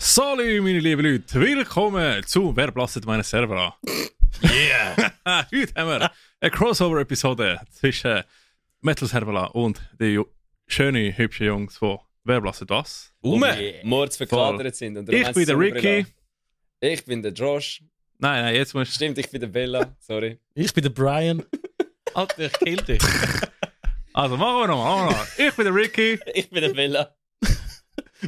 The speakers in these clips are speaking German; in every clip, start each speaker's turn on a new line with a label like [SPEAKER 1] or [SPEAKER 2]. [SPEAKER 1] Hoi, meine lieben Leute. Willkommen zu Wer blastet meinen Server an?
[SPEAKER 2] Yeah!
[SPEAKER 1] Heute haben wir eine Crossover-Episode zwischen Metal Servala und den ju- schönen, hübschen Jungs von Wer blastet was?
[SPEAKER 2] Um!
[SPEAKER 3] die Mords verkadert sind. Und darum
[SPEAKER 1] Ich
[SPEAKER 3] haben
[SPEAKER 1] bin
[SPEAKER 3] sie
[SPEAKER 1] der
[SPEAKER 3] so eine Brille
[SPEAKER 1] Ricky.
[SPEAKER 3] an. Ich bin der Josh.
[SPEAKER 1] Nein, nein, jetzt musst du.
[SPEAKER 3] Stimmt, ich bin der Bella. Sorry.
[SPEAKER 2] Ich bin der Brian. Alter, ich kill dich.
[SPEAKER 1] Also machen wir nochmal. Noch. mal. Ich bin der Ricky.
[SPEAKER 3] Ich bin der Bella.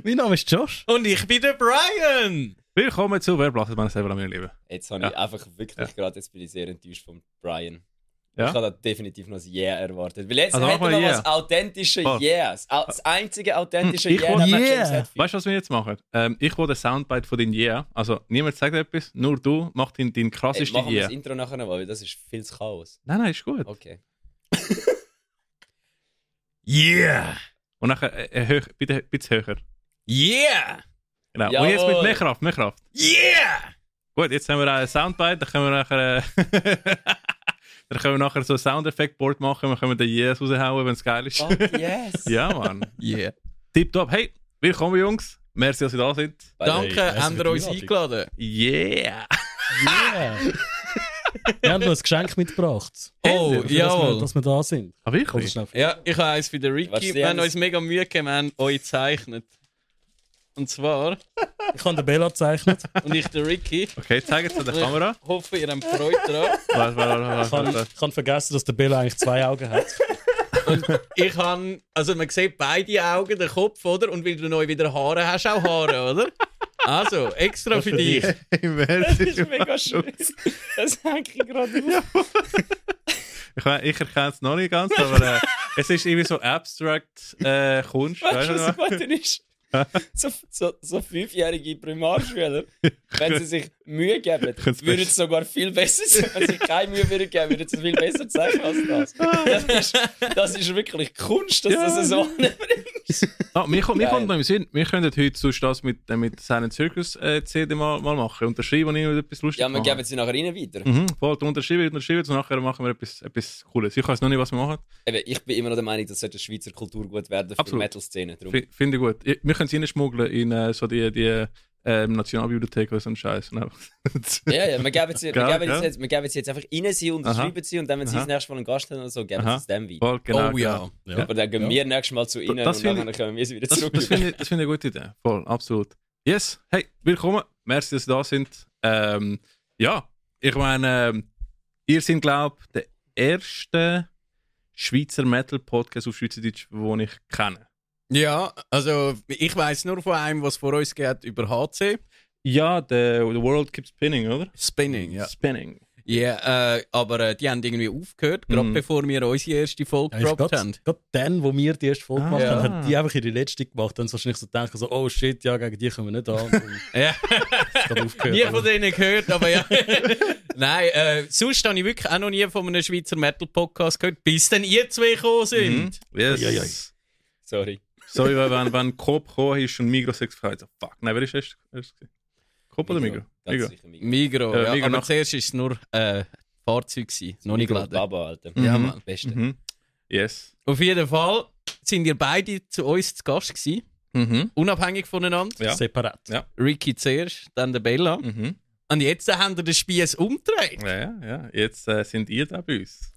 [SPEAKER 2] mein Name ist Josh.
[SPEAKER 4] Und ich bin der Brian!
[SPEAKER 1] Willkommen zu Wer blastet meinen Server an, meine Lieben.
[SPEAKER 3] Jetzt habe
[SPEAKER 1] Ja.
[SPEAKER 3] ich einfach wirklich gerade, jetzt bin ich sehr enttäuscht von Brian.
[SPEAKER 1] Ja?
[SPEAKER 3] Ich habe da definitiv noch ein Yeah erwartet. Weil jetzt
[SPEAKER 1] Also
[SPEAKER 3] hätten
[SPEAKER 1] mach
[SPEAKER 3] wir
[SPEAKER 1] mal
[SPEAKER 3] was authentisches
[SPEAKER 1] Voll.
[SPEAKER 3] Yeah. Das au- das einzige authentische
[SPEAKER 1] Ich
[SPEAKER 3] Yeah,
[SPEAKER 1] wollte-
[SPEAKER 3] das man
[SPEAKER 2] Yeah.
[SPEAKER 3] James Hetfield.
[SPEAKER 1] Weißt du, was wir jetzt machen? Ähm, ich will den Soundbite von deinem Yeah. Also niemand sagt etwas, nur du machst deinen dein
[SPEAKER 3] Ey,
[SPEAKER 1] krasseste
[SPEAKER 3] machen wir
[SPEAKER 1] Yeah.
[SPEAKER 3] das Intro nachher noch, mal, weil das ist viel zu Chaos.
[SPEAKER 1] Nein, nein, ist gut.
[SPEAKER 3] Okay.
[SPEAKER 4] Yeah!
[SPEAKER 1] Und nachher äh, äh, hoch, bitte ein bisschen höher.
[SPEAKER 4] Yeah!
[SPEAKER 1] Genau. Und jetzt mit
[SPEAKER 3] Jawohl.
[SPEAKER 1] mehr Kraft, mehr Kraft.
[SPEAKER 4] Yeah!
[SPEAKER 1] Gut, jetzt haben wir auch ein Soundbite, dann können wir nachher. Äh, dann können wir nachher so ein Soundeffekt-Board machen, wir können den Yes raushauen, wenn es geil ist.
[SPEAKER 3] Fuck yes!
[SPEAKER 1] ja, Mann.
[SPEAKER 4] Yeah!
[SPEAKER 1] Tipptopp. Hey, willkommen, Jungs. Merci, dass ihr da sind.
[SPEAKER 3] By the way,
[SPEAKER 4] Danke,
[SPEAKER 2] Hey, merci
[SPEAKER 4] haben wir
[SPEAKER 2] für
[SPEAKER 4] uns
[SPEAKER 2] die
[SPEAKER 4] eingeladen.
[SPEAKER 1] Yeah!
[SPEAKER 2] Yeah. wir haben noch ein Geschenk mitgebracht.
[SPEAKER 4] Oh,
[SPEAKER 2] Dafür, Dass wir,
[SPEAKER 4] jawohl.
[SPEAKER 2] dass wir da sind.
[SPEAKER 1] Ah,
[SPEAKER 2] Kommst du
[SPEAKER 1] wirklich?
[SPEAKER 2] schnell vor.
[SPEAKER 4] Ja, ich habe eins für den
[SPEAKER 3] Weißt du,
[SPEAKER 4] Ricky.
[SPEAKER 3] sie
[SPEAKER 4] Wir haben
[SPEAKER 3] haben-
[SPEAKER 4] uns mega Mühe gegeben, wir haben euch gezeichnet. Und zwar,
[SPEAKER 2] Ich habe den Bella gezeichnet.
[SPEAKER 4] und ich der Ricky.
[SPEAKER 1] Okay, zeig jetzt an der
[SPEAKER 4] Und ich
[SPEAKER 1] Kamera.
[SPEAKER 4] hoffe, ihr habt Freude dran.
[SPEAKER 1] Warte, warte, warte,
[SPEAKER 2] Ich habe,
[SPEAKER 1] warte, warte.
[SPEAKER 2] ich habe vergessen, dass der Bella eigentlich zwei Augen hat.
[SPEAKER 4] Ich habe, also man sieht beide Augen, den Kopf, oder? Und weil du neu wieder Haare hast, auch Haare, oder? Also, extra für dich.
[SPEAKER 1] Hey, merci.
[SPEAKER 3] mega schön. Das hängt gerade auf.
[SPEAKER 1] Ich, mein, ich erkenne es noch nicht ganz, aber äh, es ist irgendwie so abstract äh, Kunst.
[SPEAKER 3] Weißt du, was
[SPEAKER 1] Weißt du,
[SPEAKER 3] das Gute ist? So, so, so fünfjährige Primarschüler, wenn sie sich Mühe geben,
[SPEAKER 1] Können's
[SPEAKER 3] würden
[SPEAKER 1] best-
[SPEAKER 3] sie sogar viel besser sein. Wenn sie keine Mühe würden geben, würden sie es viel besser zeigen als das. Das ist, das ist wirklich Kunst, dass
[SPEAKER 1] Ah. Ja.
[SPEAKER 3] das so annimmt.
[SPEAKER 1] Ah, mir kommt, mir
[SPEAKER 3] Geil.
[SPEAKER 1] kommt noch im Sinn, wir könnten heute sonst das mit, äh, mit seinen Circus äh, CD mal, mal machen. Unterschreiben und irgendwie etwas Lustiges
[SPEAKER 3] Ja, wir
[SPEAKER 1] machen.
[SPEAKER 3] geben sie nachher rein weiter.
[SPEAKER 1] Mhm, voll, du unterschreibst, unterschreibst und nachher machen wir etwas, etwas Cooles. Ich weiß noch nicht, was wir machen.
[SPEAKER 3] Eben, ich bin immer noch der Meinung, das sollte Schweizer Kultur gut werden für
[SPEAKER 1] Absolut.
[SPEAKER 3] die Metal-Szene. Darum-
[SPEAKER 1] F- Finde ich gut. Ich, wir können es reinschmuggeln in äh, so die, die ähm, Nationalbibliothek oder so einen Scheiß. Und einfach-
[SPEAKER 3] Ja, ja, wir geben sie,
[SPEAKER 1] Geil,
[SPEAKER 3] wir geben
[SPEAKER 1] ja.
[SPEAKER 3] sie, jetzt, wir geben sie jetzt einfach rein, sie unterschreiben sie und dann, wenn sie
[SPEAKER 1] Aha.
[SPEAKER 3] das nächste Mal einen Gast haben oder so, geben
[SPEAKER 1] Aha.
[SPEAKER 3] sie es dem weiter.
[SPEAKER 1] voll, genau,
[SPEAKER 4] oh ja.
[SPEAKER 1] genau.
[SPEAKER 2] Ja.
[SPEAKER 3] Aber dann gehen
[SPEAKER 2] Ja.
[SPEAKER 3] wir nächstes Mal zu ihnen
[SPEAKER 1] Das
[SPEAKER 3] und
[SPEAKER 1] finde
[SPEAKER 3] dann können wir sie wieder
[SPEAKER 1] Das, das
[SPEAKER 3] zurück.
[SPEAKER 1] finde ich, das finde ich eine gute Idee. Voll, absolut. Yes, hey, willkommen. Merci, dass ihr da sind. Ähm, ja, ich meine, ähm, ihr seid, glaube ich, der erste Schweizer Metal-Podcast auf Schweizerdeutsch, den ich kenne.
[SPEAKER 4] Ja, also ich weiß nur von einem, was vor uns geht über HC.
[SPEAKER 1] Ja, The, the World Keeps Spinning, oder?
[SPEAKER 4] Spinning, ja.
[SPEAKER 1] Spinning.
[SPEAKER 4] Ja, äh, aber äh, die haben irgendwie aufgehört, gerade
[SPEAKER 1] Mhm.
[SPEAKER 4] bevor wir unsere erste Folge
[SPEAKER 2] Eigentlich
[SPEAKER 4] gedroppt
[SPEAKER 2] gerade
[SPEAKER 4] haben.
[SPEAKER 2] gerade dann, wo wir die erste Folge
[SPEAKER 1] Ah.
[SPEAKER 2] gemacht haben,
[SPEAKER 1] Ja.
[SPEAKER 2] haben die einfach ihre letzte gemacht. Dann hast du wahrscheinlich so denken, so, oh shit, ja, gegen die können wir nicht an. Und dann
[SPEAKER 4] Ja.
[SPEAKER 2] ist gerade aufgehört.
[SPEAKER 4] Nie von denen gehört, aber ja. Nein, äh, sonst habe ich wirklich auch noch nie von einem Schweizer Metal-Podcast gehört, bis dann ihr zwei gekommen sind.
[SPEAKER 1] Mhm. Yes.
[SPEAKER 2] Ei, ei, ei.
[SPEAKER 3] Sorry.
[SPEAKER 1] Sorry, weil wenn, wenn Coop gekommen ist und Migros sich gefragt so, fuck, nein, wer ist erst? erst gewesen? Coop oder Migros?
[SPEAKER 3] Ganz
[SPEAKER 1] Migros.
[SPEAKER 3] sicher Migros.
[SPEAKER 4] Migro,
[SPEAKER 1] Mhm. Ja,
[SPEAKER 4] ja,
[SPEAKER 1] Migro
[SPEAKER 4] aber
[SPEAKER 1] nach-
[SPEAKER 4] zuerst war es nur äh, Fahrzeug, gewesen, noch nicht
[SPEAKER 3] Migros
[SPEAKER 4] geladen.
[SPEAKER 3] Baba, Alter.
[SPEAKER 1] Ja,
[SPEAKER 3] Mhm.
[SPEAKER 4] Mann.
[SPEAKER 3] Beste.
[SPEAKER 1] Mhm. Yes.
[SPEAKER 4] Auf jeden Fall sind ihr beide zu uns zu Gast gewesen,
[SPEAKER 1] Mhm.
[SPEAKER 4] unabhängig voneinander.
[SPEAKER 1] Ja.
[SPEAKER 2] Separat.
[SPEAKER 1] Ja.
[SPEAKER 4] Ricky zuerst, dann der Bella.
[SPEAKER 1] Mhm.
[SPEAKER 4] Und jetzt äh, haben wir den Spieß umgedreht.
[SPEAKER 1] Ja, ja, ja. Jetzt äh, sind ihr da bei uns.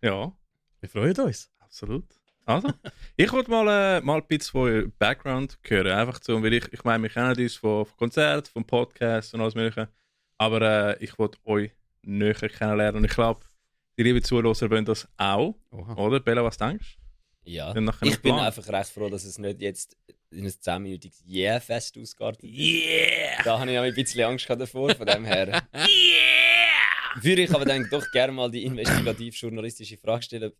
[SPEAKER 1] Ja,
[SPEAKER 2] Wir freuen uns.
[SPEAKER 1] absolut. Also, ich wollte mal, äh, mal ein bisschen von eurem Background hören. Einfach so, weil ich, ich meine, wir kennen uns von, von Konzerten, von Podcasts und alles Mögliche. Aber äh, ich wollte euch näher kennenlernen. Und ich glaube, die lieben Zuhörer wollen das auch. Oder? Bella, was denkst
[SPEAKER 3] Ja.
[SPEAKER 1] Dann nachher
[SPEAKER 3] Ich
[SPEAKER 1] noch
[SPEAKER 3] bin
[SPEAKER 1] Plan.
[SPEAKER 3] einfach recht froh, dass es nicht jetzt in ein 10-minütiges Yeah-Fest ausgeartet
[SPEAKER 1] du?
[SPEAKER 3] ist.
[SPEAKER 1] Yeah!
[SPEAKER 3] Da habe ich nämlich ein bisschen Angst gehabt davor, von dem her. yeah! Würde ich aber dann doch gerne mal die investigativ-journalistische Frage stellen.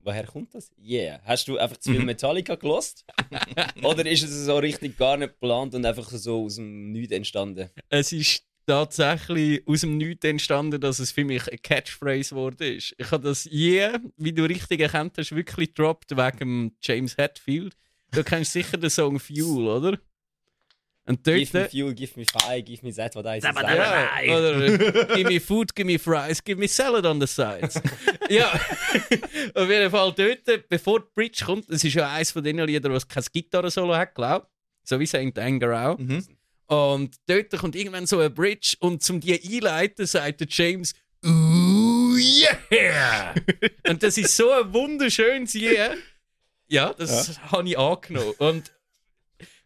[SPEAKER 3] Woher kommt das? Yeah. Hast du einfach zu viel Metallica gelost? Oder ist es so richtig gar nicht geplant und einfach so aus dem Nichts entstanden?
[SPEAKER 4] es ist tatsächlich aus dem Nichts entstanden, dass es für mich eine Catchphrase geworden ist. Ich habe das je, wie du richtig erkannt hast, wirklich gedroppt wegen dem James Hetfield. Du kennst sicher den Song Fuel, oder? Und dort...
[SPEAKER 3] Give me fuel, give me fire, give me that, what I say.
[SPEAKER 4] Ja, oder give me food, give me fries, give me salad on the sides. ja, auf jeden Fall dort, bevor die Bridge kommt, das ist ja eines von den Liedern, was kein Gitarre-Solo hat, glaube ich. So wie St. Anger auch.
[SPEAKER 1] Mhm.
[SPEAKER 4] Und dort kommt irgendwann so eine Bridge und zum die einleiten, sagt der James, Ooh, yeah! und das ist so ein wunderschönes Yeah. Ja, das habe ich angenommen. Und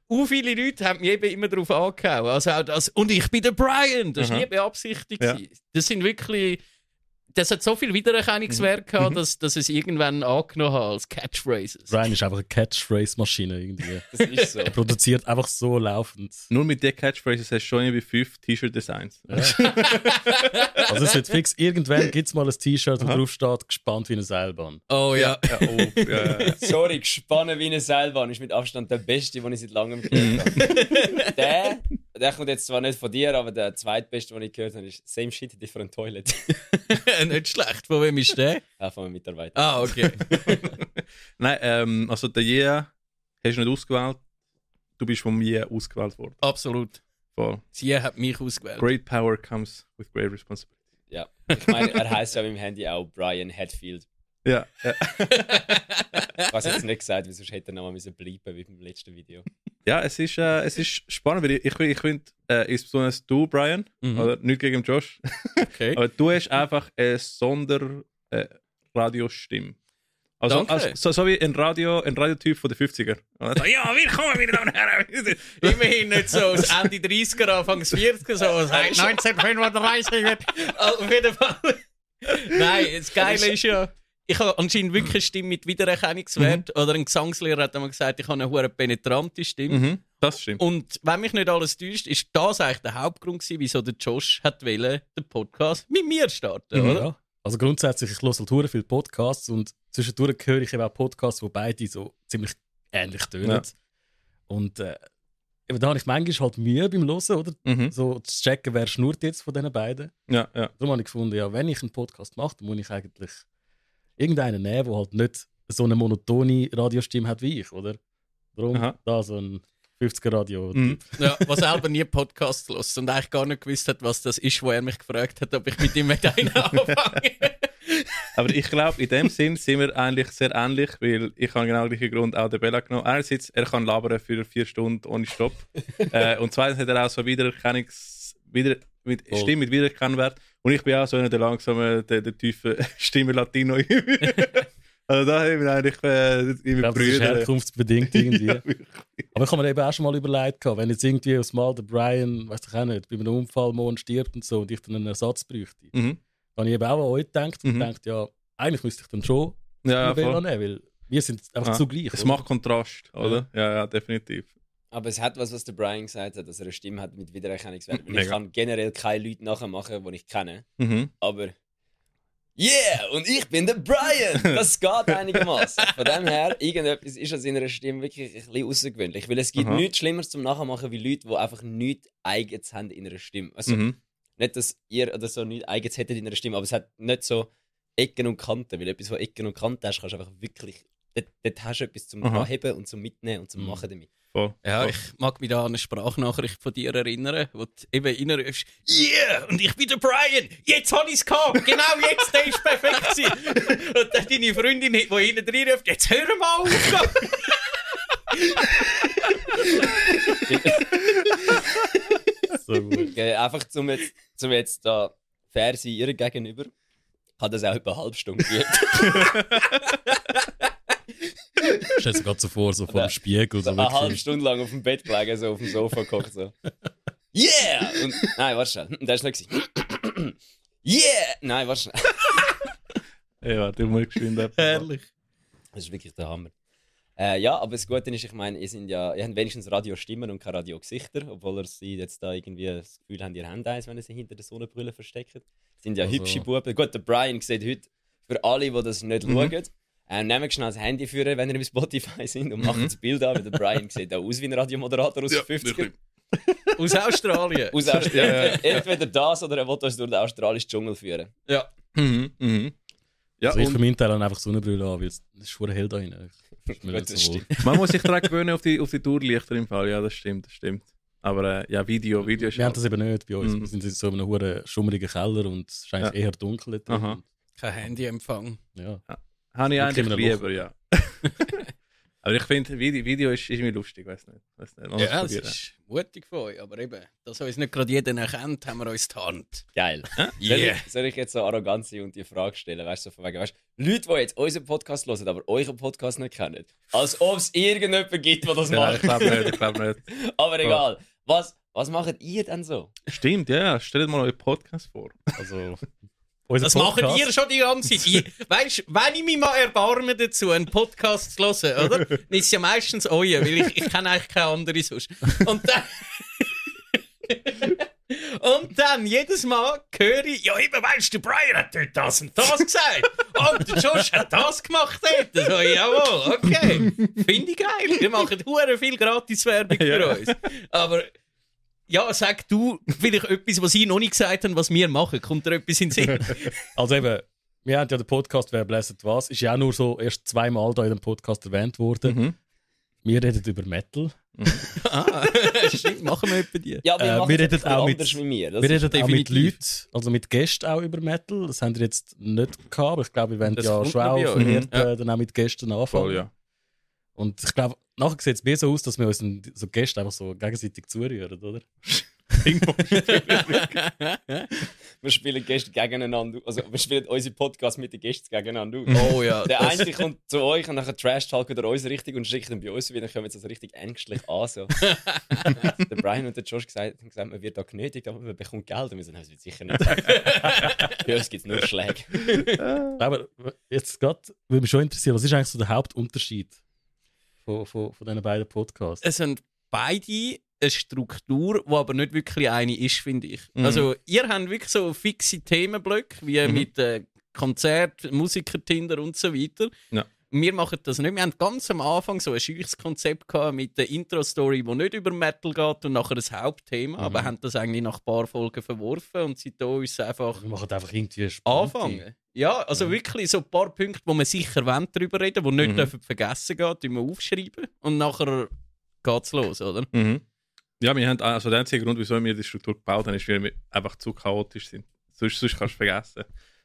[SPEAKER 4] auch viele Leute haben mich eben immer darauf angehauen. Also auch das, und ich bin der Brian, das war
[SPEAKER 1] Aha.
[SPEAKER 4] nie beabsichtigt.
[SPEAKER 1] Ja.
[SPEAKER 4] gewesen. Das sind wirklich, das hat so viel Wiedererkennungswert gehabt, dass, dass ich es irgendwann angenommen habe als Catchphrases.
[SPEAKER 2] Brian ist einfach eine Catchphrase-Maschine irgendwie.
[SPEAKER 3] Das ist so.
[SPEAKER 2] Er produziert einfach so laufend.
[SPEAKER 1] Nur mit den Catchphrases hast du schon irgendwie fünf T-Shirt-Designs.
[SPEAKER 2] Also es wird
[SPEAKER 1] Äh,
[SPEAKER 2] fix, irgendwann gibt es mal ein T-Shirt, wo drauf steht, gespannt wie eine Seilbahn.
[SPEAKER 4] Oh ja.
[SPEAKER 1] Ja, oh, ja, ja.
[SPEAKER 3] Sorry, gespannt wie eine Seilbahn ist mit Abstand der beste, den ich seit langem gehört habe. der, der kommt jetzt zwar nicht von dir, aber der zweitbeste, den ich gehört habe, ist Same Shit, Different Toilet.
[SPEAKER 4] Nicht schlecht, von wem ist der?
[SPEAKER 3] Auch von einem Mitarbeiter.
[SPEAKER 4] Ah, okay.
[SPEAKER 1] Nein, ähm, also der Yeah hast du nicht ausgewählt. Du bist von mir ausgewählt worden.
[SPEAKER 4] Absolut.
[SPEAKER 1] Voll.
[SPEAKER 4] Sie hat mich ausgewählt.
[SPEAKER 1] Great power comes with great responsibility.
[SPEAKER 3] Ja. Ich meine, er heißt ja mit dem Handy auch Brian Hatfield.
[SPEAKER 1] Ja, ja.
[SPEAKER 3] Ich habe jetzt nicht gesagt, weil sonst hätte er nochmal müssen bleiben wie beim letzten Video.
[SPEAKER 1] ja es, ist, äh, es ist spannend, weil ich, ich, ich finde, äh, insbesondere du, Brian,
[SPEAKER 4] Mhm.
[SPEAKER 1] oder nicht gegen Josh,
[SPEAKER 4] Okay.
[SPEAKER 1] aber du hast einfach eine Sonder-Radiostimme. also,
[SPEAKER 4] Danke.
[SPEAKER 1] also so, so wie ein, Radio, ein Radiotyp von den 50er. Und dann, ja, willkommen, meine Damen und Herren.
[SPEAKER 4] Immerhin nicht so aus Ende 30er, Anfang 40er, so aus 1935. Auf jeden Fall. Nein, das Geile ist ja, ich habe anscheinend wirklich eine Stimme mit Wiedererkennungswert. Oder ein Gesangslehrer hat einmal gesagt, ich habe eine hohe penetrante Stimme.
[SPEAKER 1] mhm, das stimmt.
[SPEAKER 4] Und wenn mich nicht alles täuscht, ist das eigentlich der Hauptgrund gewesen, wieso der Josh hat wollen, den Podcast mit mir starten,
[SPEAKER 2] Ja.
[SPEAKER 4] oder?
[SPEAKER 2] Also grundsätzlich, ich höre halt hure viele Podcasts und zwischendurch höre ich eben auch Podcasts, wo beide so ziemlich ähnlich tönen.
[SPEAKER 1] Ja.
[SPEAKER 2] Und äh, eben da habe ich manchmal halt Mühe beim Hören, oder?
[SPEAKER 1] Mhm.
[SPEAKER 2] So zu checken, wer schnurrt jetzt von diesen beiden.
[SPEAKER 1] Ja, ja.
[SPEAKER 2] Darum habe ich gefunden, ja, wenn ich einen Podcast mache, dann muss ich eigentlich irgendeinen nehmen, der halt nicht so eine monotone Radiostimme hat wie ich, oder? Darum
[SPEAKER 1] Aha.
[SPEAKER 2] da so ein 50er-Radio.
[SPEAKER 1] Mhm.
[SPEAKER 4] Ja, was selber nie Podcasts los und eigentlich gar nicht gewusst hat, was das ist, wo er mich gefragt hat, ob ich mit ihm mit einem anfange.
[SPEAKER 1] Aber ich glaube, in dem Sinn sind wir eigentlich sehr ähnlich, weil ich habe genau den gleichen Grund auch den Bella genommen. Einerseits, er kann labern für vier Stunden ohne Stopp. äh, und zweitens hat er auch so Wiedererkennungs... Wieder, mit,
[SPEAKER 2] Voll.
[SPEAKER 1] Stimme mit Wiedererkennwert. Und ich bin auch so einer der langsamen, der, der tiefen Stimme Latino. also da haben wir eigentlich äh,
[SPEAKER 2] Ich
[SPEAKER 1] immer
[SPEAKER 2] glaube, das ist
[SPEAKER 1] Brüder.
[SPEAKER 2] herkunftsbedingt irgendwie.
[SPEAKER 1] Ja, wirklich.
[SPEAKER 2] Aber ich habe mir eben auch schon mal überlegt, gehabt, wenn jetzt irgendwie aus Mal der Brian, weiß ich auch nicht, bei einem Unfall morgen stirbt und so und ich dann einen Ersatz bräuchte,
[SPEAKER 1] mhm.
[SPEAKER 2] dann habe ich eben auch an euch gedacht und
[SPEAKER 1] Mhm.
[SPEAKER 2] gedacht, ja, eigentlich müsste ich dann schon
[SPEAKER 1] ja
[SPEAKER 2] einen Bella
[SPEAKER 1] voll.
[SPEAKER 2] nehmen, weil wir sind einfach
[SPEAKER 1] Ja.
[SPEAKER 2] zugleich.
[SPEAKER 1] Es
[SPEAKER 2] oder?
[SPEAKER 1] macht Kontrast, oder? Ja, ja, definitiv.
[SPEAKER 3] Aber es hat was, was der Brian gesagt hat, dass er eine Stimme hat mit Wiedererkennungswert. Weil ich
[SPEAKER 1] Mega.
[SPEAKER 3] kann generell keine Leute nachmachen, die ich kenne.
[SPEAKER 1] Mhm.
[SPEAKER 3] Aber yeah, und ich bin der Brian! Das geht einigermaßen. Von dem her, irgendetwas ist an seiner Stimme wirklich ein bisschen außergewöhnlich. Weil es gibt
[SPEAKER 1] Aha.
[SPEAKER 3] nichts Schlimmeres zum Nachmachen wie Leute, die einfach nichts Eigenes haben in ihrer Stimme. Also
[SPEAKER 1] Mhm.
[SPEAKER 3] nicht, dass ihr oder so nichts Eigenes hättet in ihrer Stimme, aber es hat nicht so Ecken und Kanten. Weil etwas, wo Ecken und Kanten hast, kannst du einfach wirklich. Dort, dort hast du etwas zum
[SPEAKER 1] Aha.
[SPEAKER 3] Anheben und zum Mitnehmen und zum
[SPEAKER 2] Mhm.
[SPEAKER 3] Machen damit.
[SPEAKER 1] Voll.
[SPEAKER 4] Ja,
[SPEAKER 1] voll.
[SPEAKER 4] ich mag mich da an eine Sprachnachricht von dir erinnern, wo du eben reinrufst, yeah, und ich bin der Brian, jetzt hab ich's gehabt, genau jetzt, der ist perfekt gewesen. Und dann deine Freundin, die hinten reinruft, jetzt hör mal auf.
[SPEAKER 2] So gut.
[SPEAKER 3] Okay, einfach zum jetzt, zum jetzt da fair sein ihr gegenüber. Hat das auch etwa eine halbe Stunde geübt.
[SPEAKER 2] Stell dir gerade so vor, so vor dem Spiegel.
[SPEAKER 3] so
[SPEAKER 2] So
[SPEAKER 3] eine halbe
[SPEAKER 2] wirklich.
[SPEAKER 3] Stunde lang auf dem Bett gelegen, so auf dem Sofa gekocht. So. Yeah! Und, nein, warte schnell. Hm, Der ist nicht. gewesen. Yeah! Nein, warte schnell.
[SPEAKER 1] Ja, warte, ich muss geschwind etwas-
[SPEAKER 3] Das ist wirklich der Hammer. Äh, ja, aber das Gute ist, ich meine, ihr, sind ja, ihr habt wenigstens Radiostimmen und keine Radiogesichter, obwohl ihr sie jetzt da irgendwie das Gefühl habt, ihr habt eins, wenn ihr sie hinter der Sonnenbrille versteckt. Sind ja
[SPEAKER 2] Also-
[SPEAKER 3] hübsche Buben. Gut, der Brian sieht heute, für alle, die das nicht
[SPEAKER 1] Mhm.
[SPEAKER 3] schauen, ähm, nehmt schnell das Handy führen, wenn ihr im Spotify sind und macht das Bild an, weil der Brian sieht auch aus wie ein Radiomoderator aus
[SPEAKER 1] Ja,
[SPEAKER 3] den 50
[SPEAKER 1] wirklich.
[SPEAKER 4] Aus Australien.
[SPEAKER 3] aus Aust-
[SPEAKER 1] Ja, ja, ja.
[SPEAKER 3] Entweder das oder er will uns durch den australischen Dschungel führen.
[SPEAKER 4] Ja.
[SPEAKER 1] Mhm. Mhm. Ja,
[SPEAKER 2] Also ich
[SPEAKER 1] und-
[SPEAKER 2] für meinen Teil habe einfach Sonnenbrille an, weil es es ist schon hell da drin. Ich- ist mir
[SPEAKER 3] Gut,
[SPEAKER 2] nicht so
[SPEAKER 3] das
[SPEAKER 2] wohl.
[SPEAKER 1] Man muss sich daran gewöhnen auf die, auf die Tourlichter im Fall. Ja, das stimmt, das stimmt. Aber äh, ja, Video, Video ist
[SPEAKER 2] Wir haben
[SPEAKER 1] halt.
[SPEAKER 2] das eben nicht bei uns.
[SPEAKER 1] Mhm.
[SPEAKER 2] Wir sind in so einem hohen schummrigen Keller und es scheint
[SPEAKER 1] Ja.
[SPEAKER 2] eher dunkel. dort
[SPEAKER 1] Aha.
[SPEAKER 2] drin.
[SPEAKER 4] Kein Handyempfang.
[SPEAKER 2] Ja.
[SPEAKER 1] Habe ich
[SPEAKER 2] Das
[SPEAKER 1] eigentlich
[SPEAKER 2] kriegen wir noch.
[SPEAKER 1] lieber, ja. Aber ich finde, Video, Video ist, ist irgendwie lustig, weiß nicht. Weiss nicht. Mal
[SPEAKER 4] Ja, das
[SPEAKER 1] probieren.
[SPEAKER 4] ist mutig von euch, aber eben, dass uns nicht gerade jeder erkennt, haben wir uns die Hand.
[SPEAKER 3] Geil. Soll, ich, soll ich jetzt so arrogant sein und die Frage stellen? Weißt du, so von wegen, weißt du, Leute, die jetzt unseren Podcast hören, aber euren Podcast nicht kennen. Als ob es irgendjemanden gibt, der das
[SPEAKER 1] Ja, ich
[SPEAKER 3] macht.
[SPEAKER 1] glaube nicht, ich glaube nicht.
[SPEAKER 3] aber egal. Was, was macht ihr denn so?
[SPEAKER 1] Stimmt, ja. Stellt mal euren Podcast vor.
[SPEAKER 2] Also,
[SPEAKER 4] Das macht ihr schon die ganze Zeit. Ich, weißt, wenn ich mich mal erbarme dazu, einen Podcast zu hören, oder? Dann ist es ja meistens euer, weil ich, ich kenne eigentlich keine andere sonst. Und dann... Und dann, jedes Mal höre ich, ja eben, weißt du, der Brian hat dort das und das gesagt. Und der Josh hat das gemacht dort. So, jawohl, okay. Finde ich geil. Wir machen hure viel Gratiswerbung für
[SPEAKER 1] Ja.
[SPEAKER 4] uns. Aber ja, sag du vielleicht etwas, was ich noch nicht gesagt habe, was wir machen. Kommt dir etwas in den Sinn?
[SPEAKER 2] Also eben, wir haben ja den Podcast «Wer bläset was?» ist ja auch nur so erst zweimal da in dem Podcast erwähnt worden.
[SPEAKER 1] Mhm.
[SPEAKER 2] Wir reden über Metal.
[SPEAKER 4] ah, stimmt, machen wir etwa die.
[SPEAKER 3] Ja,
[SPEAKER 2] Äh,
[SPEAKER 3] machen
[SPEAKER 2] wir
[SPEAKER 3] es
[SPEAKER 2] reden
[SPEAKER 3] ein bisschen
[SPEAKER 2] auch mit-
[SPEAKER 3] anders wie Also, mir. Das
[SPEAKER 2] wir
[SPEAKER 3] ist-
[SPEAKER 2] reden auch mit
[SPEAKER 4] definitiv.
[SPEAKER 2] Leuten, also mit Gästen auch über Metal. Das haben wir jetzt nicht gehabt, aber ich glaube, wir werden
[SPEAKER 4] Das
[SPEAKER 2] ja
[SPEAKER 4] kommt
[SPEAKER 2] schon
[SPEAKER 4] noch bei
[SPEAKER 2] auch
[SPEAKER 4] euch.
[SPEAKER 2] vermehrt,
[SPEAKER 4] Ja.
[SPEAKER 2] äh, dann auch mit Gästen anfangen.
[SPEAKER 1] Voll, ja.
[SPEAKER 2] Und ich glaube, nachher sieht es mehr so aus, dass wir uns so Gäste einfach so gegenseitig zurühren, oder?
[SPEAKER 3] Wir spielen Gäste gegeneinander. Also, wir spielen unsere Podcasts mit den Gästen gegeneinander.
[SPEAKER 2] Mhm.
[SPEAKER 3] aus.
[SPEAKER 4] Oh ja.
[SPEAKER 3] Der
[SPEAKER 4] das-
[SPEAKER 3] eine kommt zu euch und nachher halt trash talken oder uns richtig und schickt ihn bei uns wieder. Dann kommen wir jetzt also richtig ängstlich an. So. der Brian und der Josh gesagt, haben gesagt, man wird da genötigt, aber man bekommt Geld. Und wir sind, das wird sicher nicht. bei uns gibt es nur Schläge.
[SPEAKER 2] Aber jetzt gerade würde mich schon interessieren, was ist eigentlich so der Hauptunterschied von, von, von diesen beiden Podcasts?
[SPEAKER 4] es sind beide eine Struktur, die aber nicht wirklich eine ist, finde ich.
[SPEAKER 1] Mhm.
[SPEAKER 4] Also, ihr habt wirklich so fixe Themenblöcke, wie
[SPEAKER 1] Mhm.
[SPEAKER 4] mit äh, Konzert, Musiker, Tinder und so weiter.
[SPEAKER 1] Ja.
[SPEAKER 4] Wir machen das nicht. Wir haben ganz am Anfang so ein scheues Konzept gehabt mit der Intro-Story, die nicht über Metal geht und nachher das Hauptthema,
[SPEAKER 1] Mhm.
[SPEAKER 4] aber haben das eigentlich nach ein paar Folgen verworfen und seitdem ist es einfach
[SPEAKER 2] Wir machen einfach irgendwie spannend.
[SPEAKER 4] anfangen. Ja, also wirklich so ein paar Punkte, wo man sicher wollen, darüber reden, die nicht
[SPEAKER 1] Mhm.
[SPEAKER 4] dürfen vergessen gehen, die wir aufschreiben und nachher geht's los, oder?
[SPEAKER 1] Mhm. Ja, wir haben, also der einzige Grund, wieso wir die Struktur gebaut haben, ist, weil wir einfach zu chaotisch sind. Sonst, sonst kannst du vergessen.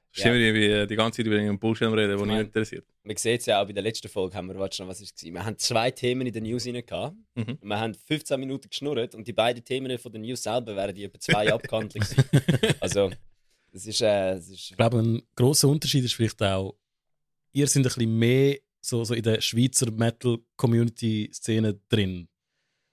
[SPEAKER 1] Sonst
[SPEAKER 3] Ja.
[SPEAKER 1] sind wir irgendwie die ganze Zeit über irgendeinen Bullshit am reden, der
[SPEAKER 3] meine-
[SPEAKER 1] niemand interessiert.
[SPEAKER 3] Man sieht es ja auch bei der letzten Folge, haben wir, warte schnell, was ist es? gewesen? Wir haben zwei Themen in den News rein gehabt.
[SPEAKER 1] Mhm.
[SPEAKER 3] Wir haben 15 Minuten geschnurrt und die beiden Themen von den News selber wären die über zwei abgehandelt gewesen. Also, das ist, äh, das ist
[SPEAKER 2] Ich glaube, ein grosser Unterschied ist vielleicht auch, ihr seid ein bisschen mehr so, so in der Schweizer Metal-Community-Szene drin.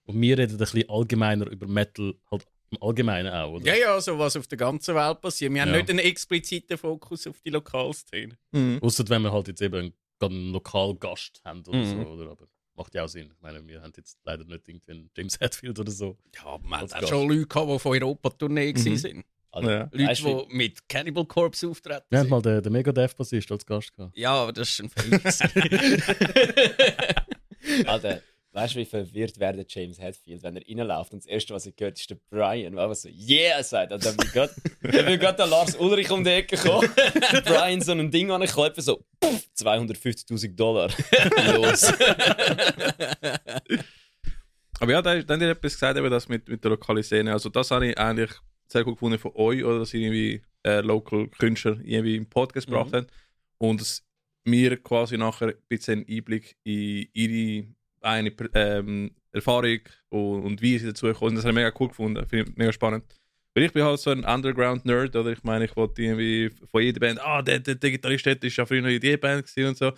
[SPEAKER 2] Und wir reden ein bisschen allgemeiner über Metal, halt im Allgemeinen auch, oder?
[SPEAKER 4] Ja, ja, so was auf der ganzen Welt passiert. Wir haben
[SPEAKER 2] Ja.
[SPEAKER 4] nicht einen expliziten Fokus auf die Lokalszene.
[SPEAKER 1] Mhm.
[SPEAKER 2] Ausser wenn wir halt jetzt eben gerade einen Lokalgast haben oder
[SPEAKER 4] Mhm.
[SPEAKER 2] so, oder? Aber macht ja auch Sinn. Ich meine, wir haben jetzt leider nicht irgendwie einen James Hetfield oder so.
[SPEAKER 4] Ja, aber man
[SPEAKER 2] Das
[SPEAKER 4] hat auch
[SPEAKER 2] geht.
[SPEAKER 4] schon Leute gehabt, die von Europa-Tournee
[SPEAKER 1] Mhm.
[SPEAKER 4] gewesen sind.
[SPEAKER 3] also,
[SPEAKER 1] Ja.
[SPEAKER 4] Leute,
[SPEAKER 3] weißt du,
[SPEAKER 4] die mit Cannibal Corpse auftreten
[SPEAKER 2] Wir haben
[SPEAKER 4] sind.
[SPEAKER 2] mal den, den Megadeth-Bassist als Gast gehabt.
[SPEAKER 4] Ja, aber das ist ein Fake.
[SPEAKER 3] Alter, weißt du, wie verwirrt wäre der James Hetfield, wenn er reinläuft und das Erste, was er hört, ist der Brian, weil er so «Yeah!» sagt. Und dann will grad- dann will gerade der Lars Ulrich um die Ecke kommen, der Brian so ein Ding ankleppen, so «Puff!» 250'000 Dollar. Los.
[SPEAKER 1] Aber ja, da, dann hat ihr etwas gesagt, eben das mit, mit der lokalen Szene. Also das habe ich eigentlich sehr gut gefunden von euch, oder dass ihr irgendwie äh, Local Künstler irgendwie im Podcast gebracht habt. Und dass mir quasi nachher ein bisschen einen Einblick in ihre eine ähm, Erfahrung und, und wie sie dazu gekommen sind. Das habe ich mega cool gefunden, finde ich mega spannend. Weil ich bin halt so ein Underground-Nerd, oder? Ich meine, ich wollte irgendwie von jeder Band, ah, der, der, der Gitarrist dort ist ja früher noch in die Band gewesen und so.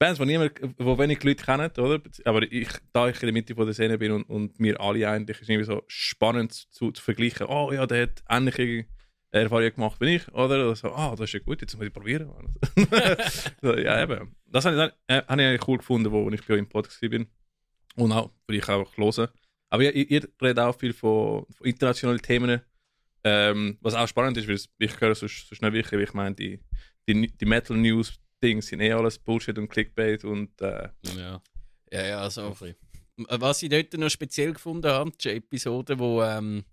[SPEAKER 1] Bands, die niemand, wo wenig Leute kennen, oder? Aber ich, da ich in der Mitte von der Szene bin und, und wir alle eigentlich, ist irgendwie so spannend zu, zu vergleichen. Oh ja, der hat ähnliche Erfahrungen gemacht wie ich, oder? oder so, ah, das ist ja gut, jetzt muss ich probieren. Mann. so, ja, eben. Das habe ich, dann- äh, habe ich eigentlich cool gefunden, wo ich bei euch im Podcast bin. Und auch, weil ich auch hören. Aber ja, ihr, ihr redet auch viel von, von internationalen Themen, ähm, was auch spannend ist, weil es- ich höre so, so schnell wirklich, weil ich meine, die, die, die Metal News Dings sind eh alles Bullshit und Clickbait und äh,
[SPEAKER 2] Ja.
[SPEAKER 4] ja, ja, so.
[SPEAKER 2] Okay.
[SPEAKER 4] Was ich dort noch speziell gefunden habe, die Episode, wo ähm,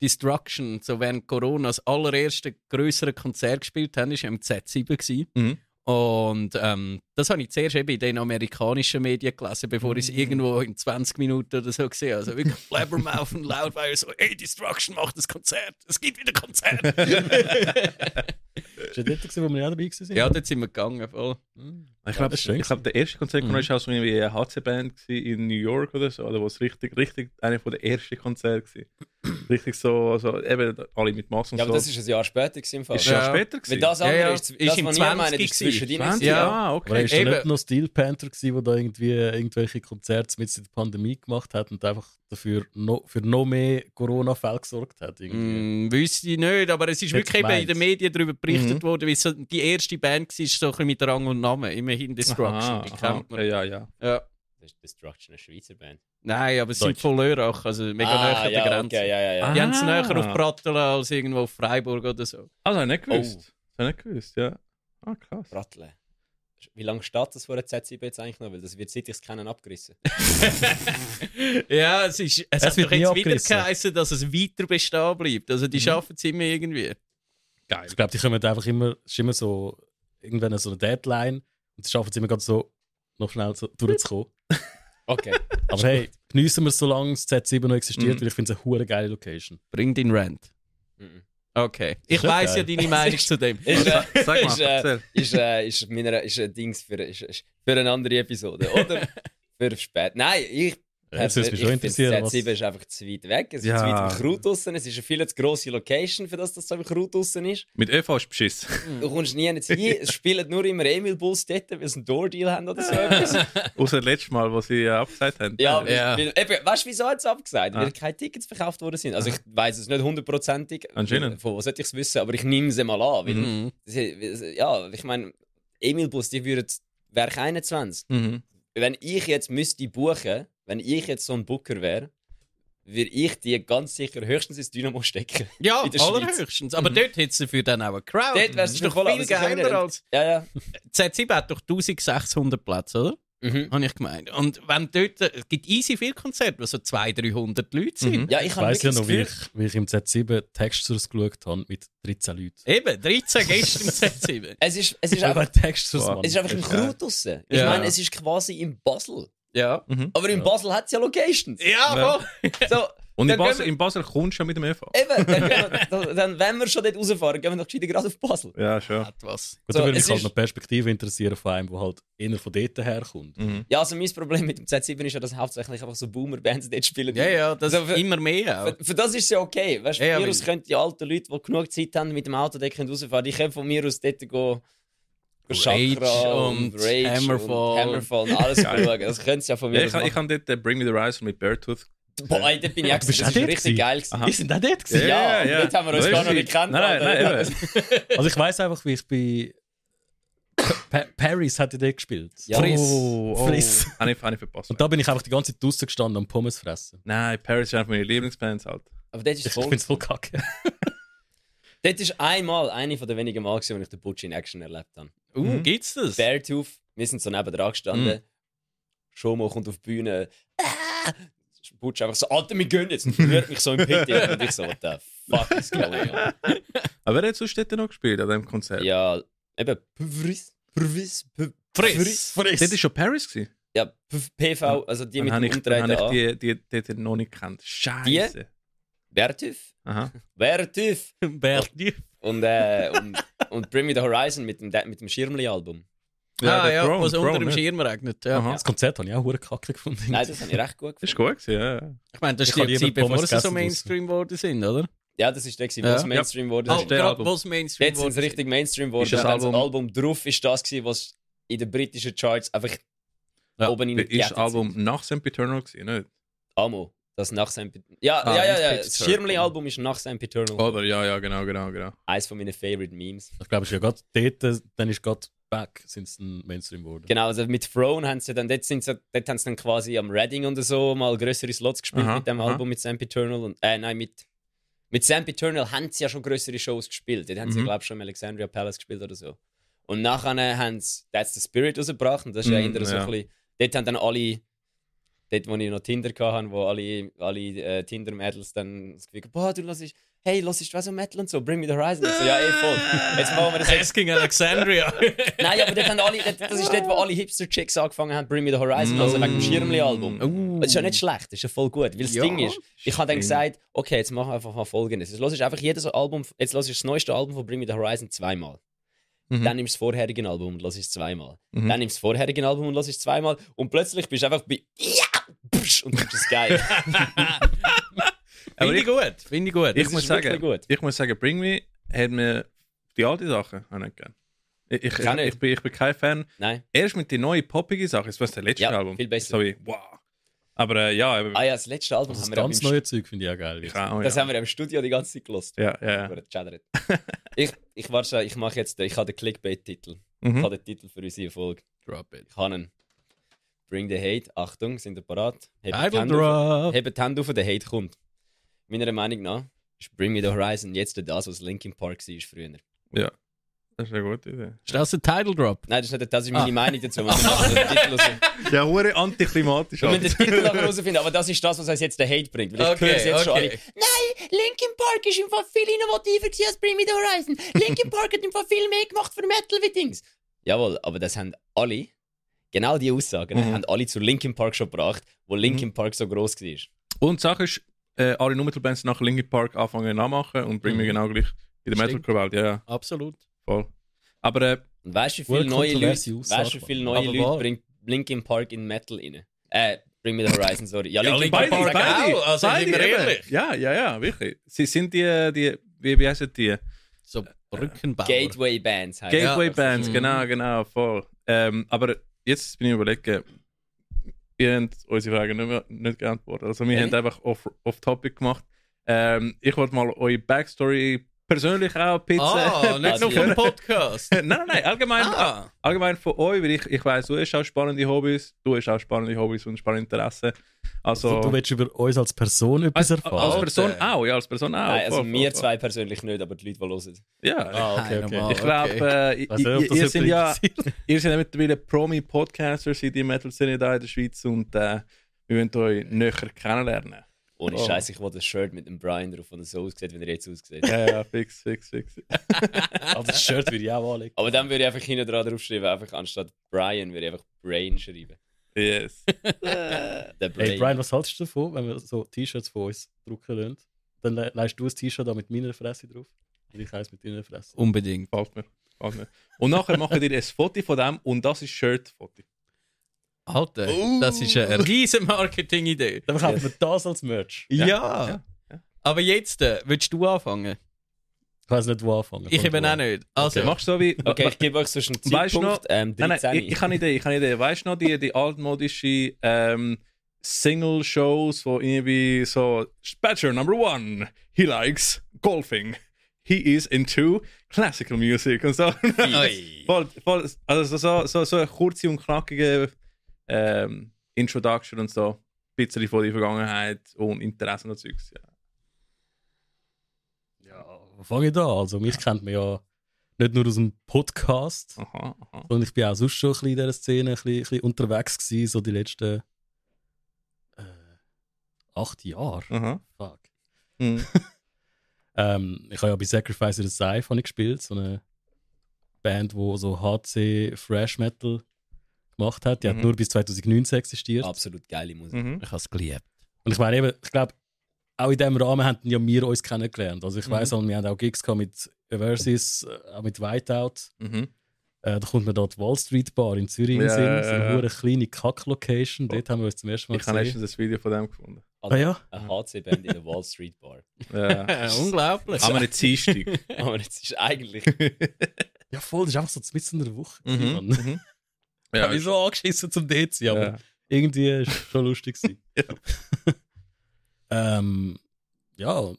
[SPEAKER 4] Destruction so während Corona das allererste größere Konzert gespielt haben, ist im Z7 gewesen.
[SPEAKER 1] mhm.
[SPEAKER 4] Und ähm, das habe ich zuerst eben in den amerikanischen Medien gelesen, bevor
[SPEAKER 2] Mhm.
[SPEAKER 4] ich es irgendwo in 20 Minuten oder so gesehen habe. Also wirklich Blabbermouth und Loudwire so, hey, Destruction macht das Konzert, es gibt wieder Konzert.
[SPEAKER 2] Ist das dort, gewesen, wo wir auch dabei waren?
[SPEAKER 4] Äh. ja, dort sind wir gegangen, voll.
[SPEAKER 1] Ich
[SPEAKER 2] das
[SPEAKER 1] glaube,
[SPEAKER 2] ist schön
[SPEAKER 1] ich glaub, Mhm. der erste Konzert von euch war so irgendwie eine HC-Band gewesen in New York oder so, oder wo es richtig, richtig einer von der ersten Konzerte war. richtig so, also eben alle mit Massen und
[SPEAKER 3] Ja, aber
[SPEAKER 1] so.
[SPEAKER 3] das ist ein Jahr später gewesen im Fall.
[SPEAKER 1] Ist schon
[SPEAKER 4] Ja.
[SPEAKER 1] später
[SPEAKER 3] Weil
[SPEAKER 1] gewesen.
[SPEAKER 3] das andere
[SPEAKER 4] Ja, ja.
[SPEAKER 3] ist, das,
[SPEAKER 4] Ist im
[SPEAKER 3] was
[SPEAKER 4] 20
[SPEAKER 3] ich meine, das ist
[SPEAKER 4] gewesen.
[SPEAKER 3] zwischen
[SPEAKER 1] 20?
[SPEAKER 3] Ja.
[SPEAKER 1] Ah,
[SPEAKER 2] Oder
[SPEAKER 1] okay.
[SPEAKER 2] ist da
[SPEAKER 4] Eben.
[SPEAKER 2] nicht noch Steel Panther gewesen, der da irgendwie irgendwelche Konzerte mit der Pandemie gemacht hat und einfach dafür noch, für noch mehr Corona-Fälle gesorgt hat? Irgendwie.
[SPEAKER 4] Mm, wüsste ich nicht, aber es
[SPEAKER 2] Jetzt
[SPEAKER 4] ist wirklich eben in
[SPEAKER 2] meint's.
[SPEAKER 4] den Medien darüber
[SPEAKER 1] Mhm.
[SPEAKER 4] berichtet worden, weil so die erste Band war, so ein bisschen mit Rang und Namen, immerhin Destruction,
[SPEAKER 1] Aha,
[SPEAKER 4] die kennt
[SPEAKER 1] aha,
[SPEAKER 4] man.
[SPEAKER 1] okay, ja, ja.
[SPEAKER 4] Ja.
[SPEAKER 3] Das ist Destruction, eine Schweizer Band.
[SPEAKER 4] Nein, aber sie sind
[SPEAKER 2] Deutsch.
[SPEAKER 4] von Lörrach, also mega nah an der
[SPEAKER 3] Ah, ja,
[SPEAKER 4] Grenze.
[SPEAKER 3] Okay, ja, ja, ja.
[SPEAKER 1] Ah.
[SPEAKER 4] Die haben es näher auf Pratteln als irgendwo auf Freiburg oder so.
[SPEAKER 1] Also, habe ich nicht
[SPEAKER 3] Oh.
[SPEAKER 1] gewusst. Das habe ich nicht gewusst, ja. Ah, krass.
[SPEAKER 3] Brattle. Wie lange steht das vor der ZCB jetzt eigentlich noch? Weil das wird seit ich es kenne abgerissen.
[SPEAKER 4] Ja, es, ist, es, hat
[SPEAKER 2] wird
[SPEAKER 4] doch
[SPEAKER 2] nie
[SPEAKER 4] jetzt wieder
[SPEAKER 2] abgerissen.
[SPEAKER 4] geheißen, dass es weiter bestehen bleibt. Also die schaffen es immer irgendwie.
[SPEAKER 1] Geil.
[SPEAKER 2] Ich glaube, die kommen einfach immer, es ist immer so, irgendwann so eine Deadline und sie schaffen es immer ganz so, noch schnell so durchzukommen.
[SPEAKER 3] Okay.
[SPEAKER 2] Aber hey, geniessen wir es, solange das Z7 noch existiert,
[SPEAKER 3] Mm.
[SPEAKER 4] Mhm.
[SPEAKER 2] weil ich finde es eine hure geile Location.
[SPEAKER 4] Bring den Rant.
[SPEAKER 3] Mhm.
[SPEAKER 4] Okay. Ich
[SPEAKER 2] doch
[SPEAKER 4] weiss ja
[SPEAKER 2] geil.
[SPEAKER 4] deine Meinung zu dem.
[SPEAKER 3] ist, äh,
[SPEAKER 1] Sag mal,
[SPEAKER 3] ist, äh,
[SPEAKER 1] erzähl.
[SPEAKER 3] ist, äh, ist, meiner, ist ein Dings für, ist, ist für eine andere Episode. Oder für spät. Nein, ich.
[SPEAKER 2] Ja, Jetzt würde mich schon
[SPEAKER 3] ich find's,
[SPEAKER 2] interessieren, was...
[SPEAKER 3] Z7 ist einfach zu weit weg. Es ist
[SPEAKER 1] Ja.
[SPEAKER 3] zu weit im Kraut draussen. Es ist eine viel zu grosse Location, für das das so im Kraut draussen ist.
[SPEAKER 1] Mit ÖV ist beschiss.
[SPEAKER 3] Du kommst nie hin. Es spielen nur immer Emil-Bus dort, weil sie einen Door-Deal haben oder so etwas.
[SPEAKER 1] Außer das letzte Mal, wo sie äh, abgesagt haben.
[SPEAKER 3] Ja,
[SPEAKER 1] Äh,
[SPEAKER 4] Ja.
[SPEAKER 3] Weil, eben, weißt du, wieso hat es abgesagt?
[SPEAKER 1] Ah.
[SPEAKER 3] Weil keine Tickets verkauft worden sind. Also, ich weiß es nicht hundertprozentig.
[SPEAKER 1] Anscheinend.
[SPEAKER 3] Von wo sollte ich es wissen? Aber ich nehme es mal an. Weil,
[SPEAKER 4] Mhm.
[SPEAKER 3] sie- Ja, ich meine, Emil Bus, die würden, wäre 21.
[SPEAKER 1] Mhm.
[SPEAKER 3] Wenn ich jetzt müsste buchen, wenn ich jetzt so ein Booker wäre, würde ich die ganz sicher höchstens ins Dynamo stecken.
[SPEAKER 4] Ja,
[SPEAKER 3] In der Schweiz.
[SPEAKER 4] allerhöchstens. Aber dort hätte es dafür dann auch eine Crowd.
[SPEAKER 3] Dort wär's
[SPEAKER 4] das ist
[SPEAKER 3] schon
[SPEAKER 4] doch
[SPEAKER 3] voll, aber
[SPEAKER 4] viel
[SPEAKER 3] es ist ja nicht-
[SPEAKER 4] geiler als...
[SPEAKER 3] Ja, ja.
[SPEAKER 4] Z7 hat doch 1600 Plätze, oder?
[SPEAKER 3] Mhm.
[SPEAKER 4] Habe ich gemeint. Und wenn dort... äh, Es gibt easy viel Konzerte, wo so 200, 300 Leute sind.
[SPEAKER 1] Mhm.
[SPEAKER 3] Ja, ich
[SPEAKER 2] Ich
[SPEAKER 3] habe
[SPEAKER 2] weiss
[SPEAKER 3] wirklich
[SPEAKER 2] ja noch,
[SPEAKER 3] das
[SPEAKER 2] wie
[SPEAKER 3] Gefühl-
[SPEAKER 2] ich, wie ich im Z7 Textures geschaut habe mit 13 Leuten.
[SPEAKER 4] Eben, 13 Gäste im Z7.
[SPEAKER 3] Es ist, es ist einfach,
[SPEAKER 2] Aber Textures,
[SPEAKER 1] Boah.
[SPEAKER 2] Mann.
[SPEAKER 3] es ist einfach im
[SPEAKER 1] Das ist geil.
[SPEAKER 3] Kraut draussen. Ich
[SPEAKER 4] Ja.
[SPEAKER 3] meine, es ist quasi in Basel.
[SPEAKER 4] Ja.
[SPEAKER 1] Mhm.
[SPEAKER 3] Aber in
[SPEAKER 2] Ja.
[SPEAKER 3] Basel hat es ja Locations.
[SPEAKER 4] Ja, voll.
[SPEAKER 3] So,
[SPEAKER 1] Und in Basel,
[SPEAKER 3] Dann gehen wir- Äh,
[SPEAKER 1] in Basel kommst du schon mit dem ÖV.
[SPEAKER 3] Eben, dann, gehen wir- dann, wenn wir schon dort rausfahren, gehen wir doch gescheiter gerade auf Basel.
[SPEAKER 1] Ja, schon.
[SPEAKER 4] Hat was.
[SPEAKER 2] Gut,
[SPEAKER 3] So,
[SPEAKER 2] da würde
[SPEAKER 3] es
[SPEAKER 2] mich halt
[SPEAKER 3] ist-
[SPEAKER 2] noch die Perspektive interessieren von einem, der halt eher von dort herkommt.
[SPEAKER 1] Mhm.
[SPEAKER 3] Ja, also mein Problem mit dem Z7 ist ja, dass hauptsächlich einfach so Boomer-Bands dort spielen.
[SPEAKER 4] Ja, ja, das
[SPEAKER 3] Also, für-
[SPEAKER 4] immer mehr auch.
[SPEAKER 3] Für, für das ist es ja okay. Weißt,
[SPEAKER 4] Ja, ja,
[SPEAKER 3] von mir aus
[SPEAKER 4] weil-
[SPEAKER 3] können die alten Leute, die genug Zeit haben, mit dem Auto dort können rausfahren, die können von mir aus dort gehen.
[SPEAKER 4] Rage
[SPEAKER 3] Chakra
[SPEAKER 4] und Hammerfall.
[SPEAKER 3] und Hammerfall und alles
[SPEAKER 1] Geil.
[SPEAKER 3] schauen. Das können sie ja von
[SPEAKER 1] Ja,
[SPEAKER 3] mir
[SPEAKER 1] ich,
[SPEAKER 3] aus
[SPEAKER 1] ha- ich
[SPEAKER 3] machen.
[SPEAKER 1] habe dort äh, Bring Me the Horizon mit Beartooth.
[SPEAKER 3] Boah, ey, dort bin ich auch
[SPEAKER 2] Du bist
[SPEAKER 3] gewesen.
[SPEAKER 2] auch
[SPEAKER 3] Das
[SPEAKER 2] dort
[SPEAKER 3] war richtig
[SPEAKER 2] gewesen?
[SPEAKER 3] geil. gewesen.
[SPEAKER 1] Aha.
[SPEAKER 2] Wir sind auch dort gewesen.
[SPEAKER 3] Ja, aber dort haben wir uns
[SPEAKER 1] Das
[SPEAKER 3] gar
[SPEAKER 1] ist
[SPEAKER 3] noch nicht
[SPEAKER 1] richtig.
[SPEAKER 3] gekannt,
[SPEAKER 1] Nein, nein,
[SPEAKER 3] Alter.
[SPEAKER 1] nein, eben.
[SPEAKER 2] Also ich weiss einfach, wie ich bei pa Paris hat ja dort gespielt.
[SPEAKER 3] Ja. Friss.
[SPEAKER 1] Oh, oh.
[SPEAKER 2] Friss.
[SPEAKER 1] Habe ich, habe ich verpasst.
[SPEAKER 2] Und da bin ich einfach die ganze Zeit draußen gestanden und Pommes fressen.
[SPEAKER 1] Nein, Paris ist einfach meine Lieblingsbands halt.
[SPEAKER 3] Aber dort ist
[SPEAKER 2] Ich, ich
[SPEAKER 3] voll.
[SPEAKER 2] finde es voll kacke.
[SPEAKER 3] Dort ist einmal, eine von den wenigen Mal, gewesen, wo ich den Butch in Action erlebt habe.
[SPEAKER 4] Uh,
[SPEAKER 1] Mhm.
[SPEAKER 4] gibt's das?
[SPEAKER 3] Beartooth, wir sind so nebendran gestanden. Schomo kommt auf die Bühne. Ah! Butch einfach so, Alter, wir gehen jetzt. Und rührt mich so im Pit. rein. Und ich so, what the fuck is going on?
[SPEAKER 1] Aber wer hat sonst dort noch gespielt an diesem Konzert?
[SPEAKER 3] Ja, eben, Pvris, Pvris, Pvris.
[SPEAKER 4] Friss.
[SPEAKER 1] Dort war schon Paris. Gewesen.
[SPEAKER 3] Ja, P- PV, also die
[SPEAKER 1] Dann
[SPEAKER 3] mit
[SPEAKER 1] habe
[SPEAKER 3] dem
[SPEAKER 1] ich, dann
[SPEAKER 3] Umdrehen
[SPEAKER 1] habe
[SPEAKER 3] an.
[SPEAKER 1] ich die, die, die noch nicht gekannt. Scheiße.
[SPEAKER 3] Beartooth,
[SPEAKER 1] Aha.
[SPEAKER 4] Ah,
[SPEAKER 3] Beartooth.
[SPEAKER 4] Berdi.
[SPEAKER 3] Und, äh, und, und Bring Me The Horizon mit dem, mit dem Schirmli-Album.
[SPEAKER 4] Ja, ah,
[SPEAKER 1] der
[SPEAKER 4] ja,
[SPEAKER 1] Throne,
[SPEAKER 4] was unter
[SPEAKER 1] Throne,
[SPEAKER 4] dem
[SPEAKER 1] ja.
[SPEAKER 4] Schirm regnet. Ja.
[SPEAKER 1] Aha.
[SPEAKER 2] Das Konzert habe ich auch hure kacke gefunden.
[SPEAKER 3] Nein, das habe ich recht gut
[SPEAKER 1] Das
[SPEAKER 3] gefunden.
[SPEAKER 1] ist gut, gewesen, ja. ja.
[SPEAKER 4] Ich meine, das
[SPEAKER 2] Ich
[SPEAKER 4] ist
[SPEAKER 2] hab
[SPEAKER 4] die
[SPEAKER 2] lieber
[SPEAKER 4] Zeit, bevor
[SPEAKER 2] Pommes
[SPEAKER 4] sie so
[SPEAKER 2] gegessen
[SPEAKER 4] Mainstream geworden sind, oder?
[SPEAKER 3] Ja, das ist der, gewesen,
[SPEAKER 4] Ja.
[SPEAKER 3] was Mainstream wurde.
[SPEAKER 1] Das
[SPEAKER 4] Ah,
[SPEAKER 1] ist Oh, der
[SPEAKER 4] gerade
[SPEAKER 1] Album.
[SPEAKER 4] wo es Mainstream
[SPEAKER 3] Jetzt sind sie richtig Mainstream geworden.
[SPEAKER 1] Ist das
[SPEAKER 3] Dann haben sie
[SPEAKER 1] Album-
[SPEAKER 3] das Album drauf ist das, gewesen, was in den britischen Charts einfach
[SPEAKER 4] Ja.
[SPEAKER 3] oben
[SPEAKER 1] Ist
[SPEAKER 3] in
[SPEAKER 1] das
[SPEAKER 3] geklettert
[SPEAKER 1] Album nach Semp Eternal gewesen, nicht?
[SPEAKER 3] sind. Amo. Das nach Sam Pet- Ja,
[SPEAKER 1] Ah,
[SPEAKER 3] ja, ja,
[SPEAKER 1] nicht
[SPEAKER 3] ja.
[SPEAKER 1] Pet
[SPEAKER 3] Das
[SPEAKER 1] Circle.
[SPEAKER 3] Schirmli-Album ist nach Sam Eternal.
[SPEAKER 1] Oder? Ja, ja, genau, genau, genau.
[SPEAKER 3] Eins von meinen Favorite Memes.
[SPEAKER 2] Ich glaube, es ist ja gerade dort, äh, dann ist gerade back, sind es ein Mainstream geworden.
[SPEAKER 3] Genau, also mit Throne haben sie dann, dort, sind sie, dort haben sie dann quasi am Reading und so mal größere Slots gespielt
[SPEAKER 1] Aha,
[SPEAKER 3] mit dem
[SPEAKER 1] aha.
[SPEAKER 3] Album mit Sam Eternal und, äh, nein, mit, mit Sam Eternal haben sie ja schon größere Shows gespielt. Dort haben sie,
[SPEAKER 1] Mhm.
[SPEAKER 3] glaube ich, schon im Alexandria Palace gespielt oder so. Und nachher haben sie That's the Spirit rausgebracht und das ist ja
[SPEAKER 1] Mhm,
[SPEAKER 3] eher so
[SPEAKER 1] ja.
[SPEAKER 3] ein bisschen, dort haben dann alle, dort wo ich noch Tinder hatte, wo alle, alle äh, Tinder-Mädels dann das Gefühl, boah, du lass hey, los ist was so Metal und so, Bring Me the Horizon. Ich so, ja, eh voll. Jetzt machen wir das jetzt.
[SPEAKER 4] Asking Alexandria.
[SPEAKER 3] Nein, aber dort haben alle, dort- das ist dort, wo alle Hipster-Chicks angefangen haben, Bring Me the Horizon, also wegen dem Schirmli-Album. Das ist ja nicht schlecht, das ist ja voll gut. Weil das
[SPEAKER 4] Mm. Oh. Ja,
[SPEAKER 3] Ding ist, ich habe dann
[SPEAKER 1] stimmt.
[SPEAKER 3] gesagt, okay, jetzt machen wir einfach mal folgendes. Jetzt hörst ich einfach jedes Album, jetzt hörst ich das neueste Album von Bring Me the Horizon zweimal.
[SPEAKER 1] Mhm.
[SPEAKER 3] Dann nimmst du das vorherige Album und hörst es zweimal.
[SPEAKER 1] Mhm.
[SPEAKER 3] Dann nimmst du das vorherige Album und hörst es zweimal. Und plötzlich bist du einfach bei Ja! psch, Und findest es geil.
[SPEAKER 1] Aber
[SPEAKER 4] Finde ich
[SPEAKER 1] ich,
[SPEAKER 4] gut. Finde ich gut.
[SPEAKER 1] ich,
[SPEAKER 3] Das
[SPEAKER 1] muss
[SPEAKER 3] ist wirklich
[SPEAKER 1] sagen,
[SPEAKER 3] gut.
[SPEAKER 1] ich muss sagen, Bring Me hat mir die alten Sachen auch nicht gegeben. Ich, ich,
[SPEAKER 3] Ich auch
[SPEAKER 1] ich,
[SPEAKER 3] nicht.
[SPEAKER 1] bin, ich bin kein Fan.
[SPEAKER 3] Nein.
[SPEAKER 1] Erst mit den neuen poppigen Sachen, das war das letzte
[SPEAKER 3] Ja,
[SPEAKER 1] Album.
[SPEAKER 3] viel
[SPEAKER 1] Das
[SPEAKER 3] besser.
[SPEAKER 1] hab ich, wow. Aber äh, ja, eben,
[SPEAKER 3] Ah ja, das letzte Album haben
[SPEAKER 2] Das ist
[SPEAKER 3] wir ja
[SPEAKER 2] ganz
[SPEAKER 3] im
[SPEAKER 2] neue Zeug, finde ich auch geil.
[SPEAKER 1] ich auch,
[SPEAKER 3] Das
[SPEAKER 1] ja.
[SPEAKER 3] haben wir im Studio die ganze Zeit gelost.
[SPEAKER 1] ja, ja, ja.
[SPEAKER 3] Aber gechattert. ich ich warte, schon, ich mache jetzt, den- ich habe den Clickbait-Titel. Ich
[SPEAKER 1] Mhm.
[SPEAKER 3] habe den Titel für unsere Folge.
[SPEAKER 4] Drop it.
[SPEAKER 3] Ich habe ihn. Bring the Hate. Achtung, sind ihr parat? Hebt die
[SPEAKER 4] Bible
[SPEAKER 3] Hände auf-
[SPEAKER 4] Drop.
[SPEAKER 3] hebt die Hände auf, der Hate kommt. Meiner Meinung nach ist Bring Me the Horizon jetzt das, was Linkin Park war früher. Nein,
[SPEAKER 1] Das ist eine gute Idee.
[SPEAKER 4] Ist das ein Title Drop?
[SPEAKER 3] das ist nicht, das ist meine Meinung dazu. Wir müssen also den Titel raus-
[SPEAKER 1] Ja, hure antiklimatisch.
[SPEAKER 3] wir müssen den Titel aber herausfinden, aber das ist das, was uns jetzt den Hate bringt. Weil ich höre es jetzt schon alle. Nein, Linkin Park ist im Fall viel innovativer gewesen als Bring Me The Horizon. Linkin Park hat im Fall viel mehr gemacht für Metal wie Dings. Jawohl, aber das haben alle, genau die Aussagen,
[SPEAKER 1] Mhm.
[SPEAKER 3] haben alle zu Linkin Park schon gebracht, wo Linkin Park so gross war.
[SPEAKER 1] Und die Sache ist, äh, alle nur Metal-Bands nach Linkin Park anfangen nachmachen und bringen
[SPEAKER 4] Mhm.
[SPEAKER 1] mir genau gleich in der
[SPEAKER 4] Stimmt.
[SPEAKER 1] Metal-Welt. Ja, ja,
[SPEAKER 4] Absolut.
[SPEAKER 1] voll. Aber äh,
[SPEAKER 3] Und weißt du, wie
[SPEAKER 2] Wohl
[SPEAKER 3] viele neue
[SPEAKER 2] kontroverse
[SPEAKER 3] Leute,
[SPEAKER 2] Aussage,
[SPEAKER 3] weißt, du, wie viele
[SPEAKER 2] Mann.
[SPEAKER 3] neue
[SPEAKER 2] Aber
[SPEAKER 3] Leute
[SPEAKER 2] wahr.
[SPEAKER 3] bringt Linkin Park in Metal rein? Äh, Bring Me The Horizon, sorry. Ja, Linkin Park.
[SPEAKER 4] Linkin Park.
[SPEAKER 3] Park.
[SPEAKER 4] auch, also sind wir
[SPEAKER 1] eben.
[SPEAKER 4] ehrlich.
[SPEAKER 1] Ja, ja, ja, wirklich. Sie sind die, äh, die wie, wie heißen die?
[SPEAKER 4] So Brückenbauer.
[SPEAKER 3] Gateway Bands heißt
[SPEAKER 1] Gateway
[SPEAKER 4] das
[SPEAKER 1] Bands,
[SPEAKER 4] ist-
[SPEAKER 1] genau, genau, voll. Ähm, aber jetzt bin ich überlegen, ihr habt unsere Fragen nicht, mehr, nicht geantwortet. Also wir
[SPEAKER 3] Ehrlich?
[SPEAKER 1] haben einfach off- off-topic gemacht. Ähm, ich wollte mal eure Backstory persönlich auch pizzen.
[SPEAKER 4] Ah, nicht
[SPEAKER 3] Also,
[SPEAKER 4] nur vom
[SPEAKER 1] ja.
[SPEAKER 4] Podcast.
[SPEAKER 1] nein, nein, nein, allgemein,
[SPEAKER 4] ah,
[SPEAKER 1] allgemein von euch, weil ich, ich weiss, du hast auch spannende Hobbys, du hast auch spannende Hobbys und spannende Interessen. Also,
[SPEAKER 2] Du willst über uns als Person etwas
[SPEAKER 1] als,
[SPEAKER 3] Also,
[SPEAKER 1] als
[SPEAKER 2] erfahren?
[SPEAKER 1] Person
[SPEAKER 4] Alter.
[SPEAKER 1] auch, ja, als Person auch.
[SPEAKER 3] Nein, also
[SPEAKER 1] Voll, voll,
[SPEAKER 3] wir
[SPEAKER 1] voll.
[SPEAKER 3] zwei persönlich nicht, aber die Leute, die hören.
[SPEAKER 1] Ja,
[SPEAKER 2] ah, okay, okay.
[SPEAKER 4] Einmal.
[SPEAKER 1] ich glaube, äh,
[SPEAKER 2] Weiß nicht, ob
[SPEAKER 1] ihr,
[SPEAKER 2] das
[SPEAKER 1] ihr, sind
[SPEAKER 2] jemand
[SPEAKER 1] ja,
[SPEAKER 2] interessiert.
[SPEAKER 1] ihr sind ja mittlerweile Promi-Podcaster, seid ihr Metal-Szene da in der Schweiz und äh, wir wollen euch näher kennenlernen.
[SPEAKER 3] Ohne
[SPEAKER 1] Oh.
[SPEAKER 3] Scheiß, ich wollte ein Shirt mit einem Brian drauf, und so aussieht, wie er jetzt aussieht.
[SPEAKER 1] Ja, ja, fix, fix, fix.
[SPEAKER 2] Aber das Shirt würde ich auch anlegen.
[SPEAKER 3] Aber dann würde ich einfach hinten dran draufschreiben, einfach anstatt Brian würde ich einfach Brain schreiben.
[SPEAKER 1] Yes.
[SPEAKER 3] Der Brain.
[SPEAKER 2] Hey Brian, was hältst du davon, wenn wir so T-Shirts von uns drucken lassen? Dann le leist du ein T-Shirt da mit meiner Fresse drauf und ich eins mit deiner Fresse.
[SPEAKER 3] Oh,
[SPEAKER 4] Unbedingt.
[SPEAKER 1] Gefällt mir. Gefällt mir. Und nachher machen wir ein Foto von dem und das ist Shirt-Foto.
[SPEAKER 4] Alter, das ist eine riese Marketing-Idee.
[SPEAKER 2] Dann kaufen wir das als Merch.
[SPEAKER 4] Ja.
[SPEAKER 1] Ja.
[SPEAKER 4] Aber jetzt, äh, willst du anfangen?
[SPEAKER 2] Ich weiß nicht, wo anfangen.
[SPEAKER 4] Ich eben auch nicht. Also,
[SPEAKER 1] Okay. Machst du so wie.
[SPEAKER 3] Okay, ich gebe euch so einen
[SPEAKER 1] Weißt du noch-
[SPEAKER 3] Zeitpunkt, ähm,
[SPEAKER 1] Nein, nein,
[SPEAKER 3] 13.
[SPEAKER 1] ich, ich habe eine Idee, ich habe eine Idee. Weißt du noch die, die altmodische ähm, Single-Shows, wo irgendwie so Spatcher number one, he likes golfing, he is into classical music und so.
[SPEAKER 4] Ui.
[SPEAKER 1] voll, voll, also so, so, so eine kurze und knackige ähm, Introduction und so. Ein bisschen von der Vergangenheit und Interessen und Zeugs. Ja.
[SPEAKER 2] Ja, wo fange ich da? Also, mich kennt man ja nicht nur aus dem Podcast,
[SPEAKER 1] Aha, aha.
[SPEAKER 2] sondern ich bin auch sonst schon ein bisschen in dieser Szene ein bisschen, ein bisschen unterwegs gewesen, so die letzten äh, acht Jahre.
[SPEAKER 1] aha.
[SPEAKER 2] Fuck.
[SPEAKER 1] Hm.
[SPEAKER 2] Ähm, ich habe ja bei Sacrifice in the Scythe habe ich gespielt, so eine Band, die so HC Fresh Metal gemacht hat. Die
[SPEAKER 1] Mhm.
[SPEAKER 2] hat nur bis 2019 existiert.
[SPEAKER 3] Absolut geile Musik.
[SPEAKER 1] Mhm.
[SPEAKER 4] ich habe es geliebt.
[SPEAKER 2] Und ich meine eben, ich glaube, auch in diesem Rahmen haben ja wir uns kennengelernt. Also ich
[SPEAKER 1] Mhm.
[SPEAKER 2] weiss, auch, wir haben auch Gigs gehabt mit Versus, äh, auch mit Whiteout.
[SPEAKER 1] Mhm.
[SPEAKER 2] Äh, da kommt man da die Wall Street Bar in Zürich in den
[SPEAKER 1] Ja,
[SPEAKER 2] Sinn.
[SPEAKER 1] ja,
[SPEAKER 2] So eine
[SPEAKER 1] ja. Oh.
[SPEAKER 2] hure kleine Kack-Location. Dort haben wir uns zum ersten Mal
[SPEAKER 1] Ich habe
[SPEAKER 2] gesehen.
[SPEAKER 1] letztens ein Video von dem gefunden.
[SPEAKER 3] Also
[SPEAKER 2] Ah ja,
[SPEAKER 3] Eine HC-Band in der Wall Street Bar.
[SPEAKER 1] Ja.
[SPEAKER 4] Äh, unglaublich.
[SPEAKER 1] Haben wir nicht Dienstag.
[SPEAKER 3] Aber jetzt ist eigentlich.
[SPEAKER 2] ja voll, das ist einfach so mitten in der Woche.
[SPEAKER 1] Mhm,
[SPEAKER 2] Mann.
[SPEAKER 1] mhm.
[SPEAKER 2] Ich
[SPEAKER 1] Ja,
[SPEAKER 2] habe mich so angeschissen zum DC, aber
[SPEAKER 1] ja.
[SPEAKER 2] irgendwie ist es schon lustig gewesen.
[SPEAKER 1] Ja.
[SPEAKER 2] ähm, ja,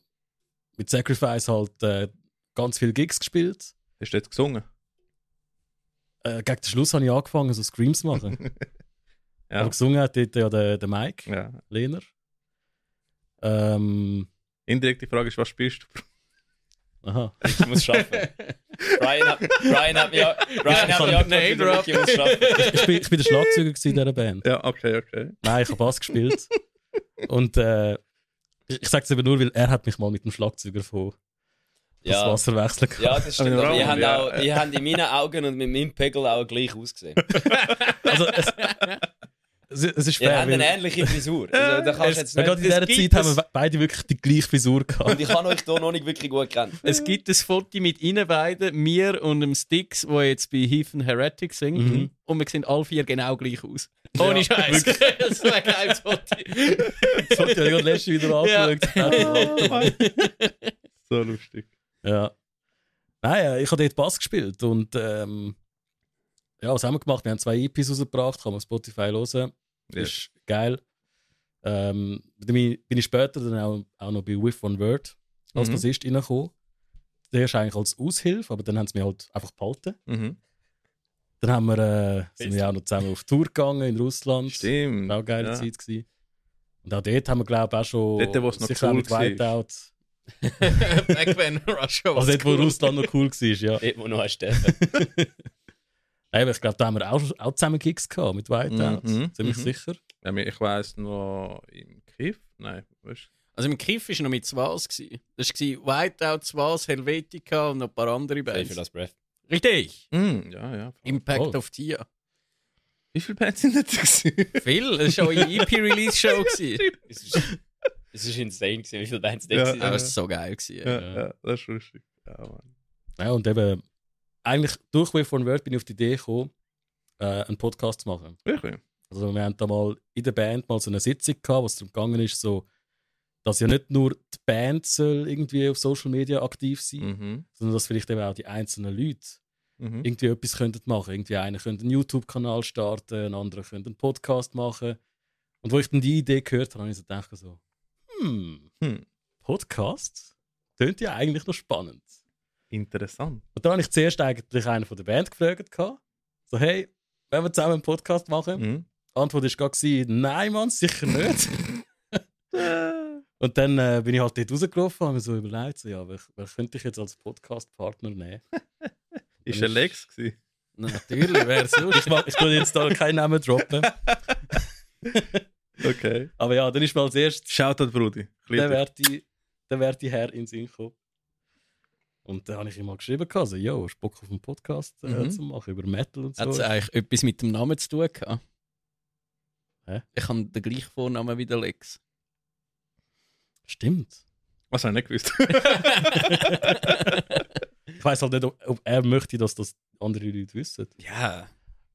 [SPEAKER 2] mit Sacrifice halt äh, ganz viele Gigs gespielt.
[SPEAKER 1] Hast du jetzt gesungen?
[SPEAKER 2] Äh, gegen den Schluss habe ich angefangen, so Screams zu machen.
[SPEAKER 1] Ja.
[SPEAKER 2] Aber gesungen hat dort ja der, der Mike
[SPEAKER 1] Ja.
[SPEAKER 2] Lehner. Ähm,
[SPEAKER 1] Indirekte Frage ist, was spielst du?
[SPEAKER 2] aha.
[SPEAKER 3] Ich muss schaffen. Brian hat, Brian hat mir Brian hat mir
[SPEAKER 4] kann- Name
[SPEAKER 3] angekündigt, ich muss schaffen.
[SPEAKER 2] Ich bin, ich bin der Schlagzeuger gewesen in dieser Band.
[SPEAKER 1] Ja, okay, okay.
[SPEAKER 2] Nein, ich habe Bass gespielt. Und äh, Ich, ich sage es eben nur, weil er hat mich mal mit dem Schlagzeuger von das
[SPEAKER 3] Ja.
[SPEAKER 2] Wasser wechseln können.
[SPEAKER 3] Ja, das stimmt. Aber
[SPEAKER 1] Raum,
[SPEAKER 3] die haben,
[SPEAKER 1] ja.
[SPEAKER 3] auch, die haben in meinen Augen und mit meinem Pegel auch gleich ausgesehen.
[SPEAKER 2] Also, es, es, es ist
[SPEAKER 3] Die
[SPEAKER 2] fair.
[SPEAKER 3] haben
[SPEAKER 2] weil-
[SPEAKER 3] eine ähnliche Frisur. Also, da kannst du jetzt
[SPEAKER 2] Ja,
[SPEAKER 3] nicht...
[SPEAKER 2] gerade in dieser
[SPEAKER 4] gibt
[SPEAKER 2] Zeit haben
[SPEAKER 4] es-
[SPEAKER 2] wir beide wirklich die gleiche Frisur gehabt.
[SPEAKER 3] Und ich habe euch hier noch nicht wirklich gut gekannt.
[SPEAKER 4] Es gibt ein Foto mit ihnen beiden, mir und dem Styx, wo jetzt bei Heathen Heretic singt.
[SPEAKER 2] Mhm.
[SPEAKER 4] Und wir sehen alle vier genau gleich aus. Ohne Scheiß. das wäre ein geiles Foto.
[SPEAKER 2] Das hat ja gerade letzte wieder angeschaut.
[SPEAKER 1] so lustig.
[SPEAKER 2] Ja. Nein, äh, ich habe dort Bass gespielt und ähm, ja, was haben wir gemacht? Wir haben zwei EPs rausgebracht, kann man auf Spotify hören.
[SPEAKER 1] Ja.
[SPEAKER 2] Ist geil. Ähm, dann bin ich- bin ich später dann auch, auch noch bei With One Word als
[SPEAKER 1] Mhm.
[SPEAKER 2] Bassist reingekommen. Der ist eigentlich als Aushilfe, aber dann haben sie mich halt einfach behalten.
[SPEAKER 1] Mhm.
[SPEAKER 2] Dann haben wir, äh, sind wir auch noch zusammen auf Tour gegangen in Russland.
[SPEAKER 1] Stimmt.
[SPEAKER 2] War auch eine geile
[SPEAKER 1] ja.
[SPEAKER 2] Zeit. Gewesen. Und auch dort haben wir, glaube ich, auch schon.
[SPEAKER 1] Dort, wo es noch
[SPEAKER 2] sicher auch
[SPEAKER 1] cool
[SPEAKER 2] mit
[SPEAKER 1] war.
[SPEAKER 2] Whiteout.
[SPEAKER 4] Back when Russia
[SPEAKER 2] Also dort, wo Russland noch cool war, ja.
[SPEAKER 3] Dort, wo noch ein Steffen.
[SPEAKER 2] Eben, ich glaube, da haben wir auch, auch zusammen Gigs gehabt mit Whiteout.
[SPEAKER 1] Mhm,
[SPEAKER 2] Ziemlich
[SPEAKER 1] mhm.
[SPEAKER 2] sicher.
[SPEAKER 1] Ja, mir- ich weiss noch im Kiff. Nein, weißt
[SPEAKER 4] Also im Kiff war noch mit Swaz. gsi. Das war Whiteout, Swaz, Helvetica und noch ein paar andere
[SPEAKER 3] Safe
[SPEAKER 4] Bands.
[SPEAKER 3] das Breath.
[SPEAKER 4] Richtig.
[SPEAKER 1] du? Mm, ja, ja. voll.
[SPEAKER 4] Impact
[SPEAKER 2] Voll.
[SPEAKER 4] of Tia.
[SPEAKER 1] Wie viele Bands sind das? gewesen?
[SPEAKER 4] Viel. Das war E eure EP-Release-Show. gewesen.
[SPEAKER 3] Es ist, es ist insane, gewesen, wie viele Bands dort
[SPEAKER 1] Ja,
[SPEAKER 3] waren.
[SPEAKER 4] Aber es war so geil. gewesen.
[SPEAKER 1] ja, ja, das ist lustig. Ja, Mann.
[SPEAKER 2] Ja, und eben, eigentlich durch Wave von Word bin ich auf die Idee gekommen, äh, einen Podcast zu machen.
[SPEAKER 1] Wirklich?
[SPEAKER 2] Also wir haben da mal in der Band mal so eine Sitzung gehabt, wo es darum gegangen ist, so, dass ja nicht nur die Band soll irgendwie auf Social Media aktiv sein,
[SPEAKER 1] Mhm.
[SPEAKER 2] sondern dass vielleicht eben auch die einzelnen Leute
[SPEAKER 1] Mhm.
[SPEAKER 2] irgendwie etwas könnten machen. Irgendwie einer könnte einen YouTube-Kanal starten, ein anderer könnte einen Podcast machen. Und wo ich dann die Idee gehört habe, habe ich so gedacht, so, hm,
[SPEAKER 1] Hm.
[SPEAKER 2] Podcast? Tönt ja eigentlich noch spannend.
[SPEAKER 1] Interessant.
[SPEAKER 2] Und da habe ich zuerst eigentlich einen von der Band gefragt. gehabt. So, hey, wollen wir zusammen einen Podcast machen?
[SPEAKER 1] Mhm.
[SPEAKER 2] Die Antwort war gar gewesen, nein, Mann, sicher nicht. Und dann äh, bin ich halt dort rausgelaufen und habe mir so überlegt, so, ja, wer, wer könnte ich jetzt als Podcast-Partner nehmen?
[SPEAKER 1] Ist er Lex gewesen?
[SPEAKER 4] Natürlich, wäre so.
[SPEAKER 2] Ich, mach, ich tue jetzt da keinen Namen droppen.
[SPEAKER 1] Okay.
[SPEAKER 2] Aber ja, dann ist mir als erstes
[SPEAKER 1] Shoutout, Brudi.
[SPEAKER 2] der werte, der werte Herr in den Sinn gekommen. Und dann habe ich ihm mal geschrieben, gehabt, so, yo, hast du Bock auf einen Podcast äh,
[SPEAKER 1] Mhm.
[SPEAKER 2] zu machen über Metal und so?
[SPEAKER 4] Hat es eigentlich etwas mit dem Namen zu tun gehabt?
[SPEAKER 2] Hä?
[SPEAKER 4] Ich habe den gleichen Vornamen wie der Lex.
[SPEAKER 2] Stimmt.
[SPEAKER 1] Was habe ich nicht gewusst?
[SPEAKER 2] Ich weiß halt nicht, ob, ob er möchte, dass das andere Leute wissen.
[SPEAKER 4] Ja.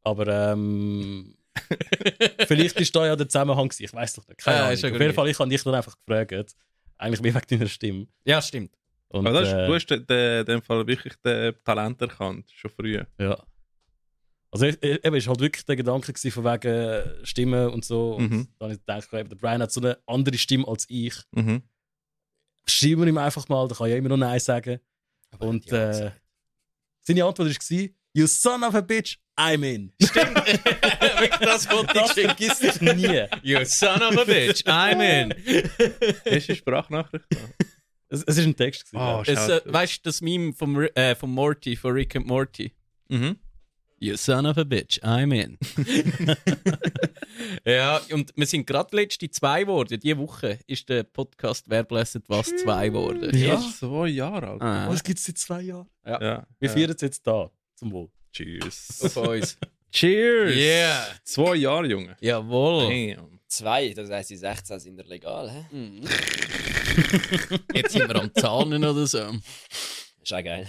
[SPEAKER 2] Aber ähm, vielleicht ist da ja der Zusammenhang. gewesen. Ich weiß doch nicht. Keine
[SPEAKER 4] Ja,
[SPEAKER 2] Ahnung.
[SPEAKER 4] ist
[SPEAKER 2] Auf
[SPEAKER 4] ja
[SPEAKER 2] jeden
[SPEAKER 4] gut.
[SPEAKER 2] Fall, ich habe dich dann einfach gefragt. Eigentlich mehr wegen deiner Stimme.
[SPEAKER 4] Ja, stimmt.
[SPEAKER 2] Und,
[SPEAKER 1] Aber das ist,
[SPEAKER 2] äh,
[SPEAKER 1] du hast den- den- in dem Fall wirklich den Talent erkannt, schon früh.
[SPEAKER 2] Ja. Also e- e- eben, es war halt wirklich der Gedanke gewesen, von wegen äh, Stimme und so. Und
[SPEAKER 1] Mhm.
[SPEAKER 2] dann habe ich gedacht, eben, der Brian hat so eine andere Stimme als ich.
[SPEAKER 1] Mhm.
[SPEAKER 2] Schreiben wir ihm einfach mal, da kann ja immer noch Nein sagen. und äh, seine Antwort war, You son of a bitch, I'm in.
[SPEAKER 4] das wollte
[SPEAKER 2] Das vergisst ich nie.
[SPEAKER 4] You son of a bitch, I'm in.
[SPEAKER 1] Hast du eine Sprachnachricht? gehabt? es,
[SPEAKER 2] Es, es ist ein Text. Gewesen,
[SPEAKER 1] oh,
[SPEAKER 2] ja.
[SPEAKER 1] es,
[SPEAKER 4] es, äh, weißt du das Meme vom, Ri- äh, vom Morty, von Rick and Morty?
[SPEAKER 1] mhm.
[SPEAKER 4] You son of a bitch, I'm in. ja, und wir sind gerade letzte zwei geworden. Diese Woche ist der Podcast Wer blässet was zwei geworden.
[SPEAKER 1] ja.
[SPEAKER 2] Ja.
[SPEAKER 1] Erst zwei Jahre alt.
[SPEAKER 4] Ah.
[SPEAKER 2] Oh, das gibt es seit zwei Jahren.
[SPEAKER 1] Ja. ja.
[SPEAKER 2] Wir feiern es jetzt da, zum Wohl.
[SPEAKER 1] Cheers.
[SPEAKER 4] Auf uns.
[SPEAKER 1] Cheers! Oh.
[SPEAKER 4] Yeah.
[SPEAKER 1] Zwei Jahre, Junge.
[SPEAKER 4] Jawohl.
[SPEAKER 1] Damn.
[SPEAKER 3] Zwei, das heisst, die 16 sind illegal. He?
[SPEAKER 4] Jetzt sind wir am Zahnen oder so.
[SPEAKER 3] Ist auch geil.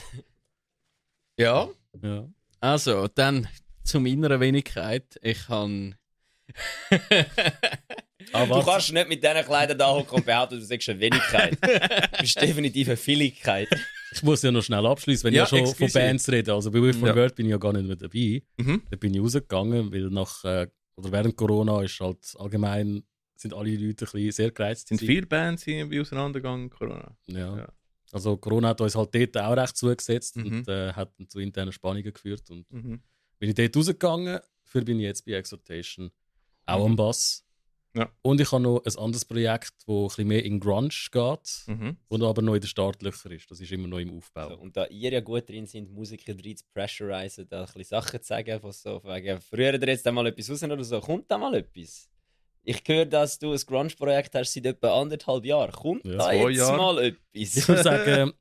[SPEAKER 4] Ja.
[SPEAKER 2] Ja.
[SPEAKER 4] Also, dann zu meiner Wenigkeit. Ich habe.
[SPEAKER 2] Aber
[SPEAKER 3] Du kannst nicht mit diesen Kleidern da hochkommen und behaupten, du sagst eine Wenigkeit. du bist definitiv eine Vieligkeit.
[SPEAKER 2] ich muss ja noch schnell abschließen, wenn
[SPEAKER 4] Ja,
[SPEAKER 2] ich schon
[SPEAKER 4] excuse.
[SPEAKER 2] von Bands rede. Also bei With von
[SPEAKER 1] Ja.
[SPEAKER 2] Word bin ich ja gar nicht mehr dabei.
[SPEAKER 1] Mhm.
[SPEAKER 2] Da bin ich rausgegangen, weil nach äh, oder während Corona ist halt allgemein sind alle Leute ein bisschen sehr gereizt.
[SPEAKER 1] Sind
[SPEAKER 2] gewesen.
[SPEAKER 1] viele Bands irgendwie auseinandergegangen in Corona?
[SPEAKER 2] Ja.
[SPEAKER 1] Ja.
[SPEAKER 2] Also Corona hat uns halt dort auch recht zugesetzt
[SPEAKER 1] Mhm.
[SPEAKER 2] und äh, hat dann zu internen Spannungen geführt. Und
[SPEAKER 1] Mhm.
[SPEAKER 2] bin ich dort rausgegangen, dafür bin ich jetzt bei Exhortation
[SPEAKER 3] Mhm.
[SPEAKER 2] auch am Bass.
[SPEAKER 1] Ja.
[SPEAKER 2] Und ich habe noch ein anderes Projekt, das ein bisschen mehr in Grunge geht.
[SPEAKER 1] Mhm.
[SPEAKER 2] und aber noch in den Startlöchern ist. Das ist immer noch im Aufbau.
[SPEAKER 3] So, und da ihr ja gut drin sind, Musiker drin zu pressurisen, da ein bisschen Sachen zu sagen, von so, von wegen, früher hat er jetzt einmal etwas raus oder so, kommt da mal etwas. Ich höre, dass du ein Grunge-Projekt hast seit etwa anderthalb Jahren. Kommt
[SPEAKER 2] Ja,
[SPEAKER 3] da
[SPEAKER 1] zwei
[SPEAKER 3] jetzt
[SPEAKER 1] Jahre.
[SPEAKER 3] mal
[SPEAKER 2] Ich
[SPEAKER 3] etwas?
[SPEAKER 2] würde sagen,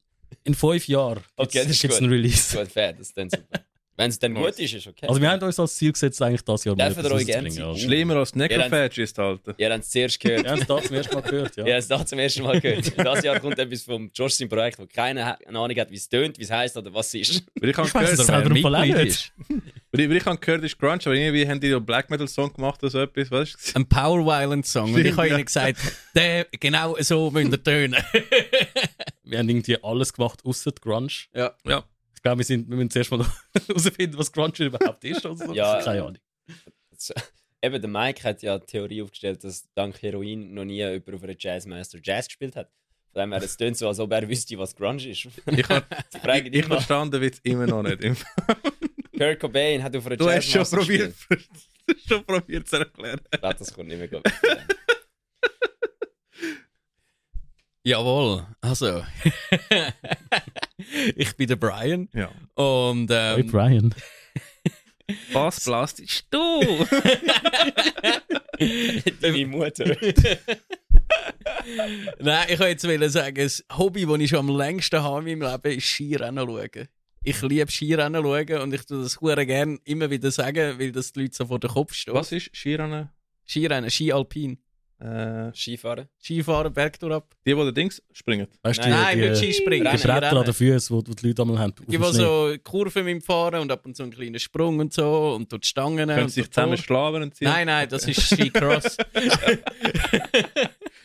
[SPEAKER 2] in fünf Jahren
[SPEAKER 3] Okay, das ist
[SPEAKER 2] gibt es
[SPEAKER 3] gut.
[SPEAKER 2] einen Release.
[SPEAKER 3] gut, fair, das ist dann super. Wenn es dann
[SPEAKER 1] Nice.
[SPEAKER 3] gut ist, ist okay.
[SPEAKER 2] Also wir haben uns als Ziel gesetzt, eigentlich das Jahr
[SPEAKER 3] Dürfen wir euch
[SPEAKER 2] rauszubringen,
[SPEAKER 3] gerne
[SPEAKER 2] also.
[SPEAKER 1] Uh. Schlimmer als Necrophagist, Alter.
[SPEAKER 3] Ihr habt es zuerst gehört.
[SPEAKER 2] Wir haben es da zum ersten Mal gehört, ja.
[SPEAKER 3] Ja, das habe ich zum ersten Mal gehört. das Jahr kommt etwas vom Josh sein Projekt, wo keiner ha- eine Ahnung hat, wie es tönt, wie es heisst oder was es ist.
[SPEAKER 1] Weil ich habe
[SPEAKER 2] Ich weiss
[SPEAKER 1] gehört,
[SPEAKER 2] es selber im Fall auch
[SPEAKER 4] Mitglied
[SPEAKER 2] nicht.
[SPEAKER 1] weil ich, weil ich habe gehört, ist Grunge, aber irgendwie haben die einen Black Metal Song gemacht oder so etwas, weißt du?
[SPEAKER 4] Ein Power Violent Song. Und ich
[SPEAKER 1] Stimmt,
[SPEAKER 4] habe
[SPEAKER 1] ja.
[SPEAKER 4] ihnen gesagt, der, genau so müsst ihr tönen.
[SPEAKER 2] Wir haben irgendwie alles gemacht, außer Grunge.
[SPEAKER 4] Ja.
[SPEAKER 1] Ja.
[SPEAKER 2] Ich glaube, wir, sind, wir müssen zuerst mal herausfinden, was Grunge überhaupt ist. Oder so.
[SPEAKER 3] Ja.
[SPEAKER 4] ähm,
[SPEAKER 2] Keine Ahnung.
[SPEAKER 3] Eben, der Mike hat ja die Theorie aufgestellt, dass dank Heroin noch nie jemand auf einer Jazzmeister Jazz gespielt hat. Von dem her, es tönt so, als ob er wüsste, was Grunge ist.
[SPEAKER 1] Ich habe
[SPEAKER 3] Ich frage
[SPEAKER 1] ich
[SPEAKER 3] dich mal.
[SPEAKER 1] verstand den Witz immer noch nicht.
[SPEAKER 3] Kurt Cobain hat auf einer
[SPEAKER 1] Du hast schon
[SPEAKER 3] Jazzmeister
[SPEAKER 1] probiert,
[SPEAKER 3] gespielt.
[SPEAKER 1] du hast schon probiert zu erklären.
[SPEAKER 3] Ich glaube, das kommt nicht mehr gut.
[SPEAKER 4] Jawohl, also. ich bin der Brian
[SPEAKER 1] Ja.
[SPEAKER 4] und
[SPEAKER 2] Hey
[SPEAKER 4] ähm,
[SPEAKER 2] Brian.
[SPEAKER 1] Was plastisch du?
[SPEAKER 3] Deine Mutter.
[SPEAKER 4] nein, ich wollte jetzt wollen sagen, das Hobby, das ich schon am längsten habe in meinem Leben, ist Skirennen schauen. Ich liebe Skirennen schauen und ich tue das hure gerne immer wieder sagen, weil das die Leute so vor den Kopf stehen.
[SPEAKER 1] Was ist Skirennen?
[SPEAKER 4] Skirennen, Skialpin,
[SPEAKER 1] Äh,
[SPEAKER 3] Skifahren.
[SPEAKER 4] Skifahren, Bergtour ab.
[SPEAKER 1] die, die den Dings springen.
[SPEAKER 2] Weißt du,
[SPEAKER 4] Nein,
[SPEAKER 2] die,
[SPEAKER 4] nicht
[SPEAKER 2] die,
[SPEAKER 4] Skispringen.
[SPEAKER 2] die
[SPEAKER 3] Rennen,
[SPEAKER 2] Bretter an
[SPEAKER 4] Skirennen.
[SPEAKER 2] den Füßen, die, die die Leute einmal haben. auf
[SPEAKER 4] Die,
[SPEAKER 2] dem
[SPEAKER 4] die
[SPEAKER 2] Schnee.
[SPEAKER 4] so Kurven mit dem Fahren und ab und zu einen kleinen Sprung und so und dort Stangen.
[SPEAKER 1] Können
[SPEAKER 4] und
[SPEAKER 1] sie sich
[SPEAKER 4] dort Tor.
[SPEAKER 1] zusammen schlagen und ziehen?
[SPEAKER 4] Nein, nein, das ist Skicross.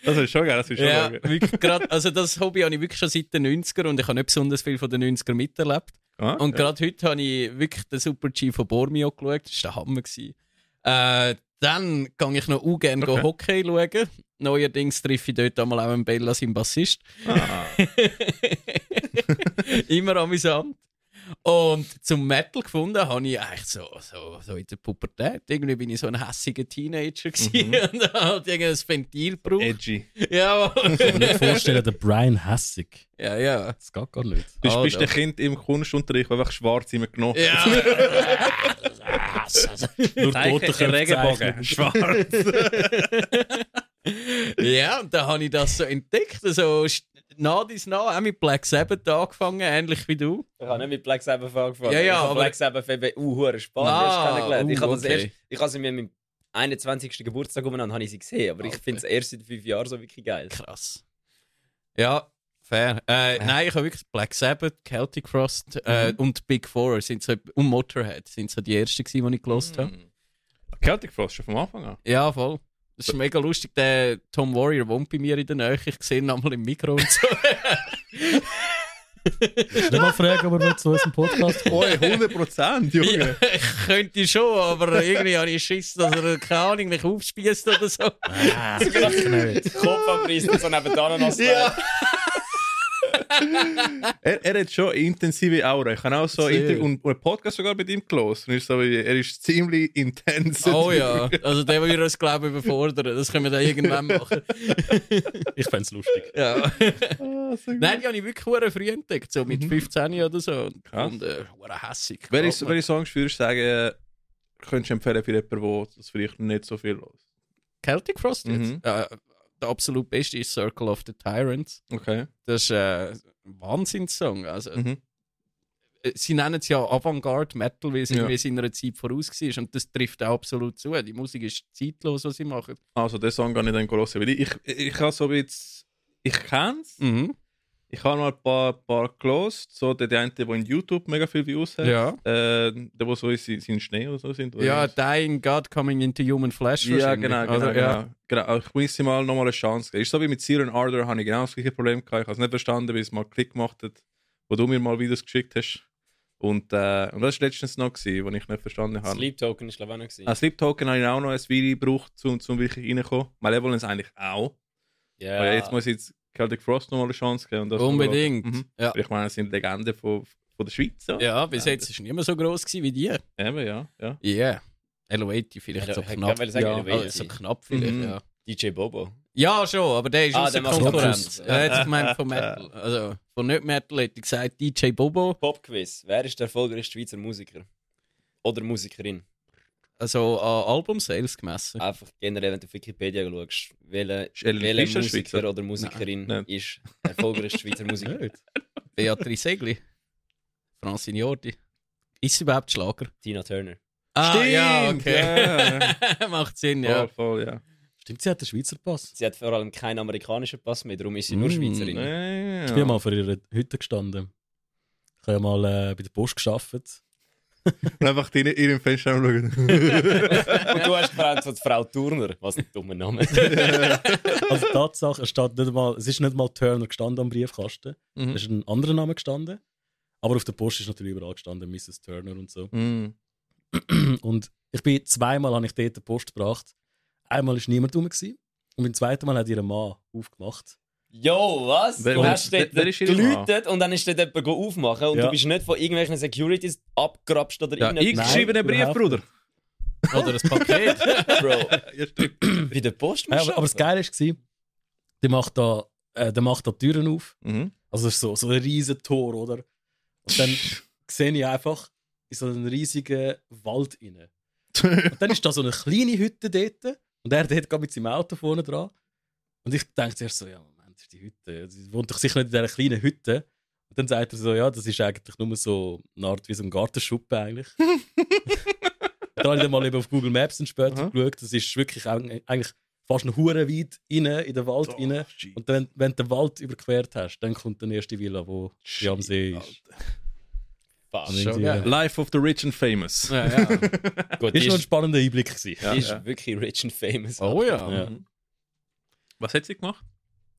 [SPEAKER 1] Das ist schon geil, das ist schon
[SPEAKER 4] ja,
[SPEAKER 1] geil.
[SPEAKER 4] wirklich grad, also das Hobby habe ich wirklich schon seit den 90er und ich habe nicht besonders viel von den 90er miterlebt.
[SPEAKER 1] Ah,
[SPEAKER 4] Und
[SPEAKER 1] ja.
[SPEAKER 4] gerade heute habe ich wirklich den Super-G von Bormio geschaut. Das war der Hammer. gewesen. Äh, dann gehe ich noch ungern
[SPEAKER 1] Okay.
[SPEAKER 4] okay. Hockey schauen. Neuerdings treffe ich dort einmal auch einen Bella, seinen Bassist.
[SPEAKER 1] Ah.
[SPEAKER 4] Immer amüsant. Und zum Metal gefunden habe ich eigentlich so, so, so in der Pubertät. Irgendwie bin ich so ein hässiger Teenager gewesen und habe halt irgendein Ventil gebraucht.
[SPEAKER 1] Edgy.
[SPEAKER 4] Jawohl.
[SPEAKER 2] Ich kann mir nicht vorstellen, der Brian Hassig.
[SPEAKER 4] ja, ja.
[SPEAKER 2] Das geht gar nicht.
[SPEAKER 1] Du
[SPEAKER 4] Ah,
[SPEAKER 1] bist
[SPEAKER 4] da.
[SPEAKER 1] ein Kind im Kunstunterricht, wo einfach schwarz immer genommen
[SPEAKER 4] Ja,
[SPEAKER 2] Also, Nur
[SPEAKER 1] Zeichen, Regenbogen. Schwarz.
[SPEAKER 4] ja, und dann habe ich das so entdeckt. So st- nah dies nah, auch mit Black Sabbath angefangen, ähnlich wie du.
[SPEAKER 3] Ich habe nicht mit Black Sabbath angefangen.
[SPEAKER 4] Ja, ja,
[SPEAKER 3] ich habe
[SPEAKER 4] aber-
[SPEAKER 3] Black Sabbath eben uh, hure spannend
[SPEAKER 4] Ah,
[SPEAKER 3] erst kennengelernt. ich
[SPEAKER 4] uh,
[SPEAKER 3] habe das
[SPEAKER 4] okay.
[SPEAKER 3] erst, ich habe sie mir meinem 21. Geburtstag umeinander habe ich sie gesehen, aber ich
[SPEAKER 4] Okay.
[SPEAKER 3] finde es erst seit fünf Jahren so wirklich geil.
[SPEAKER 4] Krass. Ja, fair. Äh, Nein, ich habe wirklich Black Sabbath, Celtic Frost äh, und Big Four sind so, und Motorhead sind so die ersten, gewesen, die ich gelost habe.
[SPEAKER 1] Celtic Frost, schon vom Anfang an.
[SPEAKER 4] Ja, voll. Das ist mega lustig. Der Tom Warrior wohnt bei mir in der Nähe. Ich sehe ihn einmal im Mikro und so.
[SPEAKER 2] Ich will mal fragen, ob er zu unserem Podcast kommt.
[SPEAKER 1] Oi, 100%, Junge.
[SPEAKER 4] ich könnte schon, aber irgendwie habe ich Schiss, dass er, keine Ahnung, mich aufspießt oder so.
[SPEAKER 2] Ah, sicher nicht.
[SPEAKER 3] Kopf abreißen, so neben der Ananas.
[SPEAKER 1] Er, er hat schon eine intensive Aura. Ich habe auch so
[SPEAKER 4] Sehr.
[SPEAKER 1] Inter und, und einen Podcast sogar mit ihm gelost. Und ist so, wie- er ist ziemlich intens.
[SPEAKER 4] Oh ja, also der würde uns, glaube ich, überfordern. Das können wir dann irgendwann machen.
[SPEAKER 2] Ich fände es lustig.
[SPEAKER 4] Ja.
[SPEAKER 1] Ah, so gut.
[SPEAKER 4] Nein, die habe ich wirklich hure früh entdeckt, so mit 15 oder so. Und,
[SPEAKER 1] Mhm. Krass.
[SPEAKER 4] und äh, hure hässig.
[SPEAKER 1] Welche, welche Songs würdest du sagen, äh, könntest du empfehlen für jemanden, der das vielleicht nicht so viel los?
[SPEAKER 4] Celtic Frost jetzt?
[SPEAKER 1] Mhm.
[SPEAKER 4] Äh, der absolut beste ist Circle of the Tyrants.
[SPEAKER 1] Okay.
[SPEAKER 4] Das ist äh, ein Wahnsinnssong. Also,
[SPEAKER 1] Mhm.
[SPEAKER 4] äh, Sie nennen es ja Avantgarde Metal, weil es
[SPEAKER 1] Ja.
[SPEAKER 4] irgendwie seiner Zeit voraus war. Und das trifft auch absolut zu. Die Musik ist zeitlos, was sie machen.
[SPEAKER 1] Also, den Song kann ich dann hören. Weil ich, ich, ich habe so ein bisschen. Ich kenne es.
[SPEAKER 4] Mhm.
[SPEAKER 1] Ich habe mal ein paar, paar gelost. So der, der eine, der in YouTube mega viele Views hat.
[SPEAKER 4] Ja.
[SPEAKER 1] Äh, der, wo so in sein Schnee oder so sind. oder
[SPEAKER 4] Ja,
[SPEAKER 1] was?
[SPEAKER 4] Dying God Coming into Human Flesh.
[SPEAKER 1] Ja,
[SPEAKER 4] wahrscheinlich.
[SPEAKER 1] genau, genau,
[SPEAKER 4] Also, ja.
[SPEAKER 1] genau. genau. Aber Ich muss ihm mal nochmal eine Chance geben. Ist so wie mit Siren Ardor habe ich genau das gleiche Problem gehabt. Ich habe es nicht verstanden, weil es mal Klick gemacht hat, wo du mir mal Videos geschickt hast. Und, äh, und das war letztens noch, gewesen, was ich nicht verstanden habe. Sleep,
[SPEAKER 3] Sleep Token ist glaube ich auch noch gewesen.
[SPEAKER 1] ah, Sleep Token habe ich auch noch ein Video gebraucht, um, um wirklich reinzukommen. Malevolence eigentlich auch.
[SPEAKER 3] Ja.
[SPEAKER 1] Aber jetzt muss ich jetzt Celtic Frost nochmal eine Chance geben. Und das
[SPEAKER 4] Unbedingt.
[SPEAKER 1] Mhm.
[SPEAKER 4] Ja.
[SPEAKER 1] Ich meine, es sind Legenden von, von der Schweiz. So.
[SPEAKER 4] ja, bis jetzt war es nicht mehr so gross gewesen wie die.
[SPEAKER 1] Eben, ja. ja.
[SPEAKER 4] Ja. E, Yeah. LO80 vielleicht
[SPEAKER 3] Ja,
[SPEAKER 4] so
[SPEAKER 3] ich hätte
[SPEAKER 4] knapp.
[SPEAKER 3] gerne sagen,
[SPEAKER 4] ja,
[SPEAKER 3] LO80.
[SPEAKER 4] also so knapp vielleicht,
[SPEAKER 1] Mhm.
[SPEAKER 4] ja.
[SPEAKER 3] DJ Bobo.
[SPEAKER 4] Ja, schon, aber der ist
[SPEAKER 3] Ah,
[SPEAKER 4] aus
[SPEAKER 3] der
[SPEAKER 4] der
[SPEAKER 3] macht
[SPEAKER 4] Konkurrenz.
[SPEAKER 3] Konkurrenz.
[SPEAKER 4] Er hat gemeint von Metal. Also von nicht Metal hätte ich gesagt DJ Bobo.
[SPEAKER 3] Popquiz. Wer ist der erfolgreichste Schweizer Musiker? Oder Musikerin?
[SPEAKER 4] also eh, an Album-Sales gemessen?
[SPEAKER 3] Einfach generell, wenn du auf Wikipedia schaust, welcher
[SPEAKER 1] Ist Ellen
[SPEAKER 3] welche
[SPEAKER 1] Fischer
[SPEAKER 3] Musiker
[SPEAKER 1] Schweizer?
[SPEAKER 3] oder Musikerin
[SPEAKER 1] Nein.
[SPEAKER 3] ist erfolgreichste Schweizer Musiker.
[SPEAKER 4] Beatrice Segli. Francine Jordi. Ist sie überhaupt Schlager?
[SPEAKER 3] Tina Turner.
[SPEAKER 4] Ah, ja,
[SPEAKER 1] Stimmt,
[SPEAKER 4] okay. Macht Sinn,
[SPEAKER 1] Voll,
[SPEAKER 4] ja.
[SPEAKER 1] voll, ja.
[SPEAKER 2] Stimmt, sie hat den Schweizer Pass.
[SPEAKER 3] Sie hat vor allem keinen amerikanischen Pass mehr, darum ist sie nur
[SPEAKER 4] Mm,
[SPEAKER 3] Schweizerin.
[SPEAKER 1] Ja.
[SPEAKER 2] Ich bin mal vor ihrer Hütte gestanden. Ich habe ja mal äh, bei der Post gearbeitet.
[SPEAKER 1] Und einfach in ihrem Fenster schauen.
[SPEAKER 3] Und du hast gefragt von Frau Turner. Was ein dummer Name.
[SPEAKER 2] Also Tatsache, es, steht nicht mal, es ist nicht mal Turner gestanden am Briefkasten.
[SPEAKER 1] Mhm.
[SPEAKER 2] Es ist ein anderer Name gestanden. Aber auf der Post ist natürlich überall gestanden, Mrs. Turner und so.
[SPEAKER 1] Mhm.
[SPEAKER 2] Und ich bin zweimal habe ich dort die Post gebracht. Einmal war niemand rum. gewesen. Und beim zweiten Mal hat ihr Mann aufgemacht.
[SPEAKER 3] Jo, was?
[SPEAKER 1] Wer-
[SPEAKER 3] du
[SPEAKER 1] wer-
[SPEAKER 3] hast dort
[SPEAKER 1] wer ist ihr Mann?
[SPEAKER 3] geläutet und dann ist dort jemand go aufmachen und
[SPEAKER 2] Ja.
[SPEAKER 3] du bist nicht von irgendwelchen Securities abgerapscht oder
[SPEAKER 1] Ja, ich
[SPEAKER 3] irgendetwas.
[SPEAKER 1] schreibe einen Brief,
[SPEAKER 2] überhaupt
[SPEAKER 1] Bruder.
[SPEAKER 3] Oh.
[SPEAKER 4] Oder ein Paket.
[SPEAKER 3] Bro,
[SPEAKER 1] Ja, stimmt.
[SPEAKER 3] bei der Post
[SPEAKER 2] Ja,
[SPEAKER 3] musst
[SPEAKER 2] aber, aber das
[SPEAKER 3] arbeiten.
[SPEAKER 2] Geile war, der macht da, äh, der macht da die Türen auf.
[SPEAKER 1] Mhm.
[SPEAKER 2] Also es ist so, so ein riesen Tor, oder? Und dann sehe ich einfach in so einen riesigen Wald rein. Und dann ist da so eine kleine Hütte dort und er dort geht mit seinem Auto vorne dran. Und ich denke zuerst so, ja Moment, ist die Hütte, sie wohnt doch sicher nicht in dieser kleinen Hütte. Und dann sagt er so, ja, das ist eigentlich nur so eine Art wie so ein Gartenschuppen eigentlich. da habe ich dann mal eben auf Google Maps dann später
[SPEAKER 1] Aha.
[SPEAKER 2] geschaut, das ist wirklich eig- eigentlich fast eine Hure weit rein, in den Wald rein. Und wenn, wenn du den Wald überquert hast, dann kommt die erste Villa, wo die am See ist.
[SPEAKER 3] Fuck.
[SPEAKER 2] Und
[SPEAKER 4] schon
[SPEAKER 2] irgendwie-
[SPEAKER 4] geil.
[SPEAKER 1] Life of the Rich and Famous.
[SPEAKER 4] ja, ja.
[SPEAKER 3] Gut,
[SPEAKER 2] Ist
[SPEAKER 3] die
[SPEAKER 2] schon ein
[SPEAKER 3] ist,
[SPEAKER 2] spannender Einblick gewesen.
[SPEAKER 1] Ja,
[SPEAKER 3] die ist
[SPEAKER 1] ja. Mhm.
[SPEAKER 3] wirklich rich and famous.
[SPEAKER 4] Oh ja.
[SPEAKER 2] Ja.
[SPEAKER 1] Was hat sie gemacht?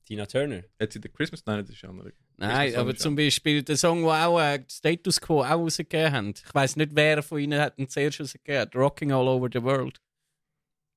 [SPEAKER 3] Tina Turner.
[SPEAKER 1] Hat sie den Christmas? Nein, das ist eine andere. Ist
[SPEAKER 4] Nein,
[SPEAKER 1] das
[SPEAKER 4] aber
[SPEAKER 1] so
[SPEAKER 4] zum Beispiel der Song, den auch äh, Status Quo auch rausgegeben haben. Ich weiss nicht, wer von ihnen hat ihn zuerst rausgegeben. Rocking All Over the World.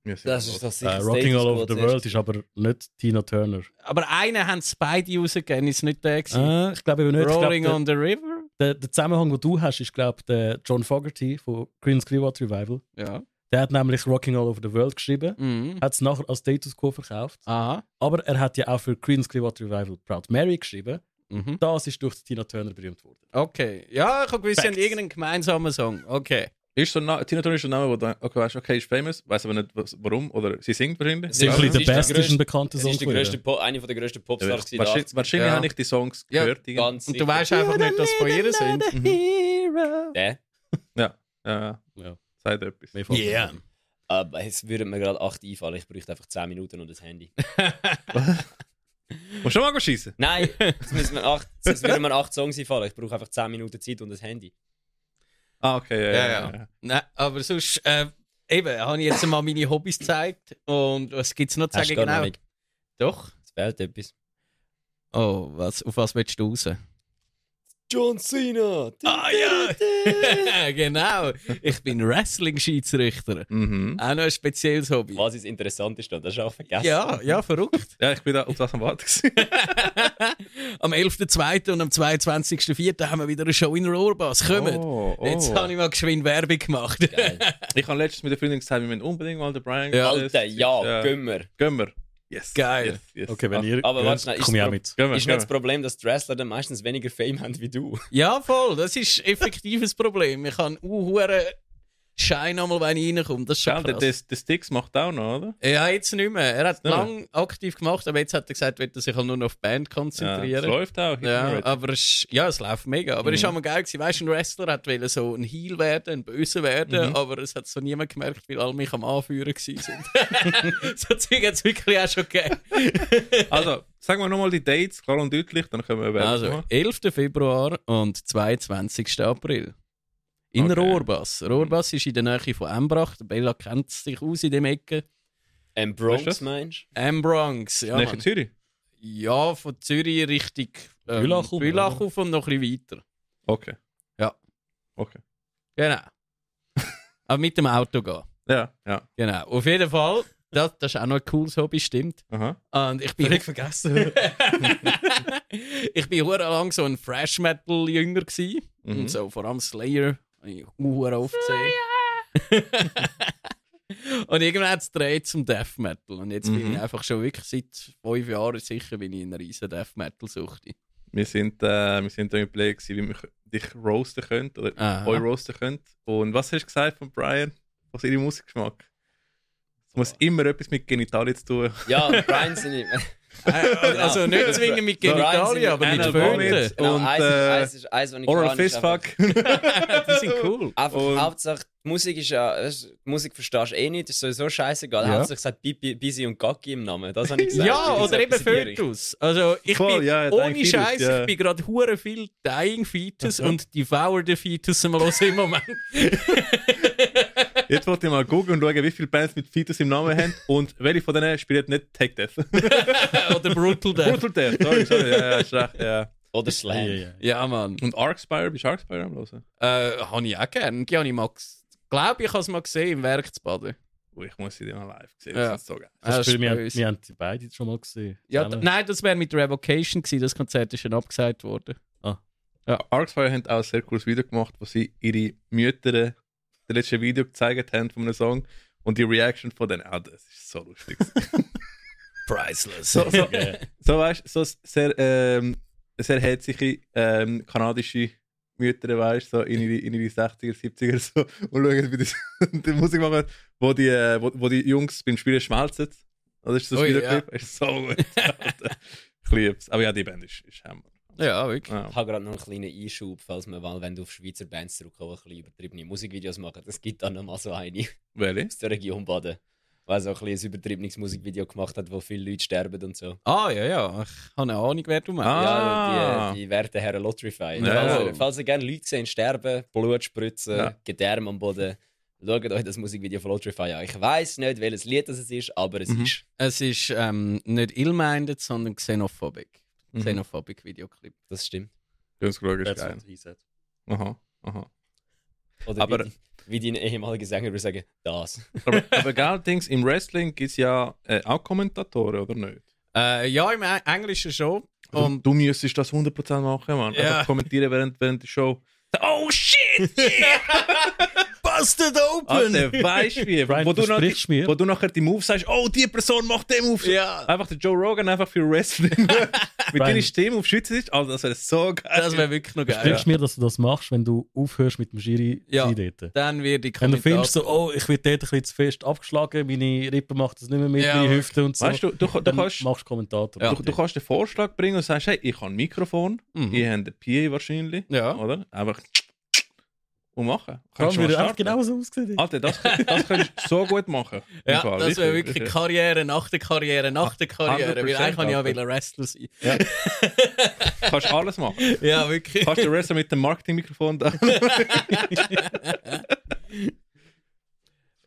[SPEAKER 1] Ja, sie
[SPEAKER 3] Das
[SPEAKER 1] hat
[SPEAKER 3] ist
[SPEAKER 1] gemacht.
[SPEAKER 3] doch
[SPEAKER 2] Äh,
[SPEAKER 3] sicher
[SPEAKER 2] Rocking
[SPEAKER 3] Status
[SPEAKER 2] All
[SPEAKER 3] Quo
[SPEAKER 2] Over the
[SPEAKER 3] zuerst.
[SPEAKER 2] World ist aber nicht Tina Turner.
[SPEAKER 4] Aber einen haben es beide rausgegeben, ist nicht der gewesen.
[SPEAKER 2] Äh, ich glaube eben nicht.
[SPEAKER 4] Rolling
[SPEAKER 2] ich glaub,
[SPEAKER 4] on the River?
[SPEAKER 2] der, der, der Zusammenhang, den du hast, ist, glaube der John Fogerty von Green's Clearwater Revival.
[SPEAKER 4] Ja.
[SPEAKER 2] Der hat nämlich Rocking All Over the World geschrieben,
[SPEAKER 4] Mhm.
[SPEAKER 2] hat es nachher als Status Quo verkauft.
[SPEAKER 4] Aha.
[SPEAKER 2] Aber er hat ja auch für Green's Clearwater Revival Proud Mary geschrieben.
[SPEAKER 4] Mhm.
[SPEAKER 2] Das ist durch Tina Turner berühmt worden.
[SPEAKER 4] Okay. Ja, ich habe gewusst, sie haben
[SPEAKER 2] Facts.
[SPEAKER 4] irgendeinen gemeinsamen Song. Okay.
[SPEAKER 1] Ist so ein Na- Tina Turner ist so ein Name, wo du denkst, okay, weißt, okay, ist famous, weiß aber nicht was, warum oder sie singt wahrscheinlich.
[SPEAKER 3] Sie- Ja,
[SPEAKER 2] Simply
[SPEAKER 3] es
[SPEAKER 2] the
[SPEAKER 3] ist der
[SPEAKER 2] Best ist
[SPEAKER 3] grösste-
[SPEAKER 2] ein bekannter
[SPEAKER 3] Es
[SPEAKER 2] Song.
[SPEAKER 3] ist die
[SPEAKER 2] von ihr.
[SPEAKER 3] grösste po eine der grössten
[SPEAKER 1] Ja,
[SPEAKER 3] Popstars. Ja,
[SPEAKER 1] wahrscheinlich wahrscheinlich
[SPEAKER 4] Ja.
[SPEAKER 1] habe ich die Songs
[SPEAKER 4] Ja,
[SPEAKER 1] gehört. irgendwie.
[SPEAKER 3] ganz
[SPEAKER 4] Und
[SPEAKER 3] sicher.
[SPEAKER 4] du weißt einfach nicht, dass sie von ihr sind.
[SPEAKER 3] Der?
[SPEAKER 1] Ja,
[SPEAKER 2] Ja.
[SPEAKER 1] sagt etwas.
[SPEAKER 2] Mir fällt-
[SPEAKER 3] Aber Äh, es würde mir gerade 8 einfallen. Ich bräuchte einfach 10 Minuten und das Handy.
[SPEAKER 1] Musst du schon mal schießen?
[SPEAKER 3] Nein, es müssen mir 8, es würden mir 8 Songs einfallen. Ich brauche einfach 10 Minuten Zeit und das Handy.
[SPEAKER 1] Ah, okay, ja,
[SPEAKER 4] Ja,
[SPEAKER 1] ja.
[SPEAKER 4] ja.
[SPEAKER 1] ja, ja.
[SPEAKER 4] Nein, aber sonst, äh, eben, habe ich jetzt mal meine Hobbys gezeigt. Und was gibt es noch zu
[SPEAKER 3] Hast du gar
[SPEAKER 4] sagen? Genau.
[SPEAKER 3] noch nicht.
[SPEAKER 4] Doch.
[SPEAKER 3] Es fehlt etwas.
[SPEAKER 4] Oh, was, auf was willst du raus?
[SPEAKER 3] John Cena!
[SPEAKER 4] Ah ja! genau. Ich bin Wrestling-Schiedsrichter.
[SPEAKER 1] Mhm.
[SPEAKER 4] Auch noch ein spezielles Hobby.
[SPEAKER 3] Was ist interessant ist, das hast du auch vergessen.
[SPEAKER 4] Ja, ja, verrückt.
[SPEAKER 1] Ja, ich bin da auf das am Warten. gewesen.
[SPEAKER 4] am 11.02. und am 22.04. haben wir wieder eine Show in Rohrbass. Kommt!
[SPEAKER 1] Oh, oh.
[SPEAKER 4] Jetzt habe ich mal geschwind Werbung gemacht.
[SPEAKER 3] Geil.
[SPEAKER 1] Ich habe letztens mit der Freundin gesagt, wir müssen unbedingt mal den Brian
[SPEAKER 4] Ja.
[SPEAKER 1] Alter,
[SPEAKER 3] Alter, ja, gehen wir.
[SPEAKER 1] gehen wir. Yes.
[SPEAKER 4] Geil.
[SPEAKER 1] Yes, yes.
[SPEAKER 2] Okay,
[SPEAKER 1] Ah,
[SPEAKER 2] wenn ihr.
[SPEAKER 3] Aber
[SPEAKER 2] gehört,
[SPEAKER 3] warte schnell, ist
[SPEAKER 2] komm ich
[SPEAKER 3] das
[SPEAKER 2] auch
[SPEAKER 3] Pro-
[SPEAKER 2] mit.
[SPEAKER 1] Gehen wir,
[SPEAKER 3] Ist nicht
[SPEAKER 1] gehen
[SPEAKER 3] das Problem, dass die Wrestler dann meistens weniger Fame haben wie du?
[SPEAKER 4] ja, voll. Das ist effektiv ein Problem. Ich kann uhuere Schein einmal, wenn ich reinkomme. Das ist
[SPEAKER 1] wir.
[SPEAKER 4] schon
[SPEAKER 1] Gell, der,
[SPEAKER 4] krass.
[SPEAKER 1] der, der Sticks macht auch noch, oder?
[SPEAKER 4] Ja, jetzt nicht mehr. Er hat
[SPEAKER 1] Nicht mehr?
[SPEAKER 4] lang aktiv gemacht, aber jetzt hat er gesagt, er will sich halt nur noch auf die Band
[SPEAKER 1] Ja, das
[SPEAKER 4] konzentrieren.
[SPEAKER 1] läuft auch.
[SPEAKER 4] Ja,
[SPEAKER 1] Ignorant.
[SPEAKER 4] aber es, ist- ja, es läuft mega. Aber
[SPEAKER 1] Mhm.
[SPEAKER 4] es war mal geil. Gewesen. Weißt du, ein Wrestler hat wollte so ein Heel werden, ein Böse
[SPEAKER 1] Mhm.
[SPEAKER 4] werden, aber es hat so niemand gemerkt, weil alle mich am Anführen waren. so Zeug hat es wirklich auch schon gegeben.
[SPEAKER 1] Also, sagen wir nochmal die Dates, klar und deutlich, dann können wir Werbung
[SPEAKER 4] Also,
[SPEAKER 1] machen.
[SPEAKER 4] 11. Februar und 22. April. In
[SPEAKER 1] Okay.
[SPEAKER 4] Rohrbass. Rohrbass ist in der Nähe von Embrach. Der Bella kennt sich aus in dem Ecke.
[SPEAKER 3] Ähm,
[SPEAKER 1] Weißt du das?
[SPEAKER 3] Bronx meinst du?
[SPEAKER 4] Embranx, ja.
[SPEAKER 1] Nächste
[SPEAKER 4] Mann.
[SPEAKER 1] Zürich.
[SPEAKER 4] Ja, von Zürich Richtung ähm,
[SPEAKER 2] Bülach hoch,
[SPEAKER 4] Bülach
[SPEAKER 2] oder?
[SPEAKER 4] hoch und noch ein bisschen weiter.
[SPEAKER 1] Okay.
[SPEAKER 4] Ja.
[SPEAKER 1] Okay.
[SPEAKER 4] Genau. aber mit dem Auto gehen.
[SPEAKER 1] Ja, ja.
[SPEAKER 4] Genau, auf jeden Fall. Das, das ist auch noch ein cooles Hobby, stimmt.
[SPEAKER 1] Aha.
[SPEAKER 4] Und ich bin,
[SPEAKER 2] vergessen.
[SPEAKER 4] ich bin hure lang so ein Fresh Metal Jünger gsi
[SPEAKER 1] Mhm.
[SPEAKER 4] und so vor allem Slayer, habe ich hure oft gesehen. und irgendwann hat es dreht zum Death Metal und jetzt bin
[SPEAKER 1] Mhm.
[SPEAKER 4] ich einfach schon wirklich seit fünf Jahren sicher, bin ich in einer riesen Death Metal Sucht.
[SPEAKER 1] Wir sind, äh, wir sind da im Play, gewesen, wie wir dich roasten könnt oder
[SPEAKER 4] Ah, Aha.
[SPEAKER 1] euch roasten könnt. Und was hast du gesagt von Brian? was ihrem Musikgeschmack. Es muss immer etwas mit Genitalien zu tun.
[SPEAKER 3] Ja, und Brian sind nicht mehr.
[SPEAKER 4] Äh, also nicht zwingend mit
[SPEAKER 3] So, Ryan
[SPEAKER 4] Genitalien, aber mit
[SPEAKER 1] Anal
[SPEAKER 4] Föten.
[SPEAKER 1] Vomit.
[SPEAKER 3] Genau,
[SPEAKER 1] Und,
[SPEAKER 3] eins,
[SPEAKER 1] äh,
[SPEAKER 3] eins ist eins, was ich
[SPEAKER 1] Oral
[SPEAKER 3] gar nicht einfach-
[SPEAKER 1] Fistfuck. halt.
[SPEAKER 4] Die sind cool.
[SPEAKER 3] Einfach
[SPEAKER 1] Und-
[SPEAKER 3] Hauptsache, die Musik ist ja, weißt du, die Musik verstehst du eh nicht, ist sowieso scheißegal.
[SPEAKER 4] Ja.
[SPEAKER 3] Hauptsache, es hat Bi- Bi- Bisi und Gacki im Namen. Das habe ich gesagt.
[SPEAKER 4] Ja,
[SPEAKER 3] Das ist
[SPEAKER 4] oder eben
[SPEAKER 3] etwas in die Richtung.
[SPEAKER 4] Fötus. Also ich
[SPEAKER 1] Voll,
[SPEAKER 4] bin
[SPEAKER 1] ja, ja,
[SPEAKER 4] ohne
[SPEAKER 1] Dying
[SPEAKER 4] Scheiß,
[SPEAKER 1] Fetus, ja.
[SPEAKER 4] ich bin gerade hure viel Dying Fetus und Devour the Fetus am los im Moment.
[SPEAKER 1] Jetzt wollte ich mal googeln und schauen, wie viele Bands mit Fetus im Namen haben und welche von denen spielt nicht Take Death.
[SPEAKER 4] äh, oder Brutal Death.
[SPEAKER 1] Brutal Death, sorry, sorry, ja, ja, ist recht, ja.
[SPEAKER 3] Oder Slam.
[SPEAKER 4] ja, Mann.
[SPEAKER 1] Und Arcspire, bist du Arcspire am Hören?
[SPEAKER 4] Äh, habe ich auch gern. Die habe ich mal glaube ich, habe es mal gesehen im Äh, Werkzbaden.
[SPEAKER 1] Oh, ich muss sie dir mal live sehen,
[SPEAKER 4] Ja.
[SPEAKER 1] das ist so geil.
[SPEAKER 4] Äh,
[SPEAKER 2] Das Spiel, wir, haben-
[SPEAKER 4] Spaß.
[SPEAKER 2] wir haben die beiden schon mal gesehen.
[SPEAKER 4] ja, d-
[SPEAKER 1] ne?
[SPEAKER 2] Zusammen.
[SPEAKER 4] nein, das wäre mit Revocation gewesen. Das Konzert ist schon abgesagt worden.
[SPEAKER 1] Arcspire haben auch ein sehr cooles Video gemacht, wo sie ihre Mütter das letzte Video gezeigt haben von einem Song und die Reaction von denen, ah, das ist so lustig.
[SPEAKER 2] Priceless.
[SPEAKER 1] So- so-
[SPEAKER 2] Ja.
[SPEAKER 1] so weißt du, so sehr, ähm, sehr herzliche ähm, kanadische Mütter, weißt du, so in ihre, in ihre 60er, 70er so, und schauen, wie die, die Musik machen, wo die, äh, wo, wo die Jungs beim Spielen schmelzen. Oder ist das
[SPEAKER 4] Ui,
[SPEAKER 1] Videoclip? Ist so gut. Alter. ich lieb's. Aber ja, die Band ist, ist Hammer.
[SPEAKER 4] Ja, wirklich.
[SPEAKER 1] Ja.
[SPEAKER 3] Ich habe gerade noch einen kleinen Einschub, falls wir mal wenn du auf Schweizer Bands zurückkommen, ein bisschen übertriebene Musikvideos machen. Es gibt da noch mal so eine
[SPEAKER 1] Welche?
[SPEAKER 3] aus der Region Baden, die so ein, bisschen ein übertriebenes Musikvideo gemacht hat, wo viele Leute sterben und so.
[SPEAKER 4] Ah, ja, ja. Ich habe eine Ahnung, wer du meinst.
[SPEAKER 1] Ah.
[SPEAKER 3] Ja, die, die werten Herren Lotterify.
[SPEAKER 1] Ja.
[SPEAKER 3] Falls, ihr- falls ihr gerne Leute sehen, sterben, Blut spritzen,
[SPEAKER 1] Ja.
[SPEAKER 3] Gedärm am Boden, schaut euch das Musikvideo von Lotterify an. Ich weiß nicht, welches Lied das es ist, aber es
[SPEAKER 1] Mhm.
[SPEAKER 3] ist.
[SPEAKER 4] Es ist ähm, nicht ill-minded, sondern xenophobic.
[SPEAKER 1] Mhm.
[SPEAKER 4] Xenophobic Videoclip.
[SPEAKER 3] Das stimmt.
[SPEAKER 1] Jungs, schau, ist
[SPEAKER 2] That's
[SPEAKER 1] geil.
[SPEAKER 2] what he said.
[SPEAKER 1] Aha, aha.
[SPEAKER 3] Oder
[SPEAKER 1] Aber-
[SPEAKER 3] wie, wie dein ehemaliger Sänger würde sagen, das.
[SPEAKER 1] Aber, aber geil, Dings, im Wrestling gibt es ja äh, auch Kommentatoren, oder nicht?
[SPEAKER 4] Äh, ja, im E- Englischen schon.
[SPEAKER 1] Du,
[SPEAKER 4] Und
[SPEAKER 1] du müsstest das 100% machen, Mann.
[SPEAKER 4] Ja.
[SPEAKER 1] Einfach kommentieren während, während der Show.
[SPEAKER 4] Oh shit! Busted open!
[SPEAKER 1] Alter, weißt du wie?
[SPEAKER 2] Brian,
[SPEAKER 1] wo, du noch,
[SPEAKER 2] versprichst du mir?
[SPEAKER 1] wo du nachher die Moves sagst, oh, die Person macht den Move.
[SPEAKER 4] Ja.
[SPEAKER 1] Einfach der Joe Rogan einfach für Wrestling. Mit
[SPEAKER 2] Brian.
[SPEAKER 1] deiner Stimme auf Schweizerdeutsch. Also, das wäre so geil.
[SPEAKER 4] Das wäre wirklich noch geil.
[SPEAKER 2] Versprichst du mir, dass du das machst, wenn du aufhörst mit dem Schiri
[SPEAKER 4] Ja.
[SPEAKER 2] zu sein dort?
[SPEAKER 4] Dann wird die
[SPEAKER 2] Wenn du
[SPEAKER 4] Kommentar-
[SPEAKER 2] findest, so, oh, ich werde dort ein bisschen zu fest abgeschlagen, meine Rippen macht das nicht mehr mit,
[SPEAKER 4] Ja,
[SPEAKER 2] meine
[SPEAKER 4] aber-
[SPEAKER 2] Hüfte und so.
[SPEAKER 1] weißt du, du, du,
[SPEAKER 2] dann
[SPEAKER 1] kannst,
[SPEAKER 2] machst du Kommentator.
[SPEAKER 4] Ja.
[SPEAKER 1] du, du kannst den Vorschlag bringen und sagst, hey, ich habe ein Mikrofon,
[SPEAKER 4] Mhm.
[SPEAKER 1] ich habe einen PA wahrscheinlich.
[SPEAKER 4] Ja.
[SPEAKER 1] Oder? Einfach und machen.
[SPEAKER 2] Dann
[SPEAKER 1] mal
[SPEAKER 2] würde er einfach genau
[SPEAKER 1] starten.
[SPEAKER 2] genauso aussehen.
[SPEAKER 4] Ah,
[SPEAKER 1] Alter, das, das könntest du so gut machen. Im
[SPEAKER 4] Ja,
[SPEAKER 1] Fall,
[SPEAKER 4] das wäre
[SPEAKER 1] wirklich,
[SPEAKER 4] wirklich Karriere nach der Karriere nach der Karriere. Weil
[SPEAKER 1] 100%,
[SPEAKER 4] eigentlich kann ich ja
[SPEAKER 1] Alter.
[SPEAKER 4] wieder Wrestler sein.
[SPEAKER 1] wirklich. Kannst alles machen.
[SPEAKER 4] Ja, wirklich.
[SPEAKER 1] Kannst du Wrestler mit dem Marketingmikrofon da.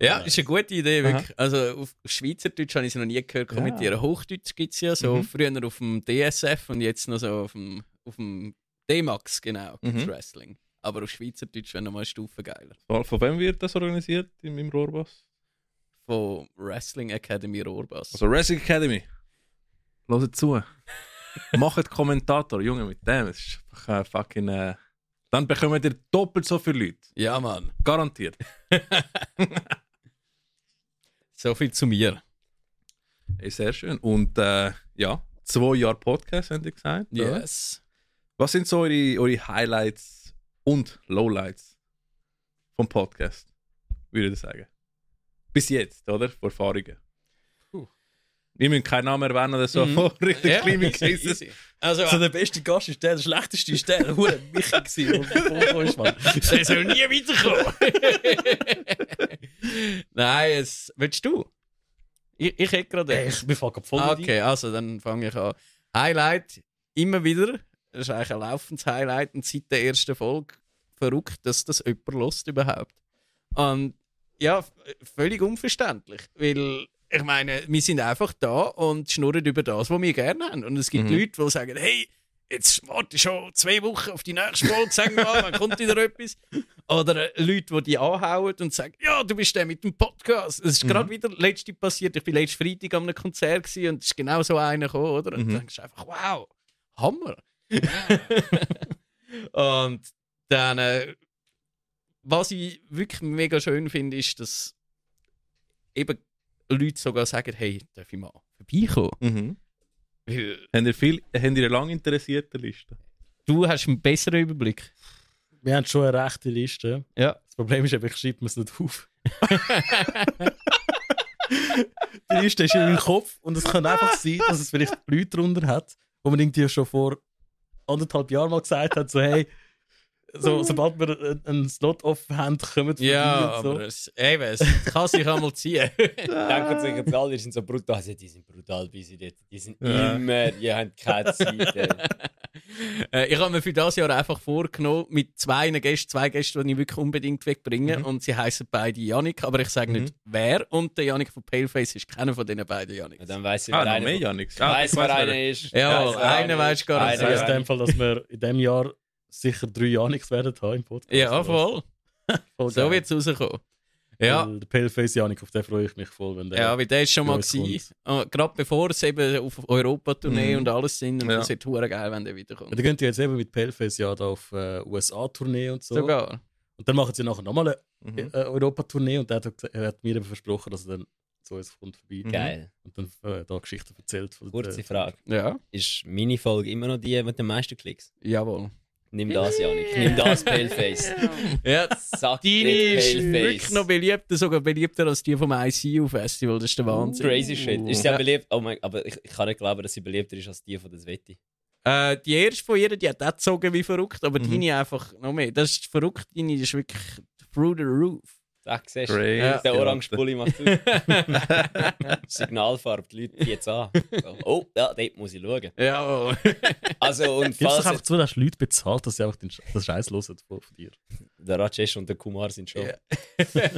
[SPEAKER 4] Ja, ist eine gute Idee, wirklich. Also auf Schweizerdeutsch habe ich sie noch nie gehört kommentieren. Hochdeutsch gibt es ja so. Früher auf dem DSF und jetzt noch so auf dem, auf dem D-Max, genau, gibt's
[SPEAKER 1] Mhm.
[SPEAKER 4] Wrestling. Aber auf Schweizerdeutsch wäre nochmal eine Stufe geiler.
[SPEAKER 1] Von wem wird das organisiert im, im Rohrbass?
[SPEAKER 4] Von Wrestling Academy Rohrbass.
[SPEAKER 1] Also Wrestling Academy. Hört zu. Macht Kommentator, Junge, mit dem. Es ist einfach äh, fucking. Äh, dann bekommt ihr doppelt so viele Leute.
[SPEAKER 4] ja, Mann.
[SPEAKER 1] Garantiert.
[SPEAKER 4] So viel zu mir.
[SPEAKER 1] Ist sehr schön. Und äh, ja, zwei Jahre Podcast, haben die gesagt. oder?
[SPEAKER 4] Yes.
[SPEAKER 1] Was sind so eure, eure Highlights und Lowlights vom Podcast? Würde ich sagen. Bis jetzt, oder? Von Erfahrungen.
[SPEAKER 4] Puh.
[SPEAKER 1] Wir müssen keinen Namen erwähnen oder so.
[SPEAKER 4] Mhm.
[SPEAKER 1] Richtig
[SPEAKER 4] Ja.
[SPEAKER 1] schlimme Krise.
[SPEAKER 4] Easy. Also,
[SPEAKER 2] So der beste Gast ist der, der schlechteste ist der. Hure Michi gewesen.
[SPEAKER 4] Der soll nie wiederkommen. Nein, es. Willst du? Ich, ich hätte gerade.
[SPEAKER 2] Ey, Ich bin voll voll
[SPEAKER 4] Ah,
[SPEAKER 2] mit dir.
[SPEAKER 4] Okay, also dann fange ich an. Highlight, immer wieder. Das ist eigentlich ein laufendes Highlight und seit der ersten Folge verrückt, dass das jemand lost überhaupt. Und ja, v- völlig unverständlich, weil ich meine, wir sind einfach da und schnurren über das, was wir gerne haben. Und es gibt
[SPEAKER 1] Mhm.
[SPEAKER 4] Leute, die sagen, hey, jetzt warte ich schon zwei Wochen auf die nächste Folge, sag mal, wann kommt wieder etwas? Oder äh, Leute, die die anhauen und sagen, ja, du bist der mit dem Podcast. Es ist gerade wieder letzte passiert. Ich war letzten Freitag an einem Konzert gewesen und es ist genau so einer gekommen, oder? Und
[SPEAKER 1] Mhm.
[SPEAKER 4] du denkst einfach, wow, Hammer. und dann, äh, was ich wirklich mega schön finde, ist, dass eben Leute sogar sagen, hey, darf ich mal vorbeikommen?
[SPEAKER 1] Mhm.
[SPEAKER 4] Weil
[SPEAKER 1] Habt ihr, viel, habt ihr eine lang interessierte Liste?
[SPEAKER 4] du hast einen besseren Überblick.
[SPEAKER 2] Wir haben schon eine rechte Liste.
[SPEAKER 4] Ja.
[SPEAKER 2] Das Problem ist, eben, ich schreibe mir es nicht auf. Die Liste ist in meinem Kopf und es kann einfach sein, dass es vielleicht Leute darunter hat, wo man irgendwie schon vor anderthalb Jahren mal gesagt hat, so hey, so, sobald wir äh, einen Slot offen haben, kommen wir
[SPEAKER 4] Ja,
[SPEAKER 2] und so.
[SPEAKER 4] aber es, eben, es kann sich einmal ziehen.
[SPEAKER 3] Denken sich jetzt alle, die sind so brutal. Also, die sind brutal busy dort. Die sind
[SPEAKER 1] Ja.
[SPEAKER 3] immer, die haben keine Zeit. ey.
[SPEAKER 4] Äh, ich habe mir für das Jahr einfach vorgenommen, mit zwei Gästen, zwei Gästen, die ich wirklich unbedingt wegbringe.
[SPEAKER 1] Mhm.
[SPEAKER 4] Und sie heißen beide Yannick, aber ich sage nicht wer. Und der Yannick von Paleface ist keiner von diesen beiden Yannicks.
[SPEAKER 3] Und dann weiss ich,
[SPEAKER 1] Ah,
[SPEAKER 3] wer
[SPEAKER 1] noch
[SPEAKER 3] einer
[SPEAKER 1] mehr Janix. Ah,
[SPEAKER 3] weiss,
[SPEAKER 1] ich
[SPEAKER 3] wer
[SPEAKER 1] weiss, wer-
[SPEAKER 3] einer ist.
[SPEAKER 4] Ja,
[SPEAKER 3] Weiss, wer
[SPEAKER 4] einer
[SPEAKER 3] einer
[SPEAKER 4] weisst
[SPEAKER 3] ist.
[SPEAKER 4] gar nicht.
[SPEAKER 2] Das
[SPEAKER 3] Einer
[SPEAKER 2] heisst
[SPEAKER 3] weiss
[SPEAKER 2] in dem Fall, dass wir in diesem Jahr sicher drei Janiks werden haben im Podcast.
[SPEAKER 4] Ja,
[SPEAKER 2] Also,
[SPEAKER 4] voll.
[SPEAKER 2] voll
[SPEAKER 4] So
[SPEAKER 2] geil.
[SPEAKER 4] wird es rauskommen. Ja,
[SPEAKER 2] Weil Der Paleface Janik, auf den freue ich mich voll, wenn der.
[SPEAKER 4] ja, weil der ist schon
[SPEAKER 2] Ja,
[SPEAKER 4] mal
[SPEAKER 2] es
[SPEAKER 4] gewesen. Äh, Gerade bevor es eben auf Europa-Tournee
[SPEAKER 1] Mhm.
[SPEAKER 4] und alles sind. Und
[SPEAKER 1] Ja.
[SPEAKER 4] das wird hure geil, wenn der wiederkommt.
[SPEAKER 2] Ja, Dann gehen die jetzt eben mit Paleface ja da auf äh, USA-Tournee und so.
[SPEAKER 4] Sogar.
[SPEAKER 2] Und dann machen sie nachher nochmal eine
[SPEAKER 1] Mhm.
[SPEAKER 2] äh, Europa-Tournee und der hat, gesagt- er hat mir eben versprochen, dass er dann zu uns kommt vorbei
[SPEAKER 1] Mhm.
[SPEAKER 3] Geil.
[SPEAKER 2] und dann äh, da Geschichten erzählt. Von
[SPEAKER 3] Kurze
[SPEAKER 2] der-
[SPEAKER 3] Frage.
[SPEAKER 4] Ja,
[SPEAKER 3] Ist meine Folge immer noch die mit den meisten Klicks?
[SPEAKER 4] jawohl.
[SPEAKER 3] Nimm das, Janik. Nimm das, Paleface.
[SPEAKER 4] Ja,
[SPEAKER 3] Sack
[SPEAKER 4] Deine
[SPEAKER 3] nicht,
[SPEAKER 4] ist wirklich
[SPEAKER 3] Paleface.
[SPEAKER 4] noch beliebter, sogar beliebter als die vom ICU-Festival. Das ist der Wahnsinn.
[SPEAKER 3] Crazy shit. Ist sie
[SPEAKER 4] Ja.
[SPEAKER 3] auch beliebt? Oh mein Gott, aber ich, ich kann nicht glauben, dass sie beliebter ist als die von der Sveti.
[SPEAKER 4] Äh, die erste von ihr, die hat auch gezogen wie verrückt, aber
[SPEAKER 1] Mhm.
[SPEAKER 4] deine einfach noch mehr. Das ist verrückt, deine ist wirklich through the roof.
[SPEAKER 3] Sag, siehst du?
[SPEAKER 1] Crazy.
[SPEAKER 4] Ja.
[SPEAKER 3] Der orange Pulli macht aus. Signalfarbe, die Leute jetzt an. So, Oh, ja, dort muss ich schauen.
[SPEAKER 4] Ja,
[SPEAKER 3] Also, und
[SPEAKER 2] Gibst du doch
[SPEAKER 3] falls
[SPEAKER 2] einfach zu, dass Leute bezahlt, dass sie einfach den Sch den Scheiß hören von, von dir.
[SPEAKER 3] Der Rajesh und der Kumar sind schon.
[SPEAKER 4] Ja.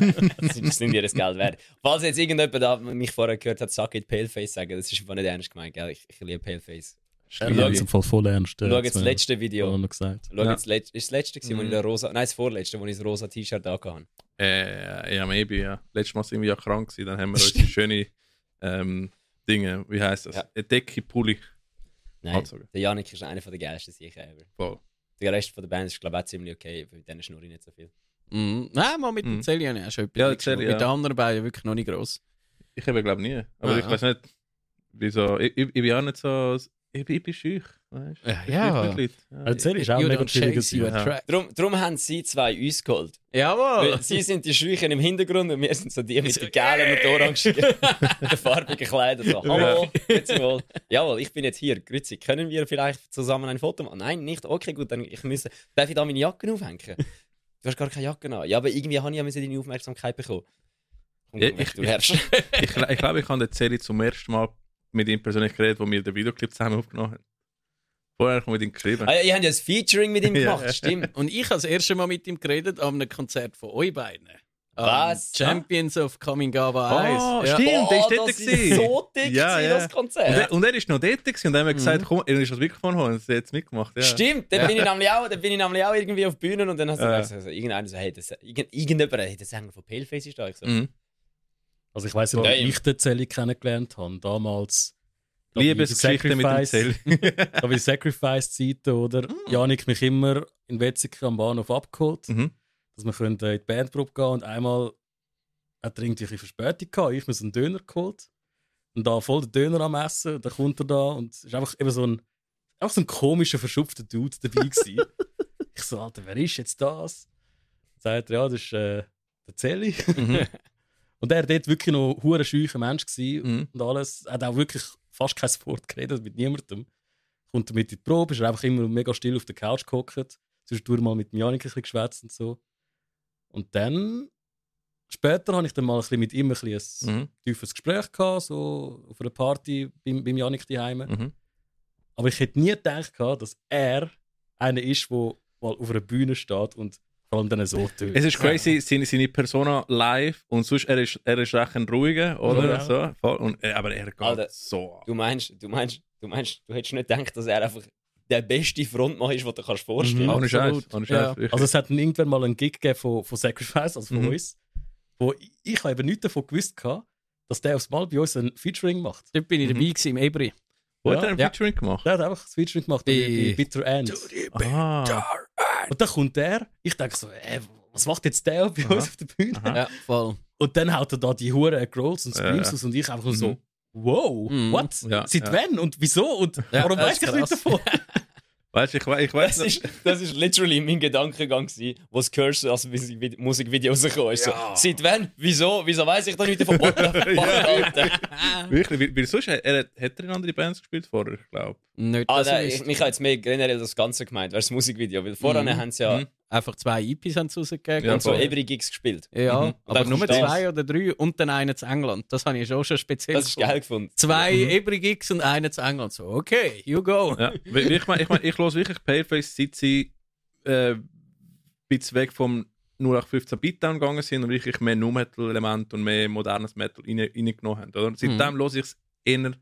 [SPEAKER 3] sind, sind ihr das Geld wert. Falls jetzt irgendjemand da mich vorher gehört hat, sag it Paleface sagen, das ist einfach nicht ernst gemeint, gell? Ich, ich liebe Paleface.
[SPEAKER 2] Er
[SPEAKER 1] Schwierig.
[SPEAKER 2] im Fall voll ernst. äh,
[SPEAKER 3] Schau jetzt Äh, das letzte
[SPEAKER 2] Video.
[SPEAKER 3] Video.
[SPEAKER 2] Noch gesagt.
[SPEAKER 3] Schau
[SPEAKER 1] Ja.
[SPEAKER 3] jetzt das letzte, ist das letzte gewesen, wo
[SPEAKER 1] Mhm.
[SPEAKER 3] ich das rosa, nein, das vorletzte, wo ich das rosa T-Shirt angehabt
[SPEAKER 1] Äh, ja, maybe, ja. Letztes Mal sind wir ja krank gewesen, dann haben wir unsere schöne ähm, Dinge, wie heisst das?
[SPEAKER 3] Ja.
[SPEAKER 1] Eine Decke Pulli.
[SPEAKER 3] Nein,
[SPEAKER 1] Absagen.
[SPEAKER 3] der Janik ist einer von der geilsten sicher ever.
[SPEAKER 1] Voll.
[SPEAKER 3] Der Rest von der Band ist, glaube ich, auch ziemlich okay, mit denen schnurre ich nicht so viel.
[SPEAKER 4] Mhm. Nein, mal mit
[SPEAKER 1] Mhm.
[SPEAKER 4] dem Zelli habe ich auch schon etwas
[SPEAKER 1] Ja,
[SPEAKER 4] mitgenommen.
[SPEAKER 1] Zelli, ja.
[SPEAKER 4] Mit den anderen beiden wirklich noch nicht gross.
[SPEAKER 1] Ich habe glaube nie. Aber
[SPEAKER 4] Ah,
[SPEAKER 1] ich
[SPEAKER 4] ja.
[SPEAKER 1] weiß nicht, wieso. Ich, ich, ich bin auch nicht so. Ich, bin- ich bin schüch. Weißt? du?
[SPEAKER 4] Ja,
[SPEAKER 1] Ich
[SPEAKER 4] ja.
[SPEAKER 1] bin mit Leuten, ja.
[SPEAKER 2] Also, Zeri ist auch
[SPEAKER 4] You
[SPEAKER 2] mega
[SPEAKER 4] don't chase,
[SPEAKER 2] chillig.
[SPEAKER 4] you
[SPEAKER 3] halt
[SPEAKER 2] Ja.
[SPEAKER 4] attract.
[SPEAKER 3] Drum, drum haben sie zwei uns geholt.
[SPEAKER 4] Jawohl!
[SPEAKER 3] Weil Sie sind die Schüchen im Hintergrund und wir sind so die mit den gelben und den orangen, den farbigen Kleidern. So, hallo, grüezi wohl. Jawohl, ich bin jetzt hier. Grüezi, können wir vielleicht zusammen ein Foto machen? Nein, nicht? Okay, gut, dann ich müsse, darf ich da meine Jacke aufhängen? Du hast gar keine Jacke an. Ja, aber irgendwie habe ich ja müssen deine Aufmerksamkeit bekommen. Komm,
[SPEAKER 1] Ja,
[SPEAKER 3] komm, weg,
[SPEAKER 1] ich-
[SPEAKER 3] du herrschst.
[SPEAKER 1] Ich, gl- ich glaube, ich habe den Zeli zum ersten Mal mit ihm persönlich geredet, wo wir den Videoclip zusammen aufgenommen haben. Vorher habe ich mit ihm geschrieben.
[SPEAKER 3] Ah, ja, ihr habt ja ein Featuring mit ihm
[SPEAKER 1] Ja.
[SPEAKER 3] gemacht, stimmt.
[SPEAKER 4] Und ich habe das erste Mal mit ihm geredet an einem Konzert von euch beiden. Am
[SPEAKER 3] Was?
[SPEAKER 4] Champions of Kamingawa 1.
[SPEAKER 1] Ah,
[SPEAKER 4] Ja.
[SPEAKER 1] stimmt. der ist
[SPEAKER 3] das
[SPEAKER 1] dort
[SPEAKER 3] ist
[SPEAKER 1] gewesen.
[SPEAKER 3] so dick,
[SPEAKER 1] Ja, ja.
[SPEAKER 3] gewesen, das
[SPEAKER 1] Und,
[SPEAKER 3] Konzert.
[SPEAKER 1] er, und er ist noch dort gewesen, und dann haben wir gesagt, komm, er ist das Mikrofon holen. Und er hat es mitgemacht. Ja.
[SPEAKER 3] Stimmt, dann bin, ich nämlich auch, dann bin ich nämlich auch irgendwie auf Bühnen und dann hast du
[SPEAKER 1] Ja.
[SPEAKER 3] gesagt, so, so, irgendeiner so, hey, das, irgend, irgendjemand, hey, der Sänger von Paleface ist da. Ich so,
[SPEAKER 1] Mhm.
[SPEAKER 2] Also ich weiß ja, wie
[SPEAKER 3] Damn.
[SPEAKER 2] ich den Zelli kennengelernt habe. Damals. da bei
[SPEAKER 1] Liebesgeschichte mit dem
[SPEAKER 2] Sacrifice-
[SPEAKER 1] Zeli.
[SPEAKER 2] Da war Sacrifice-Zeiten, oder? Janik mich immer in Wetzikon am Bahnhof abgeholt,
[SPEAKER 1] Mhm.
[SPEAKER 2] dass wir können, äh, in die Bandprobe gehen Und einmal hat er irgendwie ein bisschen Verspätung gehabt. Ich mir so einen Döner geholt. Und da voll den Döner am Essen. Und dann kommt er da und ist einfach eben so ein, einfach so ein komischer, verschupfter Dude dabei gewesen. ich so, Alter, wer ist jetzt das? Dann sagt er, ja, das ist äh, der Zelli.
[SPEAKER 1] Mhm.
[SPEAKER 2] und er war dort wirklich noch ein verdammt scheuer Mensch. Gewesen
[SPEAKER 1] Mhm.
[SPEAKER 2] und alles. Er hat auch wirklich fast kein Wort geredet mit niemandem. Kommt damit in die Probe, ist er einfach immer mega still auf der Couch gehockt. Zwischendurch mal mit dem Janik ein bisschen geschwätzt und so. Und dann, später, habe ich dann mal ein bisschen mit ihm ein, bisschen ein
[SPEAKER 1] Mhm.
[SPEAKER 2] tiefes Gespräch gehabt, so auf einer Party beim, beim Janik daheim.
[SPEAKER 1] Mhm.
[SPEAKER 2] Aber ich hätte nie gedacht, gehabt, dass er einer ist, der mal auf einer Bühne steht und vor allem dann so tönt.
[SPEAKER 1] Es ist crazy, seine, seine Persona live und sonst er ist, er ist recht ein ruhiger, oder?
[SPEAKER 2] Ja.
[SPEAKER 1] So, voll. Und, äh, aber er geht
[SPEAKER 3] Alter.
[SPEAKER 1] so ab.
[SPEAKER 3] du meinst, du meinst, du meinst, du hättest nicht gedacht, dass er einfach der beste Frontmann ist, den du kannst vorstellen
[SPEAKER 1] Ohne
[SPEAKER 4] absolut.
[SPEAKER 1] Scheiß. Ohne Scheiß.
[SPEAKER 4] Ja.
[SPEAKER 1] wirklich.
[SPEAKER 2] Also es hat dann irgendwann mal einen Gig gegeben von, von Sacrifice, also von
[SPEAKER 1] Mhm.
[SPEAKER 2] uns, wo ich, ich habe eben nichts davon gewusst hatte, dass der aufs Mal bei uns ein Featuring macht.
[SPEAKER 4] Dort bin ich
[SPEAKER 1] Mhm.
[SPEAKER 4] dabei gewesen, im Ebri.
[SPEAKER 1] Wo hat
[SPEAKER 2] ja.
[SPEAKER 1] er ein
[SPEAKER 4] Ja.
[SPEAKER 1] Featuring gemacht?
[SPEAKER 2] Der hat einfach das Featuring gemacht bei,
[SPEAKER 4] Bei-
[SPEAKER 2] bei Bitter End.
[SPEAKER 1] Ah.
[SPEAKER 2] Und dann kommt der, ich denke so, äh, was macht jetzt der bei
[SPEAKER 1] Aha.
[SPEAKER 2] uns auf der Bühne?
[SPEAKER 1] Aha.
[SPEAKER 4] Ja, voll.
[SPEAKER 2] Und dann haut er da die Huren Grolls und Screams
[SPEAKER 1] Ja.
[SPEAKER 2] aus und ich einfach nur
[SPEAKER 1] Mhm.
[SPEAKER 2] so, wow,
[SPEAKER 4] Mhm.
[SPEAKER 2] what?
[SPEAKER 1] Ja,
[SPEAKER 2] Seit
[SPEAKER 1] ja.
[SPEAKER 2] wann und wieso und
[SPEAKER 4] Ja,
[SPEAKER 2] warum
[SPEAKER 4] das
[SPEAKER 2] weiß
[SPEAKER 4] ist
[SPEAKER 2] ich nichts
[SPEAKER 4] krass.
[SPEAKER 2] davon?
[SPEAKER 1] Weißt du, ich, we- ich
[SPEAKER 3] Das
[SPEAKER 1] weiß
[SPEAKER 3] ist, das ist literally mein Gedankengang, gewesen, wo das Curse als Musikvide- Musikvideo rausgekommen ist.
[SPEAKER 1] Ja.
[SPEAKER 3] So, seit wann? Wieso? Wieso weiß ich da nicht davon? ja.
[SPEAKER 1] Wirklich, weil, weil sonst äh, er, er, hat- hat er in andere Bands gespielt vorher, ich glaube.
[SPEAKER 4] Nicht,
[SPEAKER 3] Ah,
[SPEAKER 4] dass er
[SPEAKER 3] nein, ich,
[SPEAKER 4] wüsste.
[SPEAKER 3] mich hat jetzt mehr generell das Ganze gemeint, weil das Musikvideo. Weil vorher
[SPEAKER 4] Mhm.
[SPEAKER 3] haben sie ja
[SPEAKER 1] Mhm.
[SPEAKER 4] Einfach zwei EPs haben sie rausgegeben.
[SPEAKER 1] Ja,
[SPEAKER 4] Ja,
[SPEAKER 3] und so
[SPEAKER 1] voll.
[SPEAKER 3] ewige Gigs gespielt.
[SPEAKER 1] Mhm.
[SPEAKER 4] aber
[SPEAKER 3] Und
[SPEAKER 4] nur
[SPEAKER 3] dann
[SPEAKER 4] zwei oder drei und dann einen zu England. Das habe ich schon schon speziell.
[SPEAKER 3] Das ist
[SPEAKER 4] gefunden.
[SPEAKER 3] geil gefunden.
[SPEAKER 4] Zwei Ebri Gigs und einen zu England. So, okay, you go.
[SPEAKER 1] Mhm. Ja. Weil- weil ich meine, ich, mein, ich höre wirklich Paleface, seit sie äh, ein bisschen weg vom 0815 Beatdown gegangen sind und wirklich mehr nu metal element und mehr modernes Metal rein- reingenommen haben. Oder? Seitdem höre ich es eher.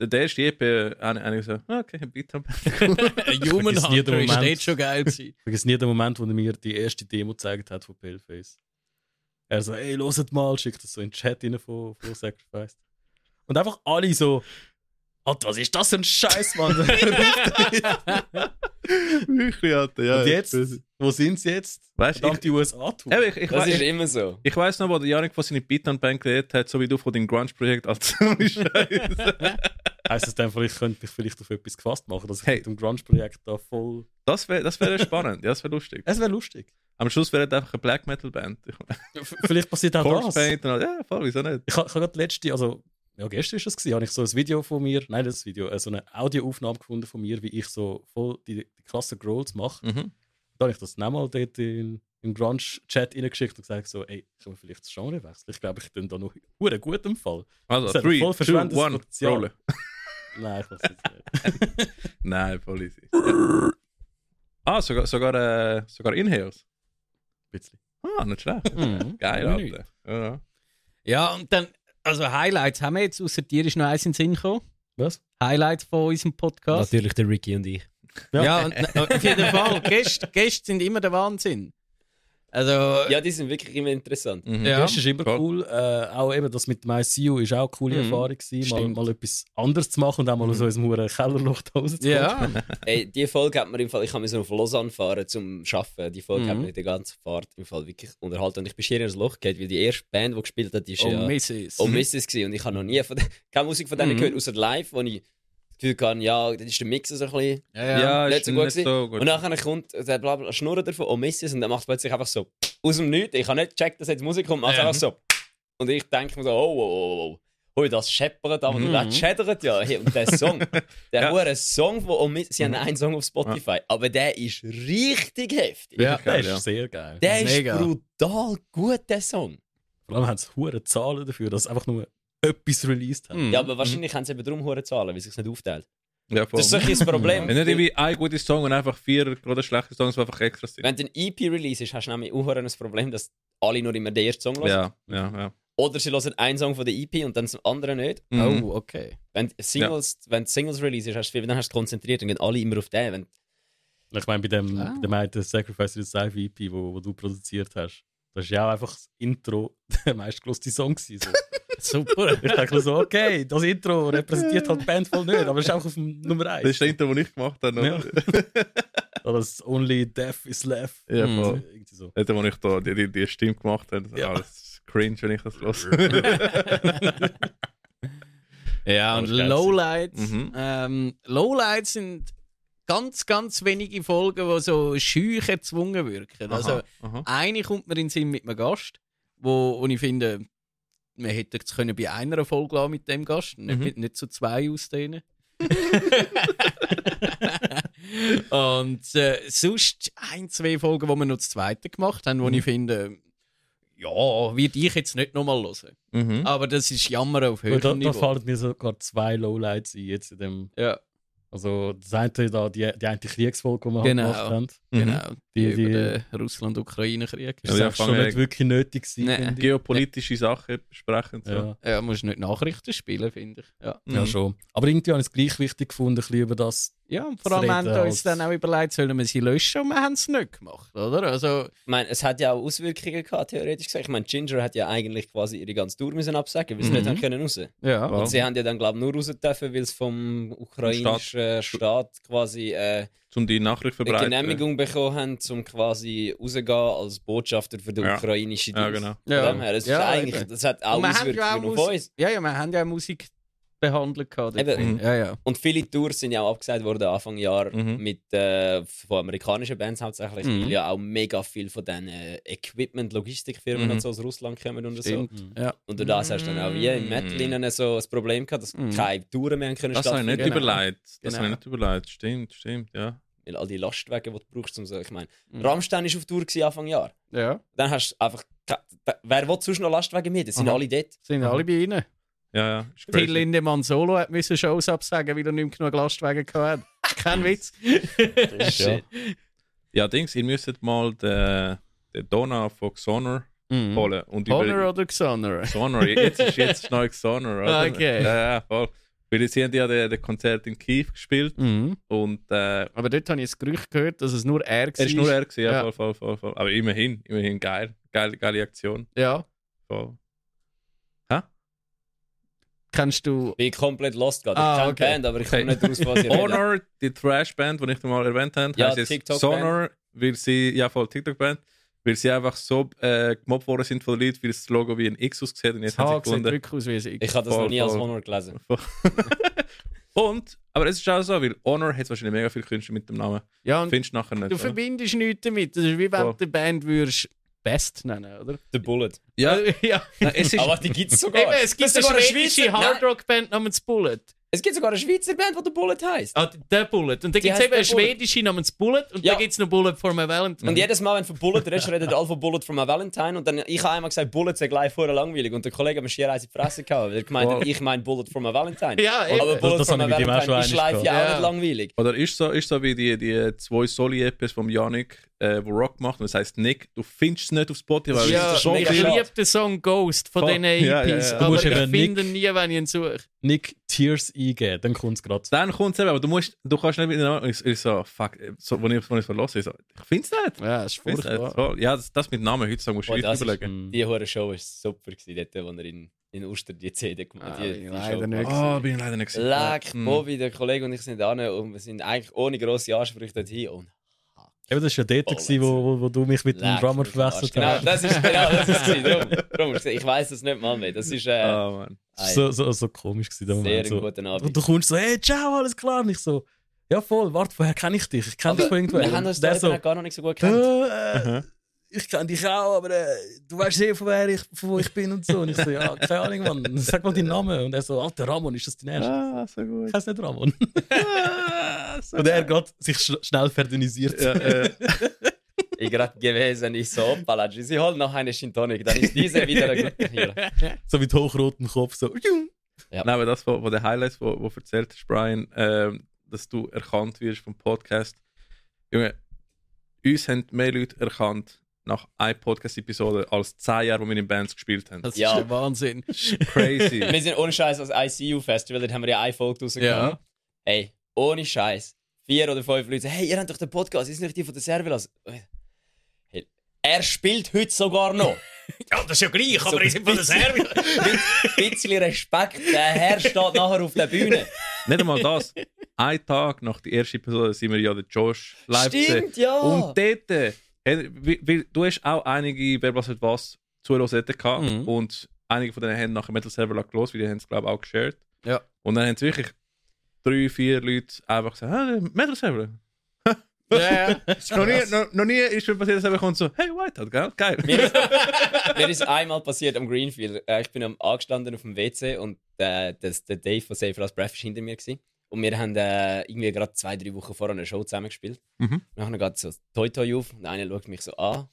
[SPEAKER 1] Der, der erste EP, äh, habe habe ich gesagt, ah, okay, Beatdown.
[SPEAKER 4] Human
[SPEAKER 2] vergiss nie den
[SPEAKER 4] Hunter ist
[SPEAKER 2] Moment.
[SPEAKER 4] dort schon geil gewesen.
[SPEAKER 2] Ich vergesse nie den Moment, wo er mir die erste Demo gezeigt hat von Paleface. Er so, ey, loset mal, schickt das so in den Chat rein von, von Sacrifice. Und einfach alle so, Alter, was ist das für ein Scheiß, Mann?
[SPEAKER 1] Wirklich, Alter, ja.
[SPEAKER 2] Und jetzt, wo sind sie jetzt?
[SPEAKER 1] Weißt du, ich,
[SPEAKER 2] Verdammt, die USA-Tour.
[SPEAKER 1] eben, ich, ich,
[SPEAKER 3] Das
[SPEAKER 1] weiss-
[SPEAKER 3] ist immer so.
[SPEAKER 1] Ich weiß noch, wo der Janik von seinen Beatdown-Band geredet hat, so wie du von deinem Grunge-Projekt als Scheiße.
[SPEAKER 2] Heißt das dann, vielleicht könnte ich vielleicht auf etwas gefasst machen, dass ich
[SPEAKER 1] Hey.
[SPEAKER 2] mit dem Grunge-Projekt da voll.
[SPEAKER 1] Das wäre das wär spannend, ja, das wäre lustig.
[SPEAKER 2] Es wäre lustig.
[SPEAKER 1] Am Schluss wäre es einfach eine Black Metal-Band.
[SPEAKER 2] V- Vielleicht passiert auch
[SPEAKER 1] Corpse
[SPEAKER 2] Ah, das.
[SPEAKER 1] Paint und all- ja, voll, wieso nicht?
[SPEAKER 2] Ich habe gerade letzte, also ja, gestern ist das gewesen, habe ich so ein Video von mir, nein, das Video, äh, so eine Audioaufnahme gefunden von mir, wie ich so voll die, die krassen Growls mache.
[SPEAKER 1] Mhm.
[SPEAKER 2] Da habe ich das nochmal dort in, im Grunge-Chat reingeschickt und gesagt so, ey, können wir vielleicht das Genre wechseln? Ich glaube, ich bin da noch hure gut im Fall.
[SPEAKER 1] Also,
[SPEAKER 2] Das hat
[SPEAKER 1] 3,
[SPEAKER 2] voll
[SPEAKER 1] 2,
[SPEAKER 2] verschwendetes
[SPEAKER 1] 1,
[SPEAKER 2] Potenzial.
[SPEAKER 1] rollen.
[SPEAKER 2] Nein, ich weiß jetzt nicht.
[SPEAKER 1] Nein, voll easy. ah, sogar, sogar, äh, sogar Inhales.
[SPEAKER 2] Ein bisschen.
[SPEAKER 1] Ah, nicht schlecht.
[SPEAKER 4] Mhm.
[SPEAKER 1] Geil,
[SPEAKER 4] Warum nicht?
[SPEAKER 1] Alter. Ja, ja.
[SPEAKER 4] Ja, und dann, also Highlights haben wir jetzt, außer dir ist noch eins in den Sinn gekommen.
[SPEAKER 2] Was?
[SPEAKER 4] Highlight von unserem Podcast.
[SPEAKER 3] Natürlich der Ricky und ich.
[SPEAKER 2] Ja.
[SPEAKER 4] Ja, und, auf jeden Fall, Gäste, Gäste sind immer der Wahnsinn. Also,
[SPEAKER 3] Ja, die sind wirklich immer interessant.
[SPEAKER 1] Mhm.
[SPEAKER 4] Ja.
[SPEAKER 2] Das ist immer
[SPEAKER 1] Voll.
[SPEAKER 2] cool. Äh, auch eben das mit dem ICU ist auch eine coole
[SPEAKER 4] Mhm.
[SPEAKER 2] Erfahrung gewesen, mal,
[SPEAKER 4] Stimmt. Mhm.
[SPEAKER 2] mal etwas anderes zu machen und auch mal aus unserem huren Kellerloch da rauszukommen.
[SPEAKER 4] ja.
[SPEAKER 3] Ey, die Folge hat mir im Fall, ich habe auf Lausanne fahren zum Schaffen. Die Folge
[SPEAKER 4] Mhm.
[SPEAKER 3] hat mir die ganze Fahrt im Fall wirklich unterhalten. Und ich bin schier ins Loch gegangen, weil die erste Band, die gespielt hat, ist
[SPEAKER 4] Oh,
[SPEAKER 3] ja
[SPEAKER 4] Mrs.
[SPEAKER 3] Oh Mrs. gsi und ich habe noch nie von de- keine Musik von denen
[SPEAKER 4] Mhm.
[SPEAKER 3] gehört, außer live, wo ich das Gefühl hatte, ja, das ist der Mixer so ein bisschen.
[SPEAKER 1] Ja, Ah,
[SPEAKER 3] Nicht
[SPEAKER 1] ist
[SPEAKER 3] so gut
[SPEAKER 1] nicht
[SPEAKER 3] gewesen.
[SPEAKER 1] so gut.
[SPEAKER 3] Und nachher kommt der bla bla Schnurren davon, Oh Mrs. und dann macht plötzlich einfach so aus dem Nichts. Ich habe nicht gecheckt, dass jetzt Musik kommt, macht
[SPEAKER 4] Ja.
[SPEAKER 3] einfach so. Und ich denke mir so, oh, oh, oh, oh. Hui, das scheppert aber,
[SPEAKER 4] Mhm.
[SPEAKER 3] das scheppert ja. Hey, Und der Song, der
[SPEAKER 1] Ja.
[SPEAKER 3] hure Song von Oh Mrs. Sie haben einen Song auf Spotify, aber der ist richtig heftig.
[SPEAKER 4] Ja.
[SPEAKER 2] Das
[SPEAKER 1] Geil,
[SPEAKER 2] ist
[SPEAKER 1] ja.
[SPEAKER 2] sehr geil.
[SPEAKER 3] Der
[SPEAKER 4] Mega.
[SPEAKER 3] ist brutal gut, der Song.
[SPEAKER 2] Vor allem haben sie hohe Zahlen dafür, dass sie einfach nur etwas released haben.
[SPEAKER 4] Mhm.
[SPEAKER 3] Ja, aber wahrscheinlich haben sie eben drum hohe Zahlen, weil es sich nicht aufteilt.
[SPEAKER 1] Ja, voll.
[SPEAKER 3] äh, Das ist so ein bisschen das Problem.
[SPEAKER 1] Wenn nicht irgendwie ein guter Song und einfach vier gerade schlechte Songs, die einfach extra sind.
[SPEAKER 3] Wenn du ein EP release hast du nämlich auch ein Problem, dass alle nur immer den ersten Song hören.
[SPEAKER 1] Ja, ja, ja.
[SPEAKER 3] Oder sie hören einen Song von der EP und dann den anderen nicht.
[SPEAKER 1] Mhm.
[SPEAKER 4] Oh, okay.
[SPEAKER 3] Wenn du Singles, wenn du Singles release hast, hast du viel, dann hast du konzentriert und gehen alle immer auf den. Wenn,
[SPEAKER 2] Ich meine, bei dem,
[SPEAKER 4] Ah.
[SPEAKER 2] bei dem einen Sacrifice Your Life EP, wo, wo du produziert hast, das ist ja auch einfach das Intro der meistgelöste Song gewesen. So. Super. Ich denke mir so, okay, das Intro repräsentiert halt die Band voll nicht, aber es ist auch auf dem Nummer
[SPEAKER 1] Das
[SPEAKER 2] 1.
[SPEAKER 1] ist der Intro, den ich gemacht habe.
[SPEAKER 2] Ja.
[SPEAKER 1] Oder?
[SPEAKER 2] Oder das Only Death is Left.
[SPEAKER 1] Ja,
[SPEAKER 4] Mhm.
[SPEAKER 1] voll.
[SPEAKER 2] Irgendwie so.
[SPEAKER 1] Dort, wo ich da die, die, die Stimme gemacht habe, Ah, das ist
[SPEAKER 2] Ja.
[SPEAKER 1] alles cringe, wenn ich das höre.
[SPEAKER 4] Ja, und
[SPEAKER 2] ist geil
[SPEAKER 4] Lowlights.
[SPEAKER 1] Mhm.
[SPEAKER 4] Ähm, Lowlights sind ganz, ganz wenige Folgen, die so schüch erzwungen wirken. Also,
[SPEAKER 1] Aha, aha.
[SPEAKER 4] eine kommt mir in den Sinn mit einem Gast, wo, wo ich finde, man hätte es können bei einer Folge lassen mit dem Gast, nicht,
[SPEAKER 1] Mhm.
[SPEAKER 4] mit, nicht so zwei ausdehnen. Und äh, sonst ein, zwei Folgen, die wir noch das zweite gemacht haben, wo
[SPEAKER 1] Mhm.
[SPEAKER 4] ich finde, ja, würde ich jetzt nicht nochmal hören.
[SPEAKER 1] Mhm.
[SPEAKER 4] Aber das ist Jammern auf
[SPEAKER 2] Und Da,
[SPEAKER 4] höherem
[SPEAKER 2] da
[SPEAKER 4] Niveau.
[SPEAKER 2] fallen mir sogar zwei Lowlights ein jetzt in dem.
[SPEAKER 4] ja,
[SPEAKER 2] Also das eine da, die, die eine Kriegsfolge, die wir
[SPEAKER 4] Genau.
[SPEAKER 2] halt gemacht haben.
[SPEAKER 1] Mhm.
[SPEAKER 4] genau. Die,
[SPEAKER 2] Die- die-
[SPEAKER 4] über den Russland-Ukraine-Krieg.
[SPEAKER 2] Ist
[SPEAKER 1] Ja, wir
[SPEAKER 2] ja, schon
[SPEAKER 1] fangen-
[SPEAKER 2] nicht wirklich nötig gewesen,
[SPEAKER 4] Nee.
[SPEAKER 2] finde ich.
[SPEAKER 1] Geopolitische Sachen besprechen. So. Mhm.
[SPEAKER 2] Ja.
[SPEAKER 4] Ja, musst nicht Nachrichten spielen, finde ich. Ja.
[SPEAKER 3] Mhm.
[SPEAKER 2] ja, schon. Aber irgendwie habe ich es gleich wichtig gefunden, ein bisschen über das.
[SPEAKER 4] Ja, und vor allem
[SPEAKER 2] Zu
[SPEAKER 4] haben
[SPEAKER 2] reden
[SPEAKER 4] wir uns
[SPEAKER 2] als-
[SPEAKER 4] dann auch überlegt, sollen wir sie löschen und wir haben es nicht gemacht, oder? Also,
[SPEAKER 3] ich meine, es hat ja auch Auswirkungen gehabt, theoretisch gesagt. Ich meine, Ginger hat ja eigentlich quasi ihre ganze Tour müssen absagen, weil sie
[SPEAKER 4] Mhm.
[SPEAKER 3] nicht haben können raus.
[SPEAKER 4] ja.
[SPEAKER 1] Wow.
[SPEAKER 3] Und sie haben ja dann, glaube ich, nur raus dürfen, weil es vom ukrainischen Staat, quasi äh,
[SPEAKER 1] Um die Nachricht zu
[SPEAKER 3] eine
[SPEAKER 1] verbreiten.
[SPEAKER 3] Genehmigung bekommen haben, um quasi rauszugehen als Botschafter für den
[SPEAKER 1] Ja.
[SPEAKER 3] ukrainischen Dienst.
[SPEAKER 1] Ja, genau.
[SPEAKER 3] Von dem her, es
[SPEAKER 4] Ja,
[SPEAKER 3] ist eigentlich,
[SPEAKER 4] eben.
[SPEAKER 3] das hat auch
[SPEAKER 4] Und wir haben ja auch
[SPEAKER 3] Auswirkungen auf
[SPEAKER 4] Musik-
[SPEAKER 3] uns.
[SPEAKER 4] ja, ja, wir haben ja Musik behandelt. gehabt dort.
[SPEAKER 3] Eben.
[SPEAKER 4] Ja, ja.
[SPEAKER 3] Und viele Tours sind ja auch abgesagt worden Anfang Jahr
[SPEAKER 1] Mhm.
[SPEAKER 3] mit äh, von amerikanischen Bands hauptsächlich,
[SPEAKER 4] Mhm.
[SPEAKER 3] weil ja auch mega viel von diesen äh, Equipment-Logistikfirmen
[SPEAKER 1] Mhm.
[SPEAKER 3] und so aus Russland kommen und so.
[SPEAKER 4] Stimmt.
[SPEAKER 2] Mhm.
[SPEAKER 4] Ja.
[SPEAKER 3] Und du das hast dann auch wie im
[SPEAKER 1] Mhm.
[SPEAKER 3] Metal innen so ein Problem gehabt, dass
[SPEAKER 4] Mhm.
[SPEAKER 3] keine Touren mehr haben können
[SPEAKER 1] Das habe ich nicht
[SPEAKER 3] stattfinden,
[SPEAKER 4] Genau.
[SPEAKER 1] überlegt. Das habe ich
[SPEAKER 4] Genau.
[SPEAKER 1] nicht überlegt. Stimmt, stimmt, ja.
[SPEAKER 3] weil all die Lastwagen, die du brauchst, um so, ich meine,
[SPEAKER 4] Mhm.
[SPEAKER 3] Rammstein ist auf Tour gewesen Anfang Jahr.
[SPEAKER 4] ja.
[SPEAKER 3] Dann hast du einfach, ke- da- wer will sonst noch Lastwagen mit? Das sind
[SPEAKER 4] Aha.
[SPEAKER 3] alle dort.
[SPEAKER 4] Sind alle bei ihnen.
[SPEAKER 1] Ja, ja. Ist
[SPEAKER 4] Till
[SPEAKER 1] crazy.
[SPEAKER 4] Lindemann solo hat müssen Shows absagen, weil er nicht mehr genug Lastwagen hatte. Kein Witz.
[SPEAKER 1] ja. ja, Dings, ihr müsstet mal den, den Donna von Xonor
[SPEAKER 4] Mhm.
[SPEAKER 1] holen. Und
[SPEAKER 4] Honor oder Xonor?
[SPEAKER 1] Xonor, jetzt ist jetzt ist neu Xonor, oder?
[SPEAKER 4] Okay.
[SPEAKER 1] Ja, ja, voll. Weil sie haben ja den, den Konzert in Kiew gespielt
[SPEAKER 4] Mhm.
[SPEAKER 1] und äh,
[SPEAKER 4] Aber dort habe ich das Gerücht gehört, dass es nur er war.
[SPEAKER 1] er ist nur er gewesen, ja,
[SPEAKER 4] Ja.
[SPEAKER 1] Voll, voll, voll, voll. Aber immerhin, immerhin geil. Geile, geile Aktion.
[SPEAKER 4] Ja.
[SPEAKER 1] Voll.
[SPEAKER 4] Kennst du...
[SPEAKER 3] Bin komplett lost gerade.
[SPEAKER 4] Ah,
[SPEAKER 3] ich kenne
[SPEAKER 4] okay.
[SPEAKER 3] die Band, aber ich
[SPEAKER 1] Okay.
[SPEAKER 3] komme nicht raus, was ich rede.
[SPEAKER 1] Honor, die Trash-Band, die ich mal erwähnt habe,
[SPEAKER 3] Ja,
[SPEAKER 1] heißt jetzt
[SPEAKER 3] TikTok-Band.
[SPEAKER 1] Sonor, weil sie, ja voll, TikTok-Band, weil sie einfach so äh, gemobbt worden sind von den Leuten, weil das Logo wie ein X aussieht und
[SPEAKER 4] Das
[SPEAKER 1] jetzt
[SPEAKER 4] Haar
[SPEAKER 1] haben sie
[SPEAKER 4] sieht
[SPEAKER 1] gefunden.
[SPEAKER 4] wirklich aus wie ein X.
[SPEAKER 3] Ich habe das
[SPEAKER 1] Voll,
[SPEAKER 3] noch nie als
[SPEAKER 1] voll.
[SPEAKER 3] Honor gelesen.
[SPEAKER 1] und, aber es ist auch so, weil Honor hat wahrscheinlich mega viele Künstler mit dem Namen.
[SPEAKER 4] Ja, und
[SPEAKER 1] Findest du nachher nicht.
[SPEAKER 4] du
[SPEAKER 1] oder?
[SPEAKER 4] verbindest nichts damit. Das ist wie wenn
[SPEAKER 1] Voll.
[SPEAKER 4] du die Band würdest Best nennen, oder? Also,
[SPEAKER 3] The Bullet.
[SPEAKER 1] ja,
[SPEAKER 4] ja.
[SPEAKER 1] nein, es ist
[SPEAKER 3] Aber die gibt es sogar.
[SPEAKER 4] Eben, es
[SPEAKER 3] Das
[SPEAKER 4] gibt
[SPEAKER 3] ist
[SPEAKER 4] eine
[SPEAKER 3] sogar eine
[SPEAKER 4] schwedische
[SPEAKER 3] Schweizer- Nein.
[SPEAKER 4] Hardrock-Band namens Bullet.
[SPEAKER 3] Es gibt sogar eine Schweizer Band, die The Bullet heisst.
[SPEAKER 4] Ah, der Bullet. Und dann gibt es
[SPEAKER 3] heisst
[SPEAKER 4] eben eine
[SPEAKER 3] der Bullet.
[SPEAKER 4] schwedische namens Bullet und
[SPEAKER 3] Ja.
[SPEAKER 4] dann gibt es noch Bullet for my Valentine.
[SPEAKER 3] Und jedes Mal, wenn du von Bullet redest, redet alle von Bullet from a Valentine. Und dann, ich habe einmal gesagt, Bullet sei gleich vorher langweilig. Und der Kollege hat mir schier eins in die Fresse gehauen, weil er gemeint hat,
[SPEAKER 1] Wow.
[SPEAKER 3] ich meine Bullet from a Valentine.
[SPEAKER 4] ja, eben.
[SPEAKER 3] Aber Bullet
[SPEAKER 2] das
[SPEAKER 3] from a
[SPEAKER 2] habe ich mit ihm auch
[SPEAKER 3] Valentine
[SPEAKER 2] schon
[SPEAKER 3] ist live
[SPEAKER 2] einmal
[SPEAKER 3] ja auch
[SPEAKER 4] gehabt.
[SPEAKER 3] nicht
[SPEAKER 4] Ja.
[SPEAKER 3] langweilig.
[SPEAKER 1] Oder ist so, ist so wie die, die zwei Soli-Apps vom Yannick, äh, wo Rock macht und das heisst Nick, du findest es nicht auf Spotify. weil
[SPEAKER 4] ja,
[SPEAKER 1] es ist so
[SPEAKER 4] ich
[SPEAKER 3] mega
[SPEAKER 1] viel.
[SPEAKER 3] schade.
[SPEAKER 4] liebe den Song Ghost von
[SPEAKER 1] Voll.
[SPEAKER 4] diesen EPs,
[SPEAKER 1] Ja, ja, ja.
[SPEAKER 2] Du
[SPEAKER 4] aber
[SPEAKER 2] musst
[SPEAKER 4] ich
[SPEAKER 2] eben
[SPEAKER 4] finde ihn nie, wenn ich ihn suche.
[SPEAKER 2] Nick Tears eingeben, dann kommt es gerade.
[SPEAKER 1] Dann kommt es eben, aber du, musst, du kannst nicht mit den Namen. Ich, ich so, fuck, äh, so, wenn ich es verlasse, ich so, ich finde es nicht.
[SPEAKER 4] Ja, ist
[SPEAKER 1] Ich find's nicht.
[SPEAKER 4] furchtbar.
[SPEAKER 1] So, Ja, das, das mit Namen heutzutage musst du
[SPEAKER 3] Oh,
[SPEAKER 1] oh,
[SPEAKER 3] das ist-
[SPEAKER 1] überlegen.
[SPEAKER 3] Die hure Show war super, gewesen, dort, wo er in, in Uster die CD gemacht
[SPEAKER 4] Ah,
[SPEAKER 3] hat. die, die
[SPEAKER 4] leider
[SPEAKER 3] Show gemacht.
[SPEAKER 4] nicht.
[SPEAKER 1] Oh, bin ich leider nicht gewesen.
[SPEAKER 3] Leck,
[SPEAKER 1] Mm.
[SPEAKER 3] Bobby, der Kollege und ich sind da ne, und wir sind eigentlich ohne grosse Ansprüche dorthin. Und
[SPEAKER 2] Eben, das war ja dort,
[SPEAKER 3] Oh,
[SPEAKER 2] gewesen, wo, wo, wo du mich mit dem
[SPEAKER 3] leck,
[SPEAKER 2] Drummer
[SPEAKER 3] mich am Arsch.
[SPEAKER 2] verwechselt
[SPEAKER 3] Genau,
[SPEAKER 2] hast.
[SPEAKER 3] das ist genau das ist es. Drum, drum, hast du gesehen, ich weiß das nicht mal mehr. Das ist äh,
[SPEAKER 1] Oh, Mann.
[SPEAKER 3] ein
[SPEAKER 2] Das war so, so, so komisch. Gewesen, der
[SPEAKER 3] sehr
[SPEAKER 2] Moment, so.
[SPEAKER 3] guter Abend.
[SPEAKER 2] Und du kommst so, hey, ciao, alles klar. Und ich so, ja voll, warte, woher kenne ich dich? Ich kenne dich von irgendwo.
[SPEAKER 3] Wir haben uns
[SPEAKER 2] Der
[SPEAKER 3] da
[SPEAKER 2] so,
[SPEAKER 3] so, gar noch nicht so gut gekannt.
[SPEAKER 2] äh, äh, ich kenne dich auch, aber äh, du weißt eh, von, wer ich, von wo ich bin und so. Und ich so, ja, keine Ahnung, Mann. Sag mal deinen Namen. Und er so, alter Ramon, ist das dein Ernst?
[SPEAKER 1] Ah, so gut.
[SPEAKER 2] Ich heiße nicht Ramon.
[SPEAKER 1] Ah, so
[SPEAKER 2] Und er
[SPEAKER 1] geil.
[SPEAKER 2] geht sich sch schnell verdünnisiert.
[SPEAKER 1] Ja, äh,
[SPEAKER 3] ich gerade gewesen, ich so, Palaji, sie holen noch eine Shintonic, dann ist diese wieder ein guter Hero.
[SPEAKER 2] So mit hochrotem Kopf, so.
[SPEAKER 1] Nein, aber das, wo, wo der Highlights, wo, wo erzählt hast, Brian, ähm, dass du erkannt wirst vom Podcast. Junge, uns haben mehr Leute erkannt nach einer Podcast-Episode als zehn Jahre, wo wir in Bands gespielt haben.
[SPEAKER 4] Das
[SPEAKER 3] Ja.
[SPEAKER 4] ist der Wahnsinn.
[SPEAKER 1] Crazy.
[SPEAKER 3] Wir sind ohne Scheiß als ICU-Festival, dort haben wir ja eine Folge rausgenommen.
[SPEAKER 4] Ja.
[SPEAKER 3] Ey, ohne Scheiß. Vier oder fünf Leute sagen, hey, ihr habt doch den Podcast, ist nicht die von der Servelas. Hey, er spielt heute sogar noch.
[SPEAKER 4] Ja, das ist ja gleich,
[SPEAKER 3] aber ich bin von der
[SPEAKER 4] Serbien.
[SPEAKER 3] Ein bisschen Respekt, der Herr steht nachher auf der Bühne.
[SPEAKER 1] Nicht einmal das. Ein Tag nach der ersten Episode sind wir ja den Josh live gesehen.
[SPEAKER 3] Stimmt, oh. ja.
[SPEAKER 1] Und dort, äh, wie, wie, du hast auch einige, wer was hat was, Zuhörer gehabt.
[SPEAKER 4] Mhm.
[SPEAKER 1] Und einige von denen haben nachher Metal Server Lock los, weil die haben es, glaube ich, auch geshared.
[SPEAKER 4] Ja.
[SPEAKER 1] Und dann haben es wirklich drei, vier Leute einfach gesagt: ah, Metal Server.
[SPEAKER 4] Ja, ja.
[SPEAKER 1] Noch nie, noch, noch nie ist mir passiert, dass jemand kommt so: Hey, Whiteout, gell? Geil.
[SPEAKER 3] Mir ist, mir ist einmal passiert am Greenfield. Äh, Ich bin am angestanden auf dem WC und äh, das, der Dave von Safe Last Breath war hinter mir. Gewesen. Und wir haben äh, irgendwie gerade zwei, drei Wochen vorher eine Show zusammengespielt.
[SPEAKER 1] Mhm.
[SPEAKER 3] Nachher geht so Toi Toi auf und einer schaut mich so an.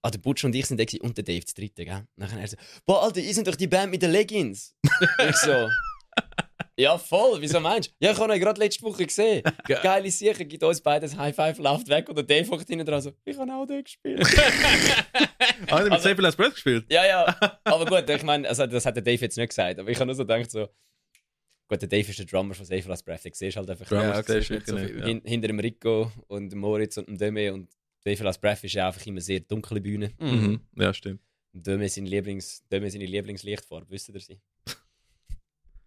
[SPEAKER 3] Ah, der Butch und ich sind da gewesen und der Dave, der Dritte, gell? Nachher er so, boah, Alter, ihr seid doch die Band mit den Leggings. ich so, ja voll, wieso meinst du? Ja, ich habe euch gerade letzte Woche gesehen.
[SPEAKER 4] Ge-
[SPEAKER 3] Geile Sicher, gibt uns beides High Five, läuft weg und der Dave hockt hinten dran so, ich habe auch dort gespielt.
[SPEAKER 1] Ah, ich habe mit
[SPEAKER 3] Also-
[SPEAKER 1] Safe Last Breath gespielt.
[SPEAKER 3] Ja, ja. Aber gut, ich meine, also, das hat der Dave jetzt nicht gesagt. Aber ich habe nur so gedacht, so. Gut, der Dave ist der Drummer von Safe Last Breath. Den siehst du halt einfach
[SPEAKER 1] Drummer, das
[SPEAKER 4] Ja,
[SPEAKER 1] ist
[SPEAKER 4] siehst nicht so
[SPEAKER 1] wirklich
[SPEAKER 4] viel.
[SPEAKER 1] nicht, ja.
[SPEAKER 3] hin, hinter dem Rico und dem Moritz und dem Döme. Und Safe Last Breath ist ja einfach immer sehr dunkle Bühne.
[SPEAKER 4] Mhm.
[SPEAKER 1] Mhm. Ja, stimmt.
[SPEAKER 3] Und Döme ist seine, Lieblings, Döme seine Lieblingslichtfarbe, wisst ihr sie?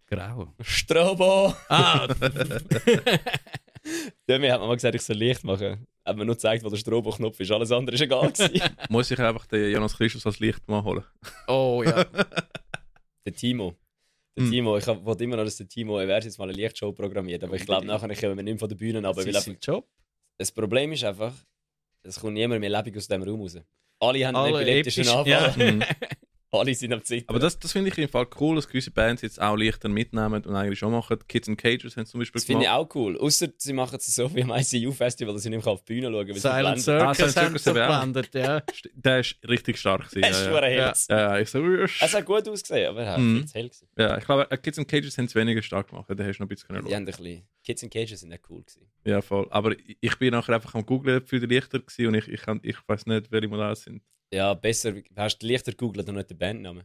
[SPEAKER 4] Grau.
[SPEAKER 3] Strobo!
[SPEAKER 4] Ah,
[SPEAKER 3] Döme hat mir mal gesagt, ich soll Licht machen. Hat mir nur gezeigt, wo der Strobo-Knopf ist. Alles andere ist egal. gewesen.
[SPEAKER 1] Muss ich einfach den Jonas Christus als Lichtmann holen.
[SPEAKER 4] oh ja.
[SPEAKER 3] der Timo. Der
[SPEAKER 1] Mhm.
[SPEAKER 3] Timo, ich hab- wollte immer noch, dass der Timo Evers jetzt mal eine Lichtshow programmiert, aber ich glaube, nachher kommen wir nicht mehr von der Bühne ab.
[SPEAKER 4] Das
[SPEAKER 3] Weil
[SPEAKER 4] ist
[SPEAKER 3] einfach,
[SPEAKER 4] sein Job.
[SPEAKER 3] das Problem ist einfach, es kommt niemand mehr lebendig aus dem Raum raus. Alle haben einen
[SPEAKER 4] Alle
[SPEAKER 3] epileptischen
[SPEAKER 4] episch,
[SPEAKER 3] Anfall.
[SPEAKER 4] ja.
[SPEAKER 1] Mhm.
[SPEAKER 3] Alle sind am Zittern.
[SPEAKER 1] Aber das, das finde ich im Fall cool, dass gewisse Bands jetzt auch leichter mitnehmen und eigentlich schon machen. Kids in Cages haben zum Beispiel
[SPEAKER 3] Das finde ich auch cool. Außer sie machen es so wie am ICU-Festival, dass sie nicht mehr auf die Bühne schauen können.
[SPEAKER 4] Silent
[SPEAKER 3] Silent
[SPEAKER 1] Ah, Silent
[SPEAKER 4] Circus haben
[SPEAKER 1] Circus
[SPEAKER 4] sie
[SPEAKER 1] eben auch.
[SPEAKER 4] geblendet, ja.
[SPEAKER 1] St- Der ist richtig stark. gewesen,
[SPEAKER 3] Das ist Also-
[SPEAKER 1] Ja, ja.
[SPEAKER 3] ein Herz.
[SPEAKER 1] ja, ich so,
[SPEAKER 3] Es hat gut ausgesehen, aber er
[SPEAKER 1] Mhm.
[SPEAKER 3] hat jetzt hell gewesen.
[SPEAKER 1] ja, ich glaube, äh, Kids in Cages haben es weniger stark gemacht. Da hast du noch ein bisschen können
[SPEAKER 3] Die
[SPEAKER 1] schauen.
[SPEAKER 3] haben ein bisschen... Kids in Cages sind nicht cool gewesen.
[SPEAKER 1] ja, voll. Aber ich, ich bin nachher einfach am Googlen für die Lichter gewesen und ich, ich, kann- ich weiß nicht, welche Modelle es sind.
[SPEAKER 3] Ja, besser hast du leichter googelt und nicht den Bandnamen.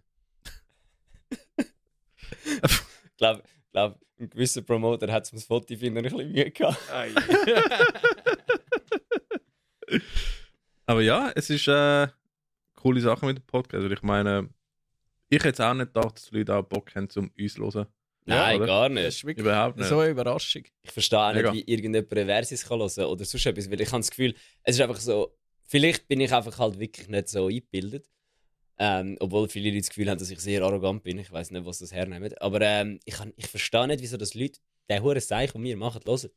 [SPEAKER 3] ich glaube, glaub, ein gewisser Promoter hat es ums Foto finden ein bisschen Mühe gehabt.
[SPEAKER 1] Aber ja, es ist äh, coole Sache mit dem Podcast. Also ich meine, ich hätte es auch nicht gedacht, dass die Leute auch Bock haben, zum uns zu hören.
[SPEAKER 3] Nein,
[SPEAKER 1] oder?
[SPEAKER 3] gar
[SPEAKER 4] Das
[SPEAKER 3] nicht.
[SPEAKER 4] ist wirklich
[SPEAKER 1] Überhaupt nicht.
[SPEAKER 4] so eine Überraschung.
[SPEAKER 3] Ich verstehe auch
[SPEAKER 1] Mega.
[SPEAKER 3] nicht, wie irgendjemand eine Versis kann hören oder sonst etwas, weil ich habe das Gefühl, es ist einfach so, vielleicht bin ich einfach halt wirklich nicht so eingebildet. Ähm, obwohl viele Leute das Gefühl haben, dass ich sehr arrogant bin. Ich weiß nicht, was das hernehmen. Aber ähm, ich, kann, ich verstehe nicht, wieso das Leute den hohen Seich, den wir machen, hören.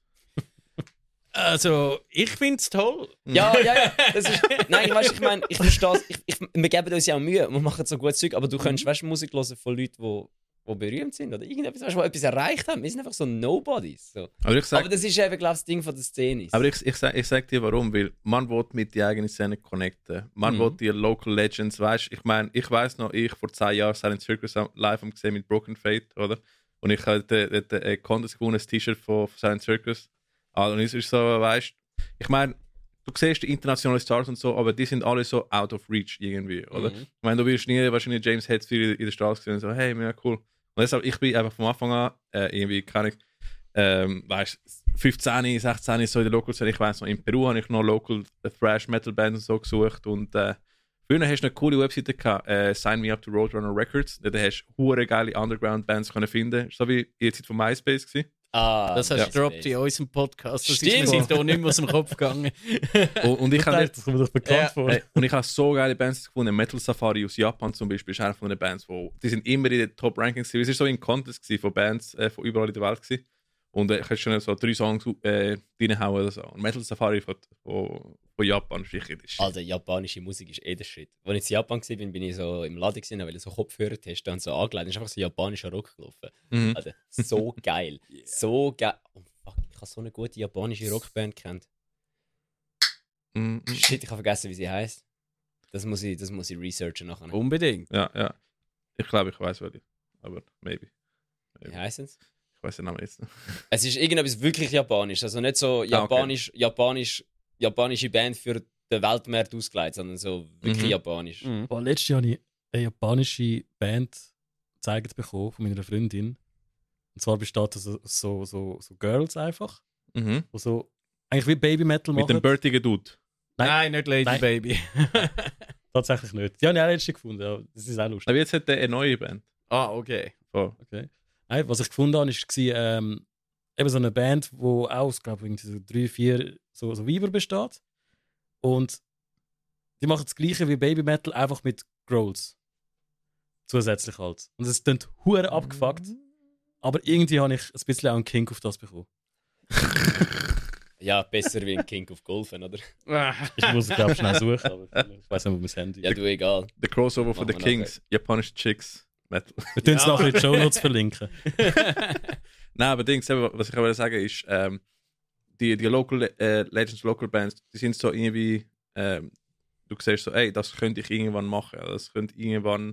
[SPEAKER 4] Also, ich finde es toll.
[SPEAKER 3] Ja, ja, ja. Das ist, nein, weißt, ich meine, ich verstehe es. Ich, ich, wir geben uns ja auch Mühe, wir machen so gutes Zeug, aber du
[SPEAKER 4] Mhm.
[SPEAKER 3] kannst weißt, Musik hören von Leuten, die wo berühmt sind oder irgendetwas, weißt, die etwas erreicht haben. Wir sind einfach so Nobodies. So.
[SPEAKER 1] Aber ich sage
[SPEAKER 3] Aber das ist eben, glaube ich, das Ding von der Szene.
[SPEAKER 1] Aber ich, ich, sag, ich sag dir warum, weil man will mit die eigenen Szene connecten. Man will die Local Legends, weißt ich meine, ich weiß noch, ich vor zwei Jahren Silent Circus am- live am gesehen mit Broken Fate, oder? Und ich hatte dort äh, Contest gewonnen, ein T-Shirt von, von Silent Circus. Also, und es ist so, weißt ich meine, du siehst die internationalen Stars und so, aber die sind alle so out of reach irgendwie, oder? Ich meine, du wirst nie wahrscheinlich James Hetfield in, in der Straße sehen und so, hey, mega cool. Und deshalb, ich bin einfach vom Anfang an äh, irgendwie, keine ich, ähm, weißt 15, 16 so in der Local Szene. Ich weiß noch, in Peru habe ich noch Local äh, Thrash Metal Bands und so gesucht. Und äh, früher hast du eine coole Webseite gehabt, äh, Sign Me Up to Roadrunner Records. Da hast du hure geile Underground Bands können finden. So wie in der Zeit von MySpace. Gewesen.
[SPEAKER 3] ah,
[SPEAKER 4] Das hast du gedroppt in unserem Podcast. Das
[SPEAKER 3] Stimmt.
[SPEAKER 4] ist mir seitdem nicht mehr aus dem Kopf gegangen.
[SPEAKER 1] Und, und ich habe
[SPEAKER 2] das kommt mir doch bekannt
[SPEAKER 4] Ja.
[SPEAKER 2] vor.
[SPEAKER 1] Hey, und ich habe so geile Bands gefunden. Metal Safari aus Japan zum Beispiel ist eine von den Bands, wo, die sind immer in den Top-Rankings. gewesen. Es war so ein Contest gewesen von Bands äh, von überall in der Welt. Gewesen. Und äh, ich kannst schon so drei Songs äh, reinhauen oder so. Und Metal Safari von, von, von Japan ist sicher. ist-
[SPEAKER 3] Also, japanische Musik ist eh der Shit. Als ich in Japan war, bin, bin ich so im Laden gewesen, weil ich so Kopfhörer testen und so angelegt. ist einfach so japanischer Rock gelaufen.
[SPEAKER 1] Mhm.
[SPEAKER 3] Alter, so geil. So geil. Oh, fuck, ich habe so eine gute japanische Rockband kennt.
[SPEAKER 1] Mhm.
[SPEAKER 3] Shit, ich habe vergessen, wie sie heißt. Das muss ich, das muss ich researchen nachher.
[SPEAKER 1] Um-
[SPEAKER 4] Unbedingt.
[SPEAKER 1] Ja, ja. Ich glaube, ich weiß welche. Aber maybe.
[SPEAKER 3] Wie heißen es?
[SPEAKER 1] Ich weiß den Namen jetzt nicht.
[SPEAKER 3] Es ist irgendetwas wirklich japanisch. Also nicht
[SPEAKER 1] Ah,
[SPEAKER 3] so
[SPEAKER 1] okay.
[SPEAKER 3] japanisch, japanisch, japanische Band für den Weltmarkt ausgelegt, sondern so wirklich
[SPEAKER 1] Mhm.
[SPEAKER 3] japanisch.
[SPEAKER 2] Boah, Oh, letztes Jahr habe ich eine japanische Band gezeigt bekommen von meiner Freundin. Und zwar besteht das aus so, so, so Girls einfach,
[SPEAKER 1] Mhm.
[SPEAKER 2] die so eigentlich wie Baby Metal
[SPEAKER 1] Mit
[SPEAKER 2] machen.
[SPEAKER 1] dem bärtigen Dude.
[SPEAKER 4] Nein. nicht Lady
[SPEAKER 2] Nein.
[SPEAKER 4] Baby.
[SPEAKER 2] Tatsächlich nicht. Die habe ich auch letztens gefunden. Ja. Das ist auch lustig.
[SPEAKER 1] Aber jetzt hat er eine neue Band.
[SPEAKER 4] ah, okay.
[SPEAKER 1] Oh.
[SPEAKER 2] Okay. Nein, was ich gefunden habe, ist, war ähm, eben so eine Band, wo aus, glaube ich, so drei, vier so, so Weiber besteht. Und die machen das Gleiche wie Baby Metal, einfach mit Growls. Zusätzlich halt. Und es klingt hure abgefuckt. Aber irgendwie habe ich ein bisschen auch einen Kink auf das bekommen.
[SPEAKER 3] Ja, besser wie ein King of Golfen, oder?
[SPEAKER 4] Ah,
[SPEAKER 2] Ich muss es, glaube ich, schnell suchen, aber ich weiß nicht, wo mein Handy
[SPEAKER 3] Ja,
[SPEAKER 2] ist.
[SPEAKER 3] du egal.
[SPEAKER 1] The Crossover von
[SPEAKER 3] Machen
[SPEAKER 1] The
[SPEAKER 3] wir nachher.
[SPEAKER 1] Kings. Japanische Chicks. Metal.
[SPEAKER 2] Wir tun es nachher in die Show Notes verlinken.
[SPEAKER 1] Nein, aber Dings, eben, was ich aber sagen ist, ähm, die, die Local äh, Legends, Local Bands, die sind so irgendwie, ähm, du siehst so, ey, das könnte ich irgendwann machen. Also, Das könnte irgendwann,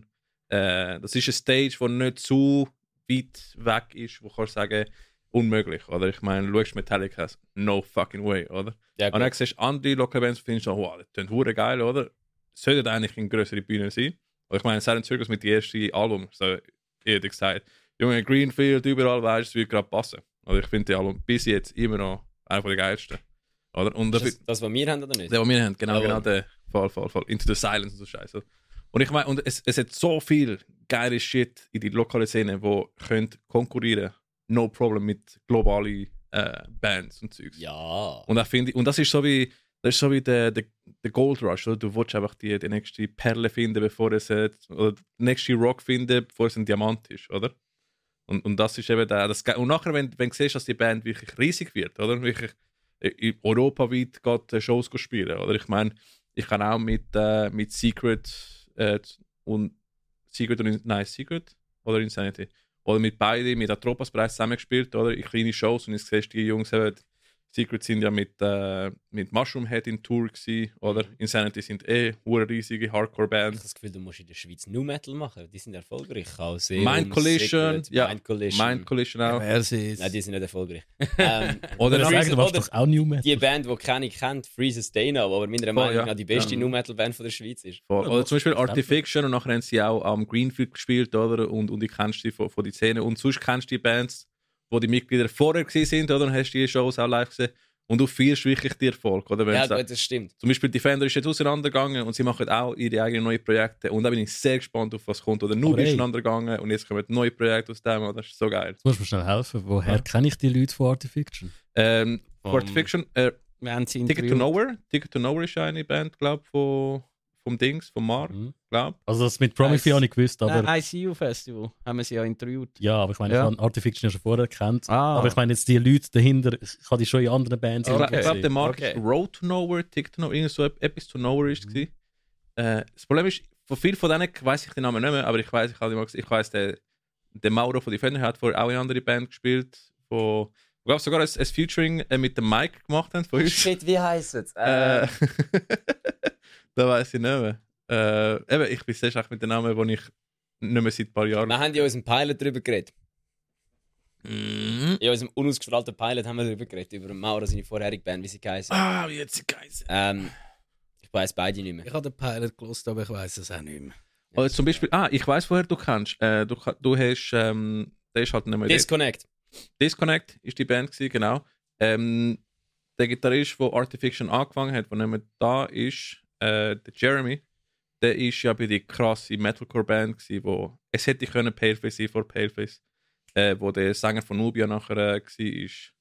[SPEAKER 1] äh, das ist eine Stage, die nicht zu weit weg ist, wo kannst du sagen, unmöglich, oder? Ich meine, du schaust Metallica, no fucking way, oder?
[SPEAKER 3] Ja,
[SPEAKER 1] Und
[SPEAKER 3] gut.
[SPEAKER 1] dann siehst du andere Local Bands und findest so, wow, das klingt hure geil, oder? Sollte eigentlich in größere Bühne sein. Und ich meine, Silent Circus mit dem ersten Album, so ehrlich gesagt, Junge, Greenfield, überall weißt du, es würde gerade passen. Also ich finde die Album bis jetzt immer noch einer der geilsten. Oder? Und
[SPEAKER 3] Ist
[SPEAKER 1] dafür,
[SPEAKER 3] das, das, was wir haben, oder nicht?
[SPEAKER 1] der, den wir haben, genau,
[SPEAKER 3] Jawohl.
[SPEAKER 1] genau der. Voll, voll, voll. Into the Silence und so Scheiße. Und ich meine, und es, es hat so viel geile Shit in die lokale Szene, wo könnt konkurrieren, no problem mit globalen äh, Bands und Zeugs.
[SPEAKER 3] Ja.
[SPEAKER 1] Und, ich finde, und das ist so wie, das ist so wie der, der, der Gold Rush, oder? Du willst einfach die, die nächste Perle finden, bevor es, äh, oder den nächsten Rock finden, bevor es ein Diamant ist, oder? Und, und das ist eben der, das, Ge- und nachher, wenn, wenn du siehst, dass die Band wirklich riesig wird, oder? Wirklich äh, in- europaweit geht äh, Shows go spielen, oder? Ich meine, ich kann auch mit, äh, mit Secret äh, und Secret und In- nein, Secret oder Insanity. Oder mit beiden, mit Atropas bereits zusammengespielt, oder? In kleine Shows und jetzt siehst du die Jungs eben, Secret sind ja mit, äh, mit Mushroom Head in Tour gewesen, oder? Insanity sind eh hure riesige
[SPEAKER 3] Ich habe
[SPEAKER 1] Hardcore-Bands.
[SPEAKER 3] das Gefühl, du musst in der Schweiz New Metal machen. Die sind erfolgreich. Auch Serum,
[SPEAKER 1] Mind Collision,
[SPEAKER 3] Secret,
[SPEAKER 1] ja.
[SPEAKER 3] Mind Collision.
[SPEAKER 1] Mind Collision auch.
[SPEAKER 4] Wer sie ist.
[SPEAKER 3] Nein, die sind nicht erfolgreich. ähm,
[SPEAKER 1] Oder
[SPEAKER 2] Oder
[SPEAKER 3] Freeze-
[SPEAKER 2] sagen, du machst
[SPEAKER 3] oder-
[SPEAKER 2] doch auch New Metal.
[SPEAKER 3] die Band, die keine kennt, Freeze Stay Up, aber meiner Meinung
[SPEAKER 1] ja.
[SPEAKER 3] nach die beste
[SPEAKER 1] Ja.
[SPEAKER 3] New Metal Band von der Schweiz ist.
[SPEAKER 1] Voll.
[SPEAKER 2] Ja,
[SPEAKER 1] Oder
[SPEAKER 2] macht
[SPEAKER 1] zum Beispiel
[SPEAKER 2] Sinn.
[SPEAKER 1] Artifiction und nachher haben sie auch am Greenfield gespielt, oder? Und, und die kennst die von, von die Szene. Und sonst kennst du die Bands, wo die Mitglieder vorher gewesen sind, oder? Und hast die Shows auch live gesehen. Und du feierst wirklich die Erfolg, oder? Wenn
[SPEAKER 3] Ja,
[SPEAKER 1] es auch-
[SPEAKER 3] gut, das stimmt.
[SPEAKER 1] zum Beispiel Defender ist jetzt auseinandergegangen und sie machen auch ihre eigenen neuen Projekte. Und da bin ich sehr gespannt, auf was kommt. Oder Noob
[SPEAKER 2] Aber
[SPEAKER 1] ist
[SPEAKER 2] ey.
[SPEAKER 1] auseinandergegangen und jetzt kommen neue Projekte aus dem, oder? Das ist so geil.
[SPEAKER 2] Jetzt musst du mir schnell helfen. Woher
[SPEAKER 1] Ja.
[SPEAKER 2] kenne ich die Leute von Artifiction?
[SPEAKER 1] Ähm,
[SPEAKER 4] Vom-
[SPEAKER 1] Artifiction, äh,
[SPEAKER 4] Wir haben sie
[SPEAKER 1] Ticket to
[SPEAKER 4] interviewt.
[SPEAKER 1] Nowhere. Ticket to Nowhere ist eine Band, glaube ich, von, vom Dings, vom Mark,
[SPEAKER 2] Mhm.
[SPEAKER 1] glaube
[SPEAKER 2] Also das mit Prometheus
[SPEAKER 4] Nice.
[SPEAKER 2] habe ich gewusst, aber...
[SPEAKER 4] Nein, ICU Festival haben wir sie ja interviewt.
[SPEAKER 2] Ja, aber ich meine,
[SPEAKER 4] Ja.
[SPEAKER 2] ich habe Artifiction ja schon vorher gekannt.
[SPEAKER 4] Ah.
[SPEAKER 2] Aber ich meine, jetzt die Leute dahinter, ich habe die schon in anderen Bands
[SPEAKER 1] Ich
[SPEAKER 4] Okay.
[SPEAKER 1] glaub- Ich glaube, der Markt
[SPEAKER 4] Okay.
[SPEAKER 1] ist Road to Nowhere, Tick to Nowhere, irgend so et- etwas to Nowhere ist. Mhm. Äh, das Problem ist, von vielen von denen weiss ich den Namen nicht mehr, aber ich weiß, ich habe mal gesehen, ich weiß, der, der Mauro von Defender hat vorher auch in einer anderen Band gespielt, wo ich glaube sogar ein, ein Featuring äh, mit dem Mike gemacht haben von uns.
[SPEAKER 3] Shit, wie heisst es? Äh,
[SPEAKER 1] Äh, da weiß ich nicht mehr. Äh, eben, ich bin sehr schlecht mit den Namen, die ich nicht mehr seit ein paar Jahren.
[SPEAKER 3] wir haben ja unserem Pilot drüber geredet.
[SPEAKER 1] Mhm.
[SPEAKER 3] In unserem unausgestrahlten Pilot haben wir drüber geredet, über Mauro seine vorherige Band, wie sie geheißen.
[SPEAKER 1] Ah, wie jetzt geheißen.
[SPEAKER 3] Ähm, ich weiß beide nicht mehr.
[SPEAKER 5] Ich habe den Pilot gelost, aber ich weiß es auch nicht mehr.
[SPEAKER 1] Oder zum Beispiel, ah, ich weiß, woher du kannst. Äh, du, ka- du hast, ähm, der ist halt nicht mehr
[SPEAKER 3] Disconnect.
[SPEAKER 1] Disconnect ist die Band gewesen, genau. Ähm, der Gitarrist, der Artifiction angefangen hat, der nicht mehr da ist, äh, der Jeremy, der ist ja bei der krassen Metalcore-Band gewesen, wo es hätte können Paleface sein vor Paleface, äh, wo der Sänger von Nubia nachher äh, war. ist.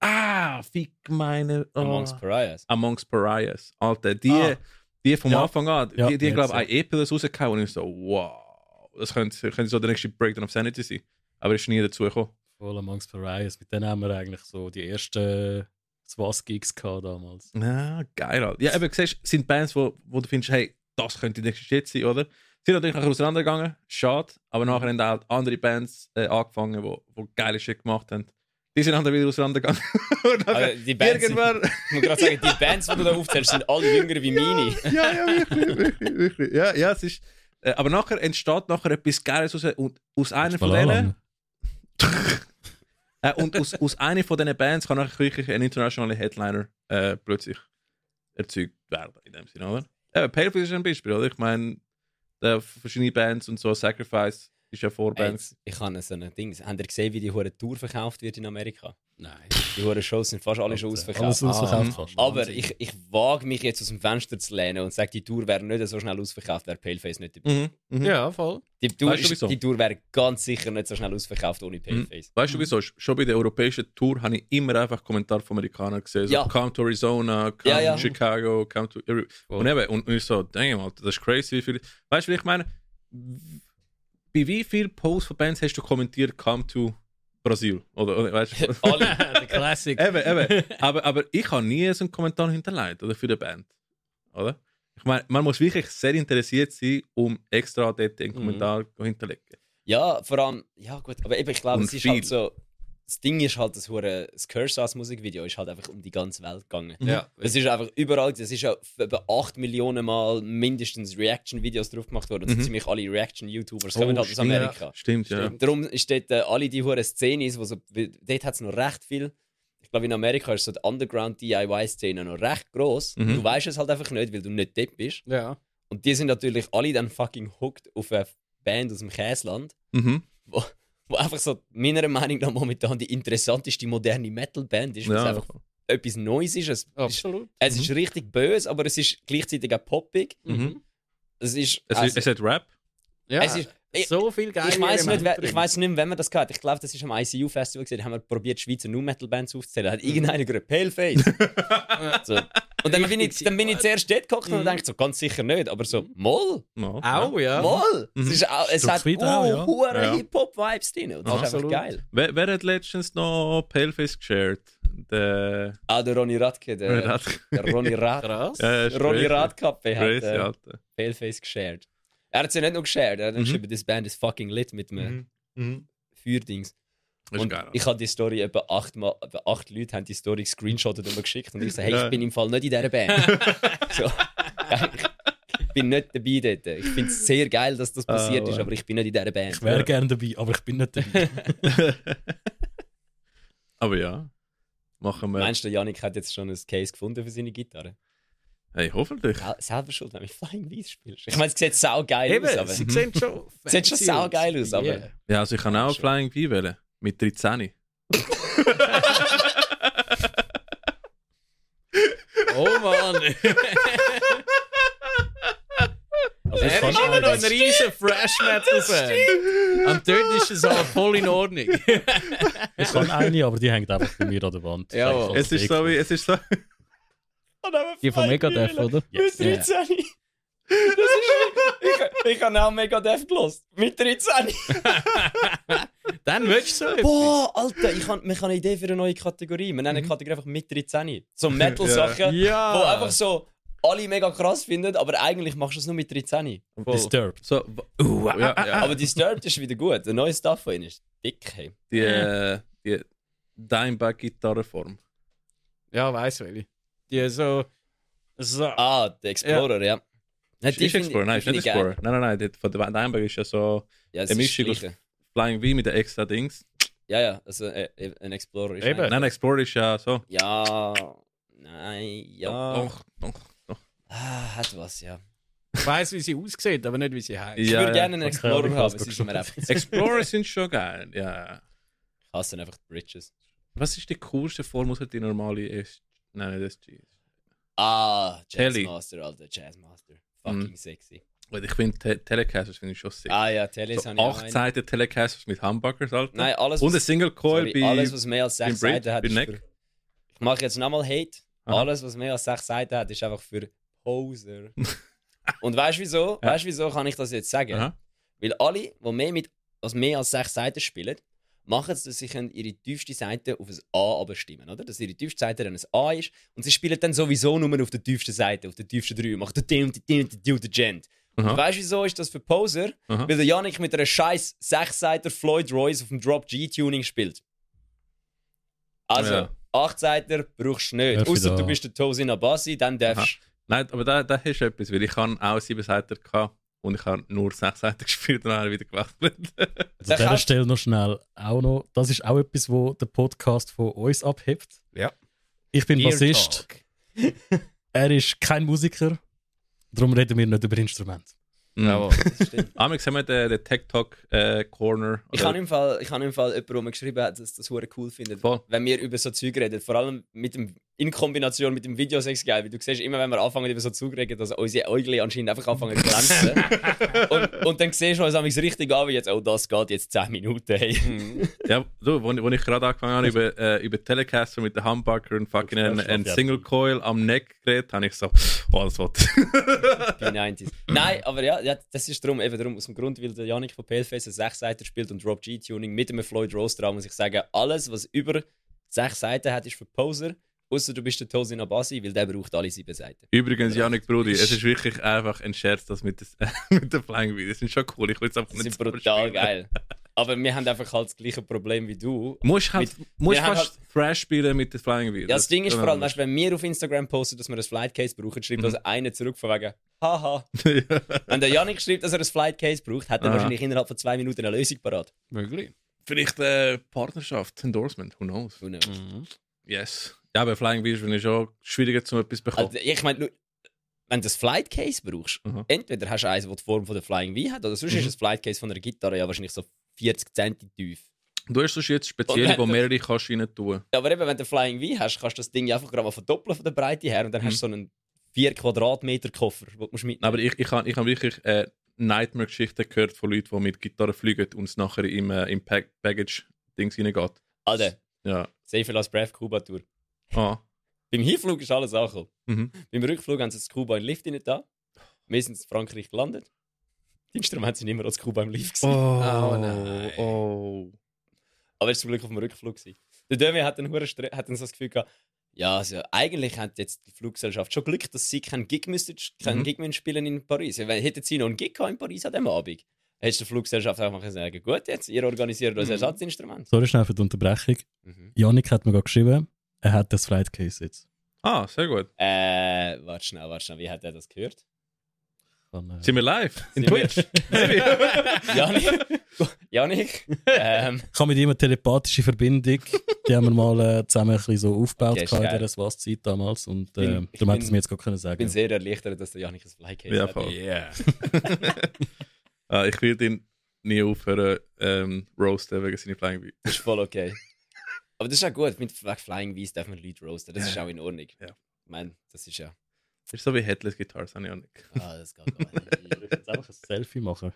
[SPEAKER 1] Ah, fick meine... Oh.
[SPEAKER 3] Amongst Pariahs.
[SPEAKER 1] Amongst Pariahs. Alter, die,
[SPEAKER 2] Ah.
[SPEAKER 1] die vom
[SPEAKER 2] Ja.
[SPEAKER 1] Anfang an,
[SPEAKER 2] Ja,
[SPEAKER 1] die, die
[SPEAKER 2] jetzt,
[SPEAKER 1] glaube
[SPEAKER 2] ja.
[SPEAKER 1] ich, ein E-Pillars rausgehauen und ich so, wow, das könnte, könnte so der nächste Breakdown of Sanity sein. Aber ist nie dazu gekommen.
[SPEAKER 2] Voll Amongst Pariahs. Mit denen haben wir eigentlich so die ersten Swastigigs gehabt damals.
[SPEAKER 1] Ah, geil, Alter. Ja, eben, siehst du, sind Bands, wo, wo du findest, hey, das könnte die nächste Shit sein, oder? Sind natürlich nachher auseinandergegangen, schade, aber nachher haben auch andere Bands äh, angefangen, wo, wo geile Shit gemacht haben. Die sind nachher wieder auseinandergegangen. Und nachher
[SPEAKER 3] Aber die Bands
[SPEAKER 1] irgendwann...
[SPEAKER 3] Ich muss gerade sagen, die Bands, die du da aufzählst, sind alle jünger wie meine.
[SPEAKER 1] ja, ja, wirklich, wirklich, wirklich. Ja, ja, es ist. Äh, aber nachher entsteht nachher etwas Geiles aus, äh, und aus einer von denen. Äh, und aus, aus einer von diesen Bands kann nachher wirklich ein internationaler Headliner äh, plötzlich erzeugt werden, in dem Sinne, oder? Eben, Paleface ist ein Beispiel, oder? Ich meine, da verschiedene Bands und so, Sacrifice ist ja
[SPEAKER 3] Ey,
[SPEAKER 1] Vorband.
[SPEAKER 3] jetzt, ich habe so ein Ding. Habt ihr gesehen, wie die hure Tour verkauft wird in Amerika?
[SPEAKER 5] Nein.
[SPEAKER 3] Die hure Shows sind fast alle schon ausverkauft. mhm.
[SPEAKER 2] Alles ausverkauft fast.
[SPEAKER 3] Aber ich, ich wage mich jetzt aus dem Fenster zu lehnen und sage, die Tour wäre nicht so schnell ausverkauft, wäre Paleface nicht dabei.
[SPEAKER 1] Mhm, mhm.
[SPEAKER 4] Ja, voll.
[SPEAKER 3] Die Tour,
[SPEAKER 1] Weißt du,
[SPEAKER 3] ist,
[SPEAKER 1] wieso?
[SPEAKER 3] die Tour wäre ganz sicher nicht so schnell ausverkauft ohne Paleface.
[SPEAKER 1] Weißt du wieso? Schon bei der europäischen Tour habe ich immer einfach Kommentare von Amerikanern gesehen. So,
[SPEAKER 3] Ja.
[SPEAKER 1] Come to Arizona, come
[SPEAKER 3] Ja, ja.
[SPEAKER 1] to Chicago, come to. every- Und eben, und, und ich so, damn, Alter, das ist crazy, wie viele. Weißt du, wie ich meine, w- bei wie vielen Posts von Bands hast du kommentiert, come to Brasil? Oder, oder weißt du?
[SPEAKER 3] Alle.
[SPEAKER 4] Der Classic.
[SPEAKER 1] eben, eben. Aber, aber ich habe nie so einen Kommentar hinterlegt oder für die Band. Oder? Ich meine, man muss wirklich sehr interessiert sein, um extra dort
[SPEAKER 3] Mhm.
[SPEAKER 1] einen Kommentar hinterlegen.
[SPEAKER 3] Ja, vor allem, ja gut, aber eben, ich glaube,
[SPEAKER 1] Und
[SPEAKER 3] es ist
[SPEAKER 1] viel.
[SPEAKER 3] halt so. Das Ding ist halt, das, hure- das Curse als Musikvideo ist halt einfach um die ganze Welt gegangen.
[SPEAKER 4] Ja.
[SPEAKER 3] Das ist einfach überall, das ist ja über 8 Millionen Mal mindestens Reaction-Videos drauf gemacht worden. Das sind
[SPEAKER 1] Mhm. Oh,
[SPEAKER 3] ziemlich alle Reaction-YouTubers, kommen halt aus
[SPEAKER 1] stimmt.
[SPEAKER 3] Amerika.
[SPEAKER 1] Stimmt, ja.
[SPEAKER 3] Darum ist dort äh, alle die hohen Szenen, wo so, weil dort hat es noch recht viel. Ich glaube, in Amerika ist so die Underground-DIY-Szene noch recht gross.
[SPEAKER 1] Mhm.
[SPEAKER 3] Du weißt es halt einfach nicht, weil du nicht dort bist.
[SPEAKER 4] Ja.
[SPEAKER 3] Und die sind natürlich alle dann fucking hooked auf eine Band aus dem Käsland,
[SPEAKER 1] Mhm.
[SPEAKER 3] wo einfach so meiner Meinung nach momentan die interessanteste moderne Metal-Band ist, weil es
[SPEAKER 1] ja.
[SPEAKER 3] einfach etwas Neues ist. Es, ist,
[SPEAKER 4] Absolut.
[SPEAKER 3] es ist richtig böse, aber es ist gleichzeitig auch poppig.
[SPEAKER 1] Mhm.
[SPEAKER 3] Es ist,
[SPEAKER 1] Es,
[SPEAKER 3] also-
[SPEAKER 1] ist, es hat Rap.
[SPEAKER 4] Ja.
[SPEAKER 3] es ist ich,
[SPEAKER 4] so viel geil.
[SPEAKER 3] ich weiß nicht, wer, ich weiß nicht, mehr, wenn man das gehabt. Ich glaube, das ist am ICU
[SPEAKER 1] Mhm.
[SPEAKER 3] Festival gesehen. Haben wir probiert Schweizer Nu Metal Bands aufzuzählen. Hat irgendeiner gerade Paleface. so. Und dann bin, ich, dann bin ich zuerst dort gehockt und dachte so, ganz sicher nicht, aber so, moll,
[SPEAKER 1] Mal,
[SPEAKER 3] Ah,
[SPEAKER 4] Auch, ja.
[SPEAKER 3] moll.
[SPEAKER 1] Mhm.
[SPEAKER 3] Es, ist auch, es
[SPEAKER 2] Stück
[SPEAKER 3] hat
[SPEAKER 2] weit auch, ja.
[SPEAKER 3] uh, hure
[SPEAKER 1] Ja.
[SPEAKER 3] Hip-Hop-Vibes drin und das ist einfach
[SPEAKER 1] Absolut.
[SPEAKER 3] geil.
[SPEAKER 1] Wer, wer hat letztens noch Paleface geshared? Der.
[SPEAKER 3] Auch der Ronny Radke, der,
[SPEAKER 1] Wer hat- äh,
[SPEAKER 3] der Ronny Rad,
[SPEAKER 4] Krass.
[SPEAKER 1] Ja, ist
[SPEAKER 3] Ronny
[SPEAKER 1] crazy.
[SPEAKER 3] Radkappe hat
[SPEAKER 1] Crazy,
[SPEAKER 3] äh,
[SPEAKER 1] Alter.
[SPEAKER 3] Paleface geshared. Er hat sie nicht nur geshared, er hat
[SPEAKER 1] Mhm.
[SPEAKER 3] geschrieben, this band is fucking lit mit einem Feuerdings.
[SPEAKER 1] Ist
[SPEAKER 3] und
[SPEAKER 1] geil.
[SPEAKER 3] ich habe die Story etwa achtmal, etwa acht Leute haben die Story gescreenshottet und mir geschickt und ich so, hey,
[SPEAKER 1] Ja.
[SPEAKER 3] ich bin im Fall nicht in dieser Band. so, ich bin nicht dabei dort. Ich finde es sehr geil, dass das
[SPEAKER 1] Ah,
[SPEAKER 3] passiert ist,
[SPEAKER 1] wow.
[SPEAKER 3] aber ich bin nicht in dieser Band.
[SPEAKER 2] Ich wäre gerne dabei, aber ich bin nicht dabei.
[SPEAKER 1] Aber ja. Machen wir.
[SPEAKER 3] Meinst du, Janik hat jetzt schon ein Case gefunden für seine Gitarre?
[SPEAKER 1] Hey, hoffentlich.
[SPEAKER 3] Sel- Selber schuld, wenn du Flying Weiss spielst. Ich meine, es sieht saugeil
[SPEAKER 4] Eben,
[SPEAKER 3] aus, aber...
[SPEAKER 4] sie sehen schon.
[SPEAKER 3] Sieht schon
[SPEAKER 4] fancy
[SPEAKER 3] saugeil aus, aber-
[SPEAKER 4] Yeah.
[SPEAKER 1] Ja, also ich kann auch Flying V wählen. Mit 13.
[SPEAKER 4] Oh Mann.
[SPEAKER 2] Also
[SPEAKER 4] Er ist
[SPEAKER 2] kannst
[SPEAKER 4] immer noch ein
[SPEAKER 2] alles.
[SPEAKER 4] riesen Fresh Metal Fan. Am Töten ist es aber voll in Ordnung.
[SPEAKER 2] Ich kann eine, aber die hängt einfach bei mir an der Wand.
[SPEAKER 4] Ja,
[SPEAKER 2] Das
[SPEAKER 3] Oh,
[SPEAKER 1] Es ist so wie. Es ist so.
[SPEAKER 6] Die von Megadeth, oder?
[SPEAKER 2] Yes.
[SPEAKER 6] Ja.
[SPEAKER 3] Das ist, ich, ich habe auch Megadeth gelost. Mit 13.
[SPEAKER 4] Dann willst du so etwas.
[SPEAKER 3] Boah, Alter, ich habe ich hab eine Idee für eine neue Kategorie. Wir nennen die Kategorie einfach mit 13. So Metal-Sachen, wo
[SPEAKER 4] Ja.
[SPEAKER 3] einfach so alle mega krass finden, aber eigentlich machst du es nur mit 13.
[SPEAKER 2] Disturbed.
[SPEAKER 1] so uh, ja, ja.
[SPEAKER 3] Aber Disturbed ist wieder gut. Der neue Stuff von ihnen ist dick. Hey.
[SPEAKER 1] Die, äh, die Dimebag-Gitarrenform.
[SPEAKER 4] Ja, weiss welche. Die so... So...
[SPEAKER 3] Ah, der Explorer, ja. Nein,
[SPEAKER 1] Ist
[SPEAKER 3] die
[SPEAKER 1] ist
[SPEAKER 3] find-
[SPEAKER 1] Explorer? Nein,
[SPEAKER 3] die
[SPEAKER 1] ist
[SPEAKER 3] find
[SPEAKER 1] nicht
[SPEAKER 3] ich geil.
[SPEAKER 1] Explorer. Nein, nein, nein. die Von der Dimebag ist ja so
[SPEAKER 3] Ja, es
[SPEAKER 1] Eine
[SPEAKER 3] ist
[SPEAKER 1] Mischung aus-
[SPEAKER 3] gleiche.
[SPEAKER 1] Flying V mit den extra Dings.
[SPEAKER 3] Ja, ja, also äh, ein Explorer ist.
[SPEAKER 4] Eben.
[SPEAKER 3] ein-
[SPEAKER 1] Nein, Explorer ist ja so.
[SPEAKER 3] Ja, nein, ja.
[SPEAKER 1] Doch, doch, doch.
[SPEAKER 3] Ah, hat was, ja.
[SPEAKER 4] Ich weiss, wie sie aussieht, aber nicht, wie sie heißt.
[SPEAKER 3] Ich
[SPEAKER 1] Ja,
[SPEAKER 3] würde
[SPEAKER 1] ja.
[SPEAKER 3] gerne einen
[SPEAKER 2] Okay,
[SPEAKER 3] Explorer
[SPEAKER 2] ich
[SPEAKER 3] haben,
[SPEAKER 2] weiß,
[SPEAKER 3] aber es ist
[SPEAKER 2] gut.
[SPEAKER 3] mir einfach. Ich
[SPEAKER 1] Explorer sind schon geil, ja.
[SPEAKER 3] hasse einfach die Bridges.
[SPEAKER 1] Was ist die coolste Form, außer die normale ist? Nein, nicht SG.
[SPEAKER 3] Ah,
[SPEAKER 1] Telly. Mhm.
[SPEAKER 3] Jazzmaster, Alter, Jazzmaster. Fucking sexy.
[SPEAKER 1] Weil ich finde, Te Telecasters finde ich schon sick.
[SPEAKER 3] Ah ja, Tellys
[SPEAKER 1] so
[SPEAKER 3] habe ich auch
[SPEAKER 1] acht
[SPEAKER 3] einen.
[SPEAKER 1] Seiten Telecasters mit Humbuckers, Alter.
[SPEAKER 3] Nein, alles,
[SPEAKER 1] Und ein
[SPEAKER 3] was,
[SPEAKER 1] Single Coil
[SPEAKER 3] sorry,
[SPEAKER 1] bei,
[SPEAKER 3] alles, was mehr als
[SPEAKER 1] beim
[SPEAKER 3] sechs
[SPEAKER 1] Bridge,
[SPEAKER 3] Seiten
[SPEAKER 1] bei
[SPEAKER 3] hat, ist für,
[SPEAKER 1] Neck.
[SPEAKER 3] ich mache jetzt nochmal Hate.
[SPEAKER 1] Aha.
[SPEAKER 3] Alles, was mehr als sechs Seiten hat, ist einfach für Poser. Und weißt du wieso?
[SPEAKER 1] Ja.
[SPEAKER 3] Weißt du wieso kann ich das jetzt sagen?
[SPEAKER 1] Aha.
[SPEAKER 3] Weil alle, die mehr, mit, als mehr als sechs Seiten spielen, machen es, dass sie können ihre tiefste Seite auf ein A abstimmen, oder? Dass ihre tiefste Seite dann ein A ist und sie spielen dann sowieso nur auf der tiefsten Seite, auf der tiefsten 3, machen die und die und die und die Gent.
[SPEAKER 1] Aha.
[SPEAKER 3] Und weißt du, wieso ist das für Poser?
[SPEAKER 1] Aha.
[SPEAKER 3] Weil der Janik mit einer scheiß Sechsseiter Floyd Royce auf dem Drop G-Tuning spielt. Also,
[SPEAKER 1] Ja.
[SPEAKER 3] Achtseiter brauchst du nicht.
[SPEAKER 2] Darf ich
[SPEAKER 3] Außer
[SPEAKER 2] da-
[SPEAKER 3] du bist der Tosin Abassi, dann darfst
[SPEAKER 1] Nein, aber da, da hast du etwas, weil ich habe auch sieben Seiten gehabt und ich habe nur sechs Seiten gespielt und dann wieder gewechselt.
[SPEAKER 2] Also an
[SPEAKER 3] Der
[SPEAKER 2] dieser
[SPEAKER 3] kann-
[SPEAKER 2] Stelle noch schnell auch noch. Das ist auch etwas, wo der Podcast von uns abhebt.
[SPEAKER 5] Ja.
[SPEAKER 2] Ich bin
[SPEAKER 4] Beer
[SPEAKER 2] Bassist.
[SPEAKER 4] Talk.
[SPEAKER 2] Er ist kein Musiker. Darum reden wir nicht über Instrumente.
[SPEAKER 1] Jawohl.
[SPEAKER 3] Das stimmt.
[SPEAKER 1] Amix haben Mm. Ah, wir den, den Tech Talk äh, Corner.
[SPEAKER 3] Ich
[SPEAKER 1] oder-
[SPEAKER 3] habe im Fall, ich habe im Fall jemanden, der mir geschrieben hat, dass das hure cool findet,
[SPEAKER 1] Voll.
[SPEAKER 3] wenn wir über so Zeug reden. Vor allem mit dem, in Kombination mit dem Videosex geil, weil du siehst immer, wenn wir anfangen über so Zeug zu reden, dass unsere Äugle anscheinend einfach anfangen zu glänzen. und, und dann siehst du uns amigs richtig an, wie jetzt, oh, das geht jetzt 10 Minuten. Hey.
[SPEAKER 1] Ja, du, wo, ich- wo ich gerade angefangen habe, über, äh, über Telecaster mit dem Humbucker und fucking einen, einen Single Coil am Neck geredet, habe ich so, oh, das wird.
[SPEAKER 3] Die 90s. Nein, aber ja, ja, das ist darum, eben darum, aus dem Grund, weil der Janik von Paleface einen 6 Seiter spielt und Rob G-Tuning mit einem Floyd Rose dran, muss ich sagen, alles, was über 6 Seiten hat, ist für Poser, außer du bist der Tosin Abasi, weil der braucht alle 7 Seiten.
[SPEAKER 1] Übrigens, Janik Brudi, es ist wirklich einfach ein Scherz, das mit, des, mit der Flying Wheel. Das sind schon cool, ich will es einfach
[SPEAKER 3] Die
[SPEAKER 1] nicht
[SPEAKER 3] sind
[SPEAKER 1] so
[SPEAKER 3] brutal
[SPEAKER 1] spielen.
[SPEAKER 3] geil. Aber wir haben einfach halt das gleiche Problem wie du.
[SPEAKER 1] Musst halt, musst
[SPEAKER 3] wir haben
[SPEAKER 1] fast Thrash spielen mit der Flying Wheel.
[SPEAKER 3] Ja, das Mhm. Ding ist vor allem, weißt, du, wenn wir auf Instagram posten, dass wir ein Flight Case brauchen, schreibt das einer zurück von wegen «Haha». wenn der Janik schreibt, dass er ein Flight Case braucht, hat er
[SPEAKER 1] Aha.
[SPEAKER 3] wahrscheinlich innerhalb von zwei Minuten eine Lösung parat.
[SPEAKER 4] Möglich.
[SPEAKER 1] Vielleicht äh, Partnerschaft, Endorsement, who knows?
[SPEAKER 3] Who knows?
[SPEAKER 1] Yes. Ja, bei Flying Wheel finde ich schon schwieriger, zum etwas zu bekommen.
[SPEAKER 3] Also, ich meine, nur- wenn du ein Flight Case brauchst,
[SPEAKER 1] Aha.
[SPEAKER 3] entweder hast du eins, das die Form von der Flying V hat, oder sonst ist ein Flight Case von einer Gitarre ja wahrscheinlich so 40 cm tief.
[SPEAKER 1] du hast sonst jetzt speziell,
[SPEAKER 3] Und-
[SPEAKER 1] wo mehrere kannst rein tun.
[SPEAKER 3] Ja, aber eben, wenn du Flying V hast, kannst du das Ding ja einfach gerade mal verdoppeln von der Breite her und dann
[SPEAKER 1] Mhm.
[SPEAKER 3] hast du so einen 4 Quadratmeter Koffer, den du musst mitnehmen
[SPEAKER 1] Aber ich, ich habe ich hab wirklich äh, Nightmare-Geschichten gehört von Leuten, die mit Gitarre fliegen und es nachher im, äh, im Pack Package-Dings reingeht.
[SPEAKER 3] Alter,
[SPEAKER 1] Ja.
[SPEAKER 3] safe als Brave Cuba Tour.
[SPEAKER 1] Ah.
[SPEAKER 3] Beim Hinflug ist alles angekommen.
[SPEAKER 1] Mhm.
[SPEAKER 3] Beim Rückflug haben sie das Kuba im Lift nicht da. Wir sind in Frankreich gelandet. Die Instrumente sind immer als Kuba im Lift. gewesen.
[SPEAKER 1] Oh,
[SPEAKER 3] nein.
[SPEAKER 1] Oh.
[SPEAKER 3] Aber es war zum Glück auf dem Rückflug. gewesen. Der Dömi hat dann, hure Stre- hat dann so das Gefühl gehabt, ja, also eigentlich hat jetzt die Fluggesellschaft schon Glück, dass sie keinen Gig, müssten, keinen
[SPEAKER 1] Mhm.
[SPEAKER 3] Gig müssen spielen in Paris. Weil hätten sie noch einen Gig gehabt in Paris an diesem Abend, hättest du der Fluggesellschaft einfach können sagen gut, jetzt, ihr organisiert
[SPEAKER 1] Mhm.
[SPEAKER 3] euch ein Ersatzinstrument.
[SPEAKER 2] Sorry schnell für die Unterbrechung.
[SPEAKER 3] Mhm.
[SPEAKER 2] Janik hat mir gerade geschrieben, er hat das Fright Case jetzt.
[SPEAKER 1] Ah, sehr gut.
[SPEAKER 3] Äh, warte schnell, warte schnell, wie hat er das gehört?
[SPEAKER 2] Von, äh,
[SPEAKER 1] Sind wir live? In
[SPEAKER 3] Sind
[SPEAKER 1] Twitch? Maybe.
[SPEAKER 3] Janik? Janik? Ähm,
[SPEAKER 2] ich habe mit ihm eine telepathische Verbindung, die haben wir mal äh, zusammen ein bisschen so aufgebaut
[SPEAKER 3] Okay,
[SPEAKER 2] okay,
[SPEAKER 3] ist
[SPEAKER 2] in
[SPEAKER 3] geil.
[SPEAKER 2] dieser Swass-Zeit damals und
[SPEAKER 3] Bin-
[SPEAKER 2] äh,
[SPEAKER 3] ich
[SPEAKER 2] darum hat
[SPEAKER 3] bin-
[SPEAKER 2] er es mir jetzt gerade können
[SPEAKER 3] ich bin
[SPEAKER 2] sagen.
[SPEAKER 3] sehr erleichtert, dass der Janik ein Flycase
[SPEAKER 1] Ja,
[SPEAKER 3] hat.
[SPEAKER 1] voll.
[SPEAKER 5] Yeah.
[SPEAKER 1] Ah, ich werde ihn nie aufhören, ähm, roasten wegen seiner Flying Bee.
[SPEAKER 3] Das ist voll okay. Aber das ist auch gut, mit wegen Flying Wees darf man Leute roasten, das ist auch in Ordnung.
[SPEAKER 1] Ja.
[SPEAKER 3] Ich meine, das ist ja...
[SPEAKER 1] Ist so wie Headless Guitars, habe ich auch nicht.
[SPEAKER 3] Ah, das geht gar nicht.
[SPEAKER 2] Jetzt einfach ein Selfie machen.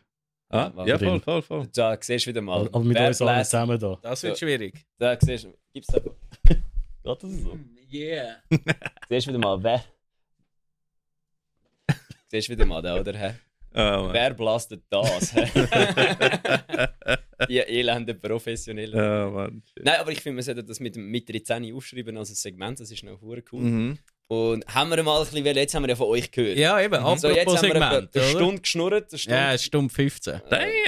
[SPEAKER 1] Ah,
[SPEAKER 3] Ja,
[SPEAKER 1] ja,
[SPEAKER 2] drin.
[SPEAKER 1] voll, voll, voll.
[SPEAKER 3] Da siehst du wieder mal.
[SPEAKER 2] Aber mit
[SPEAKER 3] Wer
[SPEAKER 2] uns allen
[SPEAKER 3] bläst-
[SPEAKER 2] zusammen da.
[SPEAKER 5] Das wird schwierig.
[SPEAKER 3] Da siehst du. Gibt's da. Geht das so?
[SPEAKER 5] Yeah.
[SPEAKER 3] Siehst du wieder mal, wer. siehst du wieder mal da, oder? hä?
[SPEAKER 1] Ah, Mann.
[SPEAKER 3] Wer blastet das? hä? Die elenden Professionellen.
[SPEAKER 1] Ah, Mann. Shit.
[SPEAKER 3] Nein, aber ich finde, wir sollten das mit, dem- mit 13 aufschreiben als ein Segment, das ist noch hure cool.
[SPEAKER 1] Mhm.
[SPEAKER 3] Und haben wir mal ein bisschen, weil jetzt haben wir ja von euch gehört.
[SPEAKER 4] Ja, eben,
[SPEAKER 3] Mhm. so, jetzt
[SPEAKER 4] apropos
[SPEAKER 3] haben wir etwa
[SPEAKER 4] Segment,
[SPEAKER 3] eine
[SPEAKER 4] oder?
[SPEAKER 3] Stunde geschnurrt. Eine Stunde.
[SPEAKER 4] Ja, Stunde 15.
[SPEAKER 3] Ich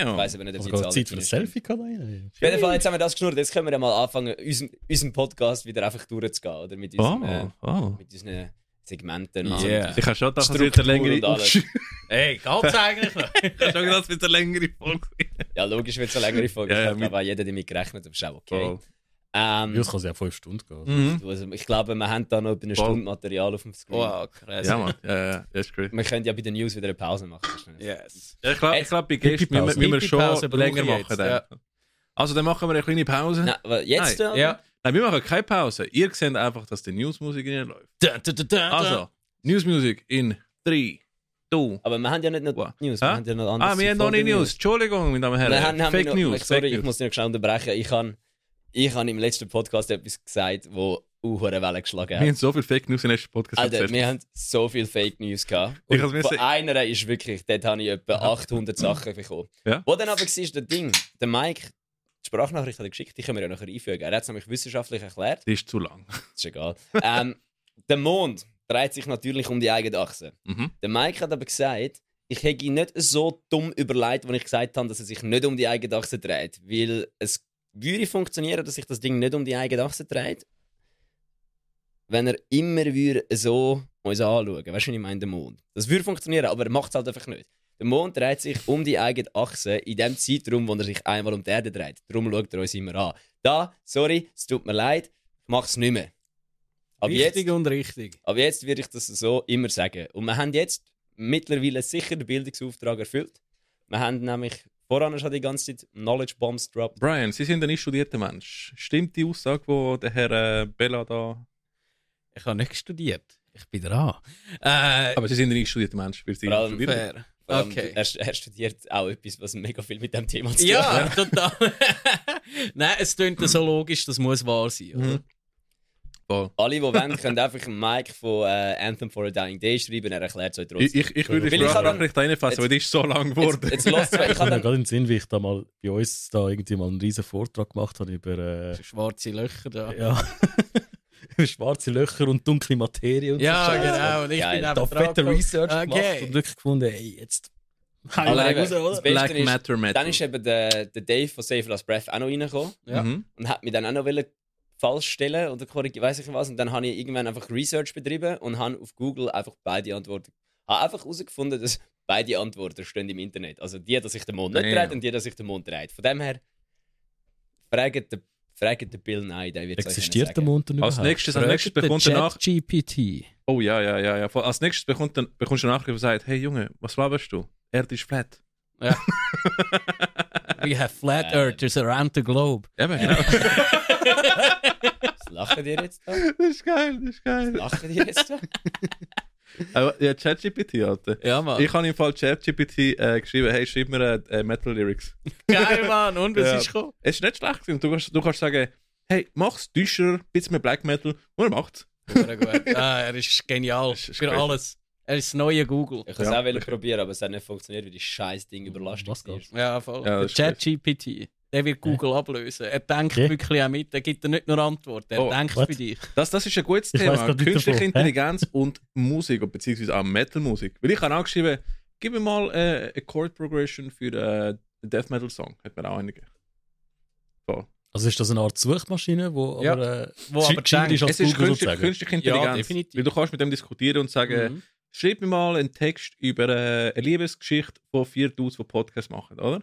[SPEAKER 1] Damn!
[SPEAKER 3] weiß aber nicht, ob
[SPEAKER 2] Also
[SPEAKER 3] sie
[SPEAKER 2] gerade
[SPEAKER 3] alle
[SPEAKER 2] Zeit für ein
[SPEAKER 3] reinschneiden.
[SPEAKER 2] Selfie kann rein.
[SPEAKER 3] Auf jeden Fall, jetzt haben wir das geschnurrt. Jetzt können wir ja mal anfangen, unseren, unseren Podcast wieder einfach durchzugehen, oder? Mit unserem, äh,
[SPEAKER 1] Oh, oh.
[SPEAKER 3] mit unseren Segmenten.
[SPEAKER 4] Ah,
[SPEAKER 3] und so.
[SPEAKER 4] yeah.
[SPEAKER 1] Ich habe schon gedacht, dass
[SPEAKER 3] Struktur
[SPEAKER 1] es eine längere
[SPEAKER 3] und alles.
[SPEAKER 1] Ich
[SPEAKER 4] Ey, geht's eigentlich noch?
[SPEAKER 1] habe schon gedacht, es wird eine längere Folge.
[SPEAKER 3] Ja, logisch wird es eine längere Folge.
[SPEAKER 1] Ja, ja,
[SPEAKER 3] ich
[SPEAKER 1] mit-
[SPEAKER 3] glaube, auch jeder damit gerechnet, aber ist auch okay.
[SPEAKER 1] Voll.
[SPEAKER 2] Ja,
[SPEAKER 3] Ähm,
[SPEAKER 2] es kann ja fünf Stunden gehen.
[SPEAKER 1] Mhm.
[SPEAKER 3] also ich glaube, wir haben da noch etwa eine
[SPEAKER 1] Voll.
[SPEAKER 3] Stunde Material auf dem Screen.
[SPEAKER 4] Wow, krass.
[SPEAKER 1] Ja, Mann. Ja, ja, ja, ist crazy.
[SPEAKER 3] Wir können ja bei den News wieder eine Pause machen. das ist nicht-
[SPEAKER 4] Yes.
[SPEAKER 1] Ja, ich glaube, ich glaub, bei Gästen müssen wir-
[SPEAKER 4] Pipi-Pause.
[SPEAKER 1] müssen wir schon
[SPEAKER 4] Pipi-Pause brauche
[SPEAKER 1] länger
[SPEAKER 4] ich
[SPEAKER 1] machen.
[SPEAKER 4] jetzt,
[SPEAKER 1] dann. Also, dann machen wir eine kleine Pause.
[SPEAKER 3] Nein, aber jetzt?
[SPEAKER 1] Nein.
[SPEAKER 3] Nein.
[SPEAKER 4] Ja.
[SPEAKER 1] Nein, wir machen keine Pause. Ihr seht einfach, dass die Newsmusik reinläuft. Also, Newsmusik in 3, 2,
[SPEAKER 3] Aber wir haben ja nicht nur
[SPEAKER 1] Wow.
[SPEAKER 3] News,
[SPEAKER 1] Hä?
[SPEAKER 3] wir haben ja noch andere
[SPEAKER 1] Ah, wir haben noch nicht News. Entschuldigung, meine Damen und
[SPEAKER 3] Nein,
[SPEAKER 1] Herren.
[SPEAKER 3] haben, haben wir
[SPEAKER 1] Fake
[SPEAKER 3] noch,
[SPEAKER 1] News.
[SPEAKER 3] Sorry,
[SPEAKER 1] Fake
[SPEAKER 3] ich
[SPEAKER 1] News.
[SPEAKER 3] muss dich schnell unterbrechen. Ich habe ich hab im letzten Podcast etwas gesagt, wo Uhren Wellen geschlagen
[SPEAKER 1] Wir
[SPEAKER 3] hat.
[SPEAKER 1] haben so viel Fake News im letzten Podcast
[SPEAKER 3] Alter,
[SPEAKER 1] erzählt.
[SPEAKER 3] wir haben so viel Fake News gehabt.
[SPEAKER 1] Ich
[SPEAKER 3] Und
[SPEAKER 1] hab's mir
[SPEAKER 3] von
[SPEAKER 1] se-
[SPEAKER 3] einer ist wirklich, dort habe ich etwa 800 Sachen bekommen.
[SPEAKER 1] Ja.
[SPEAKER 3] Wo dann aber war, das Ding, der Mike, die Sprachnachricht hat er geschickt, die können wir ja nachher einfügen. Er hat es nämlich wissenschaftlich erklärt,
[SPEAKER 1] Die ist zu lang.
[SPEAKER 3] ist egal. ähm, der Mond dreht sich natürlich um die eigene Achse.
[SPEAKER 1] Mhm.
[SPEAKER 3] Der Mike hat aber gesagt, ich hätte ihn nicht so dumm überlegt, wenn ich gesagt habe, dass er sich nicht um die eigene Achse dreht. Weil es würde funktionieren, dass sich das Ding nicht um die eigene Achse dreht, wenn er immer würde so uns anschauen Weißt du, wie ich meine, der Mond. Das würde funktionieren, aber er macht es halt einfach nicht. Der Mond dreht sich um die eigene Achse in dem Zeitraum, wo er sich einmal um die Erde dreht. Darum schaut er uns immer an. Da, sorry, es tut mir leid, ich mach's nicht mehr. Ab jetzt,
[SPEAKER 5] Wichtig und richtig.
[SPEAKER 3] aber jetzt würde ich das so immer sagen. Und wir haben jetzt mittlerweile sicher den Bildungsauftrag erfüllt. Wir haben nämlich voran schon die ganze Zeit Knowledge Bombs dropped.
[SPEAKER 1] Brian, Sie sind ein nicht studierter Mensch. Stimmt die Aussage, die der Herr äh, Bella da.
[SPEAKER 5] Ich habe nicht studiert. Ich bin dran. Äh,
[SPEAKER 1] Aber Sie sind ein nicht studierter Mensch. Weil Sie
[SPEAKER 3] Vor allem äh,
[SPEAKER 1] studiert haben.
[SPEAKER 5] fair.
[SPEAKER 3] Vor allem,
[SPEAKER 5] Okay.
[SPEAKER 3] Er, er studiert auch etwas, was mega viel mit dem Thema zu tun
[SPEAKER 4] Ja, total. Nein, es klingt so logisch, das muss wahr sein, oder?
[SPEAKER 1] Mhm. Voll.
[SPEAKER 3] Alle, die wollen, können einfach Mike von äh, Anthem for a Dying Day schreiben. Er erklärt es euch
[SPEAKER 1] Ich,
[SPEAKER 3] trotzdem.
[SPEAKER 1] ich, ich würde
[SPEAKER 3] Weil
[SPEAKER 1] die
[SPEAKER 3] ich hab
[SPEAKER 1] Sprachnachricht reinfassen, weil die ist so lang
[SPEAKER 3] Jetzt,
[SPEAKER 1] geworden.
[SPEAKER 3] jetzt lasst zwar, ich
[SPEAKER 2] Ich habe
[SPEAKER 3] habe
[SPEAKER 2] mir
[SPEAKER 3] dann,
[SPEAKER 2] gerade in den Sinn, wie ich da mal bei uns da irgendwie mal einen riesen Vortrag gemacht habe über,
[SPEAKER 5] Schwarze Löcher da.
[SPEAKER 2] äh, ja, über schwarze Löcher und dunkle Materie und so.
[SPEAKER 5] Ja,
[SPEAKER 2] Scheiße.
[SPEAKER 5] genau. Und ich
[SPEAKER 3] Geil.
[SPEAKER 5] bin
[SPEAKER 2] Da
[SPEAKER 5] einfach dran.
[SPEAKER 2] fette
[SPEAKER 5] gekommen.
[SPEAKER 2] Research gemacht
[SPEAKER 5] Okay.
[SPEAKER 2] und wirklich gefunden, ey, jetzt.
[SPEAKER 3] Aber eben,
[SPEAKER 2] Highlight raus,
[SPEAKER 3] das
[SPEAKER 2] oder?
[SPEAKER 3] Beste
[SPEAKER 1] Black
[SPEAKER 3] ist-
[SPEAKER 1] Matter Matter.
[SPEAKER 3] dann ist eben der, der Dave von Save Last Breath auch noch reingekommen.
[SPEAKER 5] Ja.
[SPEAKER 1] Mhm.
[SPEAKER 3] und hat mich dann auch noch wollen falsch stellen oder korrigieren, weiß ich was. Und dann habe ich irgendwann einfach Research betrieben und habe auf Google einfach beide Antworten. Habe einfach herausgefunden, dass beide Antworten stehen im Internet. Also die, dass sich der Mond nicht
[SPEAKER 1] Damn.
[SPEAKER 3] dreht und die, dass sich der Mond dreht. Von dem her, fragt den, fragt den Bill Nye, der wird es euch
[SPEAKER 2] Existiert der
[SPEAKER 3] sagen.
[SPEAKER 2] Mond denn
[SPEAKER 1] Als
[SPEAKER 2] überhaupt?
[SPEAKER 1] nächstes, als nächstes bekommt er nach. Oh ja, ja, ja, ja. Voll. Als nächstes bekommt dann, bekommst du eine Nachricht, die sagt: Hey Junge, was laberst du? Erde ist flat.
[SPEAKER 5] We have flat earthers around the globe.
[SPEAKER 1] Eben, genau.
[SPEAKER 3] Was lachen die jetzt da?
[SPEAKER 1] das ist geil, das ist geil.
[SPEAKER 3] Lachen die jetzt da?
[SPEAKER 1] Aber, ja, ChatGPT, Alter.
[SPEAKER 4] Ja, Mann.
[SPEAKER 1] Ich habe im Fall ChatGPT äh, geschrieben, hey, schreib mir äh, äh, Metal Lyrics.
[SPEAKER 4] Geil, Mann. Und was
[SPEAKER 1] Ja.
[SPEAKER 4] ist gekommen?
[SPEAKER 1] Es ist nicht schlecht gewesen. Du kannst, du kannst sagen, hey, mach's düscher, bisschen mehr Black Metal. Und er macht's.
[SPEAKER 4] Hure gut. Ah, er ist genial.
[SPEAKER 1] Ist- ist
[SPEAKER 4] Für
[SPEAKER 1] crazy.
[SPEAKER 4] alles. Er ist das neue Google.
[SPEAKER 3] Ich kann es
[SPEAKER 1] Ja,
[SPEAKER 3] auch wollen
[SPEAKER 1] sicher.
[SPEAKER 3] probieren, aber es hat nicht funktioniert, weil die scheiß Ding überlastet
[SPEAKER 2] Mm, Was
[SPEAKER 3] war.
[SPEAKER 4] Ja, voll.
[SPEAKER 1] Ja,
[SPEAKER 4] der
[SPEAKER 1] das ist
[SPEAKER 4] ChatGPT. Der wird Google ablösen. Er denkt
[SPEAKER 2] Okay.
[SPEAKER 4] wirklich auch mit. Er gibt dir nicht nur Antworten. Er
[SPEAKER 1] Oh,
[SPEAKER 4] denkt
[SPEAKER 2] what?
[SPEAKER 4] für dich.
[SPEAKER 1] Das, das ist ein gutes
[SPEAKER 2] Ich weiss
[SPEAKER 1] Thema.
[SPEAKER 2] grad nicht
[SPEAKER 1] Künstliche
[SPEAKER 2] davon. Hä?
[SPEAKER 1] Intelligenz und Musik, und beziehungsweise auch Metal-Musik. Weil ich habe angeschrieben, gib mir mal äh, eine Chord Progression für äh, einen Death Metal-Song. Hat mir auch eine gegeben.
[SPEAKER 2] Also ist das eine Art Suchmaschine, wo
[SPEAKER 4] Ja.
[SPEAKER 2] aber, äh,
[SPEAKER 4] Wo aber
[SPEAKER 2] Schindler
[SPEAKER 4] denkt-
[SPEAKER 2] ist als
[SPEAKER 1] Es ist
[SPEAKER 2] Google
[SPEAKER 1] künstliche,
[SPEAKER 2] sozusagen.
[SPEAKER 1] künstliche
[SPEAKER 4] Ja,
[SPEAKER 1] Intelligenz.
[SPEAKER 4] definitiv.
[SPEAKER 1] weil du kannst mit dem diskutieren und sagen,
[SPEAKER 4] Mhm.
[SPEAKER 1] schreib mir mal einen Text über äh, eine Liebesgeschichte von vier Dudes, die Podcasts machen, oder?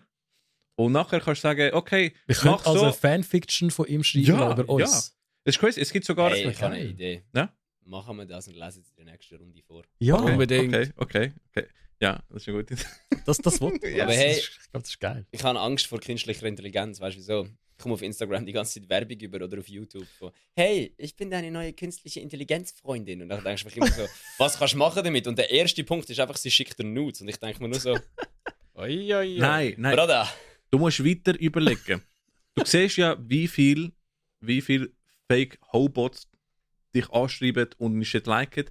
[SPEAKER 1] Und nachher kannst du sagen, okay,
[SPEAKER 2] Wir können
[SPEAKER 1] mach
[SPEAKER 2] also
[SPEAKER 1] so.
[SPEAKER 2] eine Fanfiction von ihm schreiben
[SPEAKER 1] Ja,
[SPEAKER 2] über
[SPEAKER 1] ja.
[SPEAKER 2] uns.
[SPEAKER 1] es ist crazy, es gibt sogar...
[SPEAKER 3] Hey, ich habe eine
[SPEAKER 2] geil.
[SPEAKER 3] Idee.
[SPEAKER 1] Ja?
[SPEAKER 3] Machen wir das und lesen es in der nächsten Runde vor.
[SPEAKER 2] Ja,
[SPEAKER 4] Unbedingt.
[SPEAKER 1] Okay, okay, okay. Ja, das ist eine gute Idee.
[SPEAKER 2] das, das wollte ich.
[SPEAKER 3] Aber hey-
[SPEAKER 2] Das ist- Ich glaube, das ist geil.
[SPEAKER 3] Ich habe Angst vor künstlicher Intelligenz, weißt du wieso? Ich komme auf Instagram die ganze Zeit Werbung über oder auf YouTube. So, hey, ich bin deine neue künstliche Intelligenzfreundin. Und dann denkst du mir immer so, was kannst du machen damit? Und der erste Punkt ist einfach, sie schickt dir Nudes. Und ich denke mir nur so,
[SPEAKER 4] Oi, oi, oi.
[SPEAKER 1] Nein, nein.
[SPEAKER 3] Brada,
[SPEAKER 1] Du musst weiter überlegen. Du siehst ja, wie viel, wie viel Fake Hobots dich anschreiben und nicht shit liken.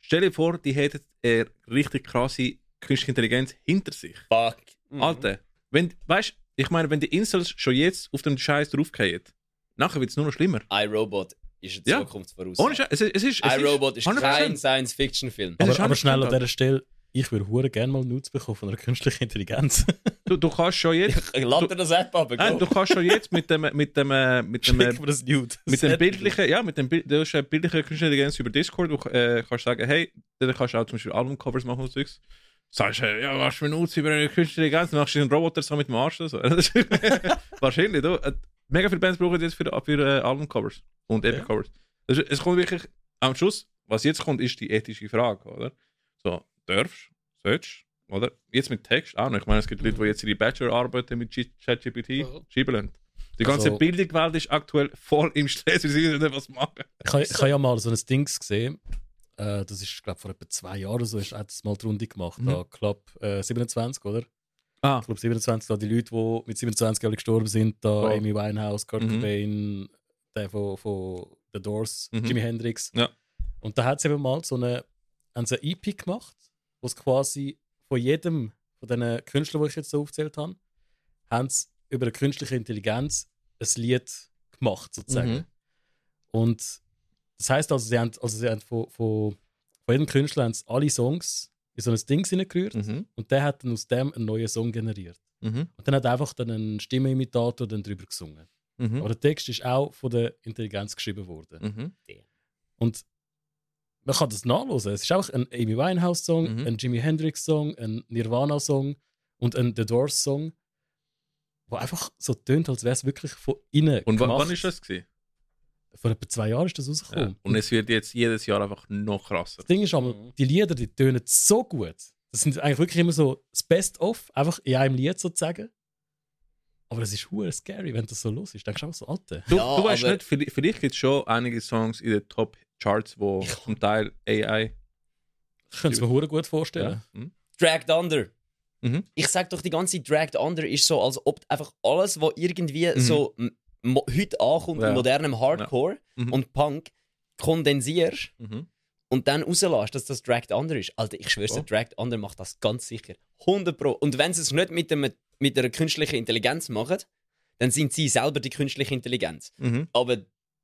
[SPEAKER 1] Stell dir vor, die hätten eine richtig krasse künstliche Intelligenz hinter sich.
[SPEAKER 3] fuck.
[SPEAKER 1] Alter, wenn, weißt, ich meine, wenn die Insels schon jetzt auf dem Scheiß draufgehen, nachher wird es nur noch schlimmer.
[SPEAKER 3] iRobot ist eine
[SPEAKER 1] Ja.
[SPEAKER 3] Zukunftsvoraussage.
[SPEAKER 1] Ohne Scheiß, es, ist- es ist. es
[SPEAKER 3] iRobot ist
[SPEAKER 1] 100%.
[SPEAKER 3] kein Science-Fiction-Film.
[SPEAKER 1] Es ist
[SPEAKER 2] Aber, aber
[SPEAKER 1] alles
[SPEAKER 2] schnell an
[SPEAKER 1] spontan.
[SPEAKER 2] dieser Stelle, ich würde hure gerne mal Nudes bekommen von einer künstlichen Intelligenz.
[SPEAKER 1] Du, du kannst schon jetzt.
[SPEAKER 3] Lade dir das App ab,
[SPEAKER 1] Nein, du
[SPEAKER 3] go.
[SPEAKER 1] kannst schon jetzt mit dem, mit dem, äh, mit dem äh,
[SPEAKER 2] Schick mir das Nude.
[SPEAKER 1] Mit dem bildlichen, ja, mit dem Bild, du hast eine bildliche künstliche Intelligenz über Discord, du äh, kannst sagen, hey, dann kannst du auch zum Beispiel Albumcovers machen und so. Zeugs. Sagst, hey, ja, was für Nutzen über eine künstliche Intelligenz, dann machst du einen Roboter so mit dem Arsch oder so. Das ist- Wahrscheinlich, du. äh, Mega viele Bands brauchen jetzt für, für äh, Albumcovers und Epicovers. Das ist- Es kommt wirklich, am Schluss, was jetzt kommt, ist die ethische Frage, oder? So, darfst, sollst, oder? Jetzt mit Text auch noch. Ich meine, es gibt Leute, die jetzt ihre Bachelorarbeiten mit G- ChatGPT
[SPEAKER 4] Mhm.
[SPEAKER 1] schreiben lassen. Die ganze
[SPEAKER 2] Also-
[SPEAKER 1] Bildungswelt ist aktuell voll im Stress, wir sind nicht was machen.
[SPEAKER 2] Ich habe ich habe ja mal so ein Dings gesehen. Äh, das ist, glaube vor etwa zwei Jahren oder so, ist auch das mal die Runde gemacht.
[SPEAKER 1] Mhm.
[SPEAKER 2] Da, Club äh, 27, oder?
[SPEAKER 1] Ah.
[SPEAKER 2] Ich glaube 27, da die Leute, die mit 27 alle gestorben sind, da
[SPEAKER 1] Oh.
[SPEAKER 2] Amy Winehouse, Kurt
[SPEAKER 1] Mhm.
[SPEAKER 2] Cobain, der von, von The Doors,
[SPEAKER 1] Mhm.
[SPEAKER 2] Jimi Hendrix.
[SPEAKER 1] Ja.
[SPEAKER 2] Und da hat es eben mal so eine, haben sie eine EP gemacht, wo es quasi von jedem von diesen Künstlern, die ich jetzt so aufgezählt habe, haben sie über eine künstliche Intelligenz ein Lied gemacht, sozusagen.
[SPEAKER 1] Mhm.
[SPEAKER 2] Und das heißt also, sie haben, also sie haben von, von, von jedem Künstler haben sie alle Songs in so ein Ding hineingerührt
[SPEAKER 1] Mhm.
[SPEAKER 2] und der hat dann aus dem einen neuen Song generiert.
[SPEAKER 1] Mhm.
[SPEAKER 2] Und dann hat einfach dann ein Stimmeimitator dann drüber gesungen.
[SPEAKER 1] Mhm.
[SPEAKER 2] Aber der Text ist auch von der Intelligenz geschrieben worden.
[SPEAKER 1] Mhm.
[SPEAKER 2] Und man kann das nachlesen. Es ist einfach ein Amy Winehouse-Song,
[SPEAKER 1] Mhm.
[SPEAKER 2] ein Jimi Hendrix-Song, ein Nirvana-Song und ein The Doors-Song, wo einfach so tönt, als wäre es wirklich von innen
[SPEAKER 1] Und wa-
[SPEAKER 2] gemacht.
[SPEAKER 1] wann ist das? Gewesen?
[SPEAKER 2] Vor etwa zwei Jahren ist das
[SPEAKER 1] Ja.
[SPEAKER 2] rausgekommen.
[SPEAKER 1] Und es wird jetzt jedes Jahr einfach noch krasser.
[SPEAKER 2] Das Ding ist aber,
[SPEAKER 3] Mhm.
[SPEAKER 2] die Lieder, die tönen so gut. Das sind eigentlich wirklich immer so das Best-of, einfach in einem Lied sozusagen. Aber es ist hure scary, wenn das so los ist. Denkst du einfach so, Alter.
[SPEAKER 1] Du,
[SPEAKER 3] Ja,
[SPEAKER 1] du weißt
[SPEAKER 3] aber-
[SPEAKER 1] nicht, vielleicht, vielleicht gibt es schon einige Songs in den Top-Charts, wo zum Teil AI.
[SPEAKER 2] Ich könnte es mir hure gut vorstellen.
[SPEAKER 1] Ja. Mhm.
[SPEAKER 3] Dragged Under.
[SPEAKER 1] Mhm.
[SPEAKER 3] Ich sag doch, die ganze Zeit, Dragged Under ist so, als ob einfach alles, was irgendwie
[SPEAKER 1] Mhm.
[SPEAKER 3] so m- mo- heute ankommt
[SPEAKER 1] Ja.
[SPEAKER 3] in modernem Hardcore
[SPEAKER 1] Ja. Mhm.
[SPEAKER 3] und Punk, kondensierst
[SPEAKER 1] Mhm.
[SPEAKER 3] und dann rauslässt, dass das Dragged Under ist. Alter, ich schwör's,
[SPEAKER 1] Ja.
[SPEAKER 3] dir, Dragged Under macht das ganz sicher. 100 Pro. Und wenn sie es nicht mit, dem, mit einer künstlichen Intelligenz machen, dann sind sie selber die künstliche Intelligenz.
[SPEAKER 1] Mhm.
[SPEAKER 3] Aber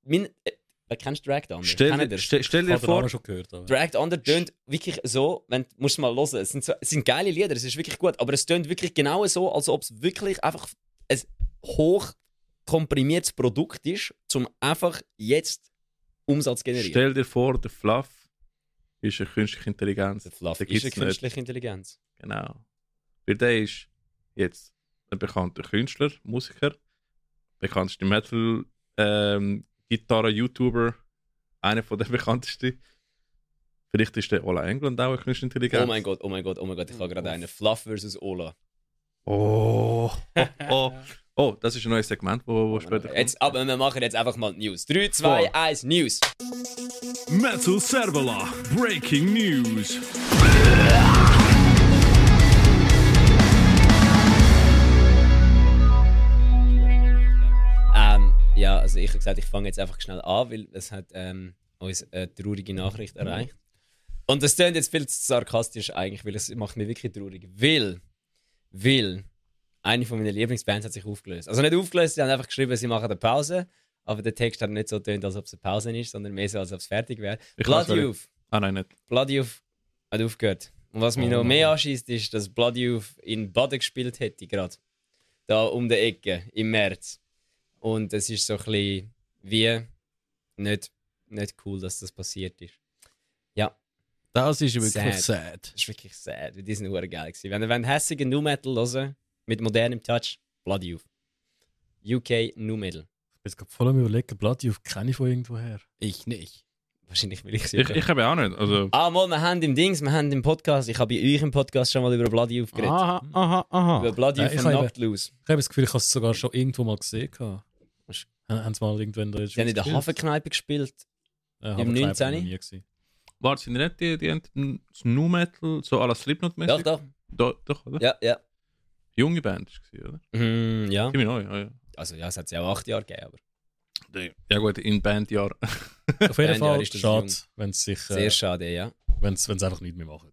[SPEAKER 3] mein, äh, wer kennst du Dragged Under? Kennt
[SPEAKER 1] Stell,
[SPEAKER 3] ihr's?
[SPEAKER 1] stell, stell
[SPEAKER 2] Ich
[SPEAKER 1] dir
[SPEAKER 2] habe den Namen
[SPEAKER 1] vor,
[SPEAKER 2] schon gehört. Aber.
[SPEAKER 3] Dragged Under tönt wirklich so, wenn musst du mal hören. Es sind, so, es sind geile Lieder, es ist wirklich gut, aber es tönt wirklich genau so, als ob es wirklich einfach ein hoch komprimiertes Produkt ist, um einfach jetzt Umsatz zu generieren.
[SPEAKER 1] stell dir vor, der Fluff ist eine künstliche Intelligenz.
[SPEAKER 3] Der Fluff
[SPEAKER 1] Den
[SPEAKER 3] ist eine
[SPEAKER 1] gibt's nicht.
[SPEAKER 3] künstliche Intelligenz.
[SPEAKER 1] Genau. Weil der ist jetzt ein bekannter Künstler, Musiker, bekannteste Metal, ähm, Gitarre-YouTuber, einer von der bekanntesten. Vielleicht ist der Ola England auch eine künstliche Intelligenz.
[SPEAKER 3] Oh mein Gott, oh mein Gott, oh mein Gott, ich habe gerade einen. Fluff versus Ola.
[SPEAKER 1] Oh, oh, oh, oh, das ist ein neues Segment, wo,
[SPEAKER 3] Oh,
[SPEAKER 1] wo später kommt.
[SPEAKER 3] Jetzt, aber wir machen jetzt einfach mal die News. 3, 2,
[SPEAKER 1] Voll.
[SPEAKER 3] 1, News.
[SPEAKER 7] Metal Servola Breaking News.
[SPEAKER 3] Ähm, ja, also ich habe gesagt, ich fange jetzt einfach schnell an, weil es hat ähm, uns eine traurige Nachricht erreicht. Und das klingt jetzt viel zu sarkastisch eigentlich, weil es macht mich wirklich traurig. Weil, weil eine von meinen Lieblingsbands hat sich aufgelöst. Also nicht aufgelöst, sie haben einfach geschrieben, sie machen eine Pause. Aber der Text hat nicht so tönt, als ob es eine Pause ist, sondern mehr so, als ob es fertig wäre.
[SPEAKER 1] Ich weiß,
[SPEAKER 3] Bloody
[SPEAKER 1] wer-
[SPEAKER 3] Youth.
[SPEAKER 1] Ah, nein, nicht.
[SPEAKER 3] Bloody Youth hat aufgehört. Und was mich
[SPEAKER 4] Oh
[SPEAKER 3] noch mehr anschießt, ist, dass Bloody Youth in Baden gespielt hätte, gerade. Da um die Ecke, im März. Und es ist so ein bisschen wie nicht, nicht cool, dass das passiert ist.
[SPEAKER 4] Das ist wirklich
[SPEAKER 3] Sad.
[SPEAKER 4] sad.
[SPEAKER 3] Das ist wirklich sad, weil die sind verdammt geil gewesen. Wenn ihr wollt hässigen Nu Metal hören mit modernem Touch, Bloody Youth. UK Nu Metal.
[SPEAKER 2] Ich bin jetzt gerade voll am überlegen, Bloody auf kenne ich von irgendwoher.
[SPEAKER 4] Ich nicht.
[SPEAKER 3] Wahrscheinlich will ich sie.
[SPEAKER 1] Ich, ich habe auch nicht. Also,
[SPEAKER 3] Ah, mal, wir haben im Dings, wir haben im Podcast, ich habe bei euch im Podcast schon mal über Bloody Youth geredet.
[SPEAKER 4] Aha, aha, aha.
[SPEAKER 3] Über Bloody
[SPEAKER 2] Äh,
[SPEAKER 3] Youth
[SPEAKER 2] ich
[SPEAKER 3] von
[SPEAKER 2] habe-
[SPEAKER 3] Knocked Loose.
[SPEAKER 2] Ich habe das Gefühl, ich habe es sogar schon irgendwo mal gesehen. gehabt.
[SPEAKER 3] Was-
[SPEAKER 2] Haben haben sie mal irgendwann da in
[SPEAKER 3] Die haben in der Hafenkneipe gespielt.
[SPEAKER 2] Äh,
[SPEAKER 3] im
[SPEAKER 2] Hafenkneipe
[SPEAKER 3] 19.
[SPEAKER 2] noch nie gewesen.
[SPEAKER 1] war sind nicht die, die haben das Nu Metal, so à la slipknot
[SPEAKER 3] Doch,
[SPEAKER 1] mäßig
[SPEAKER 3] doch.
[SPEAKER 1] Doch, doch, oder?
[SPEAKER 3] Ja, ja.
[SPEAKER 1] Junge Band war es, oder?
[SPEAKER 3] Mm, ja.
[SPEAKER 1] Ziemlich neu, ja, ja.
[SPEAKER 3] Also ja, es hat ja auch acht Jahre gegeben, aber
[SPEAKER 1] Ja gut, in Bandjahr.
[SPEAKER 2] Auf jeden
[SPEAKER 3] Ein Jahr
[SPEAKER 2] Fall
[SPEAKER 3] ist das
[SPEAKER 2] schade,
[SPEAKER 3] jung.
[SPEAKER 2] wenn sie sich,
[SPEAKER 3] sehr
[SPEAKER 2] äh,
[SPEAKER 3] schade, ja.
[SPEAKER 2] wenn's, wenn's einfach nicht mehr machen.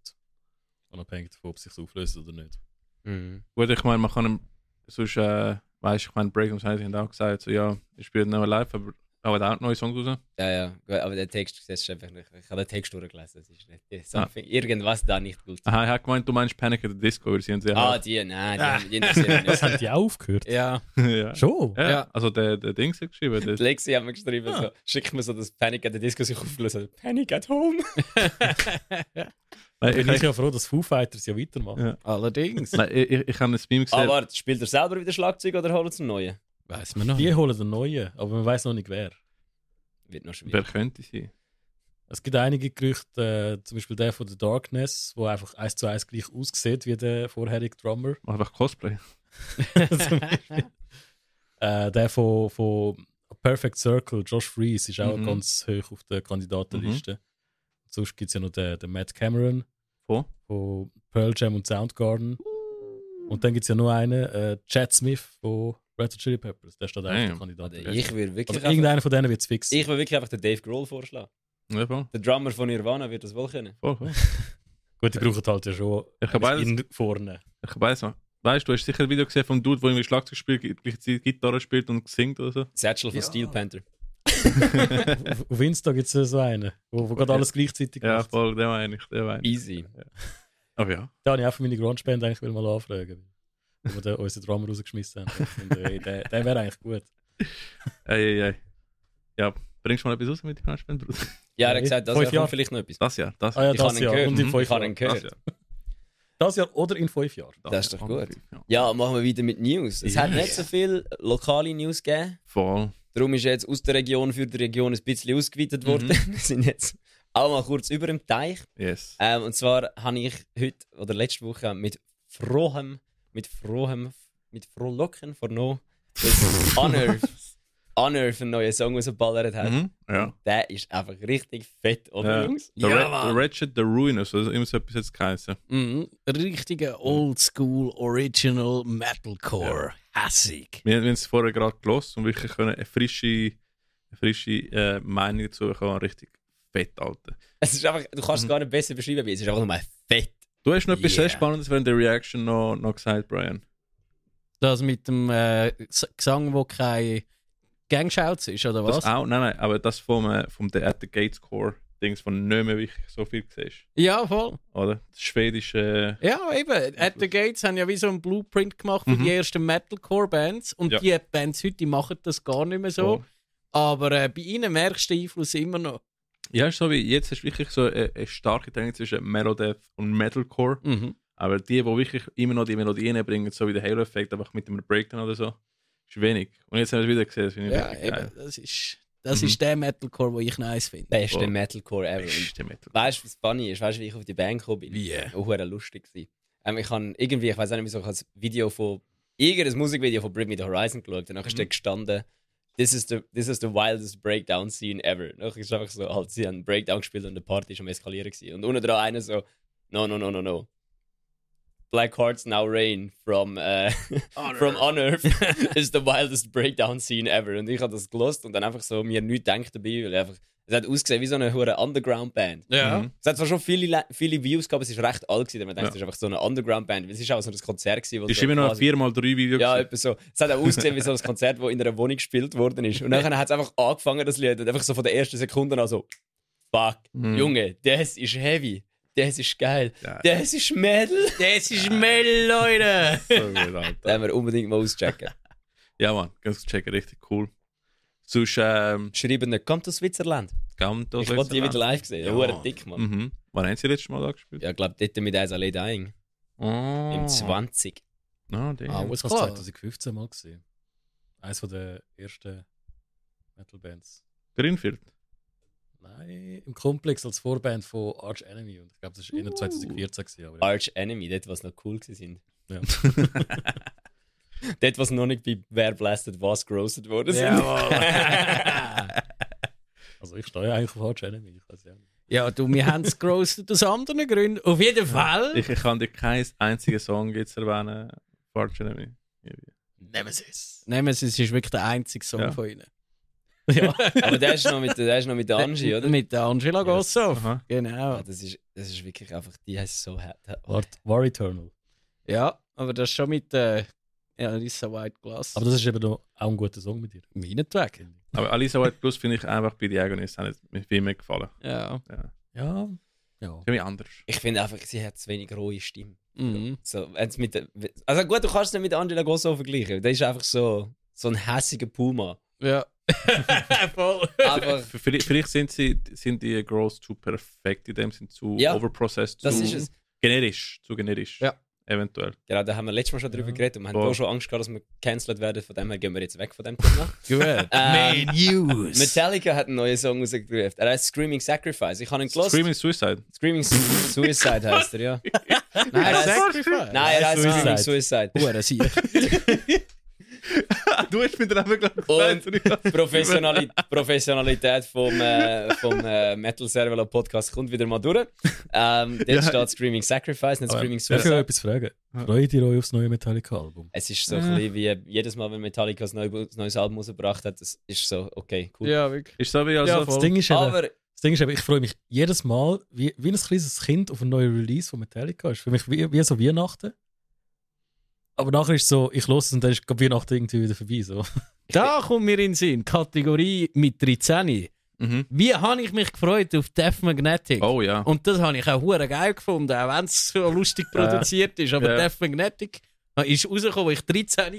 [SPEAKER 2] Unabhängig davon, ob es sich auflöst oder nicht.
[SPEAKER 3] Mhm.
[SPEAKER 1] Gut, ich meine, man kann sonst, äh, weißt du, ich meine, Breaking Science haben auch gesagt, so, ja, ich spiele nicht mehr live, aber aber da auch neue Songs raus.
[SPEAKER 3] Ja, ja. Gut, aber der Text das ist einfach nicht. Ich habe den Text durchgelesen, das ist nicht. Something, Irgendwas da nicht gut.
[SPEAKER 1] Aha, ich habe gemeint, du meinst Panic at the Disco, weil sie haben sehr
[SPEAKER 3] Ah, die, nein, die, haben- die interessieren mich nicht.
[SPEAKER 2] Haben die auch aufgehört?
[SPEAKER 4] Ja.
[SPEAKER 1] ja.
[SPEAKER 2] Schon?
[SPEAKER 1] Ja,
[SPEAKER 4] Ja.
[SPEAKER 1] also der, der Dings hat geschrieben.
[SPEAKER 3] Die
[SPEAKER 1] Der,
[SPEAKER 3] Lexi hat mir geschrieben, so, schick mir so das Panic at the Disco sich auflösen. Panic at home.
[SPEAKER 1] Nein, ich,
[SPEAKER 2] Bin ich
[SPEAKER 1] ich,
[SPEAKER 2] ja froh, dass Foo Fighters ja weitermachen.
[SPEAKER 1] Ja.
[SPEAKER 4] Allerdings.
[SPEAKER 1] nein, ich, ich, ich habe einen Meme gesehen.
[SPEAKER 3] Ah, warte, spielt er selber wieder Schlagzeug oder holt er einen neuen?
[SPEAKER 4] Weiß man noch.
[SPEAKER 2] Die holen den neuen, aber man weiß noch nicht wer.
[SPEAKER 3] Wird noch schwierig.
[SPEAKER 1] Wer könnte sein?
[SPEAKER 2] Es gibt einige Gerüchte, äh, zum Beispiel der von The Darkness, wo einfach eins zu eins gleich aussieht wie der vorherige Drummer.
[SPEAKER 1] Mach einfach Cosplay.
[SPEAKER 2] Zum Beispiel. äh, der von, von Perfect Circle, Josh Freeze, ist auch
[SPEAKER 1] Mhm.
[SPEAKER 2] ganz hoch auf der Kandidatenliste. Sonst gibt es ja noch den, den Matt Cameron
[SPEAKER 1] Wo?
[SPEAKER 2] von Pearl Jam und Soundgarden. Und dann gibt es ja noch einen, äh, Chad Smith von Red Hot Chili Peppers. Der steht auch auf der
[SPEAKER 1] Damn.
[SPEAKER 3] Oder
[SPEAKER 2] Kandidatenliste.
[SPEAKER 3] ich würde
[SPEAKER 2] Also
[SPEAKER 3] wirklich, einfach-
[SPEAKER 2] irgendeiner von denen wird es fix. sein.
[SPEAKER 3] ich würde wirklich einfach den Dave Grohl vorschlagen.
[SPEAKER 1] Ja, voll.
[SPEAKER 3] Der Drummer von Nirvana wird das wohl können.
[SPEAKER 1] voll, voll.
[SPEAKER 2] Gut, die brauchen halt ja schon
[SPEAKER 1] Ich hab
[SPEAKER 2] einen in vorne.
[SPEAKER 1] Ich weiß noch. Weißt du, du hast sicher ein Video gesehen vom Dude, der irgendwie Schlagzeug spielt, gl- gleichzeitig Gitarre spielt und singt oder so.
[SPEAKER 3] Satchel von Steel Panther.
[SPEAKER 2] auf, auf Insta gibt es ja so einen, wo, wo gerade alles gleichzeitig
[SPEAKER 1] Ja,
[SPEAKER 2] macht.
[SPEAKER 1] voll, der meine ich, der meine ich.
[SPEAKER 3] Easy.
[SPEAKER 1] Aber ja.
[SPEAKER 2] Da habe ich auch für meine Grundspende eigentlich will mal anfragen. Wo wir den, unseren Drummer rausgeschmissen haben. Ich finde, ey, der der wäre eigentlich gut.
[SPEAKER 1] Ey, ey, ey. Ja, bringst du mal etwas raus mit dem Nachspielen, Bruder?
[SPEAKER 3] Ja, er
[SPEAKER 2] Hey,
[SPEAKER 3] hat gesagt, das
[SPEAKER 2] fünf
[SPEAKER 3] wäre
[SPEAKER 2] Jahre.
[SPEAKER 3] kommt vielleicht noch etwas.
[SPEAKER 1] Das Jahr, das
[SPEAKER 2] Ah ja,
[SPEAKER 3] Ich
[SPEAKER 2] das
[SPEAKER 3] habe ihn
[SPEAKER 2] Jahr
[SPEAKER 3] gehört.
[SPEAKER 2] und in
[SPEAKER 1] Mhm.
[SPEAKER 2] fünf
[SPEAKER 3] Ich habe
[SPEAKER 2] Jahren.
[SPEAKER 3] ihn gehört.
[SPEAKER 1] Jahr.
[SPEAKER 2] Das Jahr oder in fünf Jahren.
[SPEAKER 3] Das ist doch gut.
[SPEAKER 1] Ja.
[SPEAKER 3] Ja, machen wir weiter mit News. Es hat nicht so viel lokale News gegeben.
[SPEAKER 1] Voll.
[SPEAKER 3] Darum ist jetzt aus der Region für die Region ein bisschen ausgeweitet worden. Wir sind jetzt auch mal kurz über dem Teich.
[SPEAKER 1] Yes.
[SPEAKER 3] Ähm, und zwar habe ich heute oder letzte Woche mit frohem, mit frohem, mit frohlocken vernommen, dass Dus Unearth, Unearth einen neuen Song rausgeballert hat.
[SPEAKER 1] Mhm. Ja.
[SPEAKER 3] Der ist einfach richtig fett, oder
[SPEAKER 1] Ja.
[SPEAKER 3] Jungs?
[SPEAKER 1] The, Ra- The Ratchet, The Ruinous, also immer so etwas jetzt geheißen.
[SPEAKER 4] Mhm. Richtiger Oldschool Original Metalcore. Hässig.
[SPEAKER 1] Wir, wir haben es vorher gerade gelost und wirklich können eine frische, eine frische äh, Meinung dazu haben, richtig fett, Alter.
[SPEAKER 3] Es ist einfach, du
[SPEAKER 1] Hm.
[SPEAKER 3] kannst es gar nicht besser beschreiben, wie es ist einfach nur mal fett.
[SPEAKER 1] Du hast noch etwas
[SPEAKER 4] Yeah.
[SPEAKER 1] sehr Spannendes während der Reaction noch, noch gesagt, Brian.
[SPEAKER 4] Das mit dem äh, S- Gesang, wo kein Gangschauz ist, oder was?
[SPEAKER 1] Das auch, nein, nein, aber das vom, äh, vom The At the Gates Core, Dings, von nicht mehr wirklich so viel siehst,
[SPEAKER 4] Ja, voll.
[SPEAKER 1] oder? Das schwedische.
[SPEAKER 4] Ja, eben. At the Gates haben ja wie so einen Blueprint gemacht für die ersten Metalcore-Bands. Und
[SPEAKER 1] Ja.
[SPEAKER 4] die Bands heute die machen das gar nicht mehr so.
[SPEAKER 1] Voll.
[SPEAKER 4] Aber äh, bei ihnen merkst du den Einfluss immer noch.
[SPEAKER 1] Ja, ist so wie jetzt hast du wirklich so eine, eine starke Trennung zwischen Melodeath und Metalcore. Aber die, die wirklich immer noch die Melodien bringen, so wie der Halo-Effekt, einfach mit einem Breakdown oder so, ist wenig. Und jetzt haben wir es wieder gesehen, das finde ich
[SPEAKER 4] Ja,
[SPEAKER 1] richtig geil.
[SPEAKER 4] eben. Das ist, das
[SPEAKER 1] Mhm.
[SPEAKER 4] ist der Metalcore, den ich nice finde.
[SPEAKER 3] Beste
[SPEAKER 1] Voll.
[SPEAKER 3] Metalcore ever. Und
[SPEAKER 1] Beste Metal.
[SPEAKER 3] Weißt du, was funny ist? Weißt du, wie ich auf die Band gekommen bin? Wie? Yeah. Auch lustig war. Ähm, ich habe irgendwie, ich weiß auch nicht wieso, ich habe ein Video von, irgendein Musikvideo von Bring Me the Horizon geschaut. Danach ist da gestanden, this is, the, this is the wildest breakdown scene ever. Danach ist einfach so, halt, sie haben einen Breakdown gespielt und eine Party ist am Eskalieren gewesen. Und unten dran einer so, no, no, no, no, no. Black Hearts Now Rain from, äh, from Unearth is the wildest breakdown scene ever. Und ich habe das gelost und dann einfach so mir nichts gedacht dabei, weil ich einfach Es hat ausgesehen wie so eine hure Underground-Band.
[SPEAKER 8] Ja.
[SPEAKER 1] Mhm.
[SPEAKER 3] Es hat zwar schon viele, Le- viele Views gehabt, aber es ist recht alt gewesen. Man denkt,
[SPEAKER 1] Ja.
[SPEAKER 3] es ist einfach so eine Underground-Band. weil Es ist auch so ein Konzert gewesen. wo
[SPEAKER 1] Ist
[SPEAKER 3] so
[SPEAKER 1] immer noch ein
[SPEAKER 3] quasi-
[SPEAKER 1] 4x3 Video.
[SPEAKER 3] Ja,
[SPEAKER 1] gewesen.
[SPEAKER 3] etwa so. Es hat auch ausgesehen wie so ein Konzert, das in einer Wohnung gespielt worden ist. Und dann hat es einfach angefangen, das Lied. Und einfach so von der ersten Sekunde an so, fuck,
[SPEAKER 1] Mhm.
[SPEAKER 3] Junge, das ist heavy. Das ist geil.
[SPEAKER 1] Ja.
[SPEAKER 3] Das ist Mädel.
[SPEAKER 4] Das ist Mel, Leute!
[SPEAKER 1] So gut, Alter.
[SPEAKER 3] Das werden wir unbedingt mal auschecken.
[SPEAKER 1] Ja, Mann, ganz checken, richtig cool. Sonst, ähm,
[SPEAKER 3] Schreiben nicht, kommt aus Switzerland.
[SPEAKER 1] Gantos.
[SPEAKER 3] Ich wollte die wieder live sehen. Ja,
[SPEAKER 1] Ja.
[SPEAKER 3] hure dick, Mann.
[SPEAKER 1] Mhm. Wann haben sie letztes Mal da gespielt?
[SPEAKER 3] Ja, ich glaube, dort mit «Eyes Are Lay Dying»
[SPEAKER 1] Oh.
[SPEAKER 3] im 20.
[SPEAKER 1] Ah, damn.
[SPEAKER 2] Ah, das war
[SPEAKER 4] klar.
[SPEAKER 2] 2015 mal gesehen. Eines von der ersten Metal Bands.
[SPEAKER 1] Greenfield.
[SPEAKER 2] Nein, im Komplex als Vorband von Arch Enemy. Und ich glaube, das war eher 2014 gewesen, aber ja.
[SPEAKER 3] Arch Enemy, dort, was noch cool gewesen
[SPEAKER 2] Ja.
[SPEAKER 3] sind. dort, was noch nicht bei «Wer blastet was» grossed worden sind.
[SPEAKER 2] Also ich stehe ja eigentlich auf Arch Enemy. Ich weiß ja. nicht.
[SPEAKER 4] Ja, du, wir haben es gerostet aus anderen Gründen. Auf jeden Fall.
[SPEAKER 1] Ich, ich kann dir keinen einzigen Song jetzt erwähnen. Fortunately.
[SPEAKER 2] Nemesis.
[SPEAKER 4] Nein, es ist wirklich der einzige Song
[SPEAKER 1] Ja.
[SPEAKER 4] von ihnen.
[SPEAKER 3] Aber der ist noch mit, der ist noch mit der Angie, oder?
[SPEAKER 4] Mit der Angela Gossow.
[SPEAKER 1] Aha.
[SPEAKER 4] Genau.
[SPEAKER 3] Ah, das, ist, das ist wirklich einfach, die heißt so hart.
[SPEAKER 2] War, War Eternal.
[SPEAKER 4] Ja, aber das ist schon mit äh, Alissa White Glass.
[SPEAKER 2] Aber das ist eben noch auch ein guter Song mit dir.
[SPEAKER 4] meinetwegen.
[SPEAKER 1] Aber Alisa White Plus finde ich einfach bei Diagonist hat mir viel mehr gefallen.
[SPEAKER 4] Ja.
[SPEAKER 2] Ja. Ja.
[SPEAKER 1] Irgendwie anders.
[SPEAKER 3] Ich finde einfach, sie hat zu wenig rohe Stimme.
[SPEAKER 4] Mhm.
[SPEAKER 3] So, wenn's mit, der- also gut, du kannst es nicht mit Angela Gossow vergleichen. Der ist einfach so, so ein hässiger Puma.
[SPEAKER 4] Ja. Voll.
[SPEAKER 3] Aber
[SPEAKER 1] V- Vielleicht, vielleicht sind, sie, sind die Girls zu perfekt in dem, sind zu
[SPEAKER 3] Ja.
[SPEAKER 1] overprocessed,
[SPEAKER 3] das
[SPEAKER 1] zu
[SPEAKER 3] ist es.
[SPEAKER 1] generisch. Zu generisch.
[SPEAKER 4] Ja.
[SPEAKER 1] Eventuell.
[SPEAKER 3] Genau, da haben wir letztes Mal schon drüber geredet und wir haben
[SPEAKER 1] Voll.
[SPEAKER 3] auch schon Angst gehabt, dass wir gecancelt werden. Von dem her gehen wir jetzt weg von dem Thema.
[SPEAKER 4] Gut.
[SPEAKER 3] Ähm,
[SPEAKER 4] Main News.
[SPEAKER 3] Metallica hat einen neuen Song rausgerufen. Er heißt Screaming Sacrifice. Ich habe ihn gelesen.
[SPEAKER 1] Screaming Suicide.
[SPEAKER 3] Screaming Su- Suicide heißt er, ja.
[SPEAKER 4] Nein,
[SPEAKER 3] er heißt-
[SPEAKER 4] Sacrifice.
[SPEAKER 3] Nein, er heißt Screaming
[SPEAKER 2] Suicide.
[SPEAKER 3] Suicide.
[SPEAKER 4] Hure Sieg.
[SPEAKER 1] du hast mir den Namen
[SPEAKER 3] Und-
[SPEAKER 1] gesagt.
[SPEAKER 3] Professionali Professionalität vom, äh, vom äh, Metal Servelo Podcast kommt wieder mal durch. Ähm, dort
[SPEAKER 1] Ja.
[SPEAKER 3] steht Screaming Sacrifice, nicht
[SPEAKER 1] Aber-
[SPEAKER 3] Screaming
[SPEAKER 2] Darf ich
[SPEAKER 3] Suicide.
[SPEAKER 2] euch etwas fragen? Freut ihr euch aufs neue Metallica-Album?
[SPEAKER 3] Es ist so ein bisschen wie jedes Mal, wenn Metallica ein neues, neues Album rausgebracht hat, das ist so, okay, cool.
[SPEAKER 4] Ja, wirklich.
[SPEAKER 1] Ist so wie also.
[SPEAKER 4] Ja,
[SPEAKER 2] Das
[SPEAKER 4] voll.
[SPEAKER 2] Ding ist eben,
[SPEAKER 3] Aber
[SPEAKER 2] Das Ding ist eben, ich freue mich jedes Mal, wie, wie ein kleines Kind auf ein neues Release von Metallica. Ist für mich wie, wie so Weihnachten. Aber nachher ist es so, ich los es und dann ist grad Weihnachten irgendwie wieder vorbei. So.
[SPEAKER 4] Da kommt mir in den Sinn. Kategorie mit 13.
[SPEAKER 1] mhm.
[SPEAKER 4] Wie habe ich mich gefreut auf Death Magnetic?
[SPEAKER 1] Oh ja.
[SPEAKER 4] Und das habe ich auch hure geil gefunden, auch wenn es so lustig produziert ist. Aber
[SPEAKER 1] Ja.
[SPEAKER 4] Death Magnetic nou, ist rausgekommen, als ich 13 war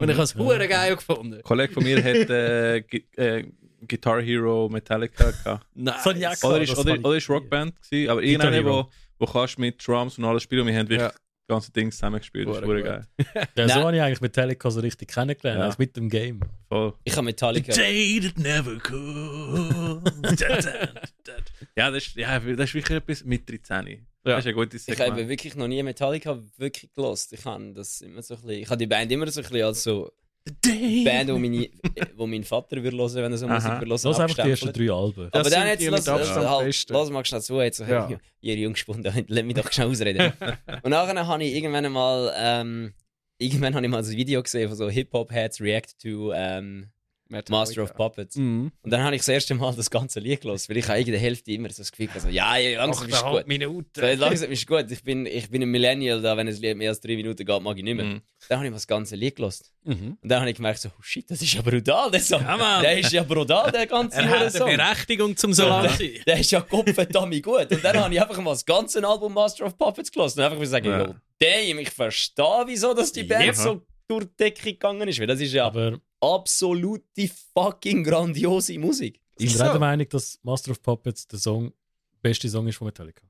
[SPEAKER 4] und ich habe es hure geil gefunden.
[SPEAKER 1] Ein Kollege von mir hat äh, Gi- äh, Guitar Hero Metallica gehabt.
[SPEAKER 4] Nice.
[SPEAKER 2] So ein Jack-
[SPEAKER 1] Oder
[SPEAKER 2] das
[SPEAKER 1] ist,
[SPEAKER 2] kann
[SPEAKER 1] oder,
[SPEAKER 2] ich
[SPEAKER 1] oder ist Rockband gewesen, aber
[SPEAKER 2] Guitar
[SPEAKER 1] irgendeine,
[SPEAKER 2] Hero.
[SPEAKER 1] wo, wo kannst mit Drums und alles spielen und wir haben wirklich
[SPEAKER 4] Ja.
[SPEAKER 1] das ganze Ding zusammengespielt. Das ist hure
[SPEAKER 4] Hure
[SPEAKER 1] geil.
[SPEAKER 2] Ja,
[SPEAKER 3] Nein.
[SPEAKER 2] so habe ich eigentlich Metallica so richtig kennengelernt,
[SPEAKER 1] Ja.
[SPEAKER 2] also mit dem Game.
[SPEAKER 1] Voll.
[SPEAKER 3] ich habe Metallica.
[SPEAKER 1] Ja, das ist, ja, das ist wirklich etwas mit 13. Das ist ein gutes
[SPEAKER 3] Ich habe
[SPEAKER 1] Segment.
[SPEAKER 3] eben wirklich noch nie Metallica wirklich gelost. Ich habe das immer so ein bisschen, ich habe die Band immer so ein bisschen als so Band, wo, meine, wo mein Vater würde hören, wenn er so
[SPEAKER 1] Aha.
[SPEAKER 3] Musik würde hören,
[SPEAKER 2] Das einfach die ersten
[SPEAKER 3] abgestempelt.
[SPEAKER 2] drei Alben.
[SPEAKER 4] Das
[SPEAKER 3] Aber dann
[SPEAKER 4] sind
[SPEAKER 3] jetzt,
[SPEAKER 4] die
[SPEAKER 3] lass,
[SPEAKER 4] mit
[SPEAKER 3] lass,
[SPEAKER 4] Abstand
[SPEAKER 3] halt,
[SPEAKER 4] besten.
[SPEAKER 3] lass mal schnell zu, jetzt, so,
[SPEAKER 4] Ja.
[SPEAKER 3] hey, ihr Jungspunde, lasst mich doch schnell ausreden. und nachher habe ich irgendwann mal, ähm, irgendwann habe ich mal so ein Video gesehen von so Hip-Hop-Heads react to ähm, Master of Puppets.
[SPEAKER 4] Mhm.
[SPEAKER 3] Und dann habe ich das erste Mal das ganze Lied gelassen, weil ich habe in der Hälfte immer so das Gefühl hatte, so, ja, ja, langsam ist gut.
[SPEAKER 4] Achteinhalb Minuten.
[SPEAKER 3] So, jetzt langsam ist gut, ich bin, ich bin ein Millennial, da wenn ein Lied mehr als drei Minuten geht, mag ich nicht mehr.
[SPEAKER 1] Mhm.
[SPEAKER 3] Dann habe ich mal das ganze Lied gelassen.
[SPEAKER 4] Mhm.
[SPEAKER 3] Und dann habe ich gemerkt, so, oh shit, das ist ja brutal, der Song.
[SPEAKER 4] Ja, Mann.
[SPEAKER 3] der ist ja brutal, der ganze
[SPEAKER 4] Er
[SPEAKER 3] Hure
[SPEAKER 4] hat eine
[SPEAKER 3] Song.
[SPEAKER 4] Berechtigung zum so lang zu sein.
[SPEAKER 3] Der ist ja kopfendammi gut. Und dann habe ich einfach mal das ganze Album Master of Puppets gelassen. Und einfach mal sagen,
[SPEAKER 1] Ja.
[SPEAKER 3] yo, damn, ich verstehe, wieso dass die Band
[SPEAKER 1] Ja.
[SPEAKER 3] so durch die Decke gegangen ist. Weil das ist ja
[SPEAKER 2] Aber
[SPEAKER 3] absolute fucking grandiose Musik.
[SPEAKER 2] ich
[SPEAKER 4] Ist
[SPEAKER 2] bin der
[SPEAKER 4] so.
[SPEAKER 2] Meinung, dass Master of Puppets der Song, der beste Song ist von Metallica.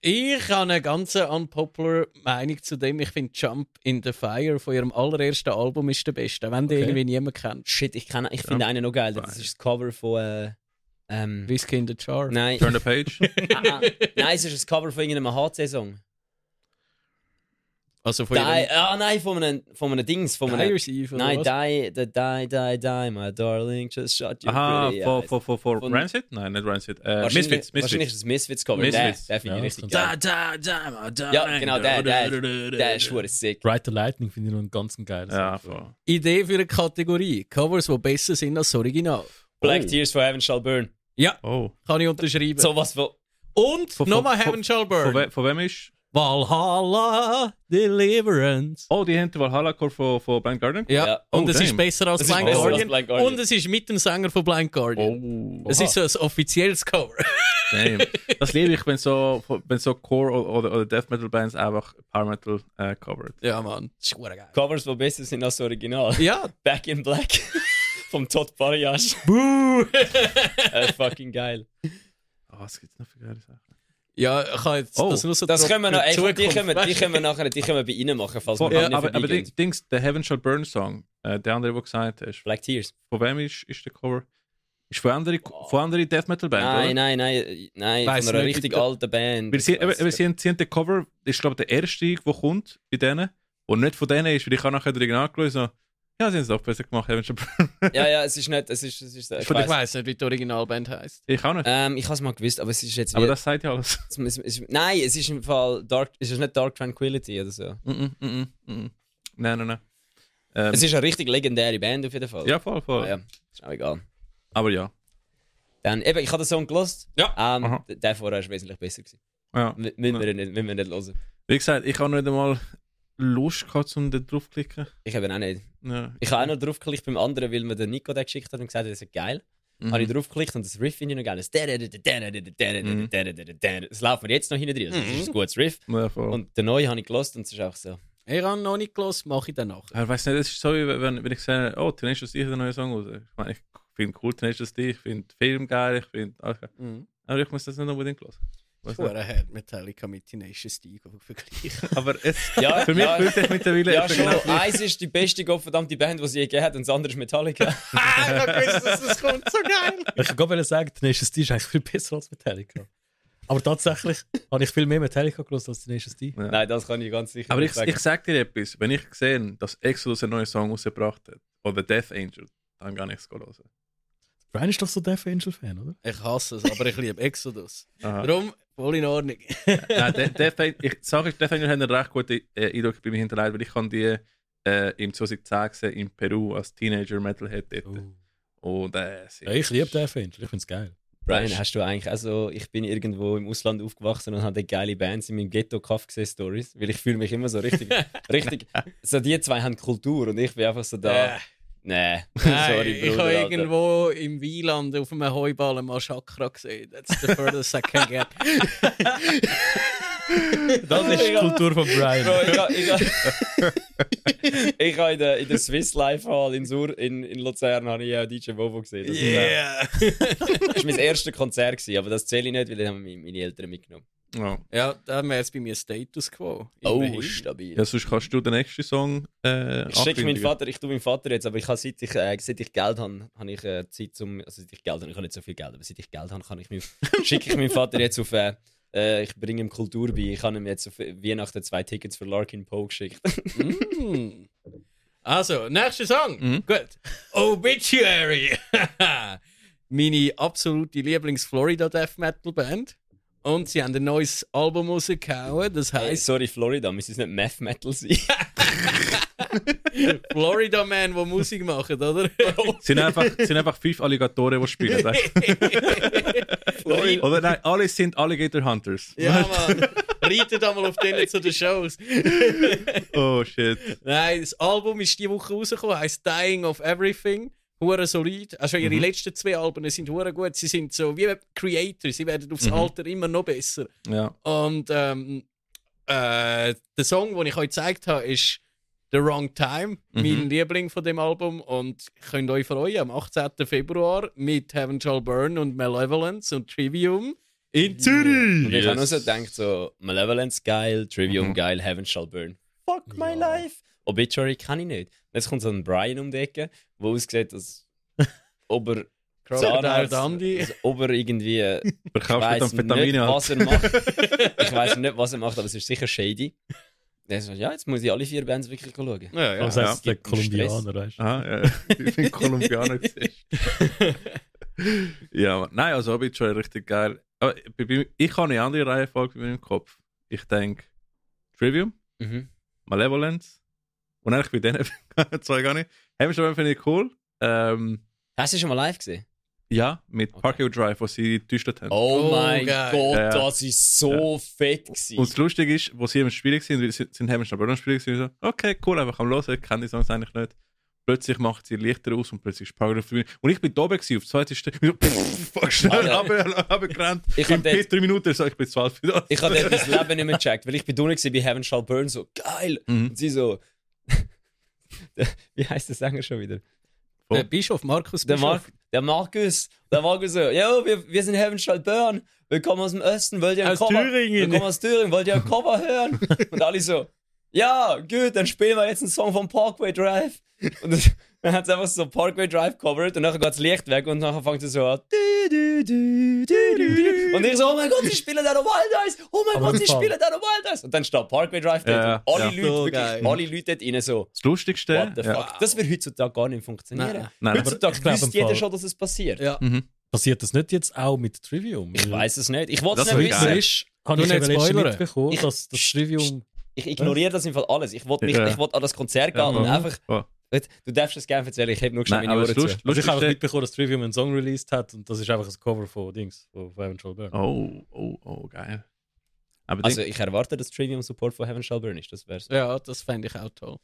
[SPEAKER 4] Ich habe eine ganz unpopular Meinung zu dem. Ich finde Jump in the Fire von ihrem allerersten Album ist der beste, auch wenn den
[SPEAKER 2] Okay.
[SPEAKER 4] irgendwie niemand kennt.
[SPEAKER 3] Shit, ich, kann- ich finde
[SPEAKER 1] Ja.
[SPEAKER 3] einen noch geil. Das ist das Cover von. Äh, ähm,
[SPEAKER 4] Whiskey in the Jar.
[SPEAKER 3] nein.
[SPEAKER 1] Turn the page.
[SPEAKER 3] Ah, ah. nein, es ist das Cover von irgendeinem HC-Song.
[SPEAKER 4] Also von ihrem
[SPEAKER 3] Ah, nein, von einem, von einem Dings. Von einem,
[SPEAKER 4] Dyer's Eve oder
[SPEAKER 3] nein,
[SPEAKER 4] was?
[SPEAKER 3] die, the, die, die, die, my darling, just shot you.
[SPEAKER 1] Aha,
[SPEAKER 3] pretty
[SPEAKER 1] vor,
[SPEAKER 3] eyes.
[SPEAKER 1] vor, vor, vor
[SPEAKER 3] Von-
[SPEAKER 1] Rancid? Nein, nicht Rancid. Äh,
[SPEAKER 3] Wahrscheinlich-
[SPEAKER 1] Misfits.
[SPEAKER 3] Wahrscheinlich
[SPEAKER 1] Misfits.
[SPEAKER 3] ist es Misfits-Cover.
[SPEAKER 1] Misfits.
[SPEAKER 3] Der, der finde ich
[SPEAKER 2] Ja,
[SPEAKER 3] richtig
[SPEAKER 2] das
[SPEAKER 3] geil.
[SPEAKER 2] kann
[SPEAKER 3] Ja, genau, der, der, der ist schwer sick.
[SPEAKER 2] Brighter Lightning finde ich noch einen ganz geilen
[SPEAKER 1] Ja,
[SPEAKER 2] Song.
[SPEAKER 1] voll.
[SPEAKER 4] Idee für eine Kategorie. Covers, die besser sind als das Original.
[SPEAKER 3] Black Tears for Heaven Shall Burn.
[SPEAKER 1] Oh.
[SPEAKER 4] Kann ich unterschreiben.
[SPEAKER 3] So was von.
[SPEAKER 4] Und
[SPEAKER 1] Von-
[SPEAKER 4] nochmal
[SPEAKER 1] von-
[SPEAKER 4] Heaven Shall
[SPEAKER 1] Von,
[SPEAKER 4] Burn.
[SPEAKER 1] we von wem ist?
[SPEAKER 4] Valhalla Deliverance.
[SPEAKER 1] Oh, die haben den Valhalla Core von, von Blind Guardian.
[SPEAKER 4] Ja,
[SPEAKER 3] Ja.
[SPEAKER 4] und
[SPEAKER 1] Oh,
[SPEAKER 4] es ist
[SPEAKER 1] damn.
[SPEAKER 4] besser als
[SPEAKER 3] Es ist
[SPEAKER 4] Blind
[SPEAKER 3] besser als
[SPEAKER 4] Guardian.
[SPEAKER 3] Blind Guardian.
[SPEAKER 4] Und es ist mit dem Sänger von Blind Guardian.
[SPEAKER 1] Oh,
[SPEAKER 4] Es ist so ein offizielles Cover.
[SPEAKER 1] damn. Das liebe ich, wenn so, wenn so Core oder, oder Death Metal Bands einfach Power Metal äh, covered.
[SPEAKER 4] Ja, Mann. Das ist verdammt geil.
[SPEAKER 3] Covers, die besser sind als das Original.
[SPEAKER 4] Ja,
[SPEAKER 3] Back in Black. Vom Todd Barias.
[SPEAKER 4] buh.
[SPEAKER 3] äh, fucking geil.
[SPEAKER 1] Oh, was gibt's noch für geile Sachen?
[SPEAKER 4] Ja, ich kann jetzt
[SPEAKER 1] Oh,
[SPEAKER 4] das nur so
[SPEAKER 3] Das
[SPEAKER 4] drauf-
[SPEAKER 3] können wir noch.
[SPEAKER 4] für
[SPEAKER 3] Ey, komm, die
[SPEAKER 4] Zukunft,
[SPEAKER 3] können, wir- die
[SPEAKER 4] weißt
[SPEAKER 3] können wir nachher die können wir bei Ihnen machen, falls wir
[SPEAKER 1] Voll,
[SPEAKER 3] ja,
[SPEAKER 1] aber aber Ding- Dings, der Heaven Shall Burn Song, äh, der andere, der gesagt hast,
[SPEAKER 3] Black Tears.
[SPEAKER 1] von wem ist, ist der Cover? Ist von anderen, von anderen Death Metal Bands, oder?
[SPEAKER 3] Ah. Nein, nein, nein, äh, nein,
[SPEAKER 4] Weiss
[SPEAKER 3] von einer
[SPEAKER 4] nicht,
[SPEAKER 3] richtig
[SPEAKER 4] bitte.
[SPEAKER 3] alten Band.
[SPEAKER 1] Weil sie,
[SPEAKER 3] Ich weiss
[SPEAKER 1] aber, aber sie, haben, sie haben den Cover, das ist glaube ich der erste, der kommt bei denen, und nicht von denen ist, weil ich habe nachher drin angeschaut so, ja, sie haben es doch besser gemacht, Heaven Shall Burn.
[SPEAKER 3] gar- Ja, ja, es ist nicht, es ist, es ist, ich,
[SPEAKER 4] Ich
[SPEAKER 3] weiss.
[SPEAKER 4] weiß nicht, wie die Originalband heisst.
[SPEAKER 1] Ich auch nicht,
[SPEAKER 3] Ähm, ich hab's mal gewusst, aber es ist jetzt
[SPEAKER 1] aber
[SPEAKER 3] wie-
[SPEAKER 1] das sagt ja alles.
[SPEAKER 3] es, es, es, Nein, es ist im Fall Dark, es ist nicht Dark Tranquility oder so.
[SPEAKER 1] Mm-mm, mm-mm,
[SPEAKER 3] mm,
[SPEAKER 1] mm-mm. Nein, nein, nein. Ähm,
[SPEAKER 3] Es ist eine richtig legendäre Band auf jeden Fall.
[SPEAKER 1] ja, voll, voll.
[SPEAKER 3] Aber Ah, ja, ist auch egal.
[SPEAKER 1] Aber ja.
[SPEAKER 3] Dann, eben, ich habe den Song gelost. Ja. Ähm,
[SPEAKER 1] Aha.
[SPEAKER 3] der- der vorher ist wesentlich besser gewesen.
[SPEAKER 1] ja.
[SPEAKER 3] M- Müssen wir nicht, müssen wir nicht hören.
[SPEAKER 1] Wie gesagt, ich habe nicht einmal Lust gehabt, um da draufzuklicken.
[SPEAKER 3] Ich eben auch nicht.
[SPEAKER 1] Ja.
[SPEAKER 3] Ich habe auch noch draufgeklickt beim anderen, weil mir der Nico den geschickt hat und gesagt hat, das ist geil.
[SPEAKER 1] Mhm.
[SPEAKER 3] Habe ich draufgeklickt und das Riff finde ich noch geil. Das Das laufen wir jetzt noch hinten drin. Also, Das ist ein
[SPEAKER 1] Mhm.
[SPEAKER 3] gutes Riff.
[SPEAKER 1] Ja, voll.
[SPEAKER 3] Und den neuen habe ich gelost und es ist auch so.
[SPEAKER 4] Ich habe noch nicht gelesen, mache ich dann nachher.
[SPEAKER 1] Aber ich weiß nicht, es ist so, wie wenn, wenn ich sage, oh, Tenacious D hat einen neuen Song raus. Ich meine, ich finde cool Tenacious D, ich finde den Film geil, ich finde... Okay.
[SPEAKER 4] Mhm.
[SPEAKER 1] Aber ich muss das nicht unbedingt hören. Weiss nicht.
[SPEAKER 4] Vorher hat Metallica mit Tenacious D verglichen.
[SPEAKER 1] Aber es,
[SPEAKER 3] Ja,
[SPEAKER 1] für mich
[SPEAKER 3] ja.
[SPEAKER 1] fühlt sich mittlerweile
[SPEAKER 3] Ja,
[SPEAKER 1] eben
[SPEAKER 3] schon.
[SPEAKER 1] genau gleich.
[SPEAKER 3] Eins ist die beste gottverdammte Band, die sie je gegeben hat und das andere ist Metallica.
[SPEAKER 2] Ich wollte gerade sagen, Tenacious D ist eigentlich viel besser als Metallica. Aber tatsächlich habe ich viel mehr Metallica gelesen als Tenacious D.
[SPEAKER 1] Ja.
[SPEAKER 3] Nein, das kann ich ganz sicher
[SPEAKER 1] Aber
[SPEAKER 3] nicht
[SPEAKER 1] ich,
[SPEAKER 3] sagen.
[SPEAKER 1] ich sag dir etwas, wenn ich sehe, dass Exodus einen neuen Song rausgebracht hat, oder Death Angel, dann gar nichts hören.
[SPEAKER 2] Brian ist doch so Death Angel-Fan, oder?
[SPEAKER 4] ich hasse es, aber ich liebe Exodus.
[SPEAKER 1] Aha.
[SPEAKER 4] Darum, voll in Ordnung.
[SPEAKER 1] Nein, De- Death Angel, ich sage, Death Angel hat einen recht guten äh, Eindruck bei mir hinterlegt, weil ich kann die äh, im 2010 gesehen in Peru als Teenager Metalhead dort.
[SPEAKER 3] Oh.
[SPEAKER 1] Und äh, sie-
[SPEAKER 2] Ja, ich liebe Death Angel, ich finde es geil.
[SPEAKER 3] Brian, hast du eigentlich, also ich bin irgendwo im Ausland aufgewachsen und habe dann geile Bands in meinem Ghetto-Kaff gesehen, Stories, weil ich fühle mich immer so richtig, richtig, so die zwei haben Kultur und ich bin einfach so da,
[SPEAKER 4] Äh,
[SPEAKER 3] nee,
[SPEAKER 4] nein,
[SPEAKER 3] sorry,
[SPEAKER 4] ich
[SPEAKER 3] Bruder,
[SPEAKER 4] habe
[SPEAKER 3] Alter.
[SPEAKER 4] irgendwo im Wieland auf einem Heuballen mal Chakra gesehen. That's the furthest I can get.
[SPEAKER 2] Das ist die Kultur von Brian.
[SPEAKER 3] Bro, ich habe ich hab- ich hab in, der, in der Swiss Life Hall in Sur, in, in Luzern, habe ich auch DJ Bobo gesehen. Das war
[SPEAKER 4] Yeah.
[SPEAKER 3] das war mein erstes Konzert, gewesen, aber das zähle ich nicht, weil dann haben meine meine Eltern mitgenommen.
[SPEAKER 1] Ja.
[SPEAKER 4] Ja, dann wäre es bei mir Status Quo.
[SPEAKER 3] Oh,
[SPEAKER 4] Immerhin.
[SPEAKER 3] stabil.
[SPEAKER 1] ja, sonst kannst du den nächsten Song äh,
[SPEAKER 3] Ich schicke meinen
[SPEAKER 1] ankündigen.
[SPEAKER 3] Vater, ich tue meinem Vater jetzt, aber ich habe, seit ich, äh, seit ich Geld habe, habe ich äh, Zeit zum, also seit ich Geld habe, ich habe nicht so viel Geld, aber seit ich Geld habe, kann ich meinem, schicke ich meinem Vater jetzt auf, äh, äh, ich bringe ihm Kultur bei, ich habe ihm jetzt auf Weihnachten zwei Tickets für Larkin Poe geschickt.
[SPEAKER 4] Mm. Also, nächster Song. Gut. Obituary. Meine absolute Lieblings-Florida-Death-Metal-Band. Und sie haben ein neues Album rausgehauen, das
[SPEAKER 3] Hey,
[SPEAKER 4] heisst
[SPEAKER 3] sorry Florida, müssen es nicht Math Metal sein?
[SPEAKER 4] Florida Man, wo Musik macht, oder?
[SPEAKER 1] sind einfach, sind einfach fünf Alligatoren, die spielen. weißt du? Oder nein, alle sind Alligator Hunters.
[SPEAKER 4] ja, Mann. Reitet einmal auf denen zu den Shows.
[SPEAKER 1] Oh shit.
[SPEAKER 4] Nein, das Album ist diese Woche rausgekommen, heisst Dying of Everything. Hure solid. Also ihre letzten zwei Alben sind hure gut. Sie sind so wie Creator, sie werden aufs Alter immer noch besser.
[SPEAKER 1] Ja.
[SPEAKER 4] Und ähm, äh, der Song, den ich euch gezeigt habe, ist The Wrong Time,
[SPEAKER 1] Mhm.
[SPEAKER 4] mein Liebling von dem Album. Und ihr könnt euch freuen am 18. Februar mit Heaven Shall Burn und Malevolence und Trivium in Zürich.
[SPEAKER 3] Und ich habe nur so gedacht, so Malevolence geil, Trivium geil, Heaven Shall Burn. Fuck my life. Obituary kann ich nicht. Und jetzt kommt so ein Brian um die Ecke, wo aussieht, als ob er
[SPEAKER 4] Crocodile
[SPEAKER 3] Zahnarzt-
[SPEAKER 4] Dundee.
[SPEAKER 3] als ob er irgendwie äh,
[SPEAKER 1] Verkaufst
[SPEAKER 3] weiss
[SPEAKER 1] du Amphetamine halt.
[SPEAKER 3] nicht,
[SPEAKER 1] an?
[SPEAKER 3] was er macht. ich weiß nicht, was er macht, aber es ist sicher shady. Der so, ja, jetzt muss ich alle vier Bands wirklich schauen.
[SPEAKER 1] Ja, ja.
[SPEAKER 2] Das heißt, der
[SPEAKER 3] gibt einen Stress.
[SPEAKER 2] Kolumbianer, weißt du?
[SPEAKER 1] Aha, Ah, ja. Ich bin Kolumbianer. gewesen. ja, Mann. nein, also Obituary richtig geil. Aber bei- bei- ich habe eine andere Reihenfolge in meinem Kopf. Ich denke Trivium,
[SPEAKER 3] Mhm.
[SPEAKER 1] Malevolence und eigentlich bei denen zwei gar nicht. Hemmschwimmen finde ich cool. Ähm,
[SPEAKER 3] Hast du schon mal live gesehen?
[SPEAKER 1] Ja, mit Parkway Drive, wo sie getäuscht haben.
[SPEAKER 3] Oh,
[SPEAKER 4] Oh,
[SPEAKER 3] mein
[SPEAKER 4] geil.
[SPEAKER 3] Gott,
[SPEAKER 1] Ja, ja.
[SPEAKER 3] das ist so fett gewesen.
[SPEAKER 1] Und das Lustige ist, wo sie im Spiel waren, weil sie sind haben schon am Spiel gewesen, so, okay, cool, einfach am Hören, ich kenne die Songs eigentlich nicht. Plötzlich macht sie Lichter aus und plötzlich ist Paragraph drin. Und ich bin da oben gewesen, auf der zweiten Stelle, ich so, pff, voll schnell
[SPEAKER 3] Alter.
[SPEAKER 1] runter- runtergerannt.
[SPEAKER 3] Ich
[SPEAKER 1] In
[SPEAKER 3] hab dort-
[SPEAKER 1] Pit drei Minuten, ich so, ich bin zu alt für das.
[SPEAKER 3] Ich habe das Leben nicht mehr gecheckt, weil ich bin unten war bei Heaven Shall Burn, so geil.
[SPEAKER 1] Mhm.
[SPEAKER 3] Und sie so. Wie heißt der Sänger schon wieder?
[SPEAKER 1] Oh.
[SPEAKER 4] Der Bischof, Markus
[SPEAKER 3] Der,
[SPEAKER 4] Bischof.
[SPEAKER 3] Mar der Markus. Der Markus so, ja, wir, wir sind Heaven Shall Burn. Wir kommen aus dem Osten, wollt ihr ein
[SPEAKER 9] Aus
[SPEAKER 3] Cover? Wir
[SPEAKER 9] Thüringen.
[SPEAKER 3] kommen aus Thüringen, wollt ihr ein Cover hören? Und alle so, ja, gut, dann spielen wir jetzt einen Song von Parkway Drive. Und das- dann hat es einfach so Parkway Drive covered und nachher geht das Licht weg und nachher fängt es so an. Du, du, du, du, du, du. Und ich so, oh mein Gott, sie spielen da noch Wild Eyes! Oh mein
[SPEAKER 2] Aber
[SPEAKER 3] Gott, sie
[SPEAKER 2] im Fall.
[SPEAKER 3] spielen da noch Wild Eyes! Und dann steht Parkway Drive dort
[SPEAKER 1] Ja,
[SPEAKER 3] und
[SPEAKER 1] ja.
[SPEAKER 3] alle Leute,
[SPEAKER 4] So
[SPEAKER 3] wirklich,
[SPEAKER 4] geil.
[SPEAKER 3] alle Leute dort rein so,
[SPEAKER 1] Das Lustigste,
[SPEAKER 3] what the
[SPEAKER 1] ja.
[SPEAKER 3] fuck? Das wird heutzutage gar nicht funktionieren.
[SPEAKER 4] Nein.
[SPEAKER 1] Nein, aber-
[SPEAKER 3] heutzutage
[SPEAKER 2] ich glaub,
[SPEAKER 3] wüsste
[SPEAKER 2] im
[SPEAKER 3] jeder
[SPEAKER 2] Fall-
[SPEAKER 3] schon, dass es passiert.
[SPEAKER 4] Ja.
[SPEAKER 2] Passiert das nicht jetzt auch mit Trivium?
[SPEAKER 3] Ich weiß es nicht. Ich wollte
[SPEAKER 1] Das
[SPEAKER 3] es nicht
[SPEAKER 1] wär geil.
[SPEAKER 2] Weil-
[SPEAKER 3] wissen.
[SPEAKER 2] Ist, habe
[SPEAKER 4] Du
[SPEAKER 2] ich
[SPEAKER 4] nicht
[SPEAKER 2] eben letztens
[SPEAKER 4] spoilern.
[SPEAKER 2] mitbekommen,
[SPEAKER 3] Ich-
[SPEAKER 2] dass das Trivium...
[SPEAKER 3] Ich ignoriere das im Fall alles. Ich wollte
[SPEAKER 1] Ja.
[SPEAKER 3] ja. wollt an das Konzert gehen
[SPEAKER 1] Ja,
[SPEAKER 3] und
[SPEAKER 1] mhm.
[SPEAKER 3] einfach.
[SPEAKER 1] Ja.
[SPEAKER 3] Du darfst es gerne erzählen, ich habe nur schon
[SPEAKER 1] Nein, aber
[SPEAKER 3] meine
[SPEAKER 1] das
[SPEAKER 3] Ohren zu.
[SPEAKER 1] Lust,
[SPEAKER 2] Also ich habe einfach
[SPEAKER 1] Lustigste...
[SPEAKER 2] mitbekommen, dass Trivium einen Song released hat und das ist einfach ein Cover von Dings, von von Evan Burn.
[SPEAKER 1] Oh, oh, oh, geil. Aber
[SPEAKER 3] Also ich erwarte, dass Trivium Support von Heaven Shall Burn ist. Das wär's.
[SPEAKER 4] Ja, das fände ich auch toll.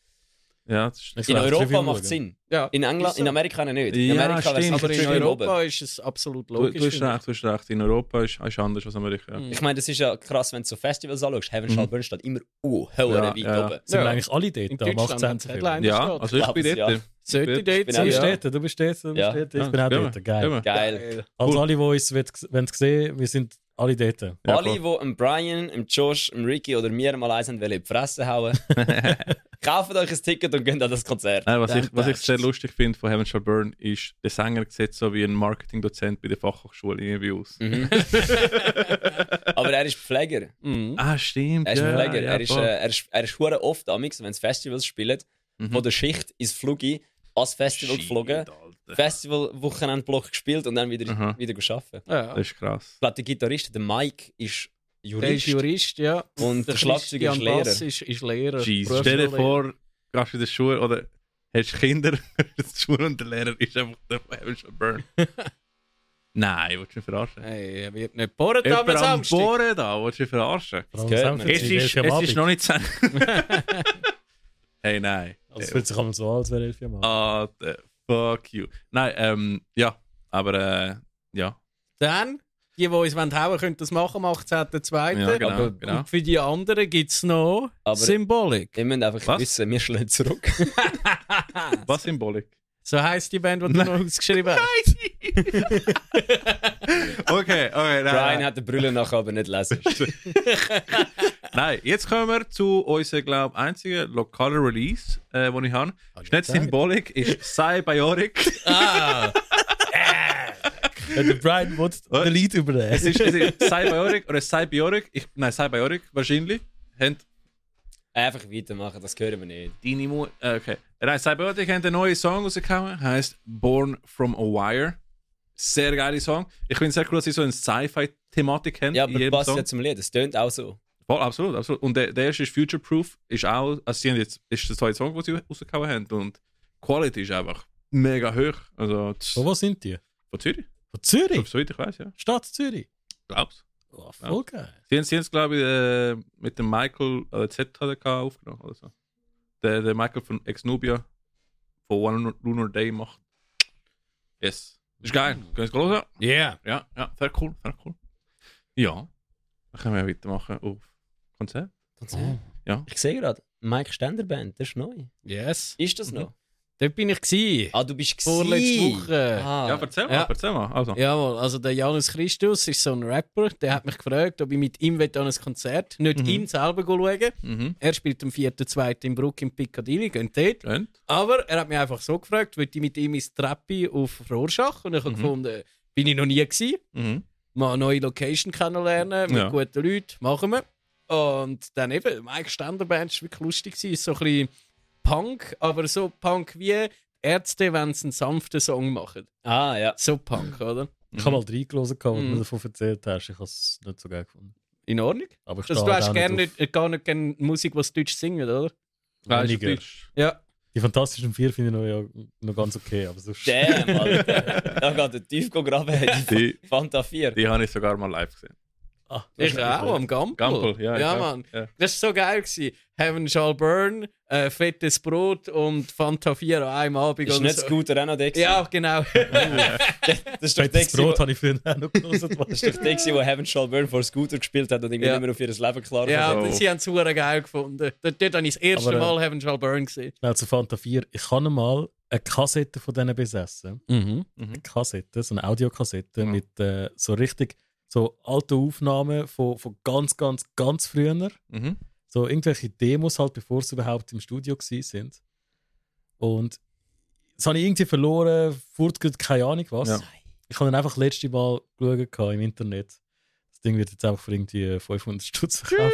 [SPEAKER 1] ja, das ist...
[SPEAKER 3] In
[SPEAKER 2] Ja,
[SPEAKER 3] Europa
[SPEAKER 2] Trivium
[SPEAKER 3] macht
[SPEAKER 2] schauen.
[SPEAKER 3] es Sinn.
[SPEAKER 4] Ja,
[SPEAKER 3] In England,
[SPEAKER 4] ist so.
[SPEAKER 3] in Amerika nicht. In
[SPEAKER 1] Ja,
[SPEAKER 3] Amerika wär's
[SPEAKER 1] stimmt.
[SPEAKER 3] sicher
[SPEAKER 4] Aber in
[SPEAKER 3] Trivium oben.
[SPEAKER 4] Europa ist es absolut
[SPEAKER 1] Du,
[SPEAKER 4] logisch.
[SPEAKER 1] du hast
[SPEAKER 4] finde
[SPEAKER 1] recht, du hast recht. In Europa ist, ist anders als Amerika.
[SPEAKER 4] Mhm.
[SPEAKER 3] Ich meine, das ist ja krass, wenn du so Festivals anschaust. Heaven
[SPEAKER 1] Mhm.
[SPEAKER 3] Shall Burn steht immer uh, höher
[SPEAKER 1] Ja,
[SPEAKER 3] weit
[SPEAKER 1] ja.
[SPEAKER 3] oben.
[SPEAKER 2] Sind
[SPEAKER 4] Ja.
[SPEAKER 2] wir eigentlich alle
[SPEAKER 4] ich. In
[SPEAKER 2] dort am
[SPEAKER 4] Deutschland
[SPEAKER 2] 18.
[SPEAKER 4] haben es
[SPEAKER 2] Februar?
[SPEAKER 4] Headliner
[SPEAKER 1] Ja,
[SPEAKER 4] steht.
[SPEAKER 1] also ich
[SPEAKER 3] Glaub
[SPEAKER 1] bin
[SPEAKER 3] es,
[SPEAKER 1] dort.
[SPEAKER 4] Sollte
[SPEAKER 1] bin
[SPEAKER 4] dort
[SPEAKER 3] auch-
[SPEAKER 2] Du
[SPEAKER 4] sein.
[SPEAKER 2] bist
[SPEAKER 1] Ja.
[SPEAKER 2] dort, du bist dort, du bist
[SPEAKER 3] Ja.
[SPEAKER 2] dort, ich bin auch
[SPEAKER 1] gehen wir,
[SPEAKER 2] dort. Geil.
[SPEAKER 1] gehen wir.
[SPEAKER 3] Geil.
[SPEAKER 2] Also
[SPEAKER 1] Cool.
[SPEAKER 2] alle, die uns wollen- wollen sehen, wir sind alle dort.
[SPEAKER 1] Ja,
[SPEAKER 3] Alle,
[SPEAKER 1] voll.
[SPEAKER 3] die im Brian, im Josh, im Ricky oder mir mal eins haben wollen, in die Fresse hauen, kauft euch ein Ticket und geht an das Konzert.
[SPEAKER 1] Nein, Eh, was,
[SPEAKER 3] Dann
[SPEAKER 1] ich, was ich
[SPEAKER 3] passt's.
[SPEAKER 1] sehr lustig finde von Heaven Shall Burn ist, der Sänger sieht so wie ein Marketingdozent bei der Fachhochschule irgendwie aus.
[SPEAKER 3] Aber er ist Pfleger.
[SPEAKER 1] Ah, stimmt.
[SPEAKER 3] Er ist
[SPEAKER 1] ja,
[SPEAKER 3] Pfleger.
[SPEAKER 1] ja,
[SPEAKER 3] er, ist, äh,
[SPEAKER 1] voll.
[SPEAKER 3] er ist er ist hure oft amix, wenn es Festivals spielt, von der Schicht ins Flugi ans Festival
[SPEAKER 1] Mhm. Shit,
[SPEAKER 3] geflogen,
[SPEAKER 1] Alter.
[SPEAKER 3] Festival Wochenendblock gespielt und dann wieder
[SPEAKER 1] Aha.
[SPEAKER 3] wieder arbeiten.
[SPEAKER 4] Ja.
[SPEAKER 1] Das ist krass.
[SPEAKER 3] Ich glaube, der Gitarrist, der Mike, ist
[SPEAKER 4] Der ist
[SPEAKER 3] Jurist.
[SPEAKER 4] Jurist, ja.
[SPEAKER 3] Und der Schlagzeuger ist
[SPEAKER 4] Christian Bass
[SPEAKER 3] Lehrer.
[SPEAKER 4] Ist, ist Lehrer.
[SPEAKER 1] Jeez. Stell dir vor, gehst du in die Schule oder hast Kinder in die Schule und der Lehrer ist einfach der von Heaven Shall Burn. Nein, willst du mich verarschen?
[SPEAKER 4] Hey, er wird nicht bohren
[SPEAKER 1] Jemand
[SPEAKER 4] am
[SPEAKER 1] am
[SPEAKER 4] Samstag.
[SPEAKER 1] Bohren da, willst du mich verarschen?
[SPEAKER 2] Das
[SPEAKER 3] gehört man.
[SPEAKER 1] Es ist, es ist noch nicht zu Hey, nein.
[SPEAKER 2] Es fühlt sich auch so an, als wäre elf Jahre alt.
[SPEAKER 1] Ah, the fuck you. Nein, ähm, ja, aber äh, ja.
[SPEAKER 4] Dann, die, die uns hauen wollen, können das machen am 18.02.
[SPEAKER 1] Ja, genau,
[SPEAKER 4] Aber-
[SPEAKER 1] genau.
[SPEAKER 4] Und für die anderen gibt es noch
[SPEAKER 3] Aber-
[SPEAKER 4] Symbolik.
[SPEAKER 3] Ihr müsst einfach
[SPEAKER 1] Was?
[SPEAKER 3] wissen, wir schlagen zurück.
[SPEAKER 1] Was Symbolik?
[SPEAKER 4] So heisst die Band, die du
[SPEAKER 1] Nein.
[SPEAKER 4] noch ausgeschrieben hast.
[SPEAKER 1] Okay, okay, nein.
[SPEAKER 3] Brian
[SPEAKER 1] Nein,
[SPEAKER 3] hat den Brille nachher aber nicht lesen.
[SPEAKER 1] nein, jetzt kommen wir zu unserem, glaube ich, einzigen lokalen Release, äh, den ich habe. Ist nicht Symbolik, ist Cybiotic.
[SPEAKER 2] Wenn der Brian will,
[SPEAKER 1] Ah. Was?
[SPEAKER 2] den Lead
[SPEAKER 1] es
[SPEAKER 2] übernehmen.
[SPEAKER 1] ist, es ist Cybiotic oder Cybiotic. Ich, nein, Cybiotic wahrscheinlich. Haben
[SPEAKER 3] einfach weitermachen, das hören wir nicht.
[SPEAKER 1] deine Mutter. Äh, okay. Nein, Cybernetic haben einen neuen Song rausgekommen, heißt Born from a Wire. Sehr geiler Song. Ich finde es sehr cool, dass sie so eine Sci-Fi-Thematik haben
[SPEAKER 3] Ja,
[SPEAKER 1] in
[SPEAKER 3] aber
[SPEAKER 1] jedem
[SPEAKER 3] passt
[SPEAKER 1] Song.
[SPEAKER 3] ja zum Lied, es tönt auch so.
[SPEAKER 1] Voll, absolut, absolut. Und der, der erste ist Future Proof, ist auch, also sie haben jetzt, ist der zweite Song, den sie rausgehauen haben. Und die Quality ist einfach mega hoch. Also, tsch,
[SPEAKER 2] Von wo sind die?
[SPEAKER 1] von Zürich?
[SPEAKER 2] Von Zürich?
[SPEAKER 1] Soweit ich weiß, ja.
[SPEAKER 2] Stadt Zürich?
[SPEAKER 1] Glaub's.
[SPEAKER 2] Oh, voll geil.
[SPEAKER 1] Sie haben sie haben es, glaube ich, äh, mit dem Michael äh, Z hat er aufgenommen oder so. Der, der Michael von Ex Nubia von One Lunar Day macht. Yes. Ist geil.
[SPEAKER 4] Mhm.
[SPEAKER 1] Ganz groß, ja.
[SPEAKER 4] Yeah.
[SPEAKER 1] Ja, ja. Sehr cool, sehr cool. Ja. Dann können wir weitermachen auf Konzert.
[SPEAKER 4] Ah,
[SPEAKER 1] Ja.
[SPEAKER 3] Ich sehe gerade, Mike Ständer Band, das ist neu. Mhm.
[SPEAKER 4] Yes.
[SPEAKER 3] Ist das noch?
[SPEAKER 4] Dort bin ich gsi.
[SPEAKER 3] Ah, du bist
[SPEAKER 4] Vorletzte
[SPEAKER 3] gewesen.
[SPEAKER 4] Woche.
[SPEAKER 3] Ah,
[SPEAKER 1] Ja, erzähl mal,
[SPEAKER 4] Ja.
[SPEAKER 1] erzähl mal. Also.
[SPEAKER 4] Jawohl, also der Janus Christus ist so ein Rapper, der hat mich gefragt, ob ich mit ihm wett an ein Konzert nicht ihn selber go schauen
[SPEAKER 1] Mhm.
[SPEAKER 4] Er spielt am 4.2. in Bruck im Piccadilly, geht dort.
[SPEAKER 1] Und?
[SPEAKER 4] Aber er hat mich einfach so gefragt, wollte ich mit ihm ins Treppi auf Rorschach und ich habe gefunden, bin ich noch nie gewesen.
[SPEAKER 1] Mhm.
[SPEAKER 4] Mal eine neue Location kennenlernen mit
[SPEAKER 1] Ja.
[SPEAKER 4] guten Leuten, machen wir. Und dann eben, Mike Ständerband war wirklich lustig, gewesen. ist so ein bisschen Punk, aber so Punk wie Ärzte, wenn sie einen sanften Song machen.
[SPEAKER 3] ah ja.
[SPEAKER 4] So Punk, oder?
[SPEAKER 2] Ich habe mal reingelassen, was
[SPEAKER 4] Mhm.
[SPEAKER 2] du mir davon erzählt hast. Ich habe es nicht so geil gefunden.
[SPEAKER 4] In Ordnung?
[SPEAKER 2] Aber ich
[SPEAKER 4] Also,
[SPEAKER 2] stehe
[SPEAKER 4] du
[SPEAKER 2] halt
[SPEAKER 4] hast
[SPEAKER 2] auch
[SPEAKER 4] gerne
[SPEAKER 2] nicht
[SPEAKER 4] nicht, äh, gar nicht gerne Musik, die Deutsch singen, oder?
[SPEAKER 1] Ah, ist auf
[SPEAKER 2] Weniger.
[SPEAKER 1] Deutsch.
[SPEAKER 4] Ja.
[SPEAKER 2] Die Fantastischen Vier finde ich noch, ja, noch ganz okay, aber sonst...
[SPEAKER 3] Damn, Alter. Da geht der Tief graben, die
[SPEAKER 1] Die,
[SPEAKER 3] Fanta 4.
[SPEAKER 1] die habe ich sogar mal live gesehen.
[SPEAKER 2] Ah,
[SPEAKER 4] Ich auch, am Gampel.
[SPEAKER 1] Gampel, ja. ich
[SPEAKER 4] Ja,
[SPEAKER 1] auch.
[SPEAKER 4] Mann.
[SPEAKER 1] Ja.
[SPEAKER 4] Das war so geil. Gewesen. Heaven Shall Burn, äh, fettes Brot und Fanta 4 an einem Abend.
[SPEAKER 3] Ist
[SPEAKER 4] und
[SPEAKER 3] nicht
[SPEAKER 4] so.
[SPEAKER 3] Scooter auch noch der? gewesen?
[SPEAKER 4] Ja, genau.
[SPEAKER 3] Das ist doch der,
[SPEAKER 2] Fettes
[SPEAKER 3] gewesen,
[SPEAKER 2] Brot
[SPEAKER 3] wo-
[SPEAKER 2] habe ich früher auch noch
[SPEAKER 3] das
[SPEAKER 2] genutzt.
[SPEAKER 3] ist doch der, gewesen, der Heaven Shall Burn vor Scooter gespielt hat und irgendwie
[SPEAKER 4] Ja.
[SPEAKER 3] nicht mehr auf ihr Leben klar
[SPEAKER 4] ja,
[SPEAKER 1] Oh.
[SPEAKER 4] und sie haben es super geil gefunden. Dort, dort habe ich das erste
[SPEAKER 2] Aber, äh,
[SPEAKER 4] Mal Heaven Shall Burn gesehen.
[SPEAKER 2] Schnell zu Also Fanta 4. Ich habe mal eine Kassette von denen besessen.
[SPEAKER 10] Mhm.
[SPEAKER 2] Eine Kassette, so eine Audiokassette
[SPEAKER 1] Mhm.
[SPEAKER 2] mit äh, so richtig so alten Aufnahmen von, von ganz, ganz, ganz früher.
[SPEAKER 1] Mhm.
[SPEAKER 2] So irgendwelche Demos halt, bevor sie überhaupt im Studio gewesen sind. Und das habe ich irgendwie verloren, fortgeht keine Ahnung was.
[SPEAKER 1] Ja.
[SPEAKER 2] Ich habe dann einfach das letzte Mal geschaut gehabt im Internet. Das Ding wird jetzt einfach für irgendwie 500 Stutz verkauft.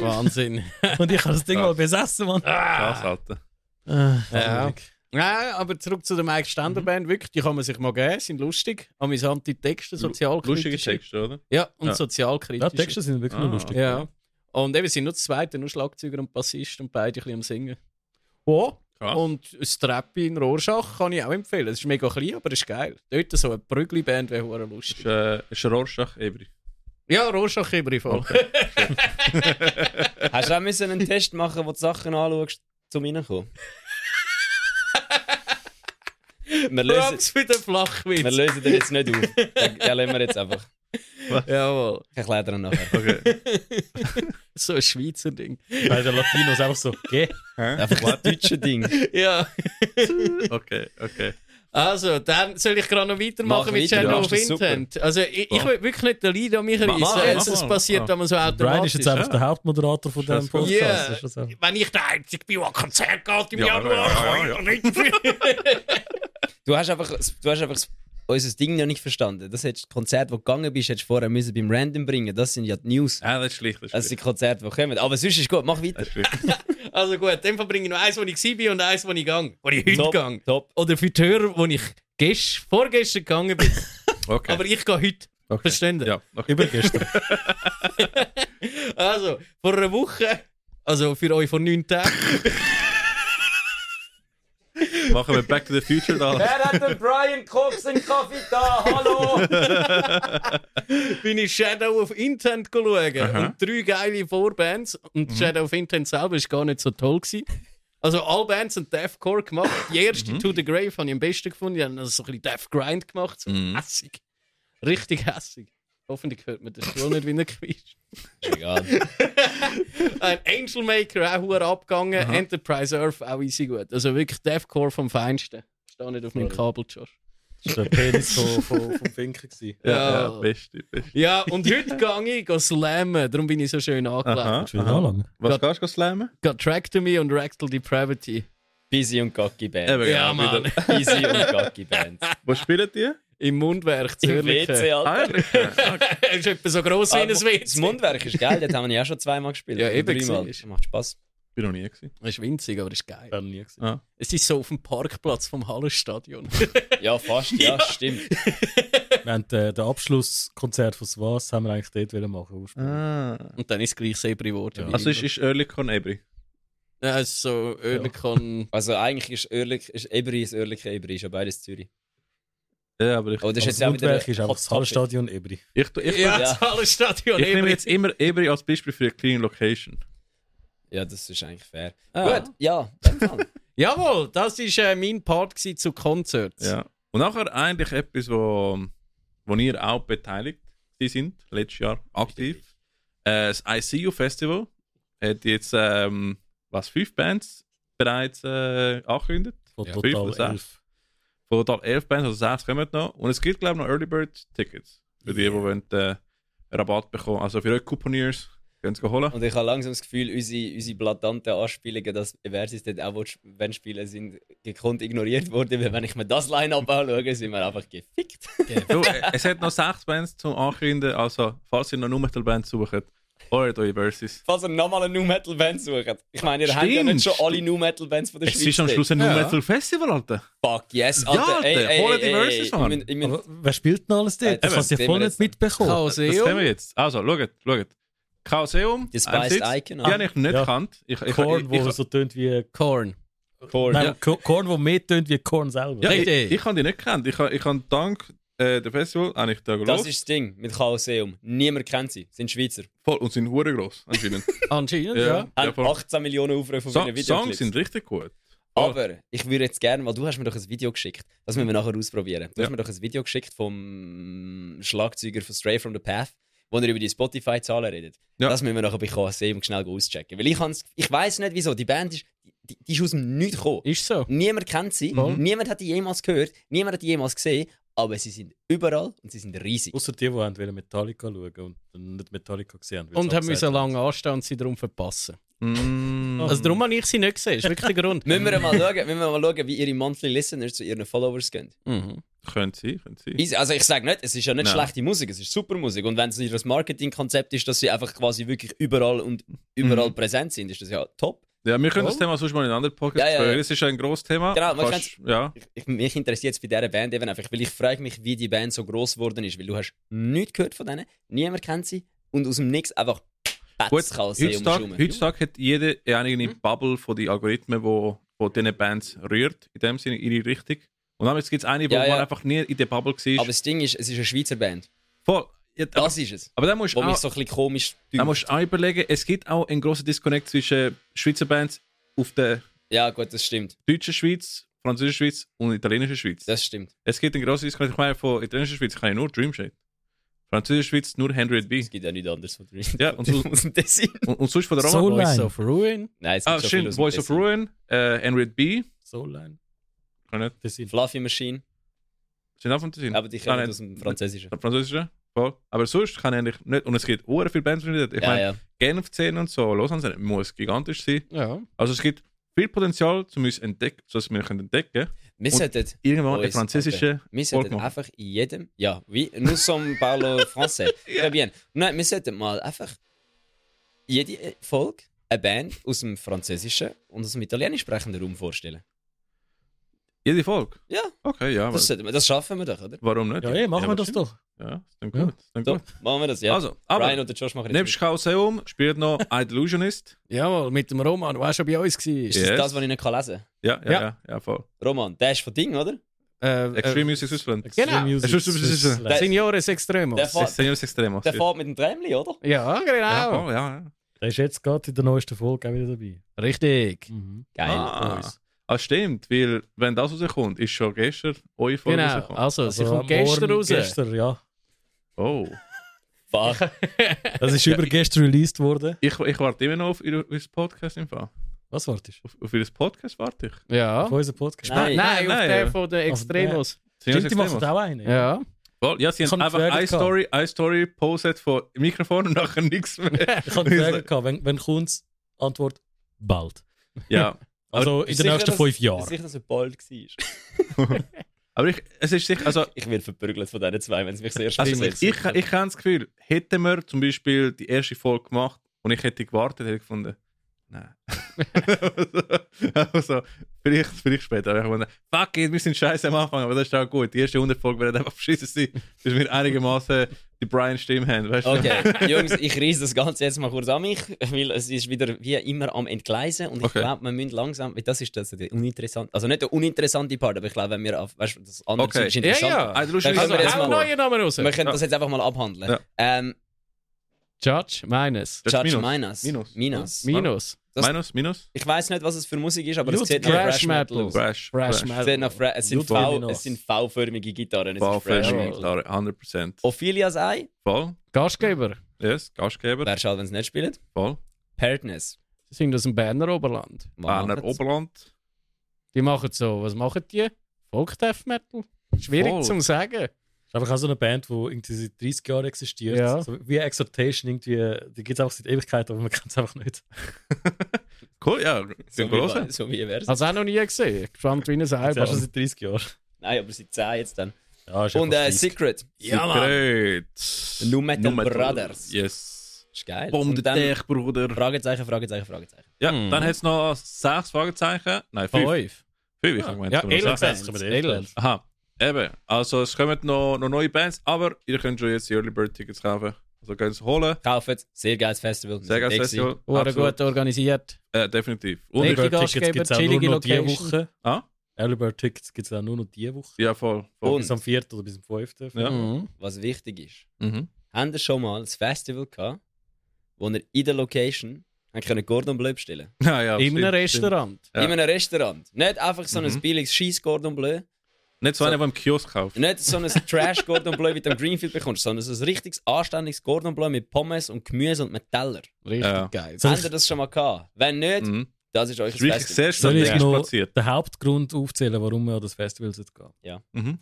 [SPEAKER 4] Wahnsinn.
[SPEAKER 2] Und ich habe das Ding mal besessen, Mann.
[SPEAKER 4] Ah.
[SPEAKER 1] Krass, Alter.
[SPEAKER 2] Äh,
[SPEAKER 4] Ja.
[SPEAKER 2] traurig.
[SPEAKER 4] Nein, aber zurück zu der Mike Stender Band. Wirklich, die kann man sich mal geben. Sind lustig. Amüsante Texte,
[SPEAKER 1] Lustige
[SPEAKER 4] sozialkritische.
[SPEAKER 1] Texte, oder?
[SPEAKER 4] Ja, und
[SPEAKER 1] Ja.
[SPEAKER 2] Ja,
[SPEAKER 4] sozialkritische.
[SPEAKER 2] die Texte sind wirklich
[SPEAKER 1] Ah.
[SPEAKER 2] lustig.
[SPEAKER 4] Ja. Und eben, sie sind nur zu zweit, nur Schlagzeuger und Bassist und beide ein bisschen am Singen. Oh,
[SPEAKER 1] Krass.
[SPEAKER 4] und das Treppi in Rorschach kann ich auch empfehlen. Es ist mega klein, aber es ist geil. Dort so eine Brügli-Band wäre hure
[SPEAKER 1] Ist,
[SPEAKER 4] lustig.
[SPEAKER 1] äh, ist Rorschach Ebri.
[SPEAKER 4] Ja, Rorschach über voll.
[SPEAKER 3] Hast du auch müssen einen Test machen, wo du Sachen anschaust, zum reinkommen? wir, lösen,
[SPEAKER 4] Props für den
[SPEAKER 3] wir
[SPEAKER 4] Flachwitz.
[SPEAKER 3] lösen den jetzt nicht auf. Den den lassen wir jetzt einfach.
[SPEAKER 4] Jawohl.
[SPEAKER 3] Ich erkläre dir nachher.
[SPEAKER 1] Okay.
[SPEAKER 4] So ein Schweizer Ding.
[SPEAKER 2] Weil der Latino ist einfach so, geh.
[SPEAKER 1] Hä?
[SPEAKER 3] Einfach das deutsche Ding.
[SPEAKER 4] Ja,
[SPEAKER 1] okay, okay.
[SPEAKER 4] also, dann soll ich gerade noch
[SPEAKER 3] Mach
[SPEAKER 4] weitermachen mit
[SPEAKER 3] weiter,
[SPEAKER 4] Channel
[SPEAKER 3] ja.
[SPEAKER 4] of
[SPEAKER 3] Das ist super.
[SPEAKER 4] Intent. Also, ich, ich will wirklich nicht den Leid an mich
[SPEAKER 1] Mach- mach,
[SPEAKER 4] reissen. Es,
[SPEAKER 1] mach
[SPEAKER 4] es
[SPEAKER 1] mal.
[SPEAKER 4] passiert, wenn man so
[SPEAKER 2] Brian ist
[SPEAKER 4] automatisch...
[SPEAKER 2] jetzt einfach der Hauptmoderator von
[SPEAKER 1] das
[SPEAKER 2] diesem Podcast.
[SPEAKER 4] Yeah.
[SPEAKER 2] Ist das auch-
[SPEAKER 4] Wenn ich der Einzige bin, der an Konzert geht im
[SPEAKER 1] Ja,
[SPEAKER 4] Januar,
[SPEAKER 1] ja, ja,
[SPEAKER 4] kann ich
[SPEAKER 1] ja.
[SPEAKER 4] doch nicht viel.
[SPEAKER 3] Du hast einfach, du hast einfach unser Ding noch nicht verstanden. Das hättest das Konzert, wo du gegangen bist, hättest du vorher müssen beim Random bringen. Das sind ja die News.
[SPEAKER 1] Ah, das ist schlecht. Das
[SPEAKER 3] Das
[SPEAKER 1] ist
[SPEAKER 3] sind
[SPEAKER 1] schlecht.
[SPEAKER 3] Konzerte, die kommen. Aber sonst ist gut, mach weiter.
[SPEAKER 1] Das ist schlecht.
[SPEAKER 4] Also gut, dann verbringe ich noch eins, wo ich war und eins, wo ich gang, wo ich heute
[SPEAKER 3] Top,
[SPEAKER 4] gang.
[SPEAKER 3] top.
[SPEAKER 4] Oder für die Hörer, wo ich gest vorgestern gegangen bin.
[SPEAKER 1] Okay.
[SPEAKER 4] Aber ich gehe heute.
[SPEAKER 1] okay.
[SPEAKER 4] verstanden.
[SPEAKER 1] Ja, okay.
[SPEAKER 2] Übergestern.
[SPEAKER 4] Also, vor einer Woche, also für euch vor neun Tagen.
[SPEAKER 1] Machen wir Back to the Future da.
[SPEAKER 3] Wer hat den Brian Cox in Kaffee da? Hallo!
[SPEAKER 4] bin ich Shadow of Intent schauen.
[SPEAKER 1] Aha. Mhm.
[SPEAKER 4] Und drei geile Vorbands. Und Shadow of Intent selber war gar nicht so toll. Gewesen. Also alle Bands haben Deathcore gemacht. Die erste,
[SPEAKER 1] Mhm.
[SPEAKER 4] To The Grave, habe ich am besten gefunden. Die haben also so ein bisschen Death Grind gemacht. So
[SPEAKER 1] Mhm.
[SPEAKER 4] hässig. Richtig hässig. Hoffentlich hört man das wohl nicht wie ein Quiz.
[SPEAKER 3] Egal.
[SPEAKER 4] Ein Angel Maker auch hure abgegangen. Enterprise Earth auch easy gut. Also wirklich Deathcore vom Feinsten. Stehe nicht auf meinem Kabel, Josh.
[SPEAKER 2] Das war der Penis von, von, vom Finken. gewesen.
[SPEAKER 1] Ja,
[SPEAKER 4] Ja.
[SPEAKER 1] ja, beste, beste.
[SPEAKER 4] Ja, und heute gehe ich slammen. Darum bin ich so schön angelegt.
[SPEAKER 1] Aha,
[SPEAKER 2] Schon wieder
[SPEAKER 1] aha.
[SPEAKER 2] anlangen.
[SPEAKER 1] Was kannst du slammen?
[SPEAKER 4] Gatractomy und Rectal Depravity.
[SPEAKER 3] Busy und Gacki Band.
[SPEAKER 1] Eben,
[SPEAKER 4] Ja,
[SPEAKER 1] genau,
[SPEAKER 4] Mann.
[SPEAKER 1] wieder.
[SPEAKER 3] Busy und Gacki Band.
[SPEAKER 1] Wo spielen die?
[SPEAKER 4] Im Mundwerk,
[SPEAKER 3] Im WC,
[SPEAKER 4] Zürich.
[SPEAKER 1] Ah,
[SPEAKER 3] Alter.
[SPEAKER 1] ehrlich?
[SPEAKER 4] Er ist etwa so gross wie ein
[SPEAKER 3] Ah, Das
[SPEAKER 4] WC.
[SPEAKER 3] Mundwerk ist geil, das haben wir ja auch schon zweimal gespielt.
[SPEAKER 4] Ja,
[SPEAKER 3] Oder
[SPEAKER 4] eben,
[SPEAKER 3] Dreimal.
[SPEAKER 4] siehst du.
[SPEAKER 3] Macht Spaß.
[SPEAKER 1] bin noch nie gewesen.
[SPEAKER 4] Das ist winzig, aber das ist geil.
[SPEAKER 2] Wäre nie gewesen.
[SPEAKER 4] Es ist so auf dem Parkplatz vom Hallenstadion.
[SPEAKER 3] Ja, fast. Ja, stimmt.
[SPEAKER 2] Wir haben äh, den Abschlusskonzert von Swas haben wir eigentlich dort wollen machen ursprünglich.
[SPEAKER 1] Ah.
[SPEAKER 4] Und dann ist es gleich Sebri geworden.
[SPEAKER 2] Ja.
[SPEAKER 4] wie
[SPEAKER 1] Also ist,
[SPEAKER 4] immer.
[SPEAKER 1] ist Earlycon Ebri.
[SPEAKER 4] Ja, es ist so äh, Ölikon.
[SPEAKER 3] Also eigentlich ist Örlik, ist Ebri ist Örlik, Ebri ist ja beides Zürich.
[SPEAKER 1] Ja, aber ich,
[SPEAKER 3] Aber das ist
[SPEAKER 2] Aber
[SPEAKER 3] jetzt auch wieder
[SPEAKER 2] Mundwerk Also ist einfach das Hallstadion Ebri.
[SPEAKER 1] ich, ich, ich,
[SPEAKER 4] Ja,
[SPEAKER 3] Ja.
[SPEAKER 4] das Hallenstadion.
[SPEAKER 1] nehme
[SPEAKER 4] Ebri.
[SPEAKER 1] jetzt immer Ebri als Beispiel für eine clean Location.
[SPEAKER 3] Ja, das ist eigentlich fair.
[SPEAKER 4] Ah.
[SPEAKER 3] Gut, ja. in dem Fall.
[SPEAKER 4] Jawohl, das war äh, mein Part gewesen zu Konzerts.
[SPEAKER 1] Ja. Und nachher eigentlich etwas, wo, wo ihr auch beteiligt gewesen sind, letztes Jahr aktiv. Äh, das ICU Festival hat jetzt ähm, was, fünf Bands bereits äh, angekündigt.
[SPEAKER 2] Von
[SPEAKER 1] Ja. Fünf oder
[SPEAKER 2] total
[SPEAKER 1] sechs.
[SPEAKER 2] elf.
[SPEAKER 1] Von total elf Bands, also sechs kommen noch. Und es gibt, glaube ich, noch Early Bird Tickets. Für die, die wollen, äh, Rabatt bekommen. Also für euch Couponiers, könnt ihr holen.
[SPEAKER 3] Und ich habe langsam das Gefühl, unsere, unsere blatanten Anspielungen, dass Versus dort auch will- wenn spielen, sind gekonnt ignoriert worden. Weil wenn ich mir das Line-Up anschaue, sind wir einfach gefickt.
[SPEAKER 1] Du, äh, es hat noch sechs Bands zum Ankünden. Also, falls ihr noch nur Metal-Bands sucht, holt euch Versus.
[SPEAKER 3] Falls ihr nochmal eine Nu-Metal-Band sucht. Ich meine, ihr habt ja
[SPEAKER 1] Stimmt.
[SPEAKER 3] nicht schon alle Nu-Metal-Bands von der
[SPEAKER 1] Es
[SPEAKER 3] Schweiz.
[SPEAKER 1] ist am
[SPEAKER 3] dort.
[SPEAKER 1] Schluss ein
[SPEAKER 4] Ja.
[SPEAKER 1] Nu-Metal-Festival, Alter.
[SPEAKER 3] Fuck yes,
[SPEAKER 1] Ja,
[SPEAKER 3] Alter.
[SPEAKER 1] Alter,
[SPEAKER 3] ey, ey,
[SPEAKER 1] hol
[SPEAKER 3] ey,
[SPEAKER 1] die
[SPEAKER 3] ey,
[SPEAKER 1] Verses,
[SPEAKER 3] ey,
[SPEAKER 1] Mann.
[SPEAKER 3] Ich mein, ich mein,
[SPEAKER 2] Aber Wer spielt denn alles
[SPEAKER 3] Eben,
[SPEAKER 2] dort? Ich habe ja
[SPEAKER 3] sehen
[SPEAKER 2] voll
[SPEAKER 3] wir
[SPEAKER 2] nicht
[SPEAKER 3] jetzt nicht.
[SPEAKER 2] mitbekommen.
[SPEAKER 1] Das
[SPEAKER 4] Chaoseum.
[SPEAKER 1] haben wir jetzt. Also, schaut, schaut. Chaoseum.
[SPEAKER 3] die Spiced
[SPEAKER 1] einerseits.
[SPEAKER 3] Icon.
[SPEAKER 1] Die habe ich nicht
[SPEAKER 2] Ja.
[SPEAKER 1] gekannt. Ich, ich, ich,
[SPEAKER 2] Korn, wo
[SPEAKER 1] ich,
[SPEAKER 2] so tönt wie
[SPEAKER 4] Korn.
[SPEAKER 3] Korn.
[SPEAKER 2] Nein,
[SPEAKER 3] Ja.
[SPEAKER 2] Ko- Korn, wo mehr tönt wie Korn selber.
[SPEAKER 1] Ja, ich,
[SPEAKER 4] Richtig.
[SPEAKER 1] ich habe die nicht gekannt. Ich habe ich hab dank äh, dem Festival habe ich da
[SPEAKER 3] Das
[SPEAKER 1] gelost.
[SPEAKER 3] ist das Ding mit Chaoseum. Niemand kennt sie. Sind Schweizer.
[SPEAKER 1] Voll, und sind hure gross, anscheinend.
[SPEAKER 4] Anscheinend,
[SPEAKER 1] ja. ja.
[SPEAKER 3] Haben
[SPEAKER 1] voll.
[SPEAKER 3] 18 Millionen Aufrufe auf
[SPEAKER 1] So
[SPEAKER 3] ihren
[SPEAKER 1] Songs
[SPEAKER 3] Videoclips.
[SPEAKER 1] sind richtig gut.
[SPEAKER 3] Aber ich würde jetzt gerne, weil du hast mir doch ein Video geschickt. Das müssen wir nachher ausprobieren. Du
[SPEAKER 1] Mhm. Ja.
[SPEAKER 3] hast mir doch ein Video geschickt vom Schlagzeuger von Stray from the Path, wo er über die Spotify-Zahlen redet.
[SPEAKER 1] Ja.
[SPEAKER 3] Das müssen wir nachher bei KSM schnell auschecken. Weil ich, hans- ich weiß nicht wieso. Die Band ist, die, die ist aus dem Nichts gekommen.
[SPEAKER 4] Ist so.
[SPEAKER 3] Niemand kennt sie,
[SPEAKER 1] Mhm.
[SPEAKER 3] niemand hat die jemals gehört, niemand hat die jemals gesehen, aber sie sind überall und sie sind riesig.
[SPEAKER 1] Mhm.
[SPEAKER 2] Außer die, die haben wollen Metallica schauen und dann nicht Metallica gesehen haben. weil
[SPEAKER 4] Und
[SPEAKER 2] sie
[SPEAKER 4] haben müssen
[SPEAKER 2] abgesagt
[SPEAKER 4] lange anstehen und sie darum verpassen.
[SPEAKER 1] Mm.
[SPEAKER 4] Also darum habe ich sie nicht gesehen. ist wirklich der Grund.
[SPEAKER 3] Müssen wir mal schauen, müssen wir mal schauen, wie ihre Monthly Listeners zu ihren Followers gehen.
[SPEAKER 4] Mhm.
[SPEAKER 1] Könnte sein, könnte sein.
[SPEAKER 3] Easy. Also ich sage nicht, es ist ja nicht
[SPEAKER 1] Nein.
[SPEAKER 3] schlechte Musik, es ist super Musik. Und wenn es ihr Marketingkonzept ist, dass sie einfach quasi wirklich überall und überall
[SPEAKER 1] Mhm.
[SPEAKER 3] präsent sind, ist das ja top.
[SPEAKER 1] Ja, wir können das Thema sonst mal in einem anderen Podcast
[SPEAKER 3] Oh. Ja, ja, ja.
[SPEAKER 1] hören. Es ist ein grosses Thema.
[SPEAKER 3] Genau, man
[SPEAKER 1] Kannst- ja.
[SPEAKER 3] Ich, ich, mich interessiert es bei dieser Band eben einfach, weil ich frage mich, wie die Band so groß geworden ist, weil du hast nichts gehört von denen, niemand kennt sie und aus dem Nix einfach
[SPEAKER 1] Gut,
[SPEAKER 3] Batzkalsee
[SPEAKER 1] heutzutage,
[SPEAKER 3] umschummen.
[SPEAKER 1] heutzutage hat jeder eine eigene Bubble von den Algorithmen, wo, wo diese Bands rührt, in dem Sinne ihre Richtung. Und dann gibt es eine, wo
[SPEAKER 3] Ja, ja.
[SPEAKER 1] man einfach nie in der Bubble war.
[SPEAKER 3] Aber das Ding ist, es ist eine Schweizer Band.
[SPEAKER 1] Voll. Ja, aber,
[SPEAKER 3] Das ist es.
[SPEAKER 1] aber dann musst du
[SPEAKER 3] Wo mich
[SPEAKER 1] auch,
[SPEAKER 3] so ein bisschen komisch dünkt.
[SPEAKER 1] dann musst du auch überlegen, es gibt auch einen grossen Disconnect zwischen Schweizer Bands auf der
[SPEAKER 3] Ja, gut, das stimmt.
[SPEAKER 1] deutschen Schweiz, französischen Schweiz und italienischen Schweiz.
[SPEAKER 3] Das stimmt.
[SPEAKER 1] es gibt einen grossen Disconnect. Ich meine, von italienischer Schweiz kann ich nur Dreamshade. Französische Schweiz nur Henriette B.
[SPEAKER 3] Es gibt ja nichts anderes von drin.
[SPEAKER 1] Ja, und so-
[SPEAKER 3] aus dem Tessin.
[SPEAKER 1] Und, und sonst von der Roma.
[SPEAKER 2] So
[SPEAKER 4] Voice
[SPEAKER 2] line.
[SPEAKER 4] of Ruin.
[SPEAKER 3] Nein, es gibt
[SPEAKER 1] ah,
[SPEAKER 3] schon viel
[SPEAKER 1] schön.
[SPEAKER 3] aus dem
[SPEAKER 1] Voice of
[SPEAKER 3] Tessin.
[SPEAKER 1] Ruin, äh, Henriette B.
[SPEAKER 2] So line.
[SPEAKER 1] Kann nicht.
[SPEAKER 2] Das sind
[SPEAKER 3] Fluffy Machine.
[SPEAKER 1] Sind auch von Tessin.
[SPEAKER 3] Aber die
[SPEAKER 1] Nein,
[SPEAKER 3] kommen
[SPEAKER 1] nein.
[SPEAKER 3] aus dem Französischen.
[SPEAKER 1] Französische. Voll. Aber sonst kann ich eigentlich nicht. Und es gibt auch viele Bands, die nicht. Ich
[SPEAKER 3] Ja,
[SPEAKER 1] meine,
[SPEAKER 3] ja.
[SPEAKER 1] Genf 10 und so, Los Angeles muss gigantisch sein.
[SPEAKER 4] Ja.
[SPEAKER 1] Also es gibt viel Potenzial, um uns entdecken, dass wir können entdecken
[SPEAKER 3] Wir
[SPEAKER 1] Und-
[SPEAKER 3] sollten,
[SPEAKER 1] Irgendwann eine
[SPEAKER 3] Uns
[SPEAKER 1] französische. Folge
[SPEAKER 3] wir sollten
[SPEAKER 1] machen.
[SPEAKER 3] einfach in jedem. Ja, wie? Nous sommes parlo français. Très bien. Nein, wir sollten mal einfach jede Folge eine Band aus dem französischen und aus dem italienisch sprechenden Raum vorstellen.
[SPEAKER 1] Jede Folge.
[SPEAKER 3] Ja.
[SPEAKER 1] Okay, ja.
[SPEAKER 3] Das,
[SPEAKER 1] Aber
[SPEAKER 3] sollten wir, das schaffen wir doch, oder?
[SPEAKER 1] warum nicht?
[SPEAKER 2] ja, ey, machen wir das
[SPEAKER 1] wahrscheinlich.
[SPEAKER 2] doch.
[SPEAKER 1] Ja, ist dann
[SPEAKER 2] Ja.
[SPEAKER 1] gut. Ist dann
[SPEAKER 3] So,
[SPEAKER 1] gut.
[SPEAKER 3] machen wir das, ja.
[SPEAKER 1] Also,
[SPEAKER 3] Brian
[SPEAKER 1] aber
[SPEAKER 3] oder Josh machen jetzt.
[SPEAKER 1] nebst Chaoseum spielt noch ein Illusionist.
[SPEAKER 4] Jawohl, mit dem Roman, der auch schon bei uns war.
[SPEAKER 3] mit. Ist das
[SPEAKER 1] Yes.
[SPEAKER 3] das, was ich nicht kann lesen
[SPEAKER 1] Ja, ja,
[SPEAKER 4] Ja.
[SPEAKER 1] ja, ja, voll.
[SPEAKER 3] Roman, der ist von Ding, oder?
[SPEAKER 4] Äh,
[SPEAKER 1] Extreme
[SPEAKER 4] äh,
[SPEAKER 1] Music Switzerland.
[SPEAKER 2] Extreme
[SPEAKER 4] Genau.
[SPEAKER 2] Music
[SPEAKER 1] Es ist- es ist-
[SPEAKER 2] Switzerland.
[SPEAKER 4] Seniores
[SPEAKER 3] Der
[SPEAKER 4] Extremos.
[SPEAKER 3] Fa-
[SPEAKER 1] Seniors Extremos.
[SPEAKER 3] Der fährt mit dem Trämli, oder?
[SPEAKER 1] Ja,
[SPEAKER 4] Ja, genau.
[SPEAKER 1] voll, ja. ja.
[SPEAKER 2] Der ist jetzt gerade in der neuesten Folge auch wieder dabei.
[SPEAKER 4] Richtig.
[SPEAKER 2] Mhm.
[SPEAKER 3] Geil. Oh,
[SPEAKER 1] Ah. ah, stimmt, weil wenn das rauskommt, ist schon gestern eure Folge
[SPEAKER 4] Genau.
[SPEAKER 1] rausgekommen.
[SPEAKER 4] Also, sie
[SPEAKER 2] Also
[SPEAKER 4] kommt
[SPEAKER 2] am
[SPEAKER 4] gestern
[SPEAKER 2] Morgen-
[SPEAKER 4] raus.
[SPEAKER 2] Gestern, ja.
[SPEAKER 1] Oh.
[SPEAKER 3] Fuck.
[SPEAKER 2] Das ist übergestern released worden.
[SPEAKER 1] Ich, ich warte immer noch auf ihr- auf euren Podcast im Fall.
[SPEAKER 2] Was wartest du?
[SPEAKER 1] Auf, auf ihr Podcast warte ich.
[SPEAKER 4] Ja.
[SPEAKER 2] Auf unseren Podcast.
[SPEAKER 3] Nein.
[SPEAKER 1] Nein,
[SPEAKER 4] Nein, auf
[SPEAKER 1] nein.
[SPEAKER 4] den von den Extremos.
[SPEAKER 1] Seniors
[SPEAKER 2] Stimmt, die
[SPEAKER 1] Extremos.
[SPEAKER 2] machen auch einen.
[SPEAKER 4] Ja.
[SPEAKER 1] Voll, ja, sie
[SPEAKER 2] Ich
[SPEAKER 1] haben
[SPEAKER 2] hab
[SPEAKER 1] einfach
[SPEAKER 2] Fragen
[SPEAKER 1] eine
[SPEAKER 2] gehabt.
[SPEAKER 1] Story, eine Story, Pause von Mikrofon und nachher nichts mehr.
[SPEAKER 2] Ich habe Fragen gehabt, wenn, wenn kommt, Antwort bald.
[SPEAKER 1] ja.
[SPEAKER 2] Also in
[SPEAKER 3] Bist
[SPEAKER 2] den
[SPEAKER 3] sicher,
[SPEAKER 2] nächsten
[SPEAKER 3] dass-
[SPEAKER 2] fünf
[SPEAKER 3] Ist
[SPEAKER 2] Jahren.
[SPEAKER 3] sicher, dass er bald war.
[SPEAKER 1] Aber ich, es ist sicher, also,
[SPEAKER 3] Ich werde verprügelt von diesen zwei, wenn es mich sehr schwer
[SPEAKER 1] also ich, ich habe das Gefühl, hätten wir zum Beispiel die erste Folge gemacht und ich hätte gewartet, hätte ich gefunden, nein. also, vielleicht, vielleicht später. Aber ich habe gefunden, fuck it, wir sind scheiße am Anfang, aber das ist auch gut. Die erste 100 Folge werden einfach beschissen sein, bis wir einigermaßen die Brian-Stimme haben, weißt du?
[SPEAKER 3] Okay, Jungs, ich reiße das Ganze jetzt mal kurz an mich, weil es ist wieder wie immer am Entgleisen und ich
[SPEAKER 1] Okay.
[SPEAKER 3] glaube, wir müssen langsam, weil das ist das der uninteressante, also nicht der uninteressante Part, aber ich glaube, wenn wir auf, weißt du, das andere
[SPEAKER 1] Okay.
[SPEAKER 3] ist
[SPEAKER 4] Ja,
[SPEAKER 3] interessant.
[SPEAKER 4] ja.
[SPEAKER 1] Also, du schreibst
[SPEAKER 3] Also,
[SPEAKER 1] jetzt
[SPEAKER 3] auch
[SPEAKER 1] mal.
[SPEAKER 4] Ein neuer Name raus.
[SPEAKER 3] Wir können das jetzt einfach mal abhandeln.
[SPEAKER 1] Ja.
[SPEAKER 3] Ähm,
[SPEAKER 4] Judge minus.
[SPEAKER 1] Das ist
[SPEAKER 3] Judge
[SPEAKER 1] Minus.
[SPEAKER 3] Minus.
[SPEAKER 1] Minus.
[SPEAKER 3] Minus.
[SPEAKER 4] Minus.
[SPEAKER 3] Das-
[SPEAKER 1] Minus, minus,
[SPEAKER 3] Ich weiß nicht, was es für Musik ist, aber es
[SPEAKER 4] Gut,
[SPEAKER 3] sieht nach
[SPEAKER 4] Thrash
[SPEAKER 3] Fresh Metal
[SPEAKER 4] Metal.
[SPEAKER 3] aus.
[SPEAKER 1] Crash.
[SPEAKER 4] Fresh
[SPEAKER 3] Es, sieht nach Fra- es, sind
[SPEAKER 2] Gut,
[SPEAKER 3] v,
[SPEAKER 2] Minus.
[SPEAKER 3] es sind V-förmige Gitarren, es
[SPEAKER 1] Voll
[SPEAKER 3] ist Fresh
[SPEAKER 1] fresh,
[SPEAKER 3] Metal.
[SPEAKER 1] klar, 100%.
[SPEAKER 3] Ophelia's Eye,
[SPEAKER 1] Voll,
[SPEAKER 4] Gastgeber.
[SPEAKER 1] yes, Gastgeber,
[SPEAKER 3] wer schaut, wenn es nicht spielt?
[SPEAKER 1] voll.
[SPEAKER 3] Paradness.
[SPEAKER 4] Sie sind aus dem Berner Oberland.
[SPEAKER 1] Berner Oberland.
[SPEAKER 4] Die machen so, was machen die? Folk Death Metal. Schwierig
[SPEAKER 1] Voll.
[SPEAKER 4] zum sagen.
[SPEAKER 2] Das ist einfach auch so eine Band, die irgendwie seit 30 Jahren existiert.
[SPEAKER 4] Ja.
[SPEAKER 2] So wie Exhortation, irgendwie, die gibt es einfach seit Ewigkeit, aber man kennt es einfach nicht.
[SPEAKER 1] Cool, ja,
[SPEAKER 3] So
[SPEAKER 1] sind wir hören.
[SPEAKER 3] wie, so wie wär's?
[SPEAKER 4] Also auch noch nie gesehen. Gespannt wie ein
[SPEAKER 2] Das ist schon
[SPEAKER 4] Seilbahn.
[SPEAKER 2] seit 30 Jahren.
[SPEAKER 3] Nein, aber sie 10 jetzt dann.
[SPEAKER 2] Ja, ist
[SPEAKER 3] Und
[SPEAKER 2] einfach
[SPEAKER 3] äh,
[SPEAKER 2] 30.
[SPEAKER 3] Secret.
[SPEAKER 1] Ja, Mann. Secret.
[SPEAKER 3] Nu Metal Brothers.
[SPEAKER 1] Yes.
[SPEAKER 3] Ist geil.
[SPEAKER 1] Bomb
[SPEAKER 3] Und
[SPEAKER 1] den
[SPEAKER 3] dann
[SPEAKER 1] Tech, Bruder.
[SPEAKER 3] Fragezeichen, Fragezeichen, Fragezeichen.
[SPEAKER 1] Ja, dann hat es noch sechs Fragezeichen. Nein, fünf.
[SPEAKER 4] Fünf.
[SPEAKER 1] Fünf, ich hab gemeint.
[SPEAKER 4] Ja,
[SPEAKER 1] sondern
[SPEAKER 4] elf.
[SPEAKER 1] sechs.
[SPEAKER 2] Das kommen die ersten.
[SPEAKER 4] Elf.
[SPEAKER 1] Aha, eben. Also es kommen noch, noch neue Bands, aber ihr könnt schon jetzt die Early Bird Tickets kaufen. Also geht es holen.
[SPEAKER 3] Kauft, sehr geiles Festival.
[SPEAKER 1] Sehr geiles
[SPEAKER 3] Sexy.
[SPEAKER 1] Festival.
[SPEAKER 5] Wurde
[SPEAKER 1] Absolut.
[SPEAKER 5] gut organisiert.
[SPEAKER 1] Äh, definitiv. Und
[SPEAKER 2] Early
[SPEAKER 5] Mega
[SPEAKER 2] Bird Tickets
[SPEAKER 5] Gastgeber,
[SPEAKER 2] gibt es auch nur
[SPEAKER 5] chillige
[SPEAKER 2] noch diese
[SPEAKER 5] Location.
[SPEAKER 2] Woche.
[SPEAKER 1] Ah?
[SPEAKER 2] Early Bird Tickets gibt es auch nur noch diese Woche.
[SPEAKER 1] ja, voll. voll.
[SPEAKER 2] Bis am 4. oder bis am 5.
[SPEAKER 1] Ja.
[SPEAKER 4] Hmm.
[SPEAKER 5] Mhm.
[SPEAKER 3] Was wichtig ist,
[SPEAKER 1] Mhm.
[SPEAKER 3] haben ihr schon mal ein Festival gehabt, wo ihr in der Location habt können Gordon Bleu bestellen
[SPEAKER 1] Ja, ja,
[SPEAKER 5] In einem
[SPEAKER 1] stimmt,
[SPEAKER 5] Restaurant.
[SPEAKER 1] Ja.
[SPEAKER 3] In einem Restaurant. Nicht einfach so
[SPEAKER 1] Mhm.
[SPEAKER 3] ein billiges Scheiß Gordon Bleu.
[SPEAKER 1] stimmt. Nicht so einer, der im Kiosk kauft.
[SPEAKER 3] Nicht so ein Trash Gordon Bleu, wie du am Greenfield bekommst, sondern so ein richtiges, anständiges Gordon Bleu mit Pommes und Gemüse und mit Teller.
[SPEAKER 5] Richtig
[SPEAKER 1] Ja.
[SPEAKER 5] geil.
[SPEAKER 3] Habt ihr das schon mal gehabt? Wenn nicht,
[SPEAKER 1] Mhm.
[SPEAKER 3] das ist euch
[SPEAKER 1] Das ist wirklich sehr
[SPEAKER 3] Festival.
[SPEAKER 2] Soll ich
[SPEAKER 1] strategisch
[SPEAKER 2] noch
[SPEAKER 1] platziert.
[SPEAKER 2] den Hauptgrund aufzählen, warum wir an das Festival gehen sollte?
[SPEAKER 1] Mhm.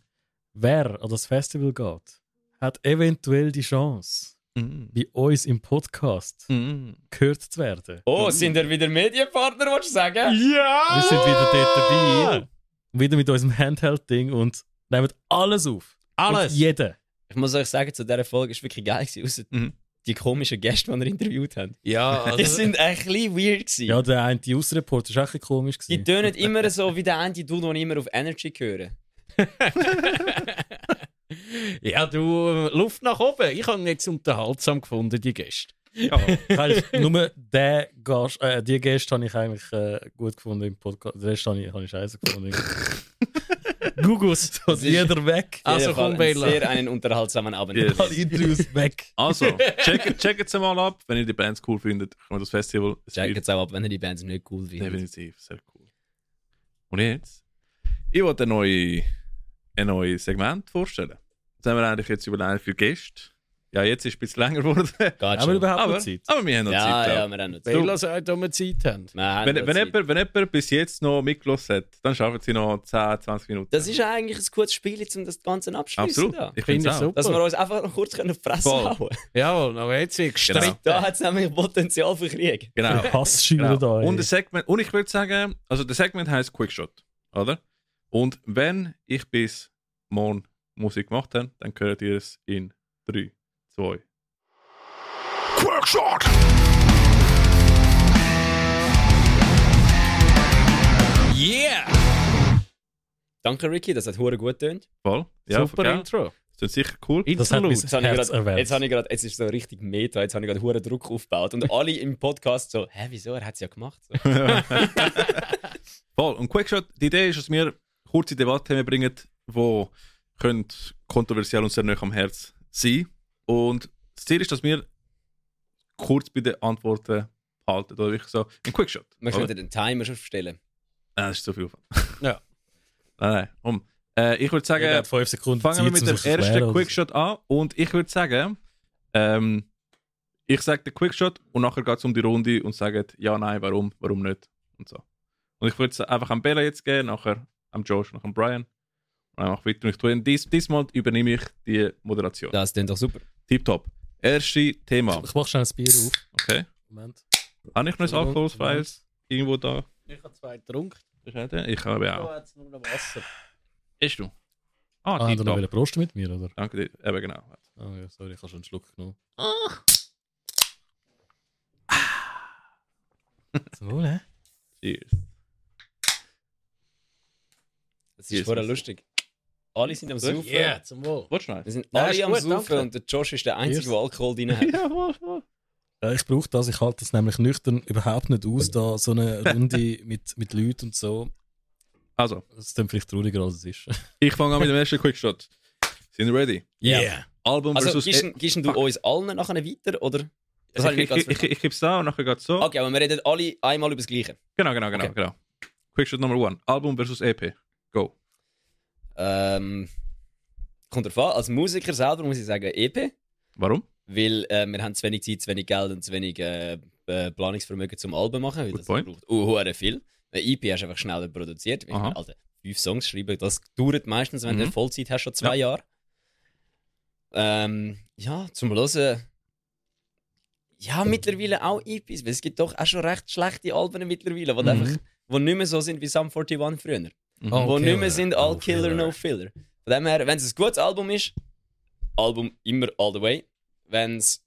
[SPEAKER 2] Wer an das Festival geht, hat eventuell die Chance,
[SPEAKER 1] Mhm.
[SPEAKER 2] bei uns im Podcast
[SPEAKER 1] Mhm.
[SPEAKER 2] gehört zu werden.
[SPEAKER 3] Oh, sind ihr wieder Medienpartner, wolltest du sagen?
[SPEAKER 2] Wir sind wieder dort dabei. Wieder mit unserem Handheld-Ding und nehmen alles auf.
[SPEAKER 5] Alles.
[SPEAKER 2] Und jeden.
[SPEAKER 3] Ich muss euch sagen, zu dieser Folge ist wirklich geil gewesen, außer
[SPEAKER 1] Mhm.
[SPEAKER 3] die komischen Gäste, die wir interviewt haben.
[SPEAKER 5] Ja,
[SPEAKER 3] Die
[SPEAKER 5] also,
[SPEAKER 3] sind ein bisschen weird gewesen.
[SPEAKER 2] Ja, der eine die Ausreport ist auch ein bisschen komisch.
[SPEAKER 3] die
[SPEAKER 2] Gewesen.
[SPEAKER 3] tönen immer so wie der eine Dude, den ich immer auf Energy höre.
[SPEAKER 5] ja, du, Luft nach oben. Ich habe ihn jetzt unterhaltsam gefunden, die Gäste.
[SPEAKER 2] Ich habe nur den Gast, äh, die Gäste habe ich eigentlich äh, gut gefunden im Podcast. Den Rest habe ich, habe ich scheiße gefunden. Gugus, so
[SPEAKER 3] ist-
[SPEAKER 2] jeder weg.
[SPEAKER 3] Auf
[SPEAKER 5] Also
[SPEAKER 3] jeden Fall
[SPEAKER 5] komm,
[SPEAKER 3] ein
[SPEAKER 5] Bella.
[SPEAKER 3] Sehr einen unterhaltsamen Abend.
[SPEAKER 1] Yes.
[SPEAKER 2] Alle Interviews weg.
[SPEAKER 1] Also, checkt check es mal ab, wenn ihr die Bands cool findet. Kommt das Festival. Es
[SPEAKER 3] Checkt
[SPEAKER 1] wird
[SPEAKER 3] jetzt auch ab, wenn ihr die Bands nicht cool findet.
[SPEAKER 1] Definitiv, sehr cool. Und jetzt? Ich wollte ein neues, ein neues Segment vorstellen. Das haben wir eigentlich jetzt überlegt für Gäste. Ja, jetzt ist es ein bisschen länger geworden.
[SPEAKER 3] Geht
[SPEAKER 2] Haben wir
[SPEAKER 3] schon.
[SPEAKER 2] überhaupt
[SPEAKER 1] Aber,
[SPEAKER 2] noch Zeit?
[SPEAKER 1] aber wir haben noch
[SPEAKER 3] Ja,
[SPEAKER 1] Zeit.
[SPEAKER 3] ja,
[SPEAKER 1] glaub.
[SPEAKER 3] wir haben noch Zeit.
[SPEAKER 5] Bella sagt, dass wir Zeit haben.
[SPEAKER 3] Wir haben
[SPEAKER 1] Wenn,
[SPEAKER 3] noch
[SPEAKER 1] wenn,
[SPEAKER 3] Zeit.
[SPEAKER 1] jemand, wenn jemand bis jetzt noch mitgelassen hat, dann schaffen sie noch 10, 20 Minuten.
[SPEAKER 3] Das ist eigentlich ein gutes Spiel, um das Ganze abschließen.
[SPEAKER 1] Absolut.
[SPEAKER 3] Da.
[SPEAKER 1] Ich
[SPEAKER 5] Finde
[SPEAKER 1] finde
[SPEAKER 5] ich
[SPEAKER 1] es auch.
[SPEAKER 5] super.
[SPEAKER 3] Dass wir uns einfach noch kurz können auf die Fresse
[SPEAKER 1] Voll.
[SPEAKER 3] hauen
[SPEAKER 5] Jawohl, aber jetzt wird gestritten.
[SPEAKER 3] Da hat es nämlich Potenzial für Krieg.
[SPEAKER 1] Genau.
[SPEAKER 2] Hass schildert
[SPEAKER 1] Genau.
[SPEAKER 2] euch.
[SPEAKER 1] Und, das Segment, und ich würde sagen, also das Segment heißt Quickshot, oder? Und wenn ich bis morgen Musik gemacht habe, dann hört ihr es in 3, 2.
[SPEAKER 7] Quickshot!
[SPEAKER 3] Danke, Ricky, das hat hure gut getönt.
[SPEAKER 1] Voll? Ja,
[SPEAKER 5] Super
[SPEAKER 1] gell?
[SPEAKER 5] Intro.
[SPEAKER 1] Das ist sicher cool.
[SPEAKER 2] das hat mein
[SPEAKER 5] Interlude.
[SPEAKER 2] Herz
[SPEAKER 3] Jetzt habe ich gerade,
[SPEAKER 2] erwärmt.
[SPEAKER 3] jetzt habe ich gerade, jetzt ist so richtig Meta, jetzt habe ich gerade hohen Druck aufgebaut und alle im Podcast so, hä, wieso, er hat es ja gemacht. So.
[SPEAKER 1] Voll. Und Quickshot, die Idee ist, dass wir kurze Debattthemen bringen, die können kontroversiell und sehr nah am Herz sein Und das Ziel ist, dass wir kurz bei den Antworten halten. Oder wirklich so ein Quickshot.
[SPEAKER 3] Wir
[SPEAKER 1] oder?
[SPEAKER 3] könnten den Timer schon verstellen.
[SPEAKER 1] Nein, das ist zu viel Aufwand.
[SPEAKER 5] Ja.
[SPEAKER 1] Nein, nein. Um. Äh, ich würde
[SPEAKER 2] Jeder
[SPEAKER 1] sagen,
[SPEAKER 2] hat fünf Sekunden
[SPEAKER 1] fangen wir
[SPEAKER 2] Zeit,
[SPEAKER 1] mit
[SPEAKER 2] um
[SPEAKER 1] dem
[SPEAKER 2] sich zu erklären
[SPEAKER 1] ersten
[SPEAKER 2] oder so.
[SPEAKER 1] Quickshot an. Und ich würde sagen, ähm, ich sage den Quickshot und nachher geht es um die Runde und sagt ja, nein, warum, warum nicht. Und so. Und ich würde es einfach am Bella jetzt geben, nachher am Josh, nachher am Brian. Und einfach weiter. Und ich tue ihn, dies, diesmal übernehme ich die Moderation.
[SPEAKER 3] Das ist doch super.
[SPEAKER 1] Tipptopp. Erste Thema.
[SPEAKER 2] Ich mach schnell ein Bier auf.
[SPEAKER 1] Okay.
[SPEAKER 2] Moment.
[SPEAKER 1] Habe ich noch ein alkoholfreies irgendwo da?
[SPEAKER 5] Ich habe zwei getrunken.
[SPEAKER 1] Ich habe auch.
[SPEAKER 5] jetzt nur noch Wasser.
[SPEAKER 1] Ist du? Ah,
[SPEAKER 2] Ah, hat er noch
[SPEAKER 1] tipptopp.
[SPEAKER 2] wollen Prost mit mir, oder?
[SPEAKER 1] Danke dir. Eben genau.
[SPEAKER 2] Ah ja, sorry, ich habe schon einen Schluck genommen.
[SPEAKER 1] Ah.
[SPEAKER 2] Zum Wohl, hä?
[SPEAKER 1] Cheers.
[SPEAKER 3] Das
[SPEAKER 1] Yes,
[SPEAKER 3] ist hure
[SPEAKER 1] yes.
[SPEAKER 3] lustig. Alle sind am Saufen.
[SPEAKER 5] Yeah, zum Wohl.
[SPEAKER 1] Wolltest du noch eins?
[SPEAKER 3] Wir sind
[SPEAKER 5] Nein,
[SPEAKER 3] alle
[SPEAKER 5] ist
[SPEAKER 3] am
[SPEAKER 5] gut,
[SPEAKER 3] Saufen
[SPEAKER 5] danke.
[SPEAKER 3] und der Josh ist der Einzige,
[SPEAKER 2] Yes.
[SPEAKER 3] der Alkohol drin hat.
[SPEAKER 2] Ja, ich brauche das, ich halte das nämlich nüchtern überhaupt nicht aus, da so eine Runde mit, mit Leuten und so.
[SPEAKER 1] Also,
[SPEAKER 2] Das ist dann vielleicht trauriger, als es ist.
[SPEAKER 1] ich fange an mit dem ersten Quickshot. Sind ihr ready?
[SPEAKER 5] Yeah.
[SPEAKER 1] Album
[SPEAKER 3] Also,
[SPEAKER 1] versus.
[SPEAKER 3] gibst, gibst du
[SPEAKER 1] fuck.
[SPEAKER 3] uns allen nachher weiter, oder? Das habe ich
[SPEAKER 1] ich
[SPEAKER 3] nicht ganz
[SPEAKER 1] ich, ich,
[SPEAKER 3] verstanden.
[SPEAKER 1] ich gebe es da und nachher geht es so.
[SPEAKER 3] Okay, aber wir reden alle einmal über das Gleiche.
[SPEAKER 1] Genau, genau, genau,
[SPEAKER 3] Okay.
[SPEAKER 1] genau. Quickshot Number One. Album versus EP. Go.
[SPEAKER 3] Ähm, kommt drauf an, als Musiker selber muss ich sagen, E EP.
[SPEAKER 1] Warum?
[SPEAKER 3] Weil äh, wir haben zu wenig Zeit, zu wenig Geld und zu wenig äh, äh, Planungsvermögen zum Alben machen. Weil
[SPEAKER 1] Good
[SPEAKER 3] das
[SPEAKER 1] point.
[SPEAKER 3] braucht uh, hure viel. Ein EP hast du einfach schneller produziert. Ich
[SPEAKER 1] Aha.
[SPEAKER 3] meine, Alter, fünf Songs schreiben, das dauert meistens, wenn
[SPEAKER 1] Mhm.
[SPEAKER 3] du Vollzeit hast, schon zwei Jahre. Ähm, ja, zum Hören. Ja, mittlerweile auch EPs, weil es gibt doch auch schon recht schlechte Alben mittlerweile, die
[SPEAKER 2] Mhm.
[SPEAKER 3] einfach wo nicht mehr so sind wie Sum 41
[SPEAKER 1] Mhm.
[SPEAKER 3] früher. wo nicht mehr sind
[SPEAKER 1] Oh,
[SPEAKER 3] All Killer, No Filler. Von dem her, wenn es ein gutes Album ist, Album immer all the way. Wenn es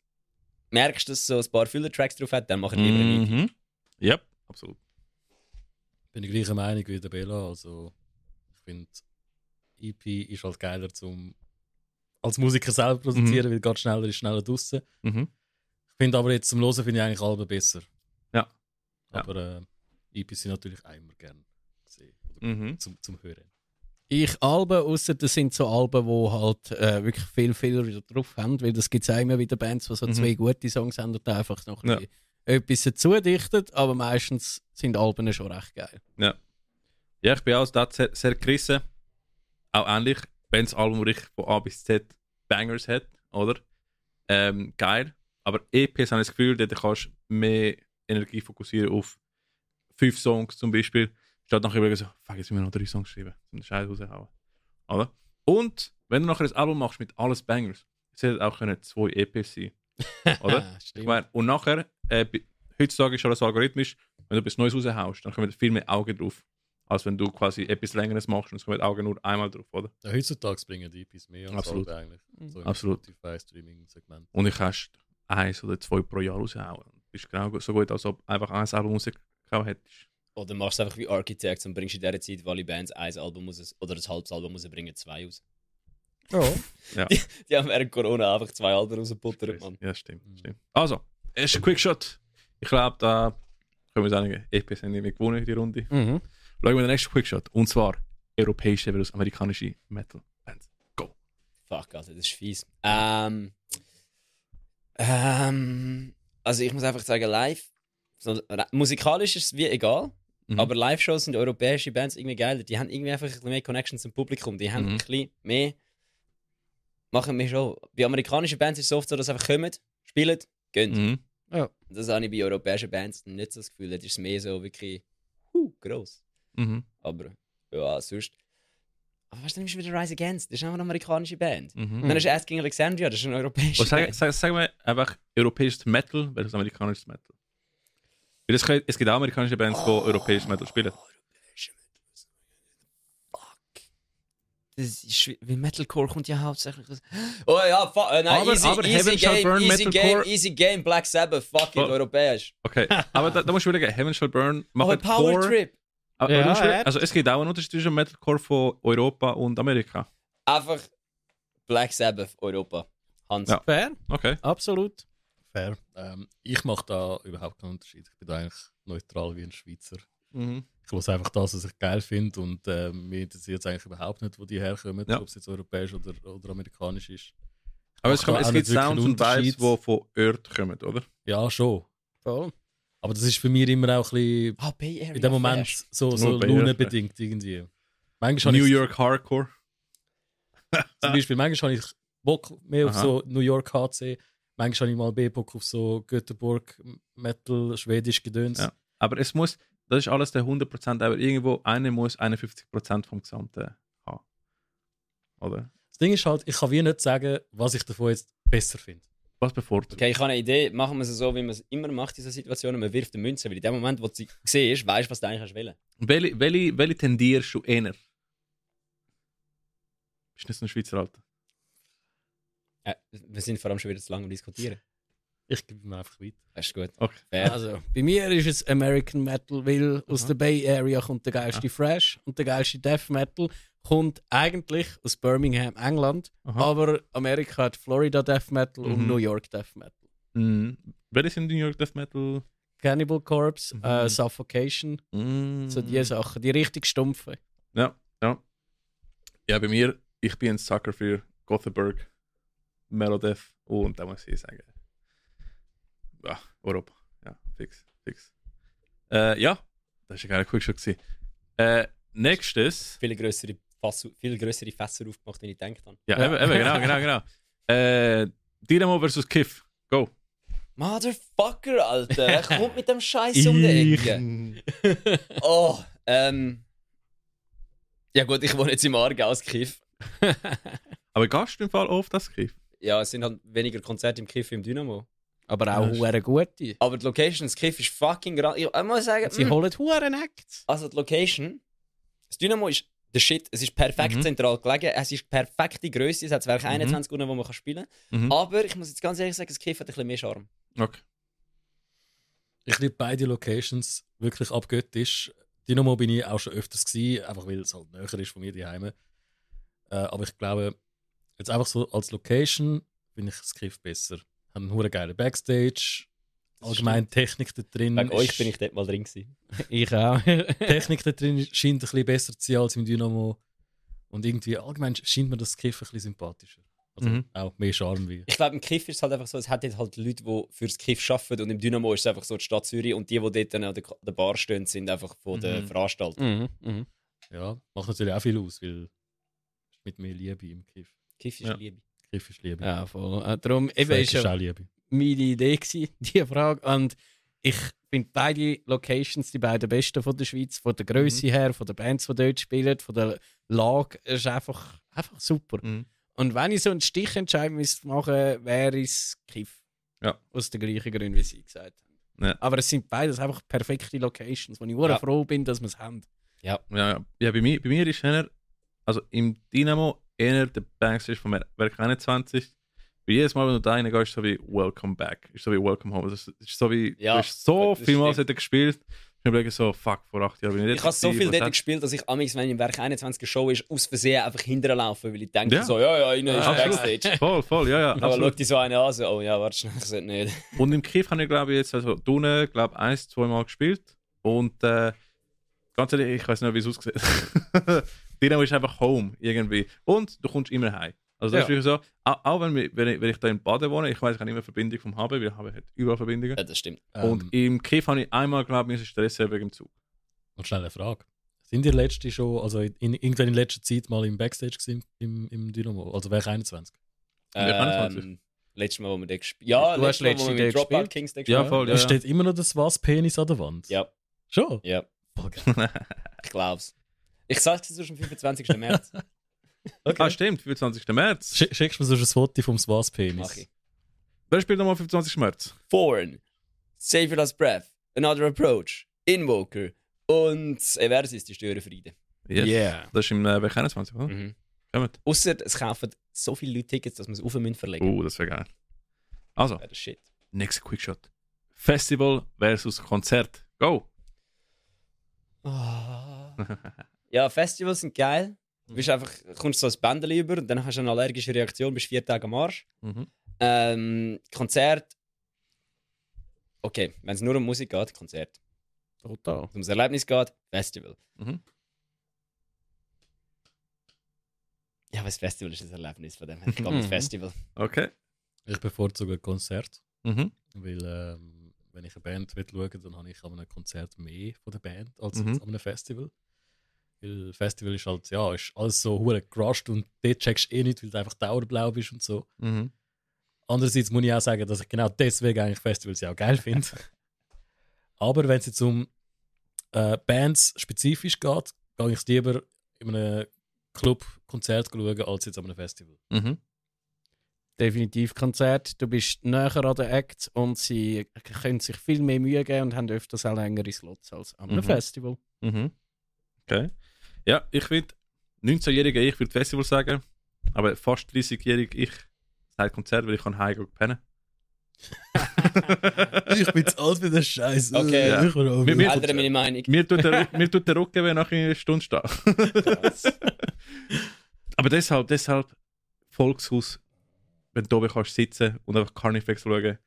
[SPEAKER 3] merkst, dass so ein paar Filler-Tracks drauf hat, dann mach ich lieber mm.
[SPEAKER 1] Mhm. Yep, absolut.
[SPEAKER 2] Bin ich gleicher Meinung wie E der Bella, also ich finde, EP ist halt geiler zum als Musiker selber produzieren, weil gerade schneller ist, schneller draussen.
[SPEAKER 1] Mhm.
[SPEAKER 2] Ich finde aber jetzt zum Hören finde ich eigentlich alle besser.
[SPEAKER 1] Ja. Ja.
[SPEAKER 2] Aber äh, EPs sind natürlich immer gern gesehen. Oder
[SPEAKER 1] Mhm.
[SPEAKER 2] Zum, zum Hören.
[SPEAKER 5] Ich Alben, außer das sind so Alben, wo halt äh, wirklich viel Fehler wieder drauf haben, weil das gibt es auch immer wieder Bands, die so
[SPEAKER 1] Mhm.
[SPEAKER 5] zwei gute Songs haben und dann einfach noch ein
[SPEAKER 1] Ja.
[SPEAKER 5] bisschen etwas dazudichtet, aber meistens sind Alben schon recht geil.
[SPEAKER 1] Ja, ich bin auch da sehr, sehr gerissen. Auch ähnlich, wenn das Album richtig von A bis Z Bangers hat, oder? Ähm, geil. Aber EPs habe ich das Gefühl, dort kannst du mehr Energie fokussieren auf fünf Songs zum Beispiel. Statt nachher überlegen, so, fuck, jetzt müssen wir noch drei Songs schreiben, um den Scheiß raushauen. Oder? Und wenn du nachher ein Album machst mit alles Bangers, es hätte auch können zwei EPs sein. oder?
[SPEAKER 5] Ah,
[SPEAKER 1] Ich
[SPEAKER 5] stimmt.
[SPEAKER 1] meine, und nachher, äh, bi- heutzutage ist alles algorithmisch, wenn du etwas Neues raushaust, dann kommen viel mehr Augen drauf, als wenn du quasi etwas Längeres machst und es kommen die Augen nur einmal drauf, oder?
[SPEAKER 2] Ja, heutzutage bringen die EPs mehr als
[SPEAKER 1] Absolut.
[SPEAKER 2] Alben eigentlich. So
[SPEAKER 5] Mhm.
[SPEAKER 2] im
[SPEAKER 1] Absolut.
[SPEAKER 2] Spotify-Streaming-Segment.
[SPEAKER 1] Und ich kannst eins oder zwei pro Jahr raushauen. Du bist genau go- so gut, als ob einfach ein Album rausgehauen hättest.
[SPEAKER 3] Oder machst du es einfach wie Architects und bringst in dieser Zeit, weil die Bands ein Album muss, oder ein halbes Album muss bringen, zwei raus. Die haben während Corona einfach zwei Alben rausgebuttert, Mann.
[SPEAKER 1] Ja, stimmt, stimmt. Also, erster Quickshot. Ich glaube, da können wir uns einige EPs haben nicht gewonnen in die Runde.
[SPEAKER 5] Mhm.
[SPEAKER 1] Schauen wir den nächsten Quickshot. Und zwar europäische versus amerikanische Metal-Bands.
[SPEAKER 3] Fuck, Alter, das ist fies. Ähm, ähm, also ich muss einfach sagen, live, so, ra- musikalisch ist es wie egal,
[SPEAKER 1] Mhm.
[SPEAKER 3] aber Live-Shows sind europäische Bands irgendwie geiler. Die haben irgendwie einfach ein bisschen mehr Connections zum Publikum, die haben
[SPEAKER 1] Mhm.
[SPEAKER 3] ein bisschen mehr, machen mich schon. Bei amerikanischen Bands ist es oft so, dass sie einfach kommen, spielen, gehen.
[SPEAKER 1] Mhm.
[SPEAKER 3] Das habe ich bei europäischen Bands nicht so das Gefühl, das ist mehr so wirklich, huh, gross.
[SPEAKER 1] Mhm.
[SPEAKER 3] Aber ja, sonst. Aber weißt du, dann ist wieder Rise Against, das ist einfach eine amerikanische Band.
[SPEAKER 1] Mhm.
[SPEAKER 3] Dann ist Asking Alexandria, das ist ein europäischer.
[SPEAKER 1] Und sag, sag, sag mal einfach europäisches Metal versus amerikanisches Metal. Weil es, kann- es gibt auch amerikanische Bands, die
[SPEAKER 3] Oh.
[SPEAKER 1] europäisches Metal spielen.
[SPEAKER 3] das ist schwi- wie Metalcore kommt ja hauptsächlich. aus- Oh ja, fuck, äh, nein,
[SPEAKER 1] Aber-
[SPEAKER 3] easy,
[SPEAKER 1] aber
[SPEAKER 3] easy
[SPEAKER 1] Heaven Shall
[SPEAKER 3] game,
[SPEAKER 1] Burn,
[SPEAKER 3] easy game,
[SPEAKER 1] Metalcore-
[SPEAKER 3] easy game, Black Sabbath, fuck it,
[SPEAKER 1] Oh.
[SPEAKER 3] europäisch.
[SPEAKER 1] Okay, aber da, da musst du überlegen, Heaven Shall Burn macht
[SPEAKER 3] Oh, Power
[SPEAKER 1] Core,
[SPEAKER 3] Trip.
[SPEAKER 1] aber
[SPEAKER 4] Ja,
[SPEAKER 1] du musst überlegen,
[SPEAKER 4] hat.
[SPEAKER 1] also es gibt auch einen Unterschied zwischen Metalcore von Europa und Amerika.
[SPEAKER 3] Einfach Black Sabbath, Europa. Hans.
[SPEAKER 1] Ja.
[SPEAKER 5] Fair,
[SPEAKER 1] Okay.
[SPEAKER 5] absolut.
[SPEAKER 2] Fair. Ähm, ich mache da überhaupt keinen Unterschied. Ich bin da eigentlich neutral wie ein Schweizer.
[SPEAKER 3] Mhm.
[SPEAKER 1] Ah,
[SPEAKER 2] Ich höre einfach das, was ich geil finde und äh, mir interessiert es eigentlich überhaupt nicht, wo die herkommen,
[SPEAKER 1] Ja.
[SPEAKER 2] ob es jetzt europäisch oder, oder amerikanisch ist.
[SPEAKER 1] Aber es,
[SPEAKER 2] Macht
[SPEAKER 1] kommt,
[SPEAKER 2] da
[SPEAKER 1] es
[SPEAKER 2] auch
[SPEAKER 1] gibt
[SPEAKER 2] nicht wirklich
[SPEAKER 1] Sounds
[SPEAKER 2] einen
[SPEAKER 1] und Vibes,
[SPEAKER 2] Unterschied?
[SPEAKER 1] die von Earth kommen, oder?
[SPEAKER 2] Ja, schon.
[SPEAKER 5] Voll.
[SPEAKER 2] Aber das ist für mich immer auch ein bisschen
[SPEAKER 3] Ah, Bay Area.
[SPEAKER 2] in dem Moment
[SPEAKER 3] Flash.
[SPEAKER 2] so, so
[SPEAKER 1] Nur bei ihr.
[SPEAKER 2] launenbedingt irgendwie. Manchmal
[SPEAKER 1] New
[SPEAKER 2] habe ich
[SPEAKER 1] York Hardcore.
[SPEAKER 2] zum Beispiel, manchmal habe ich Bock mehr auf
[SPEAKER 1] Aha.
[SPEAKER 2] so New York HC, manchmal habe ich mal mehr Bock auf so Göteborg Metal, Schwedisch Gedöns.
[SPEAKER 1] Ja. Aber es muss, das ist alles der 100%, aber irgendwo einer muss 51% vom Gesamten haben. Oder?
[SPEAKER 2] Das Ding ist halt, ich kann wie nicht sagen, was ich davon jetzt besser finde.
[SPEAKER 1] Was bevorzugt?
[SPEAKER 3] Okay, ich habe eine Idee. Machen wir es so, wie man es immer macht in solchen Situationen. Man wirft eine Münze, weil in dem Moment, wo du sie siehst, weißt du, was du eigentlich willst.
[SPEAKER 1] Welche, welche, welche tendierst du eher? Bist nicht so ein Schweizer Alter?
[SPEAKER 3] Äh, wir sind vor allem schon wieder zu lange am Diskutieren.
[SPEAKER 2] Ich gebe ihm einfach weiter.
[SPEAKER 3] Das ist gut.
[SPEAKER 1] Okay.
[SPEAKER 3] Fair.
[SPEAKER 5] Also, bei mir ist es American Metal, weil aus
[SPEAKER 1] Mhm.
[SPEAKER 5] der Bay Area kommt der geilste Fresh und der geilste Death Metal kommt eigentlich aus Birmingham, England,
[SPEAKER 1] Aha.
[SPEAKER 5] aber Amerika hat Florida Death Metal
[SPEAKER 1] Mhm.
[SPEAKER 5] und New York Death Metal.
[SPEAKER 1] Mhm. Welche sind New York Death Metal?
[SPEAKER 5] Cannibal Corpse,
[SPEAKER 1] Mhm.
[SPEAKER 5] äh, Suffocation,
[SPEAKER 1] Mhm.
[SPEAKER 5] so
[SPEAKER 6] Mm.
[SPEAKER 5] die Sachen, die richtig stumpfen.
[SPEAKER 1] Ja, ja. Ja, bei mir, ich bin ein Sucker für Gothenburg, Melodeath und da muss ich sagen, ja, Europa. Ja, fix, fix. Äh, ja, das war ein geiler Quickshot. gewesen. Äh, nächstes.
[SPEAKER 3] Viel größere Fass, viel größere Fässer aufgemacht, als ich gedacht habe.
[SPEAKER 1] Ja, Eben, eben, genau, genau, genau. Äh, Dynamo versus Kiff. Go.
[SPEAKER 3] Motherfucker, Alter, er kommt mit dem Scheiß um die Ecke. oh, ähm. Ja, gut, ich wohne jetzt im Aargau als Kiff.
[SPEAKER 1] Aber gehst du im Fall oft das Kiff?
[SPEAKER 3] Ja, es sind halt weniger Konzerte im Kiff im Dynamo.
[SPEAKER 5] Aber auch
[SPEAKER 1] Ja,
[SPEAKER 5] hure gute.
[SPEAKER 3] Aber die Location, das Kiff ist fucking gerade. Ich, ich muss sagen,
[SPEAKER 5] Sie
[SPEAKER 3] mh,
[SPEAKER 5] holen hure Acts.
[SPEAKER 3] also die Location, das Dynamo ist der Shit. Es ist perfekt
[SPEAKER 1] Mhm.
[SPEAKER 3] zentral gelegen, es ist perfekte Größe, es hat Werk 21 Uhr, wo man kann spielen kann.
[SPEAKER 1] Mhm.
[SPEAKER 3] Aber ich muss jetzt ganz ehrlich sagen, das Kiff hat ein bisschen mehr Charme.
[SPEAKER 1] Okay.
[SPEAKER 2] Ich liebe beide Locations wirklich abgöttisch. Dynamo bin ich auch schon öfters gewesen, einfach weil es halt näher ist von mir daheim. Äh, aber ich glaube, Jetzt einfach so als Location finde ich das Kiff besser. Haben einen hure geilen Backstage, allgemein Technik da drin.
[SPEAKER 3] Wegen euch
[SPEAKER 2] ist-
[SPEAKER 3] bin ich dort mal drin gewesen.
[SPEAKER 6] Ich auch.
[SPEAKER 2] Technik da drin scheint ein bisschen besser zu sein als im Dynamo. Und irgendwie allgemein scheint mir das Kiff ein bisschen sympathischer. Also
[SPEAKER 1] Mhm.
[SPEAKER 2] auch mehr Charme wie.
[SPEAKER 3] Ich glaube, im Kiff ist es halt einfach so, es hat dort halt Leute, die fürs Kiff arbeiten und im Dynamo ist es einfach so die Stadt Zürich und die, die dort dann an der, an der Bar stehen, sind einfach von der Veranstaltung.
[SPEAKER 4] Mhm, mhm.
[SPEAKER 2] Ja, macht natürlich auch viel aus, weil es ist mit mehr Liebe im Kiff.
[SPEAKER 3] Kiff ist
[SPEAKER 1] Ja.
[SPEAKER 3] Liebe.
[SPEAKER 2] Kiff ist Liebe.
[SPEAKER 4] Ja, voll. Äh, darum, eben
[SPEAKER 2] Schwäg
[SPEAKER 4] ist
[SPEAKER 2] ist
[SPEAKER 4] ja
[SPEAKER 2] auch Liebe.
[SPEAKER 4] meine Idee, gewesen, die Frage. Und ich finde beide Locations die beiden besten von der Schweiz, von der Größe
[SPEAKER 1] Mhm.
[SPEAKER 4] her, von den Bands, die dort spielen, von der Lage. Es ist einfach, einfach super.
[SPEAKER 1] Mhm.
[SPEAKER 4] Und wenn ich so einen Stichentscheid müsste machen wäre es Kiff.
[SPEAKER 1] Ja.
[SPEAKER 4] Aus den gleichen Gründen, wie Sie gesagt haben.
[SPEAKER 1] Ja.
[SPEAKER 4] Aber es sind beides einfach perfekte Locations, wo ich hure
[SPEAKER 3] Ja.
[SPEAKER 4] froh bin, dass wir es haben.
[SPEAKER 1] Ja, ja. ja bei, mir, bei mir ist eher, also im Dynamo eher der Backstage von Werk 21. Weil jedes Mal, wenn du da reingehst, ist so wie Welcome Back. Ist so wie Welcome Home. Das ist, ist so wie,
[SPEAKER 3] Ja,
[SPEAKER 1] du hast so
[SPEAKER 3] das
[SPEAKER 1] viel Mal
[SPEAKER 3] stimmt.
[SPEAKER 1] dort gespielt. Ich überlege so, fuck, vor acht Jahren bin ich dort
[SPEAKER 3] Ich habe so
[SPEAKER 1] gewesen,
[SPEAKER 3] viel
[SPEAKER 1] was
[SPEAKER 3] dort
[SPEAKER 1] hat-
[SPEAKER 3] gespielt, dass ich amigs, wenn ich im Werk 21 eine Show ist, aus Versehen einfach hinterlaufen, weil ich denke
[SPEAKER 1] Ja.
[SPEAKER 3] so, ja, ja, innen ist
[SPEAKER 1] absolut.
[SPEAKER 3] äh, Backstage.
[SPEAKER 1] Voll, voll, ja, ja.
[SPEAKER 3] Aber schau
[SPEAKER 1] absolut.
[SPEAKER 3] dich so einen an, so, oh ja, warte schnell, ich sollte nicht.
[SPEAKER 1] Und im Kiew habe ich, glaube ich, jetzt also unten, glaube ich, ein, zwei Mal gespielt. Und äh, ganz ehrlich, ich weiß nicht, wie es aussieht. Dynamo ist einfach Home irgendwie. Und du kommst immer heim. Also das
[SPEAKER 4] Ja.
[SPEAKER 1] ist wirklich so, auch, auch wenn, wir, wenn, ich, wenn ich da in Baden wohne, ich weiß, ich habe immer Verbindung vom HB, weil HB hat überall Verbindungen.
[SPEAKER 3] Ja, das stimmt.
[SPEAKER 2] Ähm,
[SPEAKER 1] Und im Kiew habe ich einmal, glaube ich, müssen stressen wegen dem Zug.
[SPEAKER 2] Und schnell eine Frage. Sind ihr letzte schon, also in, in, irgendwann in letzter Zeit mal im Backstage gewesen, im, im Dynamo? Also wäre ich 21?
[SPEAKER 1] Werk 21.
[SPEAKER 3] Ähm, letztes Mal, wo wir dort gespielt Ja,
[SPEAKER 4] Du
[SPEAKER 3] letztes
[SPEAKER 4] hast
[SPEAKER 3] Mal, wo wir
[SPEAKER 4] letztes
[SPEAKER 3] mit
[SPEAKER 4] Jahr
[SPEAKER 3] Dropout
[SPEAKER 4] gespielt?
[SPEAKER 3] Kings dort
[SPEAKER 1] Ja,
[SPEAKER 3] gespielt
[SPEAKER 1] voll, ja.
[SPEAKER 2] Es steht immer noch das was Penis an der Wand.
[SPEAKER 3] Ja.
[SPEAKER 2] Schon?
[SPEAKER 3] Ja,
[SPEAKER 2] Voll geil.
[SPEAKER 3] ich glaub's. Ich sag's jetzt am 25. März.
[SPEAKER 1] Ah, stimmt, 25. März.
[SPEAKER 2] Sch- Schickst du mir so ein Foto vom was
[SPEAKER 3] Mach ich.
[SPEAKER 2] Penis?
[SPEAKER 1] Wer spielt nochmal 25. März?
[SPEAKER 3] Foreign, Saviorless Breath, Another Approach, Invoker und Eversis, die stören Frieden.
[SPEAKER 1] Yes.
[SPEAKER 4] Yeah.
[SPEAKER 1] Das ist im äh, Werk 21, oder?
[SPEAKER 3] Mhm.
[SPEAKER 1] Kommt.
[SPEAKER 3] Ausser es kaufen so viele Leute Tickets, dass man es auf den Mund verlegen.
[SPEAKER 1] Oh, das wäre geil. Also,
[SPEAKER 3] Ja, das ist shit.
[SPEAKER 1] Next Quickshot. Festival versus Konzert. Go!
[SPEAKER 3] Ja, Festivals sind geil. Du bist einfach, kommst so als Bändeli über und dann hast du eine allergische Reaktion, bist vier Tage am Arsch.
[SPEAKER 1] Mhm.
[SPEAKER 3] Ähm, Konzert. Okay, wenn es nur um Musik geht, Konzert.
[SPEAKER 4] Total.
[SPEAKER 3] Wenn es ums Erlebnis geht, Festival.
[SPEAKER 1] Mhm.
[SPEAKER 3] Ja, aber das Festival ist ein Erlebnis von dem her. Ich glaube,
[SPEAKER 1] Mhm.
[SPEAKER 3] das Festival.
[SPEAKER 1] Okay.
[SPEAKER 2] Ich bevorzuge ein Konzert,
[SPEAKER 1] Mhm.
[SPEAKER 2] weil ähm, wenn ich eine Band will schauen will, dann habe ich an einem Konzert mehr von der Band als
[SPEAKER 1] Mhm.
[SPEAKER 2] jetzt an einem Festival. Weil Festival ist halt, ja, ist alles so hure gerusht und dort checkst du eh nicht, weil du einfach dauerblau bist und so.
[SPEAKER 1] Mhm.
[SPEAKER 2] Andererseits muss ich auch sagen, dass ich genau deswegen eigentlich Festivals ja auch geil finde. Aber wenn es jetzt um äh, Bands spezifisch geht, gehe ich lieber in einem Club Konzert schauen, als jetzt an einem Festival.
[SPEAKER 1] Mhm.
[SPEAKER 4] Definitiv Konzert. Du bist näher an den Acts und sie können sich viel mehr Mühe geben und haben öfters auch längere Slots als am
[SPEAKER 1] Mhm.
[SPEAKER 4] Festival.
[SPEAKER 1] Mhm. Okay. Ja, ich würde 19-Jähriger, ich würde Festival sagen, aber fast 30-Jährig, ich sage Konzert, weil ich kann heimgehen pennen.
[SPEAKER 2] Ich bin zu alt für den Scheiß.
[SPEAKER 3] Okay.
[SPEAKER 1] Ja.
[SPEAKER 2] Ich will auch
[SPEAKER 1] Wir- wir-
[SPEAKER 3] Ändere meine Meinung.
[SPEAKER 1] Mir tut der, Ru- mir tut der Rücken weh nach einer Stunde stehen. aber deshalb, deshalb Volkshaus, wenn du oben kannst sitzen und einfach Carnifex schauen,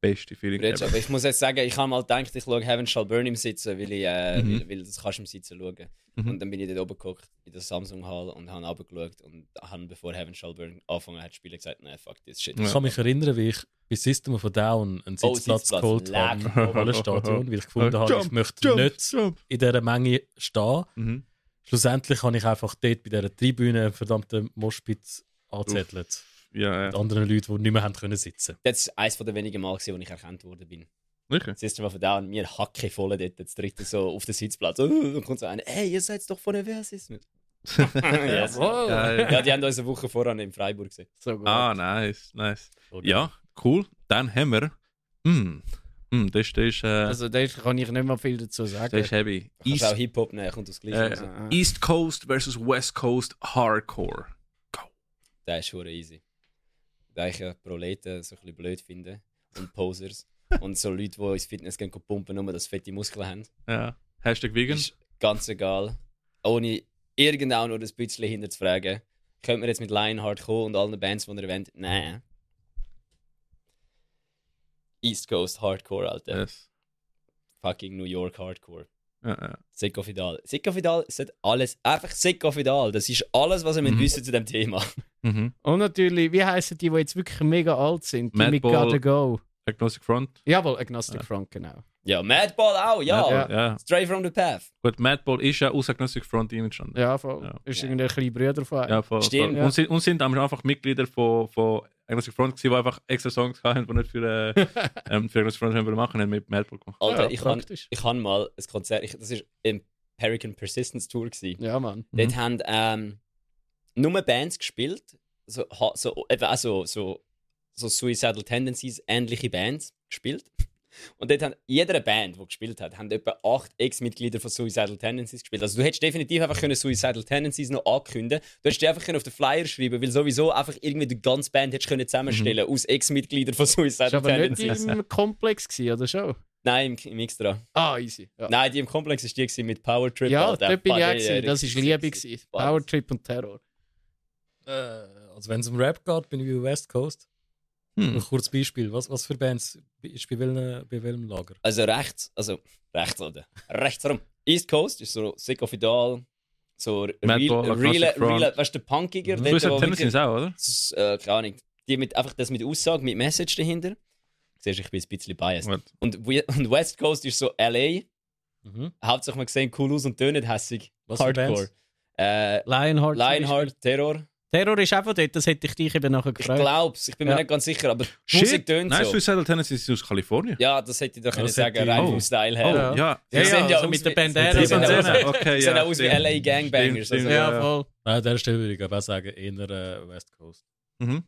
[SPEAKER 1] beste Feeling
[SPEAKER 3] Rich,
[SPEAKER 1] ever.
[SPEAKER 3] aber ich muss jetzt sagen, ich habe mal gedacht, ich schaue Heaven Shall Burn im Sitzen, weil, ich, äh, weil, weil das kannst du im Sitzen schauen.
[SPEAKER 1] Mhm.
[SPEAKER 3] Und dann bin ich dort oben geguckt, in der Samsung Hall und habe runtergeschaut und habe, bevor Heaven Shall Burn angefangen hat, zu spielen, gesagt, nein, fuck this shit.
[SPEAKER 2] Ich kann mich erinnern, wie ich bei System of a Down einen
[SPEAKER 3] Oh,
[SPEAKER 2] Sitzplatz
[SPEAKER 3] Sitzplatz,
[SPEAKER 2] geholt habe
[SPEAKER 3] leck.
[SPEAKER 2] im Hallenstation, weil ich gefunden habe, ich
[SPEAKER 1] Jump,
[SPEAKER 2] möchte
[SPEAKER 1] Jump,
[SPEAKER 2] nicht
[SPEAKER 1] jump.
[SPEAKER 2] in dieser Menge stehen.
[SPEAKER 1] Mhm.
[SPEAKER 2] Schlussendlich habe ich einfach dort bei dieser Tribüne einen verdammten Moschpitz angezettelt.
[SPEAKER 1] Ja,
[SPEAKER 2] Mit
[SPEAKER 1] ja.
[SPEAKER 2] anderen Leuten, die nicht mehr haben können sitzen
[SPEAKER 3] Das ist eines der wenigen Mal, gewesen, wo ich erkannt worden bin.
[SPEAKER 1] Wirklich?
[SPEAKER 3] System of a Down, mir hacke voll dort, das dritte so auf den Sitzplatz. Oh, Und dann kommt so einer, hey, ihr seid doch von der Versis. yes.
[SPEAKER 5] Oh,
[SPEAKER 1] Geil.
[SPEAKER 3] Ja, die haben uns eine Woche voran in Freiburg gesehen.
[SPEAKER 4] So gut.
[SPEAKER 1] Ah, nice, nice.
[SPEAKER 2] Okay.
[SPEAKER 1] Ja, cool. Dann haben wir. Hm. Hm, das, das ist. Äh,
[SPEAKER 4] Also da ist- kann ich nicht mal viel dazu sagen.
[SPEAKER 1] das ist heavy.
[SPEAKER 3] Kannst auch
[SPEAKER 1] East,
[SPEAKER 3] Hip-Hop nehmen, kommt aus
[SPEAKER 1] äh,
[SPEAKER 3] Gleiche. raus.
[SPEAKER 1] East Coast versus West Coast Hardcore.
[SPEAKER 3] Der ist schon easy. Da ich ja Proleten so ein bisschen blöd finde und Posers und so Leute, die ins Fitness gehen, gehen pumpen, nur dass sie fette Muskeln haben.
[SPEAKER 1] Ja. Hashtag vegan.
[SPEAKER 3] Ist ganz egal. Ohne irgendwann nur ein bisschen hinterzufragen. könnte man jetzt mit Lionheart kommen und allen Bands, die ihr erwähnt? Nein. East Coast Hardcore, Alter.
[SPEAKER 1] Yes.
[SPEAKER 3] Fucking New York Hardcore.
[SPEAKER 1] Ja, ja.
[SPEAKER 3] Sicko Fidal. Sicko Fidal sollte alles, einfach Sicko Fidal. Das ist alles, was ihr müsst wissen zu dem Thema.
[SPEAKER 1] Mhm.
[SPEAKER 5] Und natürlich, wie heißen die, die jetzt wirklich mega alt sind? Die
[SPEAKER 1] Mad
[SPEAKER 5] mit
[SPEAKER 1] Ball.
[SPEAKER 5] Gotta Go.
[SPEAKER 1] Agnostic Front.
[SPEAKER 5] Jawohl, Agnostic Front, genau.
[SPEAKER 3] Ja, Madball auch, ja.
[SPEAKER 1] Madball, ja.
[SPEAKER 3] Stray from the Path.
[SPEAKER 1] Gut, Madball ist ja aus Agnostic Front entstanden.
[SPEAKER 5] Ja, voll.
[SPEAKER 1] Ja.
[SPEAKER 5] Ist irgendwie ein kleiner Bruder von einem.
[SPEAKER 1] Ja, voll,
[SPEAKER 3] Stimmt.
[SPEAKER 1] voll. Und, sind, und sind am Anfang einfach Mitglieder von, von Agnostic Front, gewesen, die einfach extra Songs hatten, die nicht für, äh, ähm, für Agnostic Front haben wollen machen haben, mit Madball gemacht.
[SPEAKER 3] Alter,
[SPEAKER 5] Ja,
[SPEAKER 3] ich habe
[SPEAKER 5] praktisch.
[SPEAKER 3] ich han mal ein Konzert, ich, das war im Perican Persistence Tour. Gewesen.
[SPEAKER 5] Ja, Mann.
[SPEAKER 3] Dort haben ähm, nur Bands gespielt, so, ha- so, eben auch so, so, so Suicidal Tendencies ähnliche Bands gespielt. Und dort haben jeder Band, die gespielt hat, haben etwa acht Ex-Mitglieder von Suicidal Tendencies gespielt. Also du hättest definitiv einfach können Suicidal Tendencies noch ankünden. Du hättest die einfach können auf den Flyer schreiben, weil sowieso einfach irgendwie die ganze Band hättest können zusammenstellen aus Ex-Mitgliedern von
[SPEAKER 5] Mhm. Ist
[SPEAKER 3] Suicidal
[SPEAKER 5] aber nicht
[SPEAKER 3] Tendencies.
[SPEAKER 5] im Komplex gewesen, oder schon?
[SPEAKER 3] Nein, im, im Extra.
[SPEAKER 5] Ah, easy. Ja,
[SPEAKER 3] Nein, die im Komplex ist die gewesen mit Power Trip.
[SPEAKER 5] ja
[SPEAKER 3] Alter.
[SPEAKER 5] dort bin ich auch
[SPEAKER 3] Buddy,
[SPEAKER 5] gewesen.
[SPEAKER 3] Erik,
[SPEAKER 5] Das war Liebe. Gewesen.
[SPEAKER 3] Wahnsinn.
[SPEAKER 5] Power Trip und Terror.
[SPEAKER 2] Äh, also wenn es um Rap geht, bin ich bei West Coast.
[SPEAKER 1] Hm.
[SPEAKER 2] Ein kurzes Beispiel. Was, was für Bands ist bei welchem, bei welchem Lager?
[SPEAKER 3] Also rechts, also rechts oder rechts rum. East Coast ist so Sick of It All, so real,
[SPEAKER 1] Metal,
[SPEAKER 3] real,
[SPEAKER 1] Agnostic
[SPEAKER 3] real,
[SPEAKER 1] Front.
[SPEAKER 3] weißt du, der Punkiger,
[SPEAKER 2] Mhm.
[SPEAKER 3] der,
[SPEAKER 1] Suicide
[SPEAKER 3] der
[SPEAKER 1] Tendencies
[SPEAKER 3] wirklich,
[SPEAKER 1] auch, oder?
[SPEAKER 3] S- äh, keine Ahnung, die mit, einfach das mit Aussage, mit Message dahinter. Siehst du, ich bin ein bisschen biased.
[SPEAKER 1] Gut.
[SPEAKER 3] Und, we- und West Coast ist so LA,
[SPEAKER 2] Mhm.
[SPEAKER 3] hauptsächlich man sehen cool aus und tönen hässig.
[SPEAKER 2] Was für
[SPEAKER 3] Hardcore.
[SPEAKER 2] Bands?
[SPEAKER 3] Äh,
[SPEAKER 5] Lionheart.
[SPEAKER 3] Lionheart, Terror.
[SPEAKER 5] Terror ist auch von dort, das hätte ich dich eben nachher
[SPEAKER 3] Ich
[SPEAKER 5] gefragt.
[SPEAKER 3] glaub's, ich bin mir
[SPEAKER 5] Ja.
[SPEAKER 3] nicht ganz sicher, aber die Musik tönt
[SPEAKER 1] Nein,
[SPEAKER 3] so.
[SPEAKER 1] Suicidal Tendencies ist aus Kalifornien.
[SPEAKER 3] Ja, das hätte ich doch können
[SPEAKER 2] Das
[SPEAKER 3] sagen,
[SPEAKER 2] hätte-
[SPEAKER 3] rein
[SPEAKER 1] Oh.
[SPEAKER 3] vom Style
[SPEAKER 1] Oh,
[SPEAKER 3] her.
[SPEAKER 1] ja. ja.
[SPEAKER 5] Ja,
[SPEAKER 3] Sie
[SPEAKER 5] ja,
[SPEAKER 3] sehen ja
[SPEAKER 5] also
[SPEAKER 3] aus
[SPEAKER 5] mit
[SPEAKER 3] wie-
[SPEAKER 5] den Banderas.
[SPEAKER 3] Sie sehen
[SPEAKER 5] und
[SPEAKER 3] ja
[SPEAKER 5] so.
[SPEAKER 3] aus wie-
[SPEAKER 1] okay,
[SPEAKER 3] Sie sehen
[SPEAKER 1] ja,
[SPEAKER 3] auch aus wie
[SPEAKER 1] stimmt.
[SPEAKER 3] LA Gangbangers,
[SPEAKER 1] Stimmt,
[SPEAKER 3] also-
[SPEAKER 1] stimmt,
[SPEAKER 5] Ja, voll.
[SPEAKER 2] Nein, An dieser Stelle würde ich aber auch sagen, eher äh, West Coast.
[SPEAKER 1] Mhm.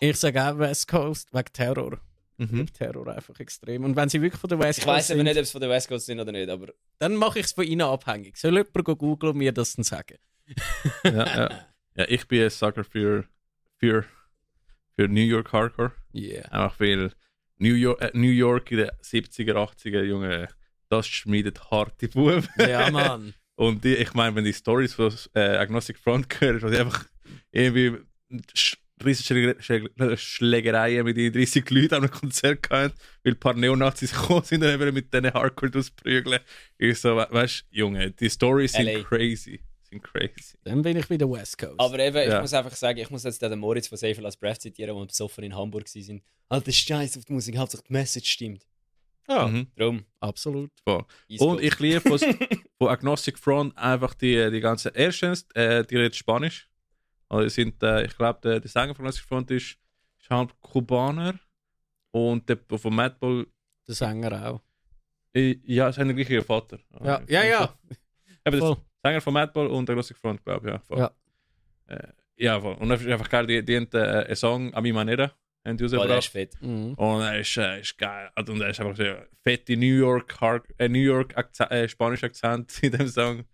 [SPEAKER 5] Ich sage auch West Coast wegen Terror.
[SPEAKER 1] Mhm.
[SPEAKER 5] Terror einfach extrem. Und wenn sie wirklich von der West
[SPEAKER 3] Ich
[SPEAKER 5] Coast
[SPEAKER 3] weiß aber
[SPEAKER 5] sind,
[SPEAKER 3] nicht, ob es von der West Coast sind oder nicht, aber
[SPEAKER 5] dann mache ich es von ihnen abhängig. Soll jemand go googeln und mir das dann sagen?
[SPEAKER 1] Ja, ja. ja, ich bin ein Sucker für, für, für New York Hardcore.
[SPEAKER 5] Yeah.
[SPEAKER 1] Einfach weil New York, äh, New York in den 70er, 80er, Junge, das schmiedet harte Buben.
[SPEAKER 5] Ja, Mann.
[SPEAKER 1] Und die, ich meine, wenn die Stories von äh, Agnostic Front hörst, was einfach irgendwie sch- riesige Schläge- Schläge- Schlägereien mit den 30 Leuten an einem Konzert hatten, weil ein paar Neonazis gekommen sind und dann wollen mit denen Hardcore ausprügeln. Ich so, we weißt du, Junge, die Stories sind
[SPEAKER 3] LA.
[SPEAKER 1] crazy. Sind crazy.
[SPEAKER 5] Dann bin ich wieder West Coast.
[SPEAKER 3] Aber eben, ich
[SPEAKER 1] Ja.
[SPEAKER 3] muss einfach sagen, ich muss jetzt den Moritz von Safer Last Breath zitieren, der besoffen in Hamburg war. Alter, Scheiß auf die Musik, hauptsächlich die Message stimmt.
[SPEAKER 5] Ja.
[SPEAKER 1] Mhm.
[SPEAKER 3] Drum.
[SPEAKER 5] Absolut.
[SPEAKER 3] East
[SPEAKER 1] Und
[SPEAKER 3] Coast.
[SPEAKER 1] ich liebe von, von Agnostic Front einfach die, die ganzen. Erstens, äh, die redet Spanisch. Also die sind, äh, ich glaube, der, der Sänger von Agnostic Front ist, ist halb Kubaner. Und der von Madball,
[SPEAKER 5] Der Sänger auch.
[SPEAKER 1] äh, ja, ist ein gleicher Vater.
[SPEAKER 5] Ja, ja, ja.
[SPEAKER 1] Aber der
[SPEAKER 5] Voll.
[SPEAKER 1] Sänger von Madball und Agnostic Front, glaube ich. Ja, voll.
[SPEAKER 5] Ja.
[SPEAKER 1] Äh, ja, voll. Und das ist einfach geil, die, die haben äh, einen Song an mi manera. Haben die
[SPEAKER 3] Boah, der
[SPEAKER 1] rausgebracht.
[SPEAKER 3] ist fett.
[SPEAKER 5] Mhm.
[SPEAKER 1] Und er ist, äh, ist geil. Und er ist einfach so fette New York, Har äh, New York Akzent, äh, Spanisch Akzent in dem Song.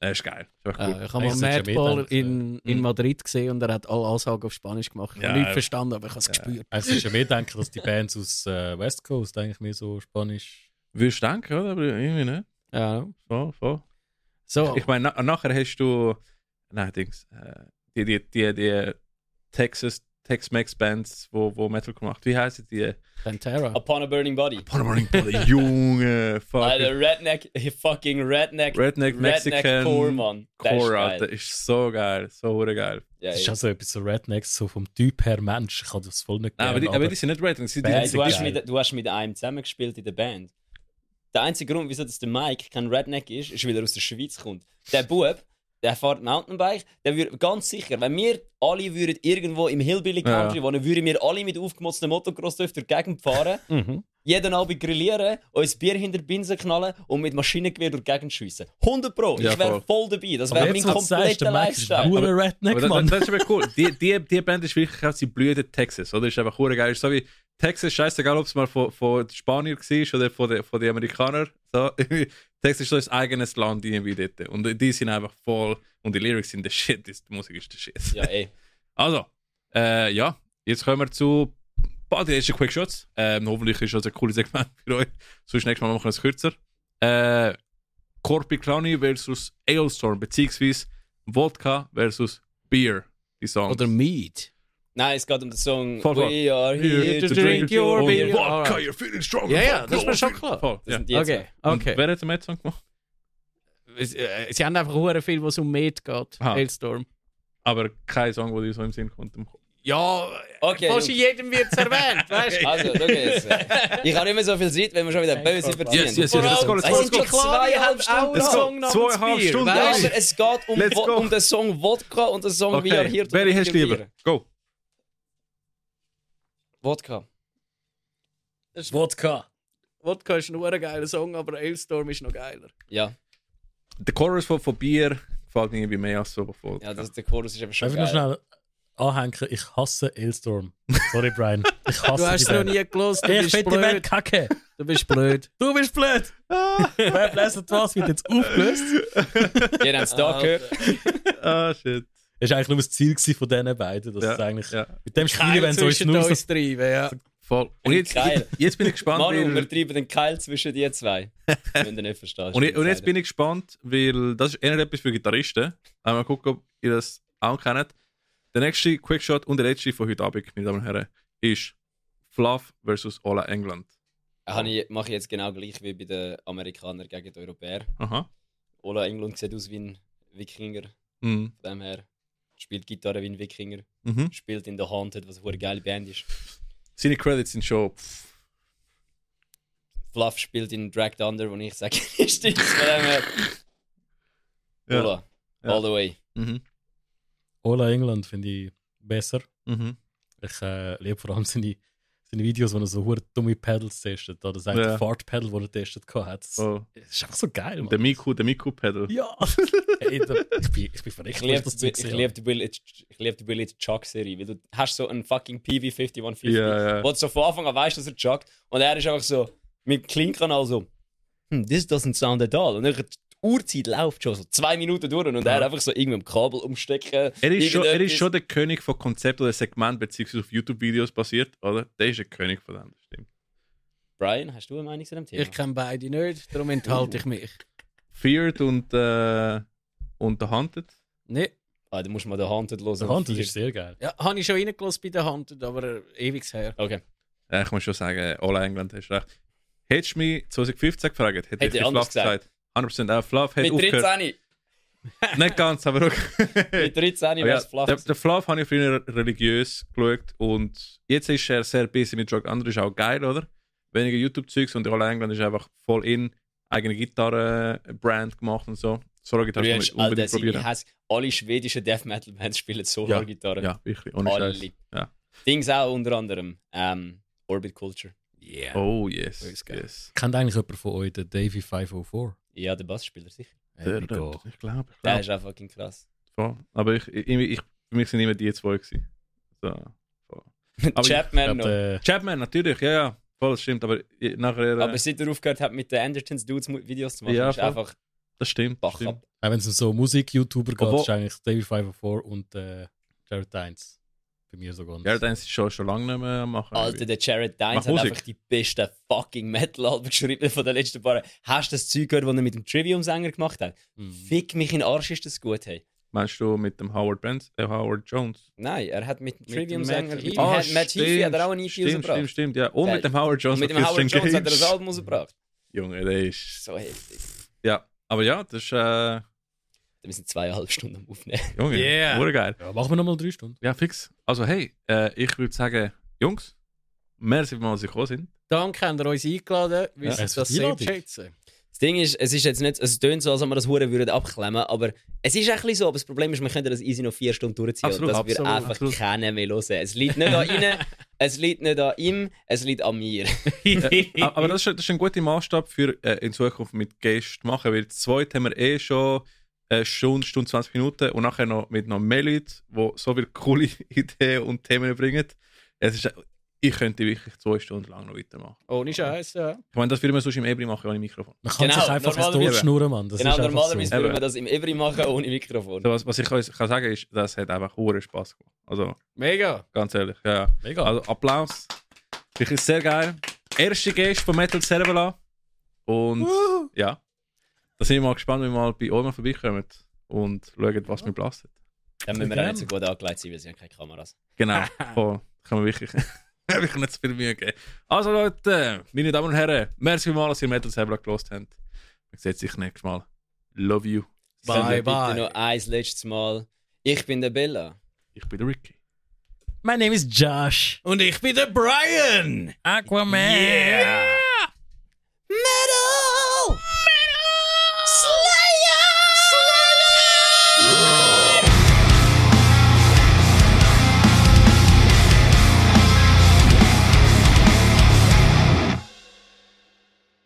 [SPEAKER 1] Er ist geil. Ist einfach cool.
[SPEAKER 5] Äh, ich habe mal
[SPEAKER 2] Eigentlich solltest du ja
[SPEAKER 5] Madball
[SPEAKER 2] mitdenken.
[SPEAKER 5] in, in
[SPEAKER 1] Mhm.
[SPEAKER 5] Madrid gesehen und er hat alle Ansagen auf Spanisch gemacht. Ich
[SPEAKER 1] Ja,
[SPEAKER 5] habe nichts
[SPEAKER 1] ja.
[SPEAKER 5] verstanden, aber ich habe es gespürt.
[SPEAKER 2] Eigentlich Also, ist ja mehr denken, dass die Bands aus äh, West Coast eigentlich mehr so spanisch.
[SPEAKER 1] Würdest du denken, oder? Aber irgendwie nicht.
[SPEAKER 5] Ja.
[SPEAKER 1] So, so.
[SPEAKER 5] So,
[SPEAKER 1] Ich meine, na nachher hast du. Nein, Dings. Äh, die, die, die, die Texas, Tex-Mex-Bands, wo, wo Metal gemacht Wie heißen die?
[SPEAKER 5] Pantera.
[SPEAKER 3] Upon a Burning Body.
[SPEAKER 1] Morning Body, Junge, fuck.
[SPEAKER 3] Alter, Redneck, fucking Redneck.
[SPEAKER 1] Redneck Mexican
[SPEAKER 3] Core, Mann. Der ist
[SPEAKER 1] Core,
[SPEAKER 3] geil.
[SPEAKER 1] Alter. Ist so geil. So hure geil.
[SPEAKER 3] Ja,
[SPEAKER 2] Das ist
[SPEAKER 3] ja.
[SPEAKER 2] auch so etwas so Rednecks, so vom Typ her Mensch. Ich kann das voll nicht
[SPEAKER 1] Nein, aber, die,
[SPEAKER 2] gern,
[SPEAKER 1] aber die sind nicht Redneck. Sie, die,
[SPEAKER 3] Hey,
[SPEAKER 1] die,
[SPEAKER 3] du, hast
[SPEAKER 2] geil.
[SPEAKER 3] mit, du hast mit einem zusammengespielt in der Band. Der einzige Grund, wieso das der Mike kein Redneck ist, ist, weil er aus der Schweiz kommt. Der Bub, der fährt Mountainbike, der würde ganz sicher, wenn wir alle würden irgendwo im Hillbilly
[SPEAKER 1] Ja.
[SPEAKER 3] Country wohnen, würden wir alle mit aufgemotzten Motocross durch die Gegend fahren,
[SPEAKER 2] Mhm.
[SPEAKER 3] jeden Abend grillieren, uns Bier hinter die Binsen knallen und mit Maschinengewehr durch die Gegend schiessen. 100 Pro,
[SPEAKER 1] Ja,
[SPEAKER 3] ich wäre
[SPEAKER 1] voll.
[SPEAKER 3] voll dabei. Das
[SPEAKER 2] Aber
[SPEAKER 3] wäre mein
[SPEAKER 2] jetzt, was du sagst,
[SPEAKER 3] kompletter
[SPEAKER 2] der Max ist
[SPEAKER 3] Lifestyle.
[SPEAKER 2] ein Redneck,
[SPEAKER 1] Aber das,
[SPEAKER 2] Mann.
[SPEAKER 1] das ist aber cool. Die, die, die Band ist wirklich, auch, sie blüht in Texas, oder? Ist einfach hure geil. Ist so wie Texas, scheißegal, ob es mal von, von den Spaniern war oder von den, von den Amerikanern. So. Texas ist so ein eigenes Land irgendwie dort. Und die sind einfach voll. Und die Lyrics sind der Shit, die Musik ist der Shit.
[SPEAKER 3] Ja, ey.
[SPEAKER 1] Also, äh, ja, jetzt kommen wir zu bah, die ersten Quick Shots. Ähm, hoffentlich ist das ein cooles Segment für euch. Sonst nächstes Mal machen wir es kürzer. Äh, Corpi Clowny versus Alestorm, beziehungsweise Vodka versus Beer. die Songs.
[SPEAKER 5] Oder Meat.
[SPEAKER 3] Nein, es geht um den Song
[SPEAKER 1] Voll, voll.
[SPEAKER 3] We Are Here to Drink Your
[SPEAKER 1] your
[SPEAKER 5] beer.
[SPEAKER 1] Vodka,
[SPEAKER 5] Alright.
[SPEAKER 1] you're feeling strong.
[SPEAKER 5] Ja, ja, das ist mir schon klar.
[SPEAKER 1] Voll, ja.
[SPEAKER 3] sind die jetzt.
[SPEAKER 1] Und wer hat den Mad-Song gemacht?
[SPEAKER 5] Es- äh, Sie haben einfach hure viel, was um Meat geht.
[SPEAKER 1] Aha.
[SPEAKER 5] Hailstorm.
[SPEAKER 1] Aber kein Song, der dir so im Sinn kommt. im Kopf.
[SPEAKER 5] Ja,
[SPEAKER 3] Okay,
[SPEAKER 5] fast in
[SPEAKER 3] Jungs.
[SPEAKER 5] jedem wird es erwähnt, weißt du?
[SPEAKER 3] Also, schau jetzt. Ich habe nicht mehr so viel Zeit, wenn wir schon wieder böse verdienen.
[SPEAKER 1] yes, yes,
[SPEAKER 5] Vor
[SPEAKER 1] let's
[SPEAKER 5] allem,
[SPEAKER 1] go, let's
[SPEAKER 5] es
[SPEAKER 1] go,
[SPEAKER 5] sind
[SPEAKER 1] let's
[SPEAKER 5] schon
[SPEAKER 3] go.
[SPEAKER 5] zweieinhalb Stunden
[SPEAKER 1] Let's go.
[SPEAKER 5] Song namens
[SPEAKER 1] Zweieinhalb
[SPEAKER 5] Bier,
[SPEAKER 1] Stunden.
[SPEAKER 5] weißt
[SPEAKER 3] Ja,
[SPEAKER 5] du?
[SPEAKER 3] aber es geht um,
[SPEAKER 1] Let's
[SPEAKER 3] Wo-
[SPEAKER 1] go.
[SPEAKER 3] um den Song Wodka und den Song We Are Here to
[SPEAKER 1] Welche
[SPEAKER 3] Drink
[SPEAKER 1] hast du
[SPEAKER 3] Your
[SPEAKER 1] lieber?
[SPEAKER 3] Beer.
[SPEAKER 1] Go.
[SPEAKER 3] Wodka.
[SPEAKER 2] Wodka.
[SPEAKER 5] Wodka ist ein hure geiler Song, aber Hailstorm ist noch geiler.
[SPEAKER 3] Ja,
[SPEAKER 1] Der Chorus von, von Bier gefällt mir irgendwie mehr als so von
[SPEAKER 3] ja das, der Chorus ist eben schon
[SPEAKER 2] Darf ich noch
[SPEAKER 3] geil.
[SPEAKER 2] schnell anhängen? Ich hasse Elstorm. Sorry, Brian. Ich hasse
[SPEAKER 5] Du hast
[SPEAKER 2] die
[SPEAKER 5] noch
[SPEAKER 2] Band.
[SPEAKER 5] nie gelost, du
[SPEAKER 2] Ich
[SPEAKER 5] bist
[SPEAKER 2] finde die Band
[SPEAKER 5] blöd.
[SPEAKER 2] kacke.
[SPEAKER 5] Du bist blöd.
[SPEAKER 2] Du bist blöd. Wer bläst was wird jetzt aufgelöst?
[SPEAKER 3] Ihr habt es da gehört.
[SPEAKER 1] Ah, shit.
[SPEAKER 2] Das war eigentlich nur das Ziel gewesen von diesen beiden. Dass
[SPEAKER 1] Ja,
[SPEAKER 2] es eigentlich
[SPEAKER 1] ja.
[SPEAKER 2] Mit dem Spiel, wenn es uns
[SPEAKER 5] zwischen
[SPEAKER 2] nur so...
[SPEAKER 5] uns treiben, ja.
[SPEAKER 1] Voll. Und jetzt,
[SPEAKER 3] Geil.
[SPEAKER 1] jetzt bin ich gespannt,
[SPEAKER 3] Manu,
[SPEAKER 1] weil-
[SPEAKER 3] wir treiben den Keil zwischen die zwei. Wenn du nicht verstehst.
[SPEAKER 1] Und, je- und jetzt bin ich gespannt, weil das ist eher etwas für Gitarristen. Einmal gucken, ob ihr das auch kennt. Der nächste Quickshot und der letzte von heute Abend, meine Damen und Herren, ist Fluff versus Ola England.
[SPEAKER 3] Habe ich, mache ich jetzt genau gleich wie bei den Amerikanern gegen die Europäer.
[SPEAKER 1] Aha.
[SPEAKER 3] Ola England sieht aus wie ein Wikinger,
[SPEAKER 1] Mhm.
[SPEAKER 3] von dem her. Spielt Gitarre wie ein Wikinger,
[SPEAKER 1] Mhm.
[SPEAKER 3] spielt in der Hand, hat was eine geile Band ist.
[SPEAKER 1] Seine Credits sind schon. Pff.
[SPEAKER 3] Fluff spielt in Dragged Under, wo ich sage, ist das von dem her.
[SPEAKER 1] Ja.
[SPEAKER 3] Ola,
[SPEAKER 1] Ja.
[SPEAKER 3] all the way.
[SPEAKER 1] Mhm.
[SPEAKER 2] Ola England finde ich besser.
[SPEAKER 1] Mhm.
[SPEAKER 2] Ich äh, liebe vor allem seine, seine Videos, wo er so hure dumme Pedals testet. Oder sagt,
[SPEAKER 1] Ja.
[SPEAKER 2] ja. Fart-Pedal, die er testet hat. Das,
[SPEAKER 1] Oh.
[SPEAKER 2] das ist einfach so geil,
[SPEAKER 1] Und der
[SPEAKER 2] Mann.
[SPEAKER 1] Miku, der Miku-Pedal.
[SPEAKER 2] Ja. Ey, da, ich bin, ich bin verrückt,
[SPEAKER 3] Ich
[SPEAKER 2] wenn
[SPEAKER 3] liebe
[SPEAKER 2] das
[SPEAKER 3] die,
[SPEAKER 2] Zeug
[SPEAKER 3] ich
[SPEAKER 2] sehe.
[SPEAKER 3] liebe die Billy- ich liebe die Billy Chuck Serie, weil du hast so einen fucking PV 5150,
[SPEAKER 1] Ja, ja.
[SPEAKER 3] wo du so von Anfang an weißt, dass er chuckt und er ist einfach so mit Klingkanal so, hm, this doesn't sound at all. Und dann die Uhrzeit läuft schon so zwei Minuten durch und er einfach so irgendwie am Kabel umstecken.
[SPEAKER 1] Er ist, schon, er ist
[SPEAKER 3] irgendetwas.
[SPEAKER 1] schon der König von Konzept oder Segment, beziehungsweise auf YouTube-Videos basiert, oder? Der ist der König von dem, das stimmt.
[SPEAKER 3] Brian, hast du eine Meinung zu dem Thema?
[SPEAKER 5] Ich kenne beide nicht, darum enthalte ich mich.
[SPEAKER 1] Feared und, äh, und The Hunted.
[SPEAKER 5] Nee.
[SPEAKER 3] ah, dann musst du mal den Hunted hören.
[SPEAKER 2] Der Hand, das ist sehr geil.
[SPEAKER 5] Ja, habe ich schon reingelassen bei der Hand, aber ewig her.
[SPEAKER 3] Okay.
[SPEAKER 1] Ja, ich muss schon sagen, All England hast recht. Hättest du mich 2015 gefragt, hätte ich
[SPEAKER 3] Hätte ich
[SPEAKER 1] dir Fluff
[SPEAKER 3] anders gesagt.
[SPEAKER 1] gesagt. 100% auch Fluff, hätte
[SPEAKER 3] Mit
[SPEAKER 1] aufgehört.
[SPEAKER 3] 13,
[SPEAKER 1] Nicht ganz, aber okay.
[SPEAKER 3] mit 13
[SPEAKER 1] Aber
[SPEAKER 3] wäre
[SPEAKER 1] ja,
[SPEAKER 3] es flach.
[SPEAKER 1] der, der Fluff habe ich früher religiös geschaut und jetzt ist er sehr busy mit Drug Under, ist auch geil, oder? Weniger YouTube-Zeugs und All England ist einfach voll in, eigene Gitarre-Brand gemacht und so. Solo-Gitarre kann
[SPEAKER 3] Brüdersch,
[SPEAKER 1] ich
[SPEAKER 3] Alter,
[SPEAKER 1] unbedingt
[SPEAKER 3] seine
[SPEAKER 1] probieren.
[SPEAKER 3] Hass. Alle schwedischen Death Metal Bands spielen Solo-Gitarre.
[SPEAKER 1] Ja, wirklich, ohne
[SPEAKER 3] Alle.
[SPEAKER 1] Scheiß. Ja.
[SPEAKER 3] Dings auch unter anderem. Ähm, Orbit Culture.
[SPEAKER 5] Yeah.
[SPEAKER 1] Oh, yes,
[SPEAKER 5] Ist geil.
[SPEAKER 1] yes.
[SPEAKER 2] Kennt eigentlich jemand von euch den Davy 504?
[SPEAKER 3] Ja, der Bassspieler sicher.
[SPEAKER 1] Der-
[SPEAKER 2] Hey,
[SPEAKER 1] der-
[SPEAKER 2] go.
[SPEAKER 1] Ich glaube, ich glaube.
[SPEAKER 3] Der ist auch fucking krass.
[SPEAKER 1] voll. Aber ich, ich, ich, für mich sind immer die zwei gewesen. So. Aber-
[SPEAKER 2] Ich
[SPEAKER 3] Chapman
[SPEAKER 2] glaub,
[SPEAKER 3] noch.
[SPEAKER 2] der-
[SPEAKER 1] Chapman, natürlich, ja, ja. Voll, das stimmt, aber i- nachher. äh,
[SPEAKER 3] Aber seit er aufgehört hat, mit den Andertons Dudes mu- Videos zu machen,
[SPEAKER 1] Ja,
[SPEAKER 3] ist
[SPEAKER 1] voll.
[SPEAKER 3] einfach
[SPEAKER 1] das stimmt.
[SPEAKER 3] Bach
[SPEAKER 1] stimmt.
[SPEAKER 3] ab.
[SPEAKER 2] Wenn es um so Musik-YouTuber geht,
[SPEAKER 1] Obwohl-
[SPEAKER 2] ist eigentlich Davy 504 und äh, Jared Dines. Bei mir sogar.
[SPEAKER 1] Ja, dann ist schon, schon lange nicht mehr am machen.
[SPEAKER 3] Alter, der Jared Dines
[SPEAKER 1] Mach
[SPEAKER 3] hat
[SPEAKER 1] Musik.
[SPEAKER 3] einfach die besten fucking Metal-Alben geschrieben von den letzten paar Jahren. Hast du das Zeug gehört, was er mit dem Trivium-Sänger gemacht hat?
[SPEAKER 1] Mhm.
[SPEAKER 3] Fick mich in den Arsch, ist das gut, hey.
[SPEAKER 1] Meinst du mit dem Howard, Benz, äh, Howard Jones?
[SPEAKER 3] Nein, er hat mit dem
[SPEAKER 5] Mit dem
[SPEAKER 3] Trivium-Sänger,
[SPEAKER 5] Matt
[SPEAKER 3] mit dem
[SPEAKER 5] Heafy. Ah,
[SPEAKER 3] Matt Matt Heafy hat er auch ein EP
[SPEAKER 1] Stimmt, stimmt,
[SPEAKER 3] rausgebracht.
[SPEAKER 1] stimmt, ja. Und
[SPEAKER 3] Der-
[SPEAKER 1] mit dem Howard Jones
[SPEAKER 3] Und mit dem
[SPEAKER 1] von
[SPEAKER 3] Howard
[SPEAKER 1] Christian
[SPEAKER 3] Jones hat er
[SPEAKER 1] Cage.
[SPEAKER 3] das Album rausgebracht.
[SPEAKER 1] Junge, der ist.
[SPEAKER 3] So heftig.
[SPEAKER 1] Ja, aber ja, das ist. Äh,
[SPEAKER 3] Wir sind zweieinhalb Stunden am Aufnehmen.
[SPEAKER 1] Junge,
[SPEAKER 5] Yeah.
[SPEAKER 1] wurde geil.
[SPEAKER 2] Ja, machen wir nochmal drei Stunden.
[SPEAKER 1] Ja, fix. Also, hey, äh, ich würde sagen, Jungs, merci, dass ihr gekommen sind.
[SPEAKER 5] Danke, habt ihr uns eingeladen. Wir
[SPEAKER 2] Ja.
[SPEAKER 5] ja.
[SPEAKER 2] Es
[SPEAKER 5] das
[SPEAKER 2] ist die
[SPEAKER 5] sehr
[SPEAKER 2] Einladung.
[SPEAKER 5] schätzen.
[SPEAKER 3] Das Ding ist, es ist jetzt nicht, es tönt so, als ob wir das Huren würden abklemmen, aber es ist ein bisschen so, aber das Problem ist, wir können das easy noch vier Stunden durchziehen
[SPEAKER 1] Absolut,
[SPEAKER 3] und dass wir
[SPEAKER 1] absolut,
[SPEAKER 3] einfach
[SPEAKER 1] absolut.
[SPEAKER 3] keinen mehr hören. Es liegt nicht an Ihnen, es liegt nicht an ihm, es liegt an mir.
[SPEAKER 1] Ah, Aber das ist, das ist ein guter Maßstab für äh, in Zukunft mit Gästen machen, weil das zweite haben wir eh schon eine Stunde, Stunde 20 Minuten und nachher noch mit noch mehr Leuten, die so viele coole Ideen und Themen bringen. Es ist, ich könnte wirklich zwei Stunden lang noch weitermachen.
[SPEAKER 5] Ohne Scheiß, ja.
[SPEAKER 1] Ich meine, das würden wir sonst im Ebri machen ohne Mikrofon.
[SPEAKER 2] Man kann
[SPEAKER 3] Genau,
[SPEAKER 2] sich einfach ins
[SPEAKER 3] normalerweise-
[SPEAKER 2] Tor schnurren, Mann. Das
[SPEAKER 3] genau,
[SPEAKER 2] ist einfach so.
[SPEAKER 3] normalerweise würden wir das im Every machen ohne Mikrofon.
[SPEAKER 1] Also was, was ich euch kann sagen ist, das hat einfach hohen Spaß gemacht. Also
[SPEAKER 5] Mega.
[SPEAKER 1] ganz ehrlich, ja. ja.
[SPEAKER 2] Mega.
[SPEAKER 1] Also Applaus. Wirklich sehr geil. Erste Gäste von Metal Cerebella. Und ja, da sind wir mal gespannt, wenn wir mal bei euch mal vorbeikommen und schauen, was wir blasen.
[SPEAKER 3] Dann müssen wir auch nicht so gut angelegt sein, weil sie haben keine Kameras.
[SPEAKER 1] Genau. Voll. Kann man wirklich. Habe ich nicht zu viel Mühe gegeben. Also Leute, meine Damen und Herren, merci vielmals, dass ihr Metal Saber gelost habt. Man sieht sich nächstes Mal. Love you.
[SPEAKER 3] Sagen wir bitte noch ein letztes Mal. Ich bin der Bella.
[SPEAKER 1] Ich bin der Ricky.
[SPEAKER 2] My name is Josh.
[SPEAKER 5] Und ich bin der Brian!
[SPEAKER 2] Aquaman.
[SPEAKER 5] Yeah!